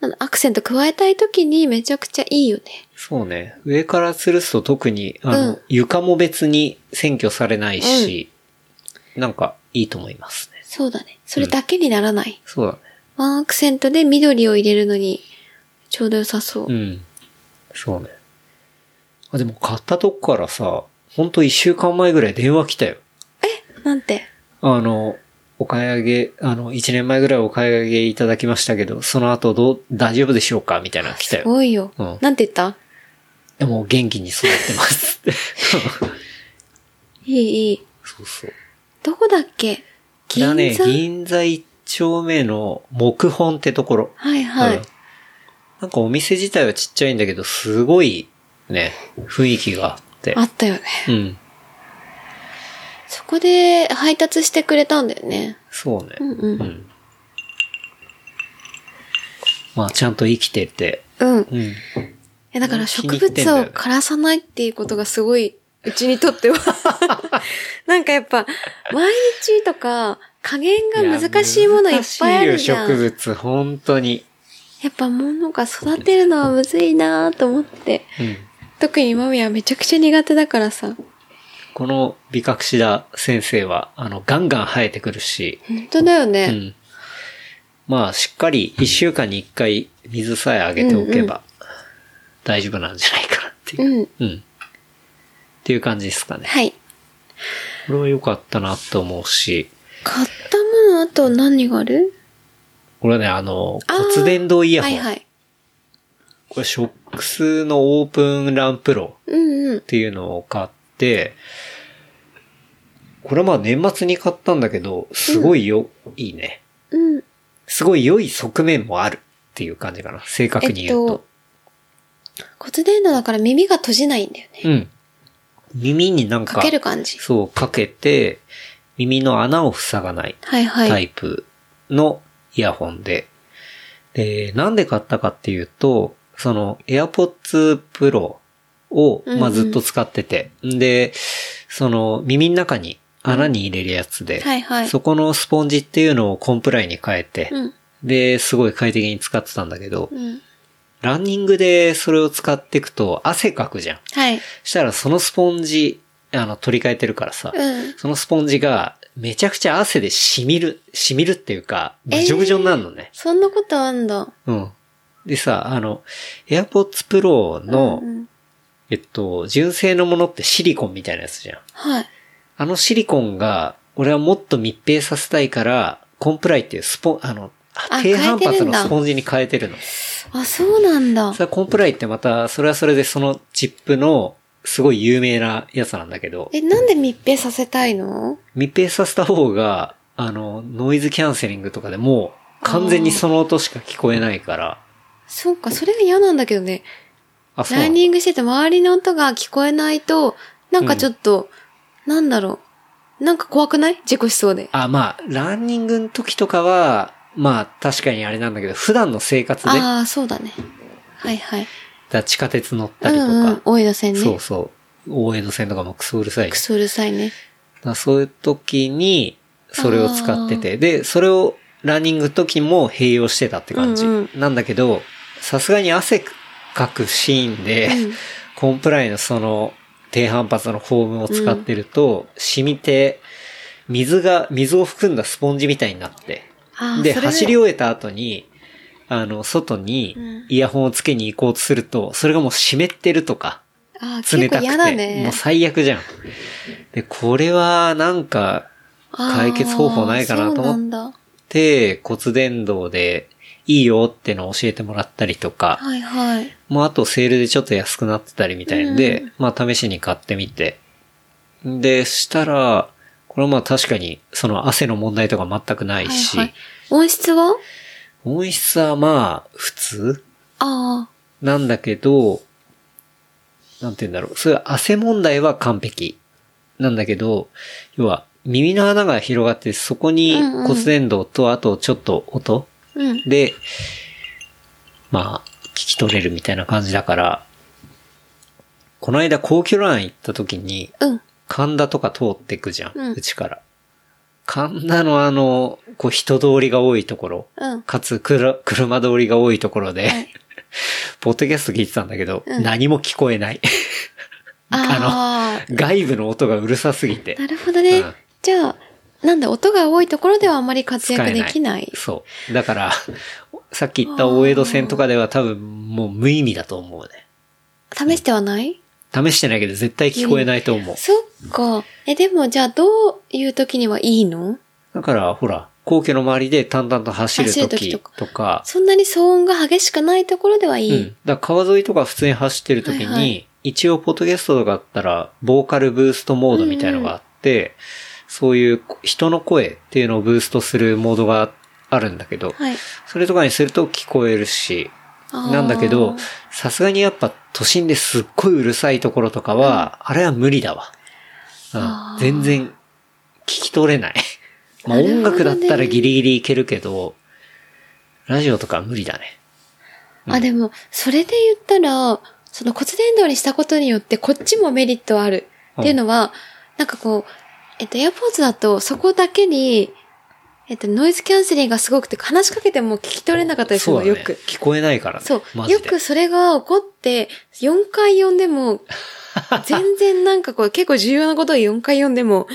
[SPEAKER 3] なんだアクセント加えたい時にめちゃくちゃいいよね。
[SPEAKER 2] そうね。上から吊るすと特に、あの、
[SPEAKER 3] うん
[SPEAKER 2] 床も別に占拠されないし、なんかいいと思いますね。
[SPEAKER 3] そうだね。それだけにならない。
[SPEAKER 2] そうだね。
[SPEAKER 3] ワンアクセントで緑を入れるのに、ちょうど良さそう。
[SPEAKER 2] うん。そうね。あ、でも買ったとこからさ、ほんと一週間前ぐらい電話来たよ。
[SPEAKER 3] なんて。
[SPEAKER 2] あの、お買い上げ、あの、1年前ぐらいお買い上げいただきましたけど、その後どう、大丈夫でしょうかみたいなの来た
[SPEAKER 3] す
[SPEAKER 2] よ。
[SPEAKER 3] ごいよ。
[SPEAKER 2] うん
[SPEAKER 3] なんて言った
[SPEAKER 2] でも元気に育って ますって。
[SPEAKER 3] いいいい。
[SPEAKER 2] そうそう。
[SPEAKER 3] どこだっけ
[SPEAKER 2] これはね、
[SPEAKER 3] 銀座
[SPEAKER 2] 銀座一丁目の木本ってところ。
[SPEAKER 3] はいはい。
[SPEAKER 2] うんなんかお店自体はちっちゃいんだけど、すごいね、雰囲気があって。
[SPEAKER 3] あったよね。
[SPEAKER 2] うん。
[SPEAKER 3] そこで配達してくれたんだよね。
[SPEAKER 2] そうね。
[SPEAKER 3] うんう。
[SPEAKER 2] うんん。まあ、ちゃんと生きてて。
[SPEAKER 3] うん。
[SPEAKER 2] うん。
[SPEAKER 3] え、だから
[SPEAKER 2] 気
[SPEAKER 3] 植
[SPEAKER 2] に入ってん
[SPEAKER 3] 物
[SPEAKER 2] だよ
[SPEAKER 3] を
[SPEAKER 2] ね
[SPEAKER 3] 枯らさないっていうことがすご い、うちにとっては。なんかやっぱ、毎日とか、加減が難しいものいっぱいあるじゃ
[SPEAKER 2] 難
[SPEAKER 3] ん。
[SPEAKER 2] しいよ、植物。本当に。
[SPEAKER 3] やっぱ物が育てるのはむずいなぁと思って。
[SPEAKER 2] うん。
[SPEAKER 3] 特にマミはめちゃくちゃ苦手だからさ。
[SPEAKER 2] この美覚シダ先生は、あの、ガンガン生えてくるし、
[SPEAKER 3] 本当だよね。
[SPEAKER 2] うん。まあ、しっかり一週間に一回水さえあげておけば、大丈夫なんじゃないかなっていう。
[SPEAKER 3] うん。
[SPEAKER 2] うん。っていう感じですかね。
[SPEAKER 3] はい。
[SPEAKER 2] これは良かったなと思うし、
[SPEAKER 3] 買ったものあと何がある
[SPEAKER 2] これはね、あの、
[SPEAKER 3] あー
[SPEAKER 2] 骨伝導イヤホ
[SPEAKER 3] は
[SPEAKER 2] ン。
[SPEAKER 3] いはい。
[SPEAKER 2] これ、ショックスのオープンランプロ
[SPEAKER 3] うんうん
[SPEAKER 2] っ。ていうのを買って、これはまあ年末に買ったんだけど、すごいよ、いいね。
[SPEAKER 3] うん。
[SPEAKER 2] すごい良い側面もあるっていう感じかな。正確に
[SPEAKER 3] えっ
[SPEAKER 2] 言うと
[SPEAKER 3] と。、骨伝導だから耳が閉じないんだよね。
[SPEAKER 2] うん。耳になんか、
[SPEAKER 3] かける感じ。
[SPEAKER 2] そう、かけて、耳の穴を塞がない
[SPEAKER 3] はいはい。
[SPEAKER 2] タイプのイヤホンで。で、なんで買ったかっていうと、その AirPods Pro を、
[SPEAKER 3] うんうん
[SPEAKER 2] まあ、ずっと使ってて、で、その耳の中に穴に入れるやつで、
[SPEAKER 3] はいはい。
[SPEAKER 2] そこのスポンジっていうのをコンプライに変えて、
[SPEAKER 3] うん。
[SPEAKER 2] で、すごい快適に使ってたんだけど、
[SPEAKER 3] うん。
[SPEAKER 2] ランニングでそれを使っていくと汗かくじゃん。
[SPEAKER 3] はい。
[SPEAKER 2] したらそのスポンジ、あの、取り替えてるからさ、
[SPEAKER 3] うん。
[SPEAKER 2] そのスポンジがめちゃくちゃ汗で染みる、染みるっていうか、ぐじょぐじょになるのね。
[SPEAKER 3] そんなことあんだ。
[SPEAKER 2] うん。でさ、あの、AirPods Pro の、
[SPEAKER 3] うんうん
[SPEAKER 2] えっと、純正のものってシリコンみたいなやつじゃん。
[SPEAKER 3] はい。
[SPEAKER 2] あのシリコンが、俺はもっと密閉させたいから、コンプライっていうスポン、あの、
[SPEAKER 3] あ
[SPEAKER 2] 低反
[SPEAKER 3] 変えて
[SPEAKER 2] 発
[SPEAKER 3] るん
[SPEAKER 2] の
[SPEAKER 3] だ
[SPEAKER 2] スポンジに変えてるの。
[SPEAKER 3] あ、そうなんだ。
[SPEAKER 2] さ、コンプライってまた、それはそれでそのチップの、すごい有名なやつなんだけど、
[SPEAKER 3] え、なんで密閉させたいの
[SPEAKER 2] 密閉させた方が、あの、ノイズキャンセリングとかでもう完全にその音しか聞こえないから。
[SPEAKER 3] そうか、それが嫌なんだけどね。
[SPEAKER 2] あ、そう
[SPEAKER 3] ラ
[SPEAKER 2] な
[SPEAKER 3] ン
[SPEAKER 2] の
[SPEAKER 3] ニングしてて周りの音が聞こえないと、なんかちょっと、なんだろう。なんか怖くない事故しそうで。
[SPEAKER 2] あ、まあ、ランニングの時とかは、まあ、確かにあれなんだけど、普段の生活で、だか
[SPEAKER 3] ああ、そうだね。はいはい。
[SPEAKER 2] ら地下鉄乗っ
[SPEAKER 3] う
[SPEAKER 2] たりとか、
[SPEAKER 3] んうん。大江戸線ね。
[SPEAKER 2] そうそう、大江戸線とかもクソうるさい
[SPEAKER 3] く
[SPEAKER 2] し。
[SPEAKER 3] そうるさいね。
[SPEAKER 2] だからそういう時に、それを使ってて、で、それをランニングの時も併用してたって感じ。
[SPEAKER 3] うん
[SPEAKER 2] なんだけど、さすがに汗かくシーンで、
[SPEAKER 3] うん。
[SPEAKER 2] コンプライのその低反発のフォームを使ってると、染みて、水が、水を含んだスポンジみたいになって、
[SPEAKER 3] ああ、
[SPEAKER 2] で、
[SPEAKER 3] それ
[SPEAKER 2] 走り終えた後に、あの、外に
[SPEAKER 3] うん
[SPEAKER 2] イヤホンをつけに行こうとすると、それがもう湿ってるとか、
[SPEAKER 3] ああ、
[SPEAKER 2] 冷
[SPEAKER 3] 結構
[SPEAKER 2] たく
[SPEAKER 3] 嫌だ
[SPEAKER 2] て、も
[SPEAKER 3] ね
[SPEAKER 2] う。最悪じゃん。で、これはなんか、解決方法ないかなと思って
[SPEAKER 3] ああそうなんだ。
[SPEAKER 2] で、骨伝導でいいよってのを教えてもらったりとか、
[SPEAKER 3] はいはい。
[SPEAKER 2] もうあとセールでちょっと安くなってたりみたいんで、
[SPEAKER 3] うん
[SPEAKER 2] まあ試しに買ってみて。で、したら、これはまあ確かにその汗の問題とか全くないし、
[SPEAKER 3] はいはい、音質は
[SPEAKER 2] 音質はまあ普通
[SPEAKER 3] ああ、
[SPEAKER 2] なんだけど、なんて言うんだろう。そういう汗問題は完璧なんだけど、要は耳の穴が広がってそこに
[SPEAKER 3] うんうん
[SPEAKER 2] 骨伝導とあとちょっと音
[SPEAKER 3] うん。
[SPEAKER 2] で、まあ、聞き取れるみたいな感じだから、この間皇居ラン行った時に、
[SPEAKER 3] うん。
[SPEAKER 2] 神田とか通ってくじゃん、
[SPEAKER 3] うん
[SPEAKER 2] うちから。神田のあの、こう人通りが多いところ、
[SPEAKER 3] うん。
[SPEAKER 2] かつくら車通りが多いところで、
[SPEAKER 3] はい
[SPEAKER 2] ポッドキャスト聞いてたんだけど、
[SPEAKER 3] うん
[SPEAKER 2] 何も聞こえない。
[SPEAKER 3] ああ、
[SPEAKER 2] 外部の音がうるさすぎて。
[SPEAKER 3] なるほどね。
[SPEAKER 2] うん
[SPEAKER 3] じゃあ、なんだ、音が多いところではあんまり活躍できない。
[SPEAKER 2] そう。だから、さっき言った大江戸線とかでは多分もう無意味だと思うね。
[SPEAKER 3] 試してはない
[SPEAKER 2] 試してないけど絶対聞こえないと思う。
[SPEAKER 3] そっか。え、でもじゃあどういう時にはいいの
[SPEAKER 2] だから、ほら、皇居の周りで淡々と走る
[SPEAKER 3] 走る
[SPEAKER 2] と
[SPEAKER 3] 時
[SPEAKER 2] き
[SPEAKER 3] と
[SPEAKER 2] と
[SPEAKER 3] か
[SPEAKER 2] か、
[SPEAKER 3] そんなに騒音が激しくないところではいうい。
[SPEAKER 2] ん。だから川沿いとか普通に走ってるときに、
[SPEAKER 3] はいはい
[SPEAKER 2] 一応、ポッドキャストとかだったら、ボーカルブーストモードみたいのがあって、そういう人の声っていうのをブーストするモードがあるんだけど、
[SPEAKER 3] はい。
[SPEAKER 2] それとかにすると聞こえるし、
[SPEAKER 3] あー
[SPEAKER 2] なんだけど、さすがにやっぱ都心ですっごいうるさいところとかは、あれは無理だわ。
[SPEAKER 3] あ
[SPEAKER 2] う
[SPEAKER 3] ー
[SPEAKER 2] ん、全然聞き取れ ない。まあ
[SPEAKER 3] なるほど
[SPEAKER 2] 音
[SPEAKER 3] ね
[SPEAKER 2] 楽だったらギリギリいけるけど、ラジオとかは無理だね。
[SPEAKER 3] あ、でも、それで言ったら、その骨伝導にしたことによって、こっちもメリットある。っていうのは、なんかこう、えっと、エアポーズだと、そこだけに、えっと、ノイズキャンセリングがすごくて、話しかけても聞き取れなかったりす
[SPEAKER 2] そ
[SPEAKER 3] る
[SPEAKER 2] う
[SPEAKER 3] の、
[SPEAKER 2] だね
[SPEAKER 3] よく。
[SPEAKER 2] 聞こえないからね。
[SPEAKER 3] そう
[SPEAKER 2] マ。ジ
[SPEAKER 3] よ
[SPEAKER 2] で
[SPEAKER 3] くそれが起こって、4回読んで も、全然なんかこう、結構重要なことを4回読んでも、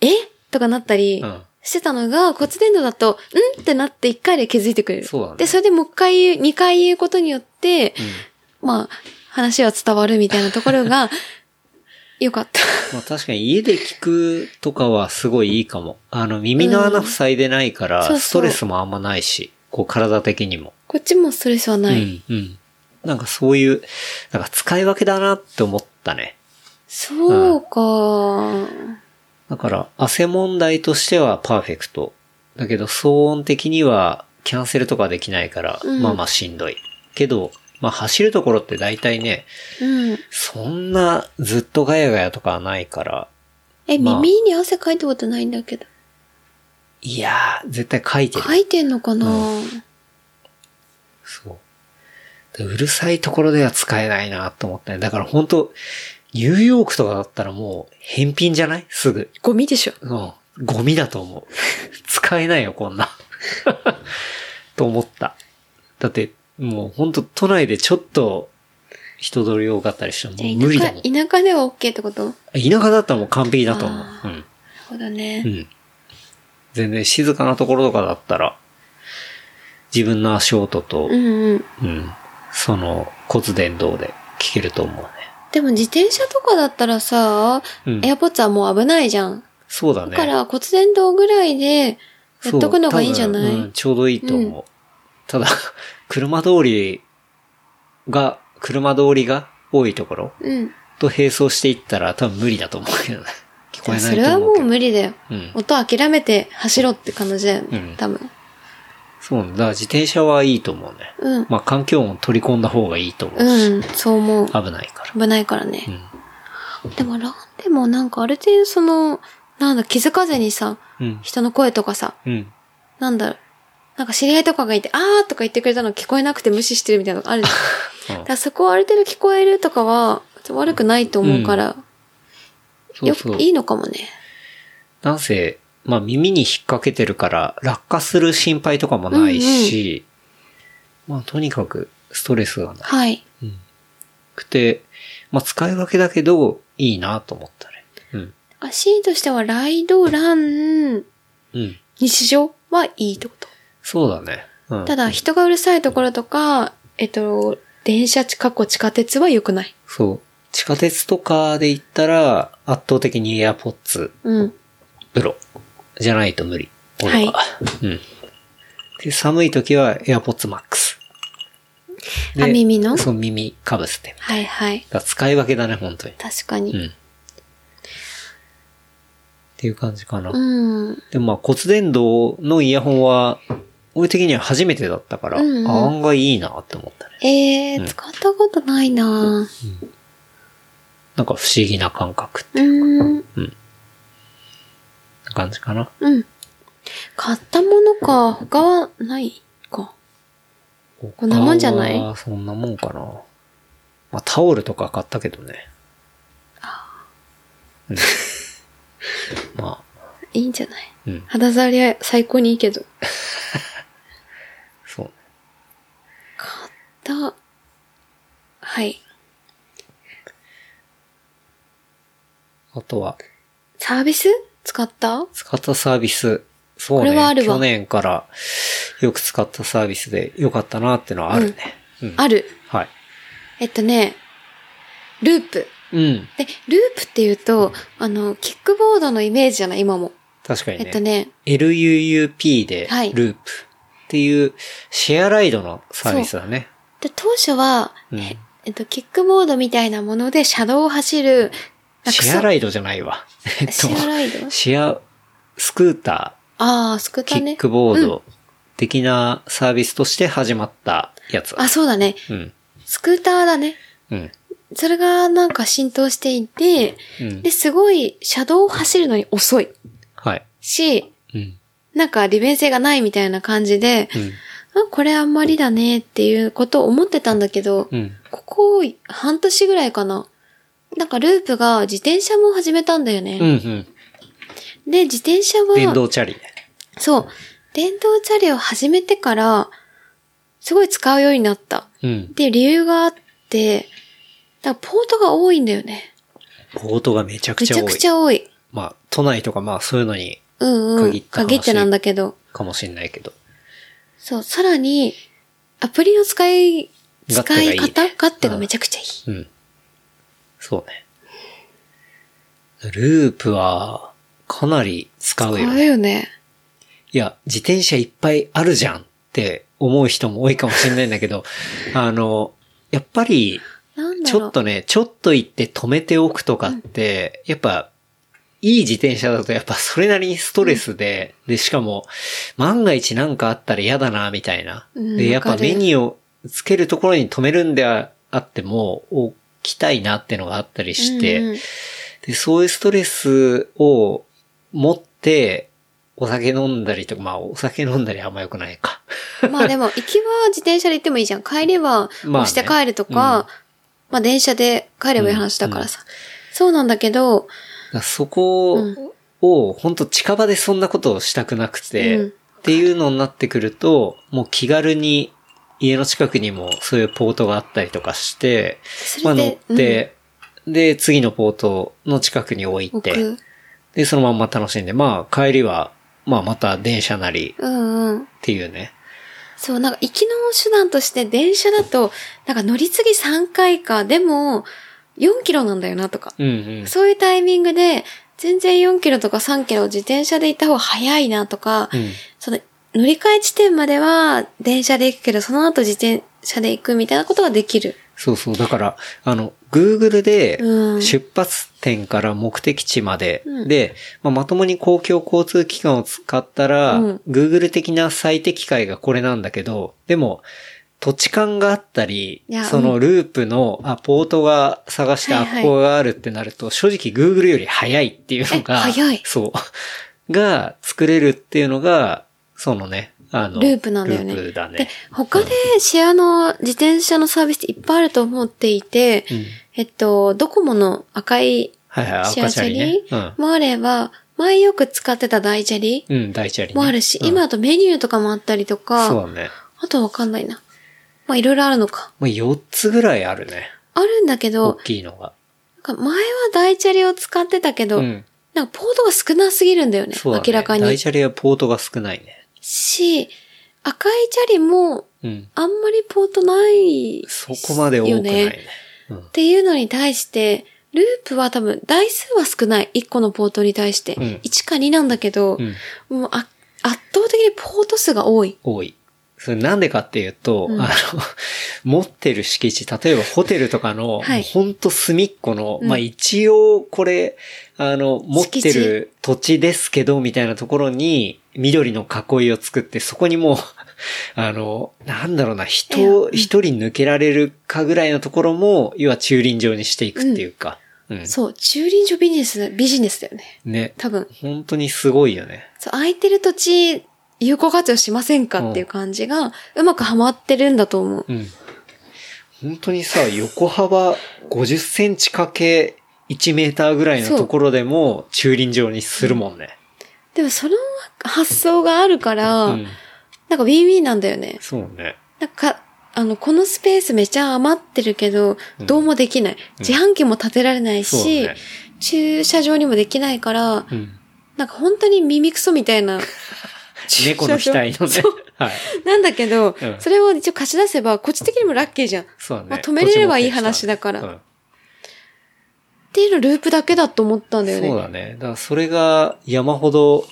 [SPEAKER 3] えとかなったり
[SPEAKER 2] うん
[SPEAKER 3] してたのが、骨伝導だと、んってなって1回で気づいてくれる。
[SPEAKER 2] そうだね
[SPEAKER 3] で、それでもう1回言う、2回言うことによって、
[SPEAKER 2] うん
[SPEAKER 3] まあ、話は伝わるみたいなところ が、よかった。
[SPEAKER 2] まあ確かに家で聞くとかはすごいいいかも。あの耳の穴塞いでないか
[SPEAKER 3] うんそうそう
[SPEAKER 2] ら、ストレスもあんまないし、こう体的にも。
[SPEAKER 3] こっちもストレスはな
[SPEAKER 2] う
[SPEAKER 3] い。
[SPEAKER 2] ん、うん。なんかそういう、なんか使い分けだなって思ったね。
[SPEAKER 3] そうか、
[SPEAKER 2] だから、汗問題としてはパーフェクト。だけど、騒音的にはキャンセルとかできないから、
[SPEAKER 3] うん
[SPEAKER 2] まあまあしんどい。けど、まあ走るところって大体ね、
[SPEAKER 3] うん。
[SPEAKER 2] そんなずっとガヤガヤとかはないから、
[SPEAKER 3] え、
[SPEAKER 2] まあ
[SPEAKER 3] 耳に汗かいたことないんだけど。
[SPEAKER 2] いやー、絶対書いてる。
[SPEAKER 3] かいてんのかな、
[SPEAKER 2] そう。でうるさいところでは使えないなと思ったね。だから本当ニューヨークとかだったらもう返品じゃないすぐ。
[SPEAKER 3] ゴミでしょ。
[SPEAKER 2] うん。ゴミだと思う。使えないよ、こんな。 と思った。だって、もうほんと都内でちょっと人通り多かったりしたら
[SPEAKER 3] じゃ
[SPEAKER 2] もう
[SPEAKER 3] あ
[SPEAKER 2] 無理だもん。
[SPEAKER 3] 田舎、田舎では OK ってことなる
[SPEAKER 2] 田舎だったらもう完璧だと思う。うん。
[SPEAKER 3] ほどね。
[SPEAKER 2] うん。全然静かなところとかだったら、自分の足音と、
[SPEAKER 3] うん、うん。
[SPEAKER 2] うん。その骨伝導で聞けると思うね。
[SPEAKER 3] でも自転車とかだったらさ、
[SPEAKER 2] うん
[SPEAKER 3] エアポッツはもう危ないじゃん。
[SPEAKER 2] そうだね。
[SPEAKER 3] だから骨伝導ぐらいで、やっとくのがいいんじゃな
[SPEAKER 2] そう
[SPEAKER 3] い、
[SPEAKER 2] 多分うんちょうどいいと思う。ただ、 車通りが、車通りが多いところ
[SPEAKER 3] うん。
[SPEAKER 2] と並走していったら多分無理だと思う けどね。聞こえ
[SPEAKER 3] それ
[SPEAKER 2] ない
[SPEAKER 3] は
[SPEAKER 2] と思う
[SPEAKER 3] もう
[SPEAKER 2] けど。
[SPEAKER 3] 無理だよ。
[SPEAKER 2] うん。
[SPEAKER 3] 音諦めて走ろうって感じだよね、
[SPEAKER 2] うん
[SPEAKER 3] 多分。
[SPEAKER 2] そうなんだ。自転車はいいと思うね。
[SPEAKER 3] うん。
[SPEAKER 2] まあ環境音取り込んだ方がいいと思うし、
[SPEAKER 3] うん、そう思う。
[SPEAKER 2] 危ないから。
[SPEAKER 3] 危ないからね
[SPEAKER 2] う。ん。
[SPEAKER 3] でもランでもなんかある程度その、なんだ、気づかずにさ、
[SPEAKER 2] うん。
[SPEAKER 3] 人の声とかさ、
[SPEAKER 2] うん。
[SPEAKER 3] なんだろう、なんか知り合いとかがいて、あーとか言ってくれたの聞こえなくて無視してるみたいなのがあるじ ゃん。だからそこはある程度聞こえるとかは、悪くないと思うから、
[SPEAKER 2] そうそう
[SPEAKER 3] よ。いいのかもね。
[SPEAKER 2] なんせ、まあ耳に引っ掛けてるから落下する心配とかもないし、まあとにかくストレスがな
[SPEAKER 3] はい。
[SPEAKER 2] くて、まあ使い分けだけどいいなと思ったね。うん。
[SPEAKER 3] だから C としては、ライド、ラン、
[SPEAKER 2] うん。
[SPEAKER 3] 日常はいいってこと。
[SPEAKER 2] そうだね。うん。
[SPEAKER 3] ただ、人がうるさいところとか、えっと、電車、過去地下鉄は良くない。
[SPEAKER 2] そう。地下鉄とかで行ったら圧倒的に AirPods
[SPEAKER 3] うん。
[SPEAKER 2] Pro じゃないと無理。俺は
[SPEAKER 3] は
[SPEAKER 2] うん。で、寒い時は AirPods Max。で
[SPEAKER 3] あ耳の
[SPEAKER 2] そう、耳かぶせて。
[SPEAKER 3] はいはい。
[SPEAKER 2] だから使い分けだね、本当に。
[SPEAKER 3] 確かに。
[SPEAKER 2] うん。っていう感じかな。
[SPEAKER 3] うん。
[SPEAKER 2] でもまあ骨伝導のイヤホンは、俺的には初めてだったから、
[SPEAKER 3] うんうん
[SPEAKER 2] あ案外いいなって思ったね。
[SPEAKER 3] えー、
[SPEAKER 2] うん
[SPEAKER 3] 使ったことないなぁ
[SPEAKER 2] なんか不思議な感覚って
[SPEAKER 3] うん。
[SPEAKER 2] 感じかな。
[SPEAKER 3] うん。買ったものか、他はないか。こんなもんじゃない
[SPEAKER 2] 他はそんなもんかな。まあタオルとか買ったけどね。うん まあ、
[SPEAKER 3] いいんじゃない
[SPEAKER 2] うん。
[SPEAKER 3] 肌触りは最高にいいけど。
[SPEAKER 2] そうね。
[SPEAKER 3] だ、はい。
[SPEAKER 2] あとは、
[SPEAKER 3] サービス使った
[SPEAKER 2] 使ったサービス。そう
[SPEAKER 3] こ
[SPEAKER 2] ね。
[SPEAKER 3] れはあるわ
[SPEAKER 2] 去年からよく使ったサービスで良かったなってのはあるね。うん。
[SPEAKER 3] ある。
[SPEAKER 2] はい。
[SPEAKER 3] えっとね、ループ。
[SPEAKER 2] うん。
[SPEAKER 3] で、ループっていうと、あの、キックボードのイメージじゃない今も。
[SPEAKER 2] 確かに
[SPEAKER 3] え
[SPEAKER 2] ね。
[SPEAKER 3] っとね、
[SPEAKER 2] LUUP で
[SPEAKER 3] はい
[SPEAKER 2] ループっていうシェアライドのサービスだね。
[SPEAKER 3] で当初は、
[SPEAKER 2] うん
[SPEAKER 3] ええっと、キックボードみたいなもので車道を走る、なんか
[SPEAKER 2] シェアラ
[SPEAKER 3] イ
[SPEAKER 2] イドじゃないわ。えっと、
[SPEAKER 3] シェアライド
[SPEAKER 2] シェアスクータ
[SPEAKER 3] ああ、スクー
[SPEAKER 2] ー、
[SPEAKER 3] タ
[SPEAKER 2] キ
[SPEAKER 3] ーね。
[SPEAKER 2] ックボード的なサービスとして始まったやつだ
[SPEAKER 3] あ、そうだね。
[SPEAKER 2] うん。
[SPEAKER 3] スクーターだね。
[SPEAKER 2] うん。
[SPEAKER 3] それがなんか浸透していて、
[SPEAKER 2] うん
[SPEAKER 3] で、。すごい車道を走るのに遅い
[SPEAKER 2] はい。
[SPEAKER 3] し、
[SPEAKER 2] うん。
[SPEAKER 3] なんか利便性がないみたいな感じで、
[SPEAKER 2] うん。
[SPEAKER 3] あこれあんまりだねっていうことを思ってたんだけど、
[SPEAKER 2] うん。
[SPEAKER 3] ここ半年ぐらいかな。なんかループが自転車も始めたんだよ
[SPEAKER 2] うん。う
[SPEAKER 3] ね。
[SPEAKER 2] ん。
[SPEAKER 3] で、自転車は、
[SPEAKER 2] 電動チャリね。
[SPEAKER 3] そう、電動チャリを始めてから、すごい使うようになった。
[SPEAKER 2] うん。
[SPEAKER 3] で、理由があって、だからポートが多いんだよね。
[SPEAKER 2] ポートがめちゃく
[SPEAKER 3] め
[SPEAKER 2] ちゃ多
[SPEAKER 3] ち
[SPEAKER 2] い。
[SPEAKER 3] ゃくちゃ多い。
[SPEAKER 2] まあ、都内とかまあそういうのに
[SPEAKER 3] うんうん。
[SPEAKER 2] 限った話
[SPEAKER 3] 限ってなんだけど。
[SPEAKER 2] かもしんないけど。
[SPEAKER 3] そう、さらに、アプリの使い、
[SPEAKER 2] 勝手
[SPEAKER 3] 使
[SPEAKER 2] がい
[SPEAKER 3] い
[SPEAKER 2] いね
[SPEAKER 3] 方勝手が
[SPEAKER 2] うん
[SPEAKER 3] めちゃくちゃいい。
[SPEAKER 2] うん。そうね。ループは、かなり使うよ
[SPEAKER 3] あ
[SPEAKER 2] ね。
[SPEAKER 3] れよね。
[SPEAKER 2] いや、自転車いっぱいあるじゃんって思う人も多いかもしれないんだけど、あの、やっぱり、
[SPEAKER 3] なんだ
[SPEAKER 2] ち
[SPEAKER 3] ろう。
[SPEAKER 2] ょっとね、ちょっと行って止めておくとかって、やっぱ、いい自転車だとやっぱそれなりにストレスで、で、しかも、万が一なんかあったら嫌だな、みたいな。
[SPEAKER 3] うん
[SPEAKER 2] で、やっ
[SPEAKER 3] わ
[SPEAKER 2] ぱ
[SPEAKER 3] かる
[SPEAKER 2] メニューをつけるところに止めるんであっても、置きたいなってのがあったりして、
[SPEAKER 3] うんうん
[SPEAKER 2] で、そういうストレスを持って、お酒飲んだりとか、まあお酒飲んだりあんま良くないか。
[SPEAKER 3] まあでも、行きは自転車で行ってもいいじゃん。帰り
[SPEAKER 2] ま
[SPEAKER 3] は、
[SPEAKER 2] あね
[SPEAKER 3] 押して帰るとか、
[SPEAKER 2] うん
[SPEAKER 3] まあ電車で帰ればいい話だからさ。そうなんだけど、
[SPEAKER 2] だからそこ
[SPEAKER 3] うん
[SPEAKER 2] を、本当近場でそんなことをしたくなくて、
[SPEAKER 3] うん
[SPEAKER 2] っていうのになってくると、もう気軽に家の近くにもそういうポートがあったりとかして、
[SPEAKER 3] そ
[SPEAKER 2] まあ
[SPEAKER 3] れで、
[SPEAKER 2] 乗って、で、次のポートの近くに置い
[SPEAKER 3] うん、
[SPEAKER 2] て、
[SPEAKER 3] 置く。
[SPEAKER 2] で、そのまんま楽しんで、まあ帰りは、まあまた電車なりっ
[SPEAKER 3] うんうん。
[SPEAKER 2] ていうね。
[SPEAKER 3] そう、なんか行きの手段として電車だと、なんか乗り継ぎ3回か、でも、4キロなんだよなとか。
[SPEAKER 2] うんうん。
[SPEAKER 3] そういうタイミングで、全然4キロとか3キロ自転車で行った方が早いなとか、
[SPEAKER 2] うん
[SPEAKER 3] その乗り換え地点までは電車で行くけど、その後自転車で行くみたいなことができる。
[SPEAKER 2] そうそう。だから、あの、Google で
[SPEAKER 3] うん、
[SPEAKER 2] 出発点から目的地まで、
[SPEAKER 3] うん
[SPEAKER 2] で、まあ、まともに公共交通機関を使ったら、
[SPEAKER 3] うん
[SPEAKER 2] Google 的な最適解がこれなんだけど、でも、土地勘があったり
[SPEAKER 3] いや、
[SPEAKER 2] そのループの、あ、ポートが探して、
[SPEAKER 3] は
[SPEAKER 2] あ
[SPEAKER 3] いはい
[SPEAKER 2] っこがあるってなると、正直 Google より早いっていうのが、
[SPEAKER 3] え早い
[SPEAKER 2] そう。が、作れるっていうのが、そのね、あの、
[SPEAKER 3] ループなんだよね
[SPEAKER 2] ループだね
[SPEAKER 3] で。、他でシェアの自転車のサービスっていっぱいあると思っていて、
[SPEAKER 2] うん
[SPEAKER 3] えっと、ドコモの赤い
[SPEAKER 2] はいはい、
[SPEAKER 3] シェア
[SPEAKER 2] 赤チ
[SPEAKER 3] チ
[SPEAKER 2] ャ
[SPEAKER 3] ャ
[SPEAKER 2] リね
[SPEAKER 3] リ。
[SPEAKER 2] うん。
[SPEAKER 3] もあれば、前よく使ってた大チャリ
[SPEAKER 2] うん、大チャリ、ね。
[SPEAKER 3] もあるし、
[SPEAKER 2] うん
[SPEAKER 3] 今だとメニューとかもあったりとか、
[SPEAKER 2] そうだね。
[SPEAKER 3] あとわかんないな。まあいろいろあるのか。
[SPEAKER 2] まあ、4つぐらいあるね。
[SPEAKER 3] あるんだけ
[SPEAKER 2] 大
[SPEAKER 3] ど、
[SPEAKER 2] きいのが。
[SPEAKER 3] なんか前は大チャリを使ってたけど、
[SPEAKER 2] うん。
[SPEAKER 3] なんかポートが少なすぎるんだよね。
[SPEAKER 2] そうだね。
[SPEAKER 3] 明らかに
[SPEAKER 2] 大。チャリはポートが少ないね。
[SPEAKER 3] し、赤いチャリも
[SPEAKER 2] うん。
[SPEAKER 3] あんまりポートない。
[SPEAKER 2] そこまで多くないね。
[SPEAKER 3] よっていうのに対して、ループは多分台数は少ない。1個のポートに対して。
[SPEAKER 2] うん
[SPEAKER 3] 1か2なんだけど
[SPEAKER 2] う、ん。
[SPEAKER 3] もうあ圧倒的にポート数が多い。
[SPEAKER 2] 多い。それなんでかっていうと、
[SPEAKER 3] うん
[SPEAKER 2] あの、 持ってる敷地、例えばホテルとかの、
[SPEAKER 3] はい
[SPEAKER 2] もうほんと隅っこの、
[SPEAKER 3] うん
[SPEAKER 2] まあ一応これ、あの、持っ
[SPEAKER 3] 敷地
[SPEAKER 2] てる土地ですけど、みたいなところに、緑の囲いを作って、そこにもう、 あの、なんだろうな、
[SPEAKER 3] いや
[SPEAKER 2] 人、一人抜けられるかぐらいのところも、要は駐輪場にしていくっていうか、うん。
[SPEAKER 3] そう、駐輪場ビジネス、ビジネスだよね。
[SPEAKER 2] ね。
[SPEAKER 3] 多分。
[SPEAKER 2] 本当にすごいよね。
[SPEAKER 3] そう、空いてる土地、有効活用しませんかっていう感じが、うまくハマってるんだと思う。
[SPEAKER 2] うん。本当にさ、横幅50センチかけ1メーターぐらいのところでも駐輪場にするもんね。
[SPEAKER 3] でもその発想があるから、
[SPEAKER 2] うん。
[SPEAKER 3] なんかウィンウィンなんだよね。
[SPEAKER 2] そうね。
[SPEAKER 3] なんか、あの、このスペースめちゃ余ってるけど、
[SPEAKER 2] うん
[SPEAKER 3] どうもできない。自販機も建てられない
[SPEAKER 2] そう
[SPEAKER 3] し、
[SPEAKER 2] ね。
[SPEAKER 3] 駐車場にもできないから、
[SPEAKER 2] うん。
[SPEAKER 3] なんか本当に耳くそみたい な。
[SPEAKER 2] 猫の額のね。はい。
[SPEAKER 3] なんだけど、
[SPEAKER 2] うん
[SPEAKER 3] それを一応貸し出せば、こっち的にもラッキーじゃん。
[SPEAKER 2] そうだね。
[SPEAKER 3] まあ止めれればいい話だから
[SPEAKER 2] うん
[SPEAKER 3] ってるループだけだと思ったんだよね。
[SPEAKER 2] そうだね。だからそれが山ほど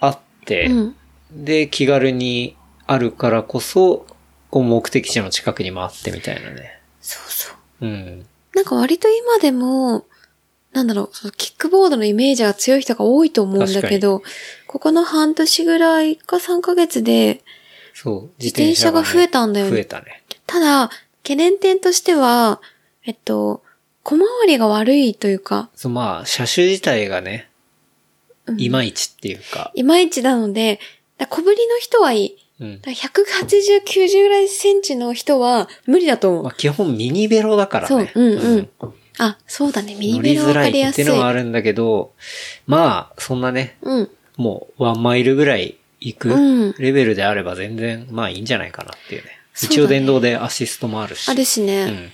[SPEAKER 2] あって、
[SPEAKER 3] うん。
[SPEAKER 2] で、気軽にあるからこそ、こう目的地の近くに回ってみたいなね。
[SPEAKER 3] そうそう。
[SPEAKER 2] うん。
[SPEAKER 3] なんか割と今でも、なんだろう、そのキックボードのイメージが強い人が多いと思うんだけど、ここの半年ぐらいか3ヶ月で
[SPEAKER 2] そう。
[SPEAKER 3] 自転車が
[SPEAKER 2] ね
[SPEAKER 3] 増えたんだよ
[SPEAKER 2] 増え
[SPEAKER 3] ね。
[SPEAKER 2] たね。
[SPEAKER 3] ただ、懸念点としては、えっと、小回りが悪いというか、
[SPEAKER 2] そうまあ、車種自体がね、
[SPEAKER 3] うん
[SPEAKER 2] いまいちっていうか、
[SPEAKER 3] いまいちなので、だ小ぶりの人はいい。
[SPEAKER 2] うん。
[SPEAKER 3] だ180、90ぐらいセンチの人は無理だと思
[SPEAKER 2] まあ
[SPEAKER 3] う。
[SPEAKER 2] 基本ミニベロだからね。
[SPEAKER 3] そううんうんあ、そうだね。ミニ
[SPEAKER 2] 乗
[SPEAKER 3] ベ
[SPEAKER 2] り
[SPEAKER 3] ル
[SPEAKER 2] づ
[SPEAKER 3] 分
[SPEAKER 2] ら
[SPEAKER 3] かり
[SPEAKER 2] い
[SPEAKER 3] や
[SPEAKER 2] って
[SPEAKER 3] す
[SPEAKER 2] い
[SPEAKER 3] い。
[SPEAKER 2] うのはあるんだけど、まあ、そんなね、
[SPEAKER 3] うん。
[SPEAKER 2] もうワンマイルぐらい行
[SPEAKER 3] うん
[SPEAKER 2] くレベルであれば全然、まあいいんじゃないかなっていうね。
[SPEAKER 3] そうだね
[SPEAKER 2] 一応電動でアシストもあるし。
[SPEAKER 3] あるしね。
[SPEAKER 2] うん。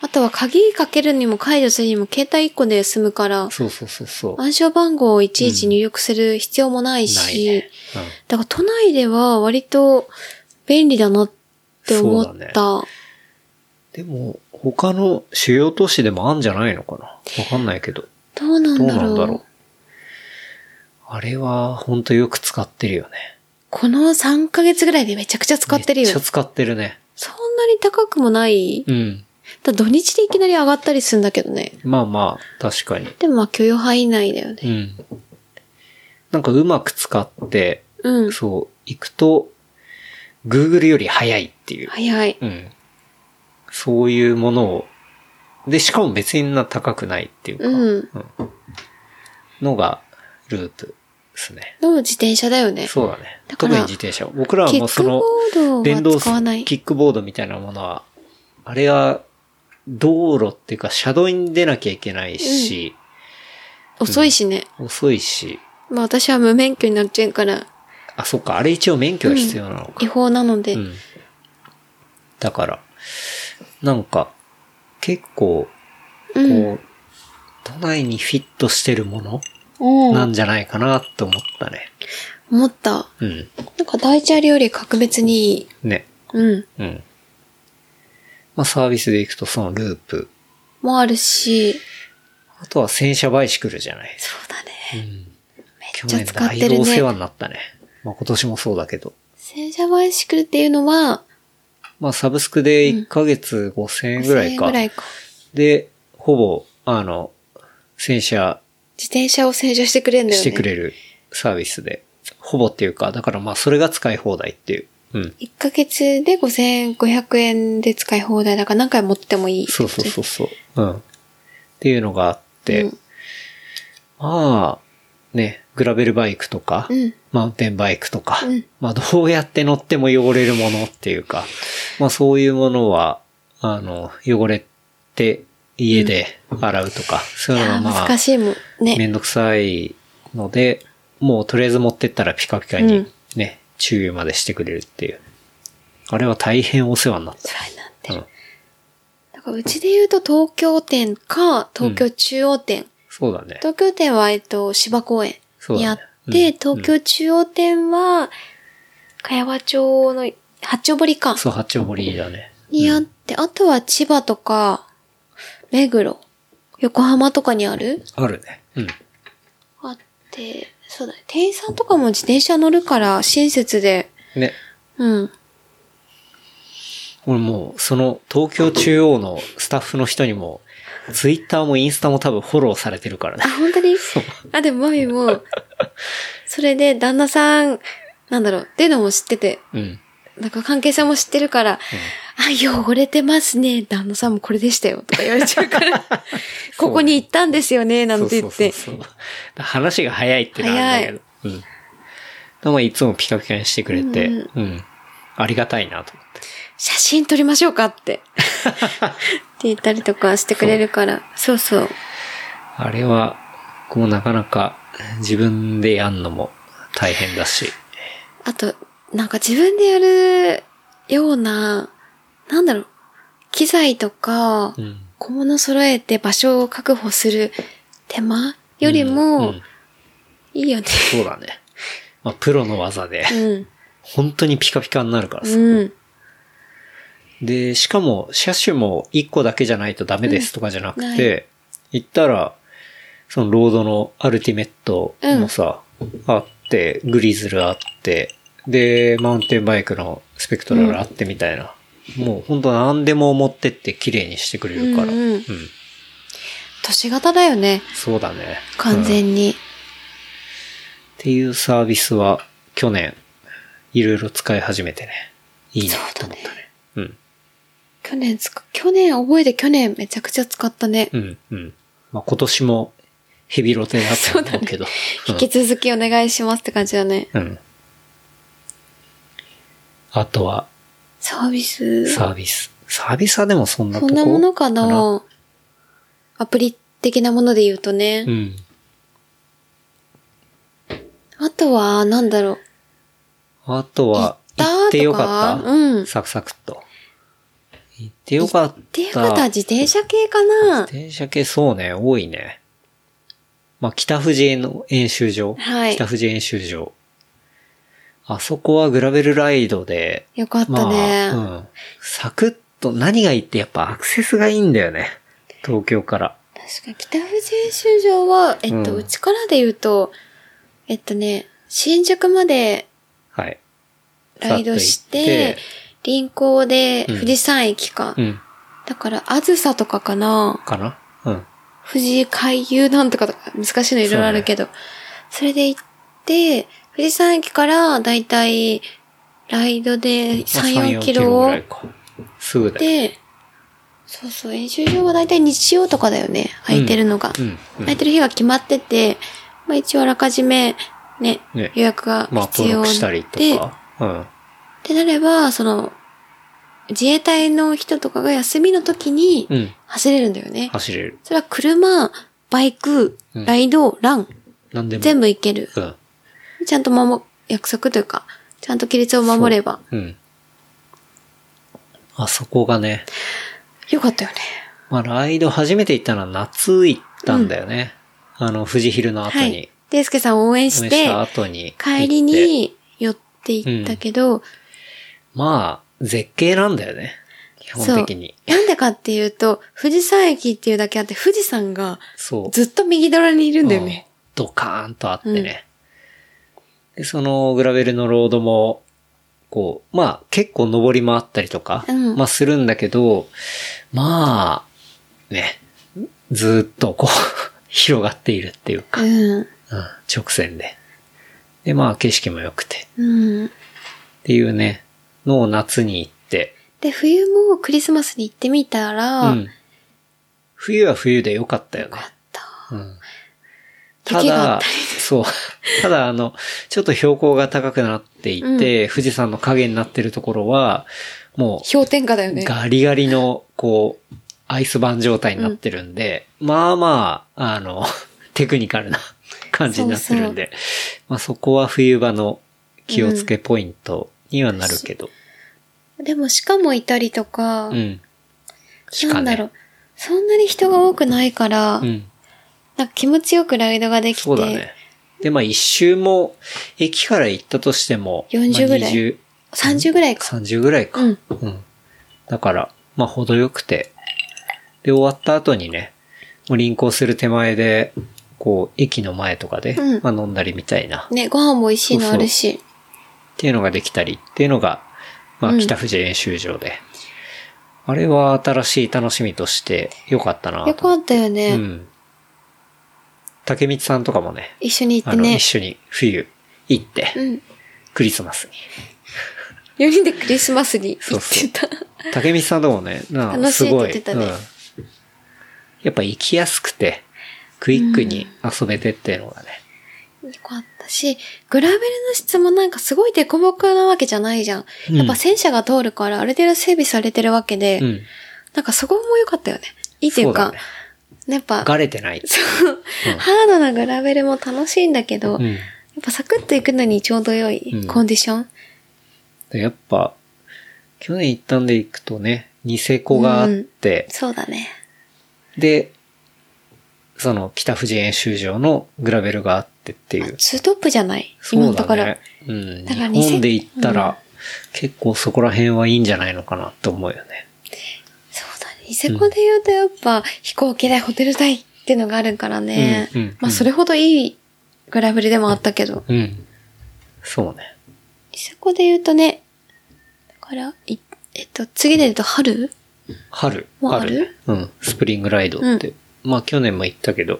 [SPEAKER 3] あとは鍵かけるにも解除するにも携帯1個で済むから、
[SPEAKER 2] そうそうそうそう。
[SPEAKER 3] 暗証番号をいちいち入力する必要もない
[SPEAKER 2] ない
[SPEAKER 3] し、
[SPEAKER 2] ね。
[SPEAKER 3] だから都内では割と便利だなって思っ
[SPEAKER 2] そう
[SPEAKER 3] た。
[SPEAKER 2] うん。でも、他の主要都市でもあんじゃないのかなわかんないけど。
[SPEAKER 3] どうなん
[SPEAKER 2] どう
[SPEAKER 3] だ
[SPEAKER 2] な
[SPEAKER 3] ろ
[SPEAKER 2] ん
[SPEAKER 3] う
[SPEAKER 2] だろう。あれは、ほんとよく使ってるよね。
[SPEAKER 3] この3ヶ月ぐらいでめちゃくちゃ使って
[SPEAKER 2] め
[SPEAKER 3] るよ
[SPEAKER 2] っちゃ。使ってるね。
[SPEAKER 3] そんなに高くもない
[SPEAKER 2] うん。
[SPEAKER 3] だ土日でいきなり上がったりするんだけどね。
[SPEAKER 2] まあまあ、確かに。
[SPEAKER 3] でもまあ許容範囲内だよね。
[SPEAKER 2] うん。なんかうまく使って、
[SPEAKER 3] うん。
[SPEAKER 2] そう、行くと、Google より早いっていう。
[SPEAKER 3] 早い。
[SPEAKER 2] うん。そういうものを、で、しかも別にそんな高くないっていうか、
[SPEAKER 3] うん。
[SPEAKER 2] のがループですね。
[SPEAKER 3] の自転車だよね。
[SPEAKER 2] そうだね。
[SPEAKER 3] だか
[SPEAKER 2] 特
[SPEAKER 3] ら
[SPEAKER 2] に自転車。僕らは
[SPEAKER 3] キ
[SPEAKER 2] もう
[SPEAKER 3] ック
[SPEAKER 2] その
[SPEAKER 3] ボ、ー
[SPEAKER 2] 電動
[SPEAKER 3] ドは
[SPEAKER 2] キ
[SPEAKER 3] 使わない。
[SPEAKER 2] ックボードみたいなものは、あれは、道路っていうか、車道に出なきゃいけないし、
[SPEAKER 3] 遅いしね。
[SPEAKER 2] 遅いし、
[SPEAKER 3] まあ私は無免許になっちゃうから、
[SPEAKER 2] あ、そっか、あれ一応免許が必要なのか。
[SPEAKER 3] 違法なので。
[SPEAKER 2] うん。だから、なんか、結構、
[SPEAKER 3] う
[SPEAKER 2] こう、
[SPEAKER 3] ん。
[SPEAKER 2] 都内にフィットしてるもの
[SPEAKER 3] うん
[SPEAKER 2] なんじゃないかなと思ったね。
[SPEAKER 3] 思った。
[SPEAKER 2] うん。
[SPEAKER 3] なんか大チャリより格別にいい。
[SPEAKER 2] ね。
[SPEAKER 3] うん。
[SPEAKER 2] うん。まあ、サービスで行くとそのループ。
[SPEAKER 3] もあるし、
[SPEAKER 2] あとは洗車バイシクルじゃないですか。
[SPEAKER 3] そうだね。
[SPEAKER 2] うん。
[SPEAKER 3] め
[SPEAKER 2] 去
[SPEAKER 3] っちゃ
[SPEAKER 2] 年
[SPEAKER 3] 使っ
[SPEAKER 2] だい
[SPEAKER 3] て
[SPEAKER 2] ぶ
[SPEAKER 3] る
[SPEAKER 2] お世話
[SPEAKER 3] ね。
[SPEAKER 2] になったね。まあ、今年もそうだけど。
[SPEAKER 3] 洗車バイシクルっていうのは、
[SPEAKER 2] まあ、サブスクで1ヶ月5000円ぐらい
[SPEAKER 3] 5000
[SPEAKER 2] か。
[SPEAKER 3] ぐらいか。
[SPEAKER 2] で、ほぼ、あの、洗車
[SPEAKER 3] 自転車を洗車してくれるんだよね。
[SPEAKER 2] してく
[SPEAKER 3] る。
[SPEAKER 2] れるサービスで。ほぼっていうか、だからまあそれが使い放題っていう。うん。
[SPEAKER 3] 1ヶ月で5500円で使い放題だから何回持ってもいい。
[SPEAKER 2] そうそうそうそう。うん。っていうのがあって、
[SPEAKER 3] うん
[SPEAKER 2] まあ、ね、グラベルバイクとか、
[SPEAKER 3] うん
[SPEAKER 2] マウンテンバイクとか、
[SPEAKER 3] うん
[SPEAKER 2] まあどうやって乗っても汚れるものっていうか、まあそういうものは、あの、汚れて家で洗うとか、そう
[SPEAKER 3] い
[SPEAKER 2] いうの
[SPEAKER 3] や
[SPEAKER 2] は
[SPEAKER 3] ー
[SPEAKER 2] まあ、
[SPEAKER 3] 難しいもん
[SPEAKER 2] め
[SPEAKER 3] ね。
[SPEAKER 2] んどくさいので、もうとりあえず持ってったらピカピカにね、注意までしてくれるっていう。あれは大変お世話になっ
[SPEAKER 3] 辛いなって
[SPEAKER 2] た。う
[SPEAKER 3] る。
[SPEAKER 2] ん、
[SPEAKER 3] だからうちで言うと東京店か東京中央店。
[SPEAKER 2] そうだね。
[SPEAKER 3] 東京店は、えっと、芝公園
[SPEAKER 2] そうだ
[SPEAKER 3] に
[SPEAKER 2] ね
[SPEAKER 3] あって、
[SPEAKER 2] うん
[SPEAKER 3] 東京中央店は、茅和町の、八丁堀か、
[SPEAKER 2] そう、八丁堀だね。
[SPEAKER 3] にあって、あとは千葉とか、目黒、横浜とかにある
[SPEAKER 2] あるね。うん。
[SPEAKER 3] あって、そうだね。店員さんとかも自転車乗るから、親切で、
[SPEAKER 2] ね。
[SPEAKER 3] うん。
[SPEAKER 2] 俺もう、その東京中央のスタッフの人にも、ツイッターもインスタも多分フォローされてるからね
[SPEAKER 3] あ、。本当にあ、でもマ ミも、それで旦那さん、なんだろう、っていうのも知ってて、
[SPEAKER 2] うん。
[SPEAKER 3] なんか関係者も知ってるから、あ、汚れてますね。旦那さんもこれでしたよ。とか言われちゃ うから、ここに行ったんですよね。なんて言って。
[SPEAKER 2] そうそうそうそう話が早いってのはあるんだけど。うん。でもいつもピカピカにしてくれて、
[SPEAKER 3] うん
[SPEAKER 2] うん、ありがたいなと思って。
[SPEAKER 3] 写真撮りましょうか って。って言ったりとかしてくれるから。そうそう。
[SPEAKER 2] あれは、こうなかなか自分でやんのも大変だし。
[SPEAKER 3] あと、なんか自分でやるような、なんだろう、機材とか
[SPEAKER 2] う、ん。
[SPEAKER 3] 小物揃えて場所を確保する手間より
[SPEAKER 2] うんう
[SPEAKER 3] も
[SPEAKER 2] ん、
[SPEAKER 3] いいよね。
[SPEAKER 2] そうだね。まあ、プロの技で、
[SPEAKER 3] うん。
[SPEAKER 2] 本当にピカピカになるからさ。
[SPEAKER 3] うん。
[SPEAKER 2] で、しかも、車種も1個だけじゃないとダメですとかじゃなくて、行ったら、そのロードのアルティメットもさ、あって、グリズルあって、で、マウンテンバイクのスペクトラルあってみたいな。もう本当何でも持ってって綺麗にしてくれるから。
[SPEAKER 3] うんうん都市型だよね。
[SPEAKER 2] そうだね。
[SPEAKER 3] 完
[SPEAKER 2] うんっ
[SPEAKER 3] 全に。
[SPEAKER 2] ていうサービスは去年、いろいろ使い始めてね。いいなと思ったね。うん。
[SPEAKER 3] 去年つか、去年覚えて去年めちゃくちゃ使ったね。
[SPEAKER 2] うん、うん。まあ今年もヘビロテだったんだけど。
[SPEAKER 3] 引き続きお願いしますって感じだね。
[SPEAKER 2] うん。うんあとは、
[SPEAKER 3] サービス。
[SPEAKER 2] サービス。サービスはでもそんなとこ
[SPEAKER 3] そんなものかなアプリ的なもので言うとね。
[SPEAKER 2] うん。
[SPEAKER 3] あとは、なんだろう。
[SPEAKER 2] あとは、
[SPEAKER 3] 行った
[SPEAKER 2] 行ってよかっ
[SPEAKER 3] と
[SPEAKER 2] た。
[SPEAKER 3] かうん
[SPEAKER 2] サクサクっと。行ってよかった。
[SPEAKER 3] っていう方は自転車系か
[SPEAKER 2] 自
[SPEAKER 3] な
[SPEAKER 2] 転車系そうね、多いね。まあ、北富士の演習場。
[SPEAKER 3] はい
[SPEAKER 2] 北富士演習場。あそこはグラベルライドで、
[SPEAKER 3] よかった
[SPEAKER 2] ま
[SPEAKER 3] ね。
[SPEAKER 2] あ、うん。サクッと、何がいいってやっぱアクセスがいいんだよね。東京から。
[SPEAKER 3] 確かに、北富士演習場は、えっと、
[SPEAKER 2] うん
[SPEAKER 3] うちからで言うと、えっとね、新宿まで
[SPEAKER 2] はい。
[SPEAKER 3] ライドし
[SPEAKER 2] さ
[SPEAKER 3] て
[SPEAKER 2] っと、
[SPEAKER 3] 臨港で
[SPEAKER 2] うん
[SPEAKER 3] 富士山駅か。
[SPEAKER 2] 行って、
[SPEAKER 3] だから、あずさとかか
[SPEAKER 2] う
[SPEAKER 3] な
[SPEAKER 2] ん。かなうん。
[SPEAKER 3] 富士海遊なんとかとか、難しいのいろいろあるけど、それで行って、富士山駅からだいたいライドで3、4キロ
[SPEAKER 2] ぐ
[SPEAKER 3] を
[SPEAKER 2] らいか。すぐだよ。
[SPEAKER 3] で、そうそう、演習場はだいたい日曜とかだよね、空いてるのが。
[SPEAKER 2] うん。うん
[SPEAKER 3] 空いてる日が決まってて、まあ一応あらかじめ、ね、
[SPEAKER 2] ね
[SPEAKER 3] 予約が
[SPEAKER 2] まあ、
[SPEAKER 3] 必
[SPEAKER 2] 登
[SPEAKER 3] 要
[SPEAKER 2] 録
[SPEAKER 3] で、
[SPEAKER 2] したりとか。うん。
[SPEAKER 3] ってなれば、その、自衛隊の人とかが休みの時に
[SPEAKER 2] うん。
[SPEAKER 3] 走れるんだよね。
[SPEAKER 2] 走れる。
[SPEAKER 3] それは車、バイク、
[SPEAKER 2] うん
[SPEAKER 3] ライド、ラン、
[SPEAKER 2] なんでも。
[SPEAKER 3] 全部いける。
[SPEAKER 2] うん。
[SPEAKER 3] ちゃんと守、約束というか、ちゃんと規律を守れば。
[SPEAKER 2] うん。あそこがね、
[SPEAKER 3] よかったよね。
[SPEAKER 2] まあ、ライド初めて行ったのは夏行ったんだよね。あの、富士ヒルの後
[SPEAKER 3] は
[SPEAKER 2] に
[SPEAKER 3] い。。デイスケさんを応援し
[SPEAKER 2] 試
[SPEAKER 3] て
[SPEAKER 2] し、た後に。
[SPEAKER 3] 帰り。に寄っていったけど、
[SPEAKER 2] まあ、絶景なんだよね。基
[SPEAKER 3] そう
[SPEAKER 2] 本的に。
[SPEAKER 3] なんでかっていうと、富士山駅っていうだけあって、富士山が
[SPEAKER 2] そう。
[SPEAKER 3] ずっと右隣にいるんだよね。
[SPEAKER 2] うんドカーンとあってね。で、そのグラベルのロードも、こう、まあ結構登りもあったりとか、
[SPEAKER 3] うん
[SPEAKER 2] まあするんだけど、まあ、ね、ずーっとこう、 広がっているっていうか、
[SPEAKER 3] うん。
[SPEAKER 2] うん直線で。で、まあ景色も良くて、
[SPEAKER 3] うん。
[SPEAKER 2] っていうね、のを夏に行って、
[SPEAKER 3] で、冬もクリスマスに行ってみたら、
[SPEAKER 2] うん冬は冬で良かったよね。うんた
[SPEAKER 3] 雪があっ
[SPEAKER 2] だ、そう。 ただ、あの、ちょっと標高が高くなっていて、富士山の影になってるところは、も
[SPEAKER 3] 氷点下だよ
[SPEAKER 2] う、
[SPEAKER 3] ね。
[SPEAKER 2] ガリガリの、こう、アイスバーン状態になってるんで、まあまあ、あの、 テクニカルな感じになってるんで、まあそこは冬場の気をつけポイントにはなるけど、
[SPEAKER 3] でも鹿もいたりとか、
[SPEAKER 2] うん。
[SPEAKER 3] なんだろう、そんなに人が多くないから、
[SPEAKER 2] う。うん。
[SPEAKER 3] なんか気持ちよくライドができて、
[SPEAKER 2] そうだね。で、まあ一周も、駅から行ったとしても、
[SPEAKER 3] 40ぐらい
[SPEAKER 2] まあ20
[SPEAKER 3] 30ぐらいか。
[SPEAKER 2] 30ぐらいか。
[SPEAKER 3] うん
[SPEAKER 2] うん。だから、まあ、程よくて。で、終わった後にね、もう臨行する手前で、こう、駅の前とかで、
[SPEAKER 3] うん
[SPEAKER 2] まあ、飲んだりみたいな、っ
[SPEAKER 3] ね、ご飯も美味しいのあるし、
[SPEAKER 2] ていうのができたりっていうのが、ま
[SPEAKER 3] う
[SPEAKER 2] あ、
[SPEAKER 3] ん
[SPEAKER 2] 北富士演習場で。あれは新しい楽しみとして良かったなと
[SPEAKER 3] よかったよね。
[SPEAKER 2] うん。竹光さんとかもね、
[SPEAKER 3] 一緒に行っ
[SPEAKER 2] あ
[SPEAKER 3] て
[SPEAKER 2] の、
[SPEAKER 3] ね
[SPEAKER 2] 一。緒に冬行って、
[SPEAKER 3] うん。
[SPEAKER 2] クリスマスに。
[SPEAKER 3] 4人でクリスマスに行ってた。
[SPEAKER 2] 竹光さんとかもね、な
[SPEAKER 3] 楽
[SPEAKER 2] ん
[SPEAKER 3] しい
[SPEAKER 2] す
[SPEAKER 3] って
[SPEAKER 2] ご
[SPEAKER 3] 言
[SPEAKER 2] い。
[SPEAKER 3] ってたね
[SPEAKER 2] うんやっぱ行きやすくて、クイックに遊べてっていうのがね。
[SPEAKER 3] よかったし、グラベルの質もなんかすごいデコボコなわけじゃないじゃん。
[SPEAKER 2] うん
[SPEAKER 3] やっぱ戦車が通るからある程度整備されてるわけで、
[SPEAKER 2] うん。
[SPEAKER 3] なんかそこも良かったよね。いいってい
[SPEAKER 2] そううだ
[SPEAKER 3] か、
[SPEAKER 2] ね。
[SPEAKER 3] やっぱ、
[SPEAKER 2] がれてない。うん
[SPEAKER 3] ハードなグラベルも楽しいんだけど、
[SPEAKER 2] う
[SPEAKER 3] やっ
[SPEAKER 2] ん。
[SPEAKER 3] ぱサクッと行くのにちょうど良
[SPEAKER 2] う
[SPEAKER 3] い
[SPEAKER 2] ん
[SPEAKER 3] コンディション。
[SPEAKER 2] でやっぱ、去年行ったんで行くとね、ニセコがあって、
[SPEAKER 3] そうだね。
[SPEAKER 2] で、その北富士演習場のグラベルがあってっていう。
[SPEAKER 3] ツートップじゃない今
[SPEAKER 2] そ
[SPEAKER 3] の
[SPEAKER 2] う
[SPEAKER 3] とこ
[SPEAKER 2] だ
[SPEAKER 3] ろ。
[SPEAKER 2] ね。うん。
[SPEAKER 3] だ
[SPEAKER 2] 日
[SPEAKER 3] からニセ
[SPEAKER 2] 本で行った
[SPEAKER 3] う
[SPEAKER 2] ら、結構そこら辺はいいんじゃないのかなと思うよね。
[SPEAKER 3] そうだね。ニセコで言うとやっぱ飛行機代、ホテル代、っていうのがあるからね。
[SPEAKER 2] うんうん
[SPEAKER 3] まあ、それほどいいグラフリでもあったけど。
[SPEAKER 2] うん。そうね。
[SPEAKER 3] ニセコで言うとね、だから、いえっと、次で言うと春
[SPEAKER 2] 春。
[SPEAKER 3] もある
[SPEAKER 2] ねうん。スプリングライドって。まあ去年も行ったけど、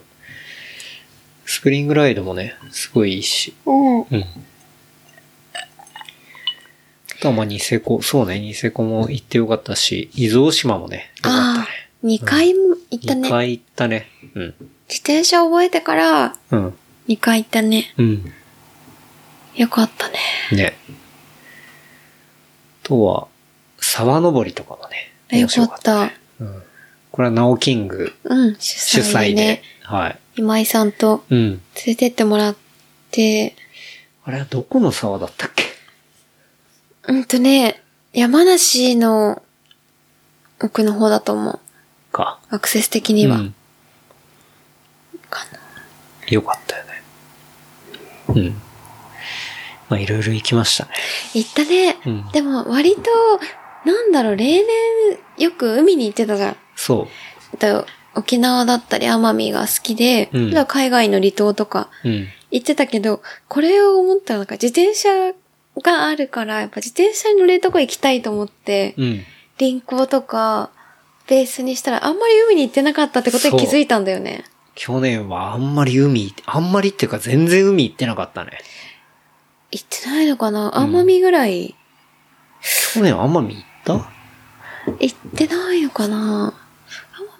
[SPEAKER 2] スプリングライドもね、すごいいいし。
[SPEAKER 3] うん。
[SPEAKER 2] うん。あとはまあニセコ、そうね、ニセコも行ってよかったし、伊豆大島もね、よかった
[SPEAKER 3] ああ
[SPEAKER 2] ね。、
[SPEAKER 3] 2回も行ったね。
[SPEAKER 2] 2回行ったね。うん。
[SPEAKER 3] 自転車覚えてから
[SPEAKER 2] うん。
[SPEAKER 3] 2回行ったね。
[SPEAKER 2] うん。
[SPEAKER 3] よかったね。
[SPEAKER 2] ね。あとは、沢登りとかもね。
[SPEAKER 3] あよか
[SPEAKER 2] 面白
[SPEAKER 3] った。
[SPEAKER 2] うん。これはナオキング
[SPEAKER 3] うん、
[SPEAKER 2] 主
[SPEAKER 3] 主催
[SPEAKER 2] 催で。
[SPEAKER 3] でね。
[SPEAKER 2] はい。
[SPEAKER 3] 今井さんと
[SPEAKER 2] うん。
[SPEAKER 3] 連れてってもらって、
[SPEAKER 2] あれはどこの沢だったっけ
[SPEAKER 3] うんとね、山梨の奥の方だと思う。
[SPEAKER 2] か。
[SPEAKER 3] アクセス的には。
[SPEAKER 2] うん
[SPEAKER 3] か
[SPEAKER 2] よかったよね。うん。まあ、いろいろ行きましたね。
[SPEAKER 3] 行ったね。
[SPEAKER 2] うん
[SPEAKER 3] でも割と、なんだろう、例年よく海に行ってたじゃん。
[SPEAKER 2] そ
[SPEAKER 3] えっと沖縄だったり奄美が好きで、
[SPEAKER 2] うん
[SPEAKER 3] あとは海外の離島とか
[SPEAKER 2] う。うん。
[SPEAKER 3] 行ってたけど、これを思ったらなんか自転車があるから、やっぱ自転車に乗れるとこ行きたいと思って、
[SPEAKER 2] うん。
[SPEAKER 3] 輪行とかベースにしたらあんまり海に行ってなかったってことに気づいたんだよね。
[SPEAKER 2] 去年はあんまり海、あんまりっていうか全然海行ってなかったね。
[SPEAKER 3] 行ってないのかな
[SPEAKER 2] うん
[SPEAKER 3] 奄美ぐらい
[SPEAKER 2] 去年奄美行った
[SPEAKER 3] 行ってないのかな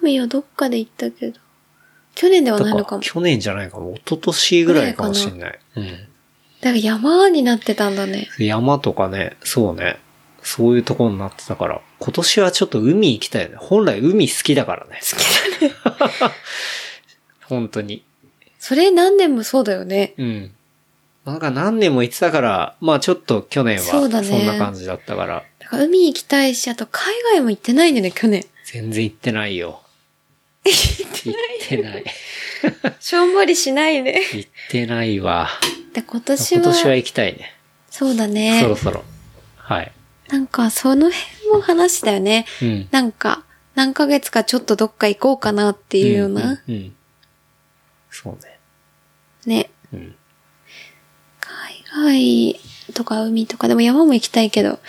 [SPEAKER 3] 奄美はどっかで行ったけど、去年ではない
[SPEAKER 2] だ
[SPEAKER 3] の
[SPEAKER 2] か
[SPEAKER 3] か
[SPEAKER 2] ら
[SPEAKER 3] も。
[SPEAKER 2] 去年じゃないかも、一昨年ぐらいかもしんない。うん。
[SPEAKER 3] だから山になってたんだね。
[SPEAKER 2] 山とかね、そうね。そういうとこになってたから、今年はちょっと海行きたいよね。本来海好きだからね。好きだね。 本当に。
[SPEAKER 3] それ何年もそうだよね。
[SPEAKER 2] うん。なんか何年も行ってたから、まあちょっと去年は
[SPEAKER 3] そ
[SPEAKER 2] そ
[SPEAKER 3] うんだね
[SPEAKER 2] な感じだったから、
[SPEAKER 3] だから海行きたいし、あと海外も行ってないんだよね、去年。
[SPEAKER 2] 全然行ってないよ。行ってない。
[SPEAKER 3] しょんぼりしないね。
[SPEAKER 2] 行ってないわ。
[SPEAKER 3] で、今年は。
[SPEAKER 2] 今年は行きたいね。
[SPEAKER 3] そう
[SPEAKER 2] そ
[SPEAKER 3] だ
[SPEAKER 2] ろ
[SPEAKER 3] ね。
[SPEAKER 2] そろ。はい。
[SPEAKER 3] なんか、その辺も話だよね。
[SPEAKER 2] うん。
[SPEAKER 3] なんか、何ヶ月かちょっとどっか行こうかなっていうような、
[SPEAKER 2] ん。うん。そうね。
[SPEAKER 3] ね。
[SPEAKER 2] うん。
[SPEAKER 3] 海外とか海とか、でも山も行きたいけど、なん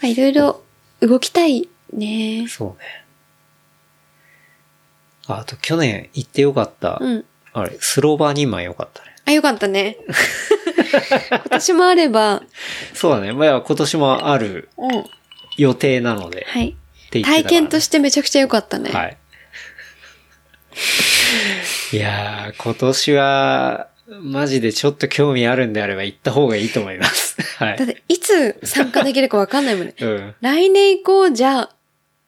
[SPEAKER 3] かいろいろ動きたいね。
[SPEAKER 2] そうね。ああと去年行ってよかった。
[SPEAKER 3] うん。
[SPEAKER 2] あれ、スローバー2枚よかったね。
[SPEAKER 3] あ、よかっ たね。今年もあれば、
[SPEAKER 2] そうだね。まあ今年もある
[SPEAKER 3] うん。
[SPEAKER 2] 予定なので。
[SPEAKER 3] は
[SPEAKER 2] っ
[SPEAKER 3] い。
[SPEAKER 2] て言ってたからね
[SPEAKER 3] 体験としてめちゃくちゃ良かったね。
[SPEAKER 2] はい。いやー、今年は、マジでちょっと興味あるんであれば行った方がいいと思い ます。は
[SPEAKER 3] だっ
[SPEAKER 2] い。
[SPEAKER 3] て、いつ参加できるかわかんないもんね。
[SPEAKER 2] うん。
[SPEAKER 3] 来年以降じゃ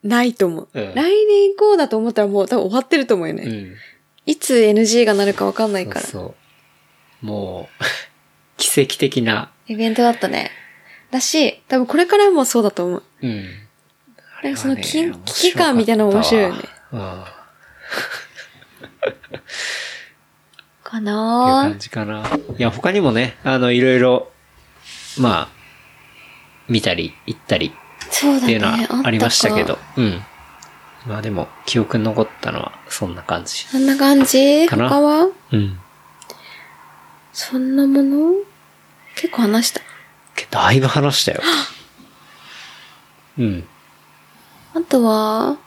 [SPEAKER 3] ないと思う。
[SPEAKER 2] うん
[SPEAKER 3] 来年以降だと思ったらもう多分終わってると思うよね。
[SPEAKER 2] うん。
[SPEAKER 3] いつ NG がなるかわかんないから。
[SPEAKER 2] そうそう。もう、奇跡的な。
[SPEAKER 3] イベントだったね。だし、多分これからもそうだと思う。
[SPEAKER 2] うん。あれはね
[SPEAKER 3] そのき
[SPEAKER 2] 面白かったわ
[SPEAKER 3] 危機感みたいなの面白いよね
[SPEAKER 2] うん。っ
[SPEAKER 3] か
[SPEAKER 2] ていう
[SPEAKER 3] な
[SPEAKER 2] 感じかな。いや、他にもね、あの、いろいろ、まあ、見たり、行ったり
[SPEAKER 3] そう
[SPEAKER 2] っ
[SPEAKER 3] だ
[SPEAKER 2] てい
[SPEAKER 3] ね。
[SPEAKER 2] うのはありましたけ
[SPEAKER 3] あ
[SPEAKER 2] ど
[SPEAKER 3] っ。
[SPEAKER 2] うん。まあでも、記憶に残ったのは、そんな感じ
[SPEAKER 3] か。そんな感じ
[SPEAKER 2] かな
[SPEAKER 3] 他は
[SPEAKER 2] うん。
[SPEAKER 3] そんなもの結構話した。
[SPEAKER 2] だいぶ話したよ。うん。
[SPEAKER 3] あとは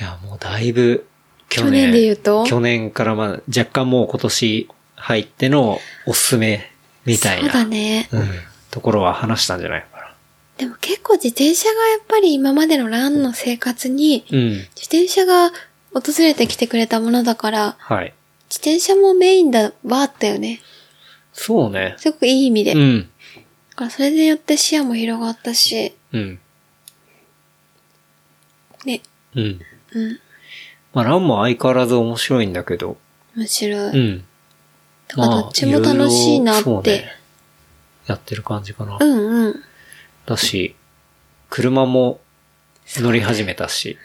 [SPEAKER 3] い
[SPEAKER 2] や、もうだいぶ、去
[SPEAKER 3] 去年で言うと
[SPEAKER 2] 去年からまあ、若干もう今年入ってのおすすめみたい
[SPEAKER 3] そうだ
[SPEAKER 2] な、
[SPEAKER 3] ね。
[SPEAKER 2] うん、ところは話したんじゃないかな。
[SPEAKER 3] でも結構自転車がやっぱり今までのランの生活に、
[SPEAKER 2] うん。
[SPEAKER 3] 自転車が訪れてきてくれたものだから、
[SPEAKER 2] はい。
[SPEAKER 3] 自転車もメインだわったよね。
[SPEAKER 2] そうね。
[SPEAKER 3] すごくいい意味で。
[SPEAKER 2] う
[SPEAKER 3] だ
[SPEAKER 2] ん。
[SPEAKER 3] からそれによって視野も広がったし、
[SPEAKER 2] うん。
[SPEAKER 3] ね、
[SPEAKER 2] うん。
[SPEAKER 3] うん、
[SPEAKER 2] まあ、ランも相変わらず面白いんだけど、
[SPEAKER 3] 面白
[SPEAKER 2] う
[SPEAKER 3] い。
[SPEAKER 2] ん。
[SPEAKER 3] だからどっちも楽しいなって。
[SPEAKER 2] ろろそうねやってる感じかな。
[SPEAKER 3] うんうん。
[SPEAKER 2] だし、車も乗り始めたし。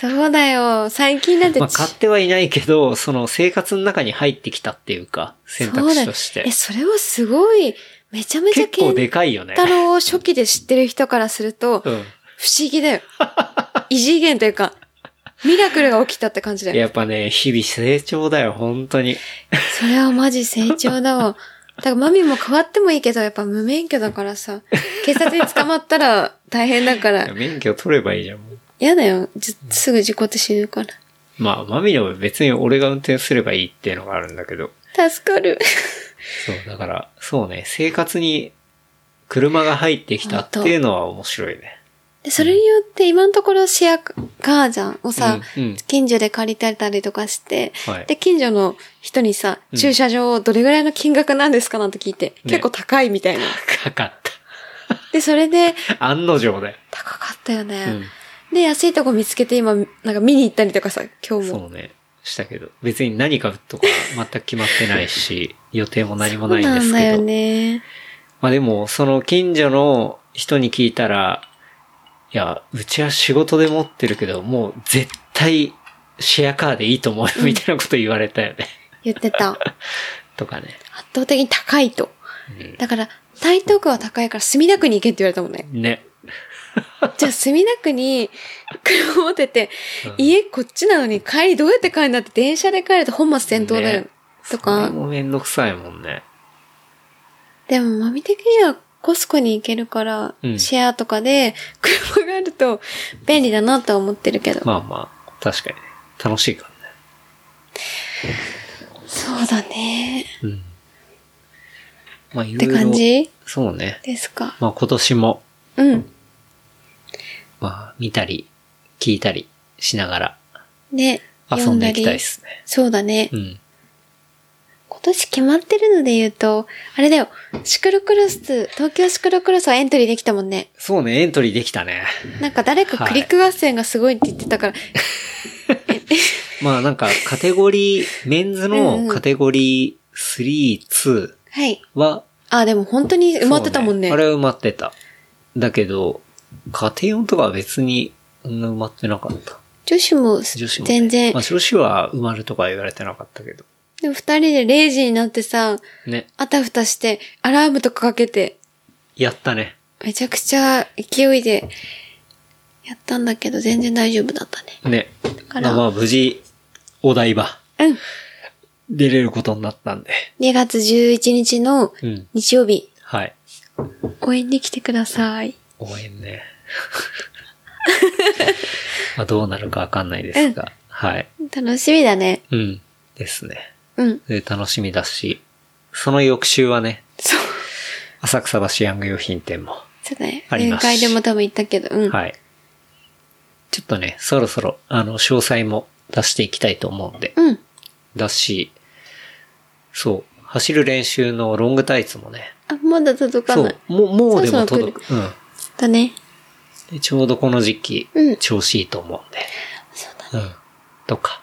[SPEAKER 3] そうだよ。最近だってち、
[SPEAKER 2] まあ、買ってはいないけど、その生活の中に入ってきたっていうか、選択肢とし
[SPEAKER 3] そうだよ
[SPEAKER 2] て
[SPEAKER 3] え、。それはすごい、めちゃめちゃ
[SPEAKER 2] 結構
[SPEAKER 3] 健
[SPEAKER 2] でかいよね。
[SPEAKER 3] 太郎を初期で知ってる人からすると
[SPEAKER 2] う、ん。
[SPEAKER 3] 不思議だよ。異次元というか、ミラクルが起きたって感じだよ。
[SPEAKER 2] やっぱね、日々成長だよ、本当に。
[SPEAKER 3] それはマジ成長だ わ。だからマミも変わってもいいけど、やっぱ無免許だからさ、警察に捕まったら大変だから、
[SPEAKER 2] 免許取ればいいじゃん。もう
[SPEAKER 3] 嫌だよ。じすぐ事故って死ぬから。
[SPEAKER 2] まあ、マミでも別に俺が運転すればいいっていうのがあるんだけど。
[SPEAKER 3] 助かる。
[SPEAKER 2] そう、だから、そうね、生活に車が入ってきたっていうのは面白いね。
[SPEAKER 3] でそれによって今のところシェアガージャンをさ、
[SPEAKER 2] うんうん
[SPEAKER 3] 近所で借りてたりとかして、
[SPEAKER 2] はい
[SPEAKER 3] で、近所の人にさ、
[SPEAKER 2] うん
[SPEAKER 3] 駐車場をどれぐらいの金額なんですかなんて聞いて、結構高いみたいな。
[SPEAKER 2] かかっ
[SPEAKER 3] で、それで、
[SPEAKER 2] た。案の定だよ。
[SPEAKER 3] 高かったよね。
[SPEAKER 2] うん。
[SPEAKER 3] で、安いとこ見つけて今、なんか見に行ったりとかさ、今日も。
[SPEAKER 2] そうね。したけど。別に何かとか全く決まってない し、予定も何もないんです
[SPEAKER 3] そうなんだ
[SPEAKER 2] け
[SPEAKER 3] よ
[SPEAKER 2] ど。
[SPEAKER 3] ね。
[SPEAKER 2] まあでも、その近所の人に聞いたら、いや、うちは仕事で持ってるけど、もう絶対シェアカーでいいと思うよみたいなこと言われたよね。
[SPEAKER 3] 言ってた。圧
[SPEAKER 2] とかね。
[SPEAKER 3] 倒的に高いと。
[SPEAKER 2] うん
[SPEAKER 3] だから、台東区は高いから墨田区に行けって言われたもんね。
[SPEAKER 2] ね。
[SPEAKER 3] じゃあ墨田区に 車持ってて、
[SPEAKER 2] うん
[SPEAKER 3] 家こっちなのに帰りどうやって帰るんだって電車で帰ると本末転倒だよ。
[SPEAKER 2] ね
[SPEAKER 3] と
[SPEAKER 2] それ
[SPEAKER 3] か。
[SPEAKER 2] もめんどくさいもんね。
[SPEAKER 3] でも、マミ的にはコスコに行けるから、
[SPEAKER 2] うん
[SPEAKER 3] シェアとかで車があると便利だなとは思ってるけど。
[SPEAKER 2] まあまあ、確かにね。楽しいからね。
[SPEAKER 3] そうだね。
[SPEAKER 2] うん。まあ、い
[SPEAKER 3] っ
[SPEAKER 2] ろ
[SPEAKER 3] て
[SPEAKER 2] いろ。
[SPEAKER 3] 感じ
[SPEAKER 2] そうね。
[SPEAKER 3] ですか。
[SPEAKER 2] まあ今年も、
[SPEAKER 3] うん。
[SPEAKER 2] まあ見たり、聞いたりしながら
[SPEAKER 3] ね。
[SPEAKER 2] 遊んでいきたいで
[SPEAKER 3] 読
[SPEAKER 2] すね。
[SPEAKER 3] そうだね。
[SPEAKER 2] うん。
[SPEAKER 3] 今年決まってるので言うと、あれだよ。シクロクロス、東京シクロクロスはエントリーできたもんね。
[SPEAKER 2] そうね、エントリーできたね。
[SPEAKER 3] なんか誰かクリック合戦がすごいって言って たから、
[SPEAKER 2] まあなんかカテゴリー、 メンズ
[SPEAKER 3] うんう
[SPEAKER 2] の
[SPEAKER 3] ん
[SPEAKER 2] カテゴリー3、2
[SPEAKER 3] はい。
[SPEAKER 2] は、
[SPEAKER 3] あ、でも本当に埋まってたもんね。
[SPEAKER 2] そうあれは埋まってた。だけど、家庭用とかは別にそんな埋まってなかった。
[SPEAKER 3] 女子も
[SPEAKER 2] 女子もね、
[SPEAKER 3] 全然。
[SPEAKER 2] まあ女子は埋まるとかは言われてなかったけど。
[SPEAKER 3] でも二人で0時になってさ、
[SPEAKER 2] ね。
[SPEAKER 3] あたふたして、アラームとかかけて、
[SPEAKER 2] やったね。
[SPEAKER 3] めちゃくちゃ勢いで、やったんだけど、全然大丈夫だったね。
[SPEAKER 2] ね。
[SPEAKER 3] から
[SPEAKER 2] まあ無事、お台場、
[SPEAKER 3] うん。
[SPEAKER 2] 出れることになったんで。
[SPEAKER 3] 2月11日の
[SPEAKER 2] うん。
[SPEAKER 3] 日曜日、
[SPEAKER 2] はい。
[SPEAKER 3] 応援に来てください。
[SPEAKER 2] 応援ね。 まあどうなるかわかんないですが。はい。
[SPEAKER 3] 楽しみだね。
[SPEAKER 2] うん。ですね。
[SPEAKER 3] うん。
[SPEAKER 2] で、楽しみだし、その翌週はね、
[SPEAKER 3] そう。
[SPEAKER 2] 浅草橋ヤング用品店も。
[SPEAKER 3] そうだね。
[SPEAKER 2] あり
[SPEAKER 3] 宴
[SPEAKER 2] ます
[SPEAKER 3] 会でも多分言ったけど、うん。
[SPEAKER 2] はい。ちょっとね、そろそろ、あの、詳細も出していきたいと思うんで。
[SPEAKER 3] うん。
[SPEAKER 2] だし、そう、走る練習のロングタイツもね、
[SPEAKER 3] あ、まだ届か
[SPEAKER 2] そ
[SPEAKER 3] な
[SPEAKER 2] う
[SPEAKER 3] い。、
[SPEAKER 2] もう、もうでも
[SPEAKER 3] そろそろ
[SPEAKER 2] 届く。うん。
[SPEAKER 3] だね。
[SPEAKER 2] でちょうどこの時期、
[SPEAKER 3] うん
[SPEAKER 2] 調子いいと思うんで。
[SPEAKER 3] そうだね。
[SPEAKER 2] うん。とか。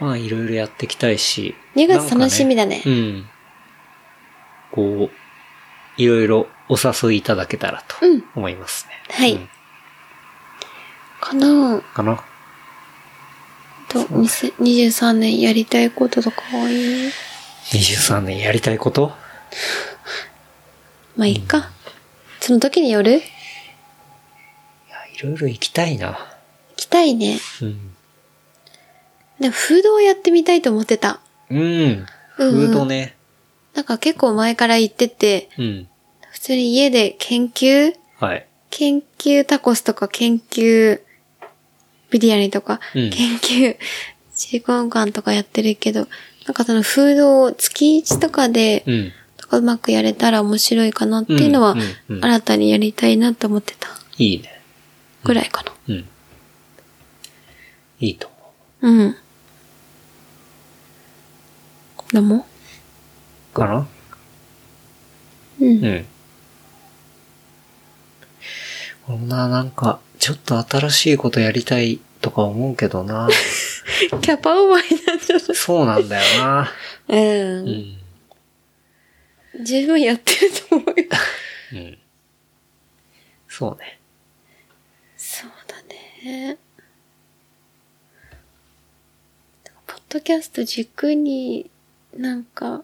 [SPEAKER 2] まあ、いろいろやっていきたいし。
[SPEAKER 3] 2
[SPEAKER 2] なん
[SPEAKER 3] 月
[SPEAKER 2] かね
[SPEAKER 3] 楽しみだね。
[SPEAKER 2] うん。こう、いろいろお誘いいただけたらと
[SPEAKER 3] うん
[SPEAKER 2] 思いますね。
[SPEAKER 3] はい
[SPEAKER 2] うん
[SPEAKER 3] かなぁ。
[SPEAKER 2] かな。
[SPEAKER 3] と、2023年やりたいこととか多い
[SPEAKER 2] 23年やりたいこと
[SPEAKER 3] まあいいか。その時による行
[SPEAKER 2] いや、いろいろ行きたいな。
[SPEAKER 3] きたいね。
[SPEAKER 2] うん。
[SPEAKER 3] でも、フードをやってみたいと思ってた。
[SPEAKER 2] うん。
[SPEAKER 3] うん
[SPEAKER 2] フードね。
[SPEAKER 3] なんか結構前から言ってて、
[SPEAKER 2] うん。
[SPEAKER 3] 普通に家で研究
[SPEAKER 2] はい。
[SPEAKER 3] 研究タコスとか研究ビリヤニとか、
[SPEAKER 2] うん
[SPEAKER 3] 研究シリコンガンとかやってるけど、なんかそのフードを月1とかで、
[SPEAKER 2] うん。
[SPEAKER 3] なんかうまくやれたら面白いかなっていうのは、
[SPEAKER 2] うんうんうん
[SPEAKER 3] 新たにやりたいなと思ってた
[SPEAKER 2] いいね。
[SPEAKER 3] ぐらいかな。
[SPEAKER 2] うん。いいと思
[SPEAKER 3] うん。どうも
[SPEAKER 2] う。かな
[SPEAKER 3] うん。
[SPEAKER 2] うん。俺もな、なんか、ちょっと新しいことやりたいとか思うけど な。
[SPEAKER 3] キャパオーバーになっちゃっ
[SPEAKER 2] そうなんだよな。
[SPEAKER 3] た。う。
[SPEAKER 2] うんん。
[SPEAKER 3] 十分やってると思うよ。
[SPEAKER 2] うん。そうね。
[SPEAKER 3] そうだね。ポッドキャスト軸に、なんか、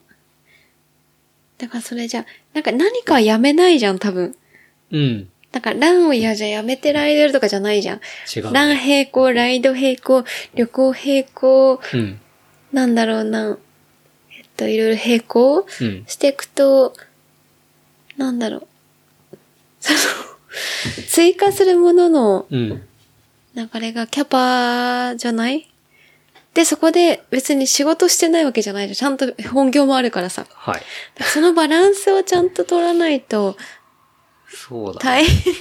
[SPEAKER 3] だからそれじゃ、なんか何かはやめないじゃん、多分。
[SPEAKER 2] うん。
[SPEAKER 3] だから、ランをいやじゃあやめてライドやるとかじゃないじゃん。
[SPEAKER 2] 違う。
[SPEAKER 3] ラン並行、ライド並行、旅行並行、
[SPEAKER 2] うん。
[SPEAKER 3] なんだろうな。えっと、いろいろ並行
[SPEAKER 2] うん。
[SPEAKER 3] していくと、なんだろう。その、追加するものの
[SPEAKER 2] うん。
[SPEAKER 3] 流れがキャパじゃないで、そこで別に仕事してないわけじゃないじゃん。ちゃんと本業もあるからさ。
[SPEAKER 2] はい。
[SPEAKER 3] そのバランスをちゃんと取らないと
[SPEAKER 2] そうだね。
[SPEAKER 3] 大変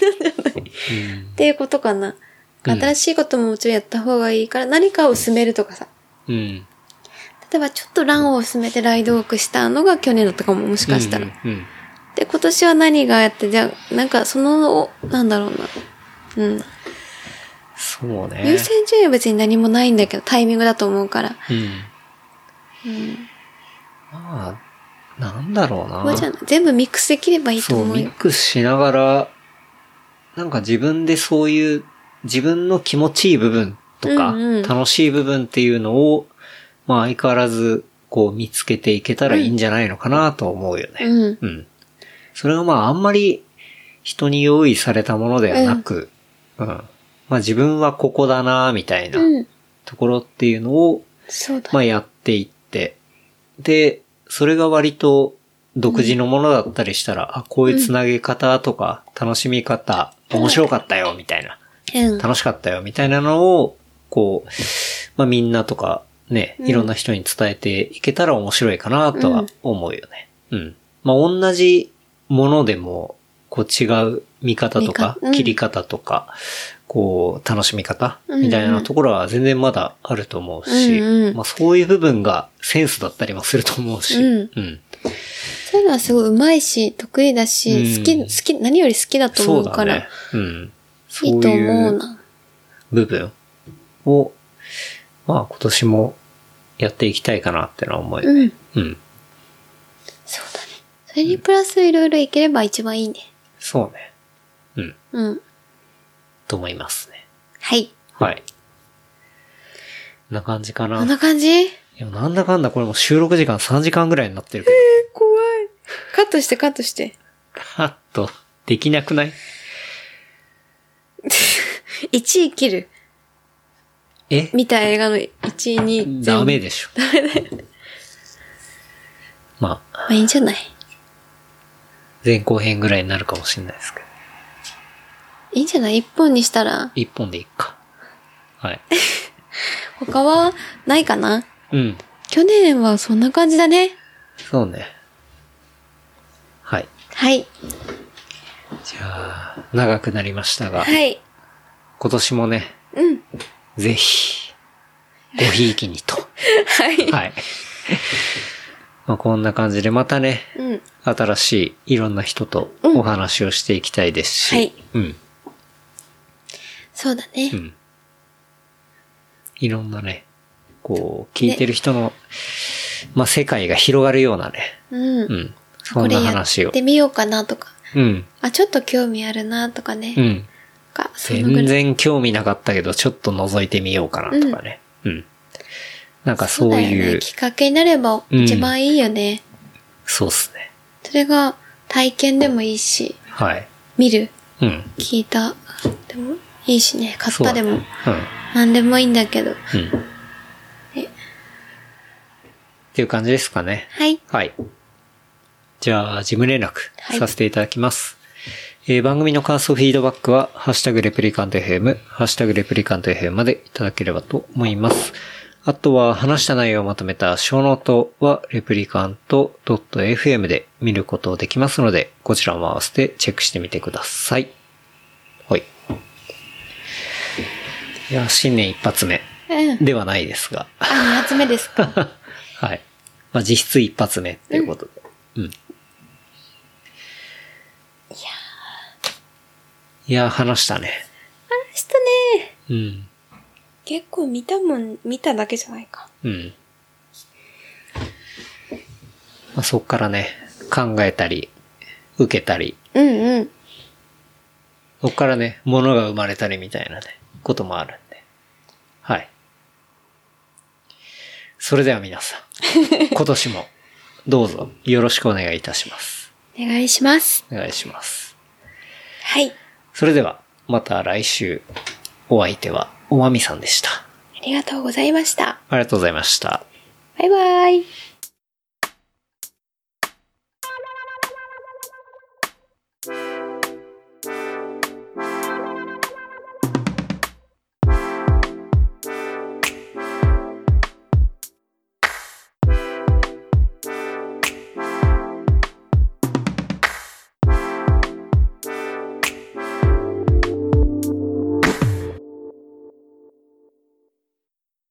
[SPEAKER 2] うん
[SPEAKER 3] っていうことかな。
[SPEAKER 2] うん
[SPEAKER 3] 新しいことももちろんやった方がいいから、何かを進めるとかさ。
[SPEAKER 2] うん。
[SPEAKER 3] 例えばちょっとランを進めてライドオークしたのが去年だったかも、もしかしたら。
[SPEAKER 2] うん。うん
[SPEAKER 3] で、今年は何がやって、じゃあなんかその、なんだろうな。うん。
[SPEAKER 2] そうね。
[SPEAKER 3] 優先順位は別に何もないんだけど、タイミングだと思うから。
[SPEAKER 2] うん。
[SPEAKER 3] うん。
[SPEAKER 2] まあ、なんだろうな。
[SPEAKER 3] これじゃあ全部ミックスできればいいと
[SPEAKER 2] そう、
[SPEAKER 3] 思う
[SPEAKER 2] ミッ
[SPEAKER 3] よ。
[SPEAKER 2] クスしながら、なんか自分でそういう、自分の気持ちいい部分とか、
[SPEAKER 3] うんうん
[SPEAKER 2] 楽しい部分っていうのを、まあ相変わらず、こう見つけていけたらいいんじゃないのかなと思うよね。
[SPEAKER 3] うん。
[SPEAKER 2] うん。それがまああんまり人に用意されたものではなく、うん。まあ自分はここだなみたいな
[SPEAKER 3] うん。
[SPEAKER 2] ところっていうのを、
[SPEAKER 3] そうだ。
[SPEAKER 2] まあやっていって、で、それが割と独自のものだったりしたら、あ、こういうつなげ方とか、楽しみ方、面白かったよ、みたいな、
[SPEAKER 3] うん。
[SPEAKER 2] 楽しかったよ、みたいなのを、こう、まあみんなとか、ね、
[SPEAKER 3] うん
[SPEAKER 2] いろんな人に伝えていけたら面白いかなとは思うよね。うん。まあ同じものでも、こう違う見方とか
[SPEAKER 3] 見、方うん
[SPEAKER 2] 切り方とか、こう楽しみ方みたい
[SPEAKER 3] うんう
[SPEAKER 2] なんところは全然まだあると思うし、
[SPEAKER 3] うんうん
[SPEAKER 2] まあそういう部分がセンスだったりもすると思うし、
[SPEAKER 3] うんそういうのはすごい上手いし、得意だし、
[SPEAKER 2] うん
[SPEAKER 3] 好き、好き、何より好きだと
[SPEAKER 2] そ
[SPEAKER 3] 思
[SPEAKER 2] う
[SPEAKER 3] うか
[SPEAKER 2] だ
[SPEAKER 3] ら、
[SPEAKER 2] ね。うん。そ
[SPEAKER 3] いいうと
[SPEAKER 2] い
[SPEAKER 3] 思う
[SPEAKER 2] う
[SPEAKER 3] な。
[SPEAKER 2] 部分を、まあ今年もやっていきたいかなってのは思うよ
[SPEAKER 3] う
[SPEAKER 2] ね。
[SPEAKER 3] ん。
[SPEAKER 2] うん。
[SPEAKER 3] そうだね。それにプラスいろいろいければ一番いいね。
[SPEAKER 2] そうね。うん。
[SPEAKER 3] うん。
[SPEAKER 2] と思いますね。
[SPEAKER 3] はい。
[SPEAKER 2] はい。こんな感じかな。
[SPEAKER 3] こん
[SPEAKER 2] い
[SPEAKER 3] な感じ
[SPEAKER 2] や、なんだかんだこれもう収録時間3時間ぐらいになってるけど、
[SPEAKER 3] 怖い。カットして、カットして。
[SPEAKER 2] カッとできなくない
[SPEAKER 3] 1位切る。
[SPEAKER 2] え
[SPEAKER 3] 見た映画の1位に。
[SPEAKER 2] ダメ
[SPEAKER 3] で。
[SPEAKER 2] でしょ。 まあ、
[SPEAKER 3] まあいいんじゃない
[SPEAKER 2] 前後編ぐらいになるかもしれないですけど。
[SPEAKER 3] いいんじゃない一本にしたら。
[SPEAKER 2] 一本でいっか。 はい。
[SPEAKER 3] 他はないかな
[SPEAKER 2] うん。
[SPEAKER 3] 去年はそんな感じだね。
[SPEAKER 2] そうね。はい。
[SPEAKER 3] はい。
[SPEAKER 2] じゃあ、長くなりましたが、
[SPEAKER 3] はい。
[SPEAKER 2] 今年もね、
[SPEAKER 3] うん。
[SPEAKER 2] ぜひ、ごひいきにと。
[SPEAKER 3] はい。
[SPEAKER 2] はい。まあこんな感じでまたね、
[SPEAKER 3] うん。
[SPEAKER 2] 新しいいろんな人と
[SPEAKER 3] うん
[SPEAKER 2] お話をしていきたいですし。
[SPEAKER 3] はい
[SPEAKER 2] うん。
[SPEAKER 3] そうだ
[SPEAKER 2] う
[SPEAKER 3] ね。
[SPEAKER 2] ん。いろんなね、こう、聞いてる人の、まあ、世界が広がるようなね、
[SPEAKER 3] うん
[SPEAKER 2] う。ん。そ
[SPEAKER 3] こ
[SPEAKER 2] ん
[SPEAKER 3] れ
[SPEAKER 2] な
[SPEAKER 3] や
[SPEAKER 2] 話
[SPEAKER 3] っ
[SPEAKER 2] を
[SPEAKER 3] て。みようかなとか。
[SPEAKER 2] うん。
[SPEAKER 3] あ、ちょっと興味あるなとかね。
[SPEAKER 2] うん。
[SPEAKER 3] か、そのぐ
[SPEAKER 2] 全
[SPEAKER 3] らい。
[SPEAKER 2] 然興味なかったけど、ちょっと覗いてみようかなとかね。うん。なんかそう
[SPEAKER 3] だよ
[SPEAKER 2] い
[SPEAKER 3] ね
[SPEAKER 2] う、
[SPEAKER 3] きっかけになれば
[SPEAKER 2] うん
[SPEAKER 3] 一番いいよね。
[SPEAKER 2] そうっすね。
[SPEAKER 3] それが体験でもいいし、
[SPEAKER 2] はい。
[SPEAKER 3] 見る、
[SPEAKER 2] うん。
[SPEAKER 3] 聞いた、でもいいしね。買ったで
[SPEAKER 2] う
[SPEAKER 3] も、
[SPEAKER 2] だね
[SPEAKER 3] なんでもいいんだけど。
[SPEAKER 2] うん。うん。っていう感じですかね。
[SPEAKER 3] はい。
[SPEAKER 2] はい。じゃあ、事務連絡
[SPEAKER 3] はい
[SPEAKER 2] させていただきます。えー番組の感想、フィードバックは、ハッシュタグレプリカント FM、ハッシュタグレプリカント FM までいただければと思います。あとは、話した内容をまとめた小ノートは、レプリカント .fm で見ることできますので、こちらも合わせてチェックしてみてください。はい。いや、新年一発目
[SPEAKER 3] うん。
[SPEAKER 2] ではないですが。
[SPEAKER 3] あ、二発目で すか。
[SPEAKER 2] はい。まあ、実質一発目っていうことで。うん。いやいやー話したね。
[SPEAKER 3] したね。
[SPEAKER 2] うん。
[SPEAKER 3] 結構見たもん、見ただけじゃないか。
[SPEAKER 2] うん。まあ、そっからね、考えたり、受けたり、
[SPEAKER 3] うんうん。
[SPEAKER 2] そっからね、物が生まれたりみたいなね、こともあるんで。はい。それでは皆 さん、今年も、どうぞ、よろしくお願いいたします。
[SPEAKER 3] お願いします。
[SPEAKER 2] お願いします。
[SPEAKER 3] はい。
[SPEAKER 2] それでは、また来週、お相手は、おまみさんでした。
[SPEAKER 3] ありがとうございました。
[SPEAKER 2] ありがとうございました。
[SPEAKER 3] バイバイ。